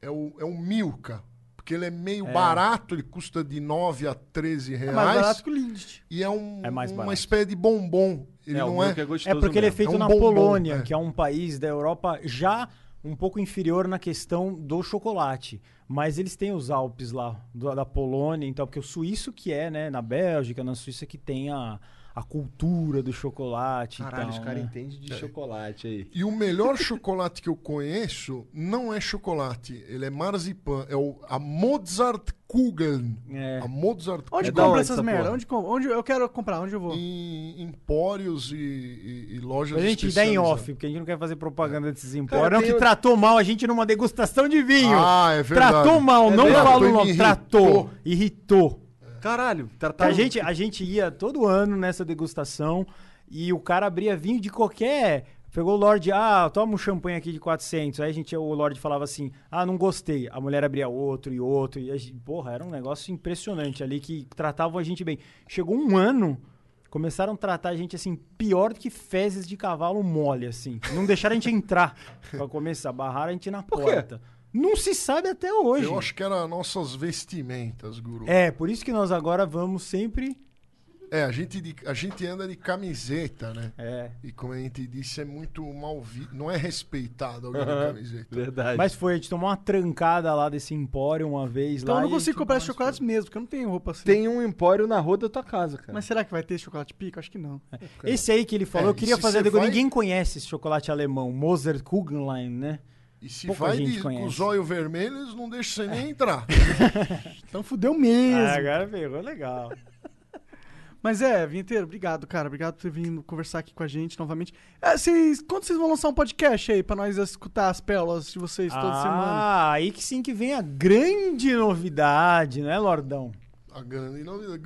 [SPEAKER 4] é o, é o Milka. Porque ele é meio barato, ele custa de 9 a 13 reais.
[SPEAKER 2] mais barato que o Lindt.
[SPEAKER 4] E é, um,
[SPEAKER 3] É mais
[SPEAKER 4] uma
[SPEAKER 3] barato.
[SPEAKER 4] espécie de bombom. Ele
[SPEAKER 1] o
[SPEAKER 4] não
[SPEAKER 1] meu
[SPEAKER 4] é.
[SPEAKER 1] que
[SPEAKER 3] É
[SPEAKER 1] gostoso
[SPEAKER 3] porque ele é
[SPEAKER 1] mesmo.
[SPEAKER 3] feito
[SPEAKER 4] É um
[SPEAKER 3] na
[SPEAKER 4] bombom,
[SPEAKER 3] Polônia,
[SPEAKER 4] é.
[SPEAKER 3] que é um país da Europa já um pouco inferior na questão do chocolate. Mas eles têm os Alpes lá, do- da Polônia, então, porque o suíço que é, né? Na Bélgica, na Suíça, que tem a, a cultura do chocolate.
[SPEAKER 1] Caralho,
[SPEAKER 3] e
[SPEAKER 1] os
[SPEAKER 3] tal,
[SPEAKER 1] caras
[SPEAKER 3] né?
[SPEAKER 1] entendem de chocolate aí.
[SPEAKER 4] E o melhor chocolate que eu conheço não é chocolate, ele é marzipan, é o, a Mozart Kugeln.
[SPEAKER 3] É.
[SPEAKER 4] A Mozart
[SPEAKER 2] Onde
[SPEAKER 1] É da
[SPEAKER 2] compra
[SPEAKER 1] onde
[SPEAKER 2] essas
[SPEAKER 1] essa
[SPEAKER 2] merda?
[SPEAKER 1] porra?
[SPEAKER 2] Onde, compra? onde eu quero comprar? Onde eu vou?
[SPEAKER 4] em empórios e, e, e lojas
[SPEAKER 3] Mas a gente dá em
[SPEAKER 4] especializadas.
[SPEAKER 3] off, porque a gente não quer fazer propaganda desses
[SPEAKER 1] Cara,
[SPEAKER 3] empórios. Não, é
[SPEAKER 1] tem
[SPEAKER 3] que
[SPEAKER 1] o-
[SPEAKER 3] tratou mal a gente numa degustação de vinho.
[SPEAKER 4] Ah, é verdade.
[SPEAKER 3] Tratou mal,
[SPEAKER 4] É
[SPEAKER 3] não
[SPEAKER 4] verdade.
[SPEAKER 3] falou
[SPEAKER 4] Tratou e
[SPEAKER 3] mal, tratou,
[SPEAKER 4] irritou.
[SPEAKER 3] irritou.
[SPEAKER 1] Caralho, tá,
[SPEAKER 3] a, gente, a gente ia todo ano nessa degustação e o cara abria vinho de qualquer. Pegou o Lorde, ah, toma um champanhe aqui de 400. Aí a gente, o Lorde falava assim, ah, não gostei. A mulher abria outro e outro. E a gente, porra, era um negócio impressionante ali que tratavam a gente bem. Chegou um ano, começaram a tratar a gente assim, pior do que fezes de cavalo mole, assim. Não deixaram a gente entrar pra começar. Barraram a gente na
[SPEAKER 1] quê?
[SPEAKER 3] porta. Não se sabe até hoje.
[SPEAKER 4] Eu acho que era nossas vestimentas, guru.
[SPEAKER 3] É, por isso que nós agora vamos sempre
[SPEAKER 4] É, a gente, de- a gente anda de camiseta, né?
[SPEAKER 3] É.
[SPEAKER 4] E como a gente disse, é muito mal visto. Não é respeitado alguém de camiseta.
[SPEAKER 1] Verdade.
[SPEAKER 3] Mas foi, a gente tomou uma trancada lá desse empório uma vez
[SPEAKER 2] Então
[SPEAKER 3] lá.
[SPEAKER 2] eu não
[SPEAKER 3] e a
[SPEAKER 2] consigo
[SPEAKER 3] gente
[SPEAKER 2] comprar esse
[SPEAKER 3] mais
[SPEAKER 2] chocolate mesmo, porque eu não tenho roupa assim.
[SPEAKER 1] Tem um empório na rua da tua casa, cara.
[SPEAKER 2] Mas será que vai ter chocolate pico? Acho que não.
[SPEAKER 3] foi. Esse aí que ele falou,
[SPEAKER 4] É,
[SPEAKER 3] eu queria
[SPEAKER 4] se
[SPEAKER 3] fazer.
[SPEAKER 4] você
[SPEAKER 3] deco-
[SPEAKER 4] vai-
[SPEAKER 3] Ninguém conhece esse chocolate alemão, Moser Kugelheim, né?
[SPEAKER 4] E se
[SPEAKER 3] Pouca
[SPEAKER 4] vai
[SPEAKER 3] gente
[SPEAKER 4] de, com
[SPEAKER 3] conhece. É.
[SPEAKER 4] os olhos vermelhos, não deixa você nem entrar.
[SPEAKER 2] Então fudeu mesmo.
[SPEAKER 3] agora pegou legal.
[SPEAKER 2] Mas é, Vinteiro, obrigado, cara. Obrigado por ter vindo conversar aqui com a gente novamente. É, vocês, quando vocês vão lançar um podcast aí pra nós escutar as pérolas de vocês toda semana?
[SPEAKER 3] Ah, aí que sim que vem a grande novidade, né, Lordão?
[SPEAKER 4] A grande novidade.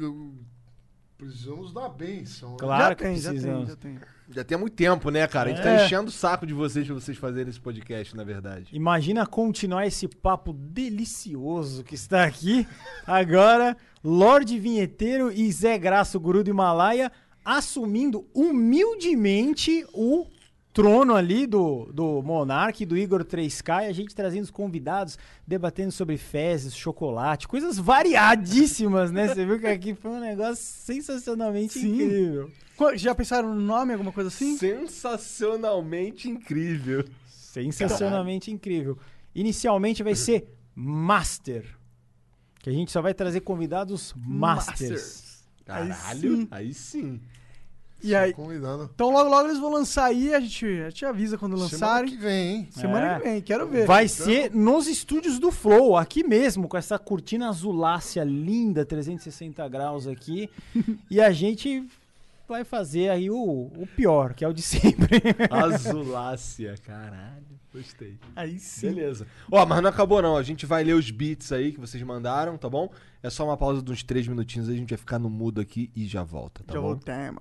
[SPEAKER 4] Precisamos dar bênção. né?
[SPEAKER 3] Claro que
[SPEAKER 2] tem, já tem,
[SPEAKER 3] precisamos.
[SPEAKER 2] já tem.
[SPEAKER 1] Já tem há muito tempo, né, cara? A gente tá
[SPEAKER 3] É.
[SPEAKER 1] enchendo o saco de vocês pra vocês fazerem esse podcast, na verdade.
[SPEAKER 3] Imagina continuar esse papo delicioso que está aqui agora. Lorde Vinheteiro e Zé Graça, o guru do Himalaia, assumindo humildemente o trono ali do, do Monark e do Igor 3K. E a gente trazendo os convidados, debatendo sobre fezes, chocolate, coisas variadíssimas, né? Você viu que aqui foi um negócio sensacionalmente
[SPEAKER 2] Sim.
[SPEAKER 3] incrível.
[SPEAKER 2] Qu- Já pensaram no nome, alguma coisa assim?
[SPEAKER 1] Sensacionalmente incrível.
[SPEAKER 3] Sensacionalmente incrível. Inicialmente vai ser Master. Que a gente só vai trazer convidados Masters.
[SPEAKER 1] Caralho,
[SPEAKER 2] sim.
[SPEAKER 1] aí sim.
[SPEAKER 2] E aí?
[SPEAKER 4] Convidando.
[SPEAKER 2] Então logo, logo eles vão lançar aí, a gente, a gente avisa quando
[SPEAKER 4] Semana
[SPEAKER 2] lançarem.
[SPEAKER 4] que vem, hein?
[SPEAKER 2] Semana
[SPEAKER 3] É.
[SPEAKER 2] que vem, quero ver.
[SPEAKER 3] Vai ser nos estúdios do Flow, aqui mesmo, com essa cortina azulácea linda, 360 graus aqui. e a gente vai fazer aí o, o pior, que é o de sempre.
[SPEAKER 4] Ah,
[SPEAKER 1] Azulácia, caralho. Gostei.
[SPEAKER 2] Aí sim.
[SPEAKER 1] Beleza. Ó, mas não acabou não. A gente vai ler os beats aí que vocês mandaram, tá bom? É só uma pausa de uns três minutinhos, aí a gente vai ficar no mudo aqui e já volta, tá
[SPEAKER 2] Já
[SPEAKER 1] bom?
[SPEAKER 2] voltamos.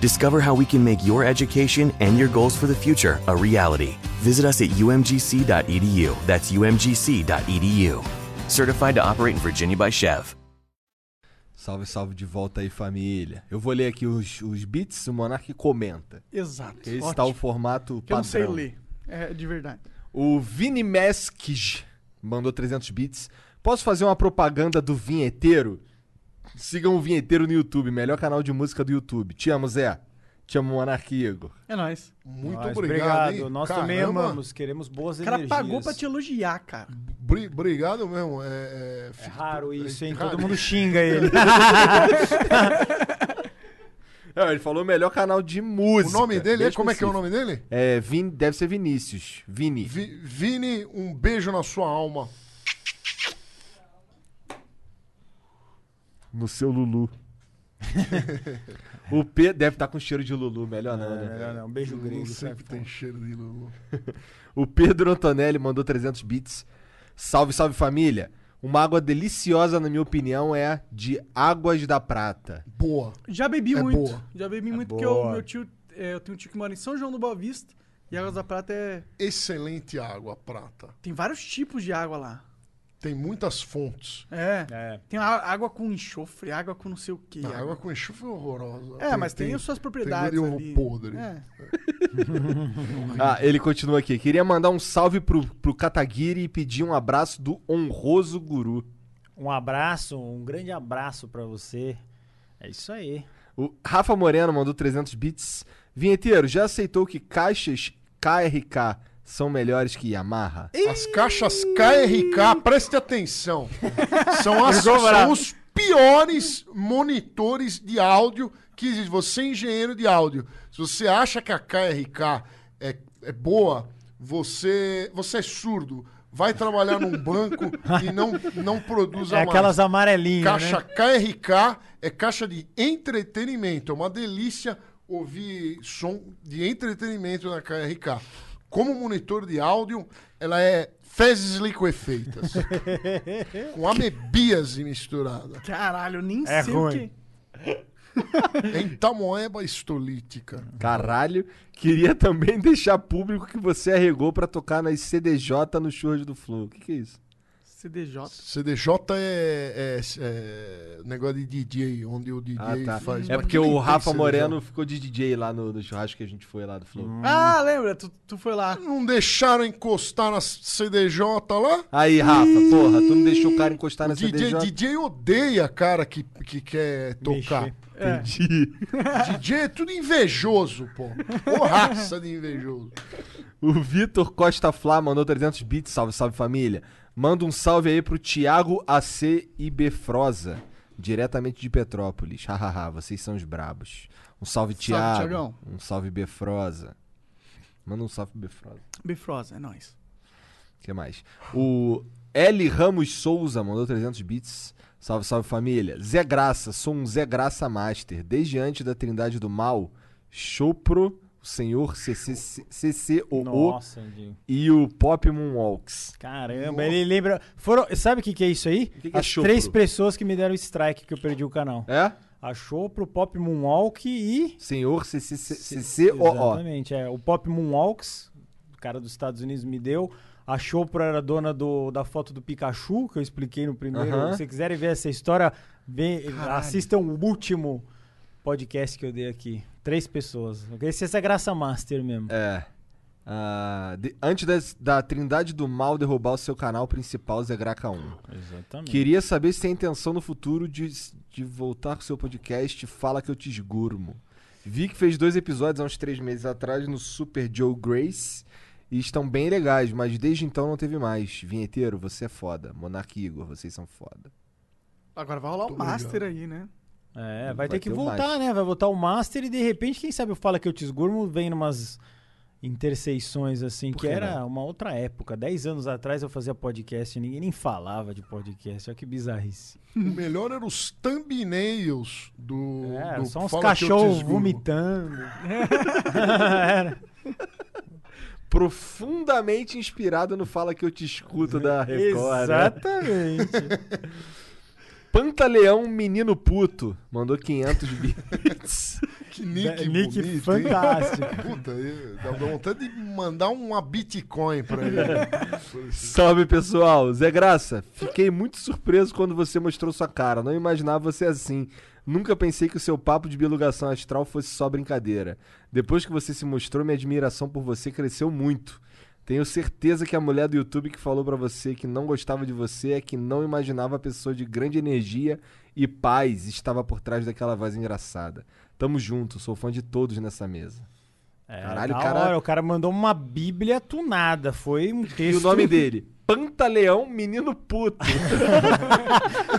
[SPEAKER 6] Discover how we can make your education and your goals for the future a reality. Visit us at umgc.edu. E That's umgc.edu. E Certified to operate in Virginia by Chev.
[SPEAKER 1] Salve, salve de volta aí, família. Eu vou ler aqui os, os beats, o Monark comenta.
[SPEAKER 2] Exato.
[SPEAKER 1] Esse
[SPEAKER 2] Ótimo.
[SPEAKER 1] tá o formato
[SPEAKER 2] Que eu não sei
[SPEAKER 1] padrão.
[SPEAKER 2] ler. É de verdade.
[SPEAKER 1] O Vini Meskij mandou 300 bits. Posso fazer uma propaganda do Vinheteiro? Sigam o Vinheteiro no YouTube, melhor canal de música do YouTube. Te amo, Zé. Te amo, Monark e Igor.
[SPEAKER 2] É nóis.
[SPEAKER 4] Muito
[SPEAKER 3] Mas
[SPEAKER 4] obrigado. hein?
[SPEAKER 3] Nós também
[SPEAKER 4] Caramba,
[SPEAKER 3] amamos, queremos boas
[SPEAKER 2] O cara
[SPEAKER 3] energias.
[SPEAKER 2] pagou pra te elogiar, cara.
[SPEAKER 4] bri- Obrigado mesmo. É, é,
[SPEAKER 3] É
[SPEAKER 4] fico-
[SPEAKER 3] raro isso, hein?
[SPEAKER 4] raro.
[SPEAKER 3] Todo mundo xinga ele.
[SPEAKER 1] É, ele falou melhor canal de
[SPEAKER 4] O
[SPEAKER 1] música.
[SPEAKER 4] nome dele
[SPEAKER 1] Bem
[SPEAKER 4] é? Como é que é o
[SPEAKER 1] específico.
[SPEAKER 4] nome dele?
[SPEAKER 1] É, Vin, deve ser Vinícius. Vini.
[SPEAKER 4] Vi- Vini, um beijo na sua alma.
[SPEAKER 1] No seu Lulu. o P deve estar com cheiro de Lulu, melhor não, né?
[SPEAKER 3] Não, não, beijo
[SPEAKER 4] Não
[SPEAKER 3] grego.
[SPEAKER 4] sei que tem cheiro de Lulu.
[SPEAKER 1] O Pedro Antonelli mandou 300 bits. Salve, salve família. Uma água deliciosa, na minha opinião, é a de Águas da Prata.
[SPEAKER 4] Boa.
[SPEAKER 2] Já bebi
[SPEAKER 4] É
[SPEAKER 2] muito.
[SPEAKER 4] boa.
[SPEAKER 2] Já bebi muito
[SPEAKER 3] boa.
[SPEAKER 2] porque o meu tio. é, eu tenho um tio que mora em São João do Boa Vista. E Águas da Prata é.
[SPEAKER 4] Excelente água prata.
[SPEAKER 2] Tem vários tipos de água lá.
[SPEAKER 4] Tem muitas fontes.
[SPEAKER 2] É.
[SPEAKER 3] É.
[SPEAKER 2] Tem a- água com enxofre, água com não sei o quê.
[SPEAKER 4] A água com enxofre é horrorosa.
[SPEAKER 2] É, mas tem, as suas propriedades.
[SPEAKER 4] Tem um
[SPEAKER 2] ali.
[SPEAKER 4] podre.
[SPEAKER 2] É.
[SPEAKER 1] Ah, ele continua aqui. Queria mandar um salve pro, pro Kataguiri e pedir um abraço do honroso guru.
[SPEAKER 3] Um abraço, um grande abraço pra você. É isso aí.
[SPEAKER 1] O Rafa Moreno mandou 300 bits. Vinheteiro, já aceitou que caixas KRK são melhores que Yamaha?
[SPEAKER 4] As caixas KRK, preste atenção, são, as-
[SPEAKER 3] Ficou bravo.
[SPEAKER 4] são os piores monitores de áudio que existe. Você é engenheiro de áudio. Se você acha que a KRK é, é boa, você, você é surdo. vai trabalhar num banco e não, não produz
[SPEAKER 3] É
[SPEAKER 4] a mais.
[SPEAKER 3] aquelas amarelinhas,
[SPEAKER 4] Caixa
[SPEAKER 3] né?
[SPEAKER 4] KRK é caixa de entretenimento. É uma delícia ouvir som de entretenimento na KRK. Como monitor de áudio, ela é fezes liquefeitas. com amebíase misturada.
[SPEAKER 2] Caralho, eu nem
[SPEAKER 3] É
[SPEAKER 2] sei
[SPEAKER 3] ruim.
[SPEAKER 2] o que.
[SPEAKER 4] Em tamoeba estolítica.
[SPEAKER 1] Caralho. Queria também deixar público que você arregou pra tocar nas CDJ no Churras do Flow. O que, que é isso?
[SPEAKER 2] CDJ.
[SPEAKER 4] CDJ é, é- é negócio de DJ, onde o DJ
[SPEAKER 1] Ah, tá.
[SPEAKER 4] faz.
[SPEAKER 1] É
[SPEAKER 4] Mas
[SPEAKER 1] porque
[SPEAKER 4] quem
[SPEAKER 1] o
[SPEAKER 4] tem
[SPEAKER 1] Rafa
[SPEAKER 4] CDJ?
[SPEAKER 1] Moreno ficou de DJ lá no, no churrasco que a gente foi lá do Flow.
[SPEAKER 2] Ah, lembra? Tu, tu foi lá.
[SPEAKER 4] Não deixaram encostar na CDJ lá?
[SPEAKER 1] Aí, Rafa, porra, tu não deixou o cara encostar na
[SPEAKER 4] DJ,
[SPEAKER 1] CDJ?
[SPEAKER 4] DJ odeia cara que, que quer tocar.
[SPEAKER 3] Mexer.
[SPEAKER 1] É. Entendi.
[SPEAKER 4] DJ é tudo invejoso, pô. Ô raça de invejoso.
[SPEAKER 1] O Vitor Costa Flá mandou 300 bits, salve, salve família. Manda um salve aí pro Thiago AC Ibefrosa, diretamente de Petrópolis. Hahaha, vocês são os brabos. Um salve, Thiago.
[SPEAKER 2] Thiagão.
[SPEAKER 1] Um salve, Befrosa. Manda um salve, Befrosa.
[SPEAKER 2] Bifrosa, é nóis.
[SPEAKER 1] O que mais? O L. Ramos Souza mandou 300 bits. Salve, salve família. Zé Graça, sou um Zé Graça Master. Desde antes da Trindade do Mal, Chopro, o Senhor CC CCOO
[SPEAKER 3] Nossa, Diego.
[SPEAKER 1] e o Pop Moonwalks.
[SPEAKER 3] Caramba, ele lembra. Foram... Sabe o que, que é isso aí?
[SPEAKER 1] que que é
[SPEAKER 3] As
[SPEAKER 1] chopro?
[SPEAKER 3] três pessoas que me deram strike que eu perdi o canal.
[SPEAKER 1] É?
[SPEAKER 3] Achou pro Pop Moonwalk e.
[SPEAKER 1] Senhor CC CCOO.
[SPEAKER 3] Exatamente, é. O Pop Moonwalks, o cara dos Estados Unidos me deu. A Chopra era dona do, da foto do Pikachu, que eu expliquei no primeiro.
[SPEAKER 1] Aham.
[SPEAKER 3] Se vocês quiserem ver essa história, vê- assistam o último podcast que eu dei aqui. Três pessoas. Esse essa é graça master mesmo.
[SPEAKER 1] É. Ah, de- antes das- da Trindade do Mal derrubar o seu canal principal, Zé Graca 1.
[SPEAKER 3] Exatamente.
[SPEAKER 1] Queria saber se tem intenção no futuro de, de voltar com seu podcast Fala Que Eu Te Esgurmo. Vi que fez dois episódios há uns três meses atrás no Super Joe Grace e estão bem legais, mas desde então não teve mais. Vinheteiro, você é foda. Monark e Igor, vocês são foda.
[SPEAKER 2] Agora vai rolar o Master aí, né?
[SPEAKER 3] É, vai, ter
[SPEAKER 1] Vai
[SPEAKER 3] que
[SPEAKER 1] ter o
[SPEAKER 3] voltar,
[SPEAKER 1] Master.
[SPEAKER 3] né? Vai voltar o Master e de repente, quem sabe eu fala que eu te esgurmo, vem numas interseções assim, que,
[SPEAKER 1] que
[SPEAKER 3] era uma outra época. Dez anos atrás eu fazia podcast e ninguém nem falava de podcast. Olha que bizarrice.
[SPEAKER 4] O melhor eram os thumbnails do.
[SPEAKER 3] É,
[SPEAKER 4] do
[SPEAKER 3] só uns
[SPEAKER 4] Fala Que Eu Te
[SPEAKER 3] cachorros
[SPEAKER 4] Esgurro.
[SPEAKER 3] vomitando. Era.
[SPEAKER 1] Profundamente inspirado no Fala Que Eu Te Escuto da Record. né?
[SPEAKER 3] Exatamente.
[SPEAKER 1] Pantaleão Menino Puto mandou 500 bits.
[SPEAKER 4] Que nick,
[SPEAKER 3] Nick
[SPEAKER 4] bonito, hein?
[SPEAKER 3] fantástico.
[SPEAKER 4] Puta, eu- dá vontade de mandar uma Bitcoin pra ele.
[SPEAKER 1] Salve pessoal, Zé Graça. Fiquei muito surpreso quando você mostrou sua cara. Não imaginava você assim. Nunca pensei que o seu papo de bilugação astral fosse só brincadeira. Depois que você se mostrou, minha admiração por você cresceu muito. Tenho certeza que a mulher do YouTube que falou pra você que não gostava de você é que não imaginava a pessoa de grande energia e paz estava por trás daquela voz engraçada. Tamo junto, sou fã de todos nessa mesa.
[SPEAKER 3] É,
[SPEAKER 1] Caralho,
[SPEAKER 3] da
[SPEAKER 1] o cara-
[SPEAKER 3] hora, o cara mandou uma bíblia tunada. Foi um texto.
[SPEAKER 1] E o nome dele? Pantaleão Menino Puto.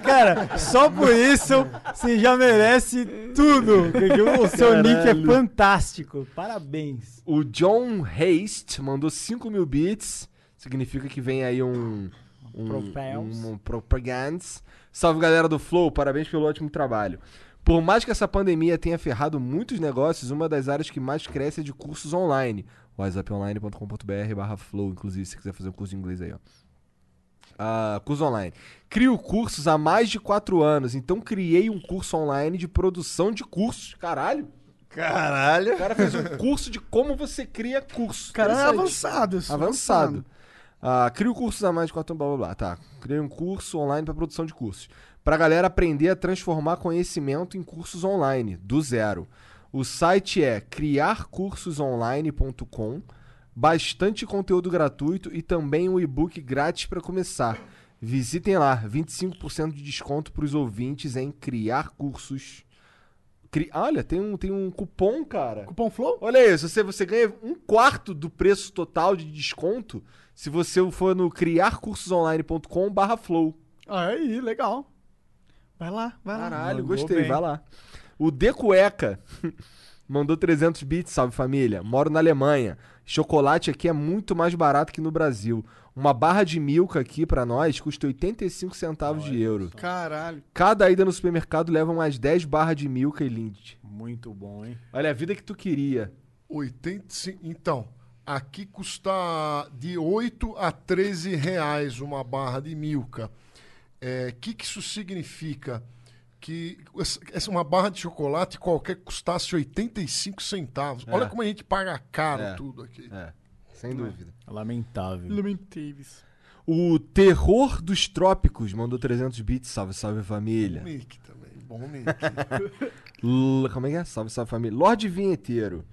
[SPEAKER 3] Cara, só por isso você já merece tudo. Porque o seu nick é fantástico. Parabéns.
[SPEAKER 1] O John Haste mandou 5 mil bits. Significa que vem aí um. Um,
[SPEAKER 3] Propels.
[SPEAKER 1] um, um propagandas. Salve galera do Flow, parabéns pelo ótimo trabalho. Por mais que essa pandemia tenha ferrado muitos negócios, uma das áreas que mais cresce é de cursos online. whatsapponline.com.br barra flow, inclusive, se você quiser fazer um curso de inglês aí, ó. Ah, curso online. Crio cursos há mais de 4 anos, então criei um curso online de produção de cursos. Caralho!
[SPEAKER 5] Caralho.
[SPEAKER 1] O cara fez um curso de como você cria curso.
[SPEAKER 2] O cara é
[SPEAKER 1] Interessante.
[SPEAKER 2] avançado. isso,
[SPEAKER 1] Avançado. Ah, crio cursos a mais de 4 blá blá blá. Tá. Criei um curso online para produção de cursos. Pra galera aprender a transformar conhecimento em cursos online, do zero. O site é criarcursosonline.com. Bastante conteúdo gratuito e também um e-book grátis para começar. Visitem lá, 25% de desconto para os ouvintes em criar cursos. Cri... Olha, tem um, tem um cupom, cara.
[SPEAKER 2] Cupom Flow?
[SPEAKER 1] Olha aí, se você, você ganha um quarto do preço total de desconto se você for no criarcursosonline.com barra flow.
[SPEAKER 2] Aí, legal. Vai lá, vai lá.
[SPEAKER 1] Caralho,
[SPEAKER 3] mandou
[SPEAKER 1] gostei,
[SPEAKER 3] bem.
[SPEAKER 1] vai lá. O De Cueca Mandou 300 bits, salve família. Moro na Alemanha. Chocolate aqui é muito mais barato que no Brasil. Uma barra de milka aqui pra nós custa 85 centavos de euro.
[SPEAKER 2] Tá.
[SPEAKER 4] Caralho.
[SPEAKER 1] Cada ida no supermercado leva umas 10 barras de milka e lindt.
[SPEAKER 3] Muito bom, hein?
[SPEAKER 1] Olha, a vida que tu queria.
[SPEAKER 4] 85. Então, aqui custa de 8 a 13 reais uma barra de milka. O que, que isso significa? Que essa- essa uma barra de chocolate qualquer custasse 85 centavos. Olha como a gente paga caro
[SPEAKER 1] É.
[SPEAKER 4] tudo aqui.
[SPEAKER 1] É, sem dúvida.
[SPEAKER 3] Lamentável.
[SPEAKER 2] Lamentaves.
[SPEAKER 1] O Terror dos Trópicos mandou 300 bits, salve, salve família.
[SPEAKER 4] Nick também. Bom Nick.
[SPEAKER 1] L- Como é que é? Salve, salve família. Lorde Vinheteiro.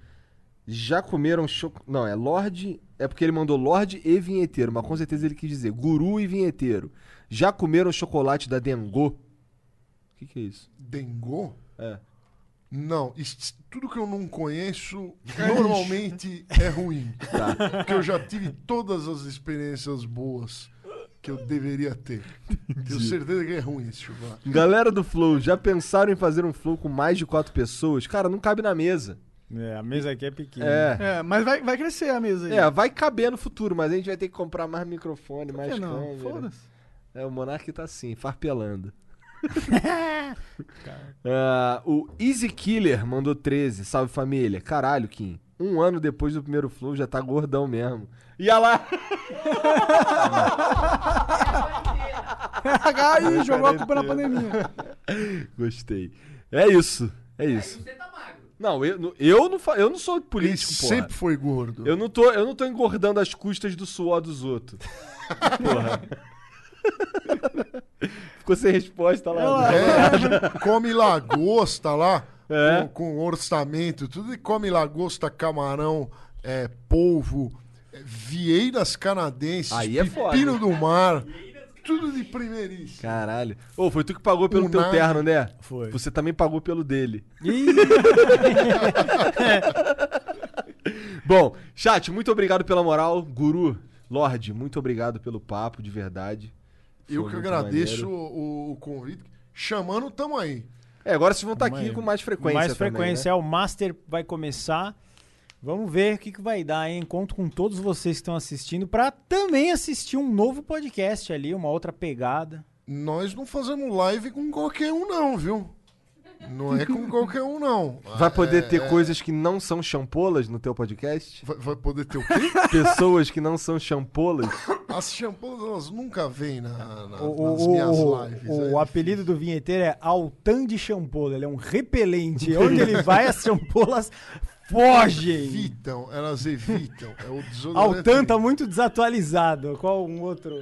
[SPEAKER 1] Já comeram choco. Não, é Lorde. É porque ele mandou Lorde e Vinheteiro, mas com certeza ele quis dizer Guru e Vinheteiro. Já comeram chocolate da Dengô? O que, que é isso?
[SPEAKER 4] Dengô?
[SPEAKER 1] É.
[SPEAKER 4] Não, isso- tudo que eu não conheço
[SPEAKER 1] É
[SPEAKER 4] normalmente é ruim.
[SPEAKER 1] Tá.
[SPEAKER 4] Porque eu já tive todas as experiências boas que eu deveria ter. Tenho certeza que é ruim esse chocolate.
[SPEAKER 1] Galera do Flow, já pensaram em fazer um Flow com mais de quatro pessoas? Cara, não cabe na mesa.
[SPEAKER 3] É, a mesa aqui é pequena.
[SPEAKER 1] É.
[SPEAKER 2] É, mas vai, vai crescer a mesa aí.
[SPEAKER 1] É, vai caber no futuro, mas a gente vai ter que comprar mais microfone,
[SPEAKER 2] Por
[SPEAKER 1] mais
[SPEAKER 2] que não?
[SPEAKER 1] câmera.
[SPEAKER 2] Foda-se.
[SPEAKER 1] É, o Monark tá assim, farpelando. Ah, o Easy Killer mandou 13. Salve família. Caralho, Kim. Um ano depois do primeiro flow já tá gordão mesmo. E olha lá!
[SPEAKER 2] Aí, jogou a culpa na pandemia.
[SPEAKER 1] Gostei. É isso. É isso.
[SPEAKER 7] Você tá magro.
[SPEAKER 1] Não, eu, não- eu, não, fa- eu não sou
[SPEAKER 4] Ele
[SPEAKER 1] político, porra.
[SPEAKER 4] sempre foi gordo.
[SPEAKER 1] Eu não, tô, eu não tô engordando as custas do suor dos outros. Porra. Ficou sem resposta lá.
[SPEAKER 4] É, come lagosta lá,
[SPEAKER 1] É.
[SPEAKER 4] com, com orçamento, tudo e come lagosta, camarão, é, polvo, é, vieiras canadenses,
[SPEAKER 1] Aí é foda,
[SPEAKER 4] pepino do mar, tudo de primeiríssimo.
[SPEAKER 1] Caralho. Ô, foi tu que pagou pelo
[SPEAKER 4] O
[SPEAKER 1] teu
[SPEAKER 4] nada.
[SPEAKER 1] terno, né?
[SPEAKER 3] Foi.
[SPEAKER 1] Você também pagou pelo dele. Bom, chat, muito obrigado pela moral. Guru, Lorde, muito obrigado pelo papo, de verdade.
[SPEAKER 4] Eu
[SPEAKER 1] Foi
[SPEAKER 4] que
[SPEAKER 1] muito
[SPEAKER 4] agradeço
[SPEAKER 1] maneiro.
[SPEAKER 4] o, o convite. Chamando, tamo aí.
[SPEAKER 1] É, agora vocês vão estar aqui
[SPEAKER 3] Amanhã.
[SPEAKER 1] com mais frequência.
[SPEAKER 3] Mais
[SPEAKER 1] também,
[SPEAKER 3] frequência.
[SPEAKER 1] né?
[SPEAKER 3] é, o Master vai começar. Vamos ver o que, que vai dar, hein? Conto com todos vocês que estão assistindo para também assistir um novo podcast ali, uma outra pegada.
[SPEAKER 4] Nós não fazemos live com qualquer um, não, viu? Não é com qualquer um, não.
[SPEAKER 1] Vai poder
[SPEAKER 4] é.
[SPEAKER 1] ter coisas que não são champolas no teu podcast?
[SPEAKER 4] Vai, vai poder ter o quê?
[SPEAKER 1] Pessoas que não são champolas?
[SPEAKER 4] As shampoos, elas nunca vêm na, na-
[SPEAKER 3] O,
[SPEAKER 4] Tá, nas
[SPEAKER 3] o-
[SPEAKER 4] minhas
[SPEAKER 3] o-
[SPEAKER 4] lives.
[SPEAKER 3] o
[SPEAKER 4] é.
[SPEAKER 3] apelido do vinheteiro é Altan de Champola. Ele é um repelente. Onde ele vai, as champolas fogem.
[SPEAKER 4] evitam, elas evitam. É o desodorante.
[SPEAKER 3] Altan tá muito desatualizado. Qual um outro?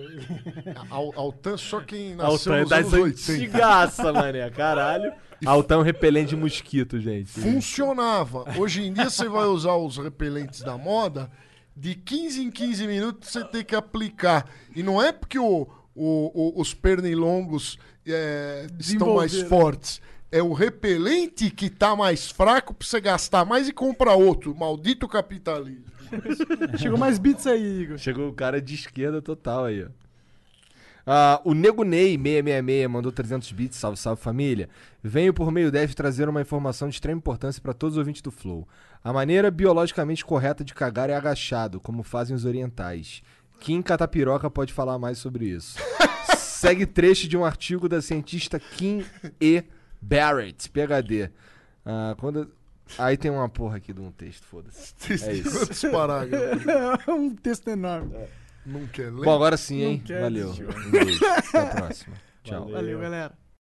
[SPEAKER 4] Al- Altan, só quem nasceu
[SPEAKER 1] Altão
[SPEAKER 4] nos anos
[SPEAKER 1] das
[SPEAKER 4] 80.
[SPEAKER 1] antigaça, mané. Caralho. Altão repelente de mosquito, gente.
[SPEAKER 4] Funcionava. Hoje em dia você vai usar os repelentes da moda, de 15 em 15 minutos você tem que aplicar. E não é porque o- o- o- os pernilongos é, estão mais
[SPEAKER 2] Desenvolveram.
[SPEAKER 4] fortes. É o repelente que tá mais fraco pra você gastar mais e comprar outro. Maldito capitalismo.
[SPEAKER 2] Chegou mais bits aí, Igor.
[SPEAKER 1] Chegou o cara de esquerda total aí, ó. Ah, o Nego Ney 666 mandou 300 bits, salve, salve família. Venho por meio deve trazer uma informação de extrema importância para todos os ouvintes do Flow. A maneira biologicamente correta de cagar é agachado, como fazem os orientais. Kim Catapiroca pode falar mais sobre isso. Segue trecho de um artigo da cientista Kim E. Barrett, PhD. Ah, quando... Aí tem uma porra aqui de um texto, foda-se. É isso.
[SPEAKER 4] Quantos parágrafos?
[SPEAKER 2] É um texto enorme.
[SPEAKER 4] Não quer ler?
[SPEAKER 1] Bom, agora sim, hein?
[SPEAKER 2] quer
[SPEAKER 1] Valeu.
[SPEAKER 2] desistir.
[SPEAKER 1] Um beijo. Até a próxima. Tchau.
[SPEAKER 2] Valeu, galera.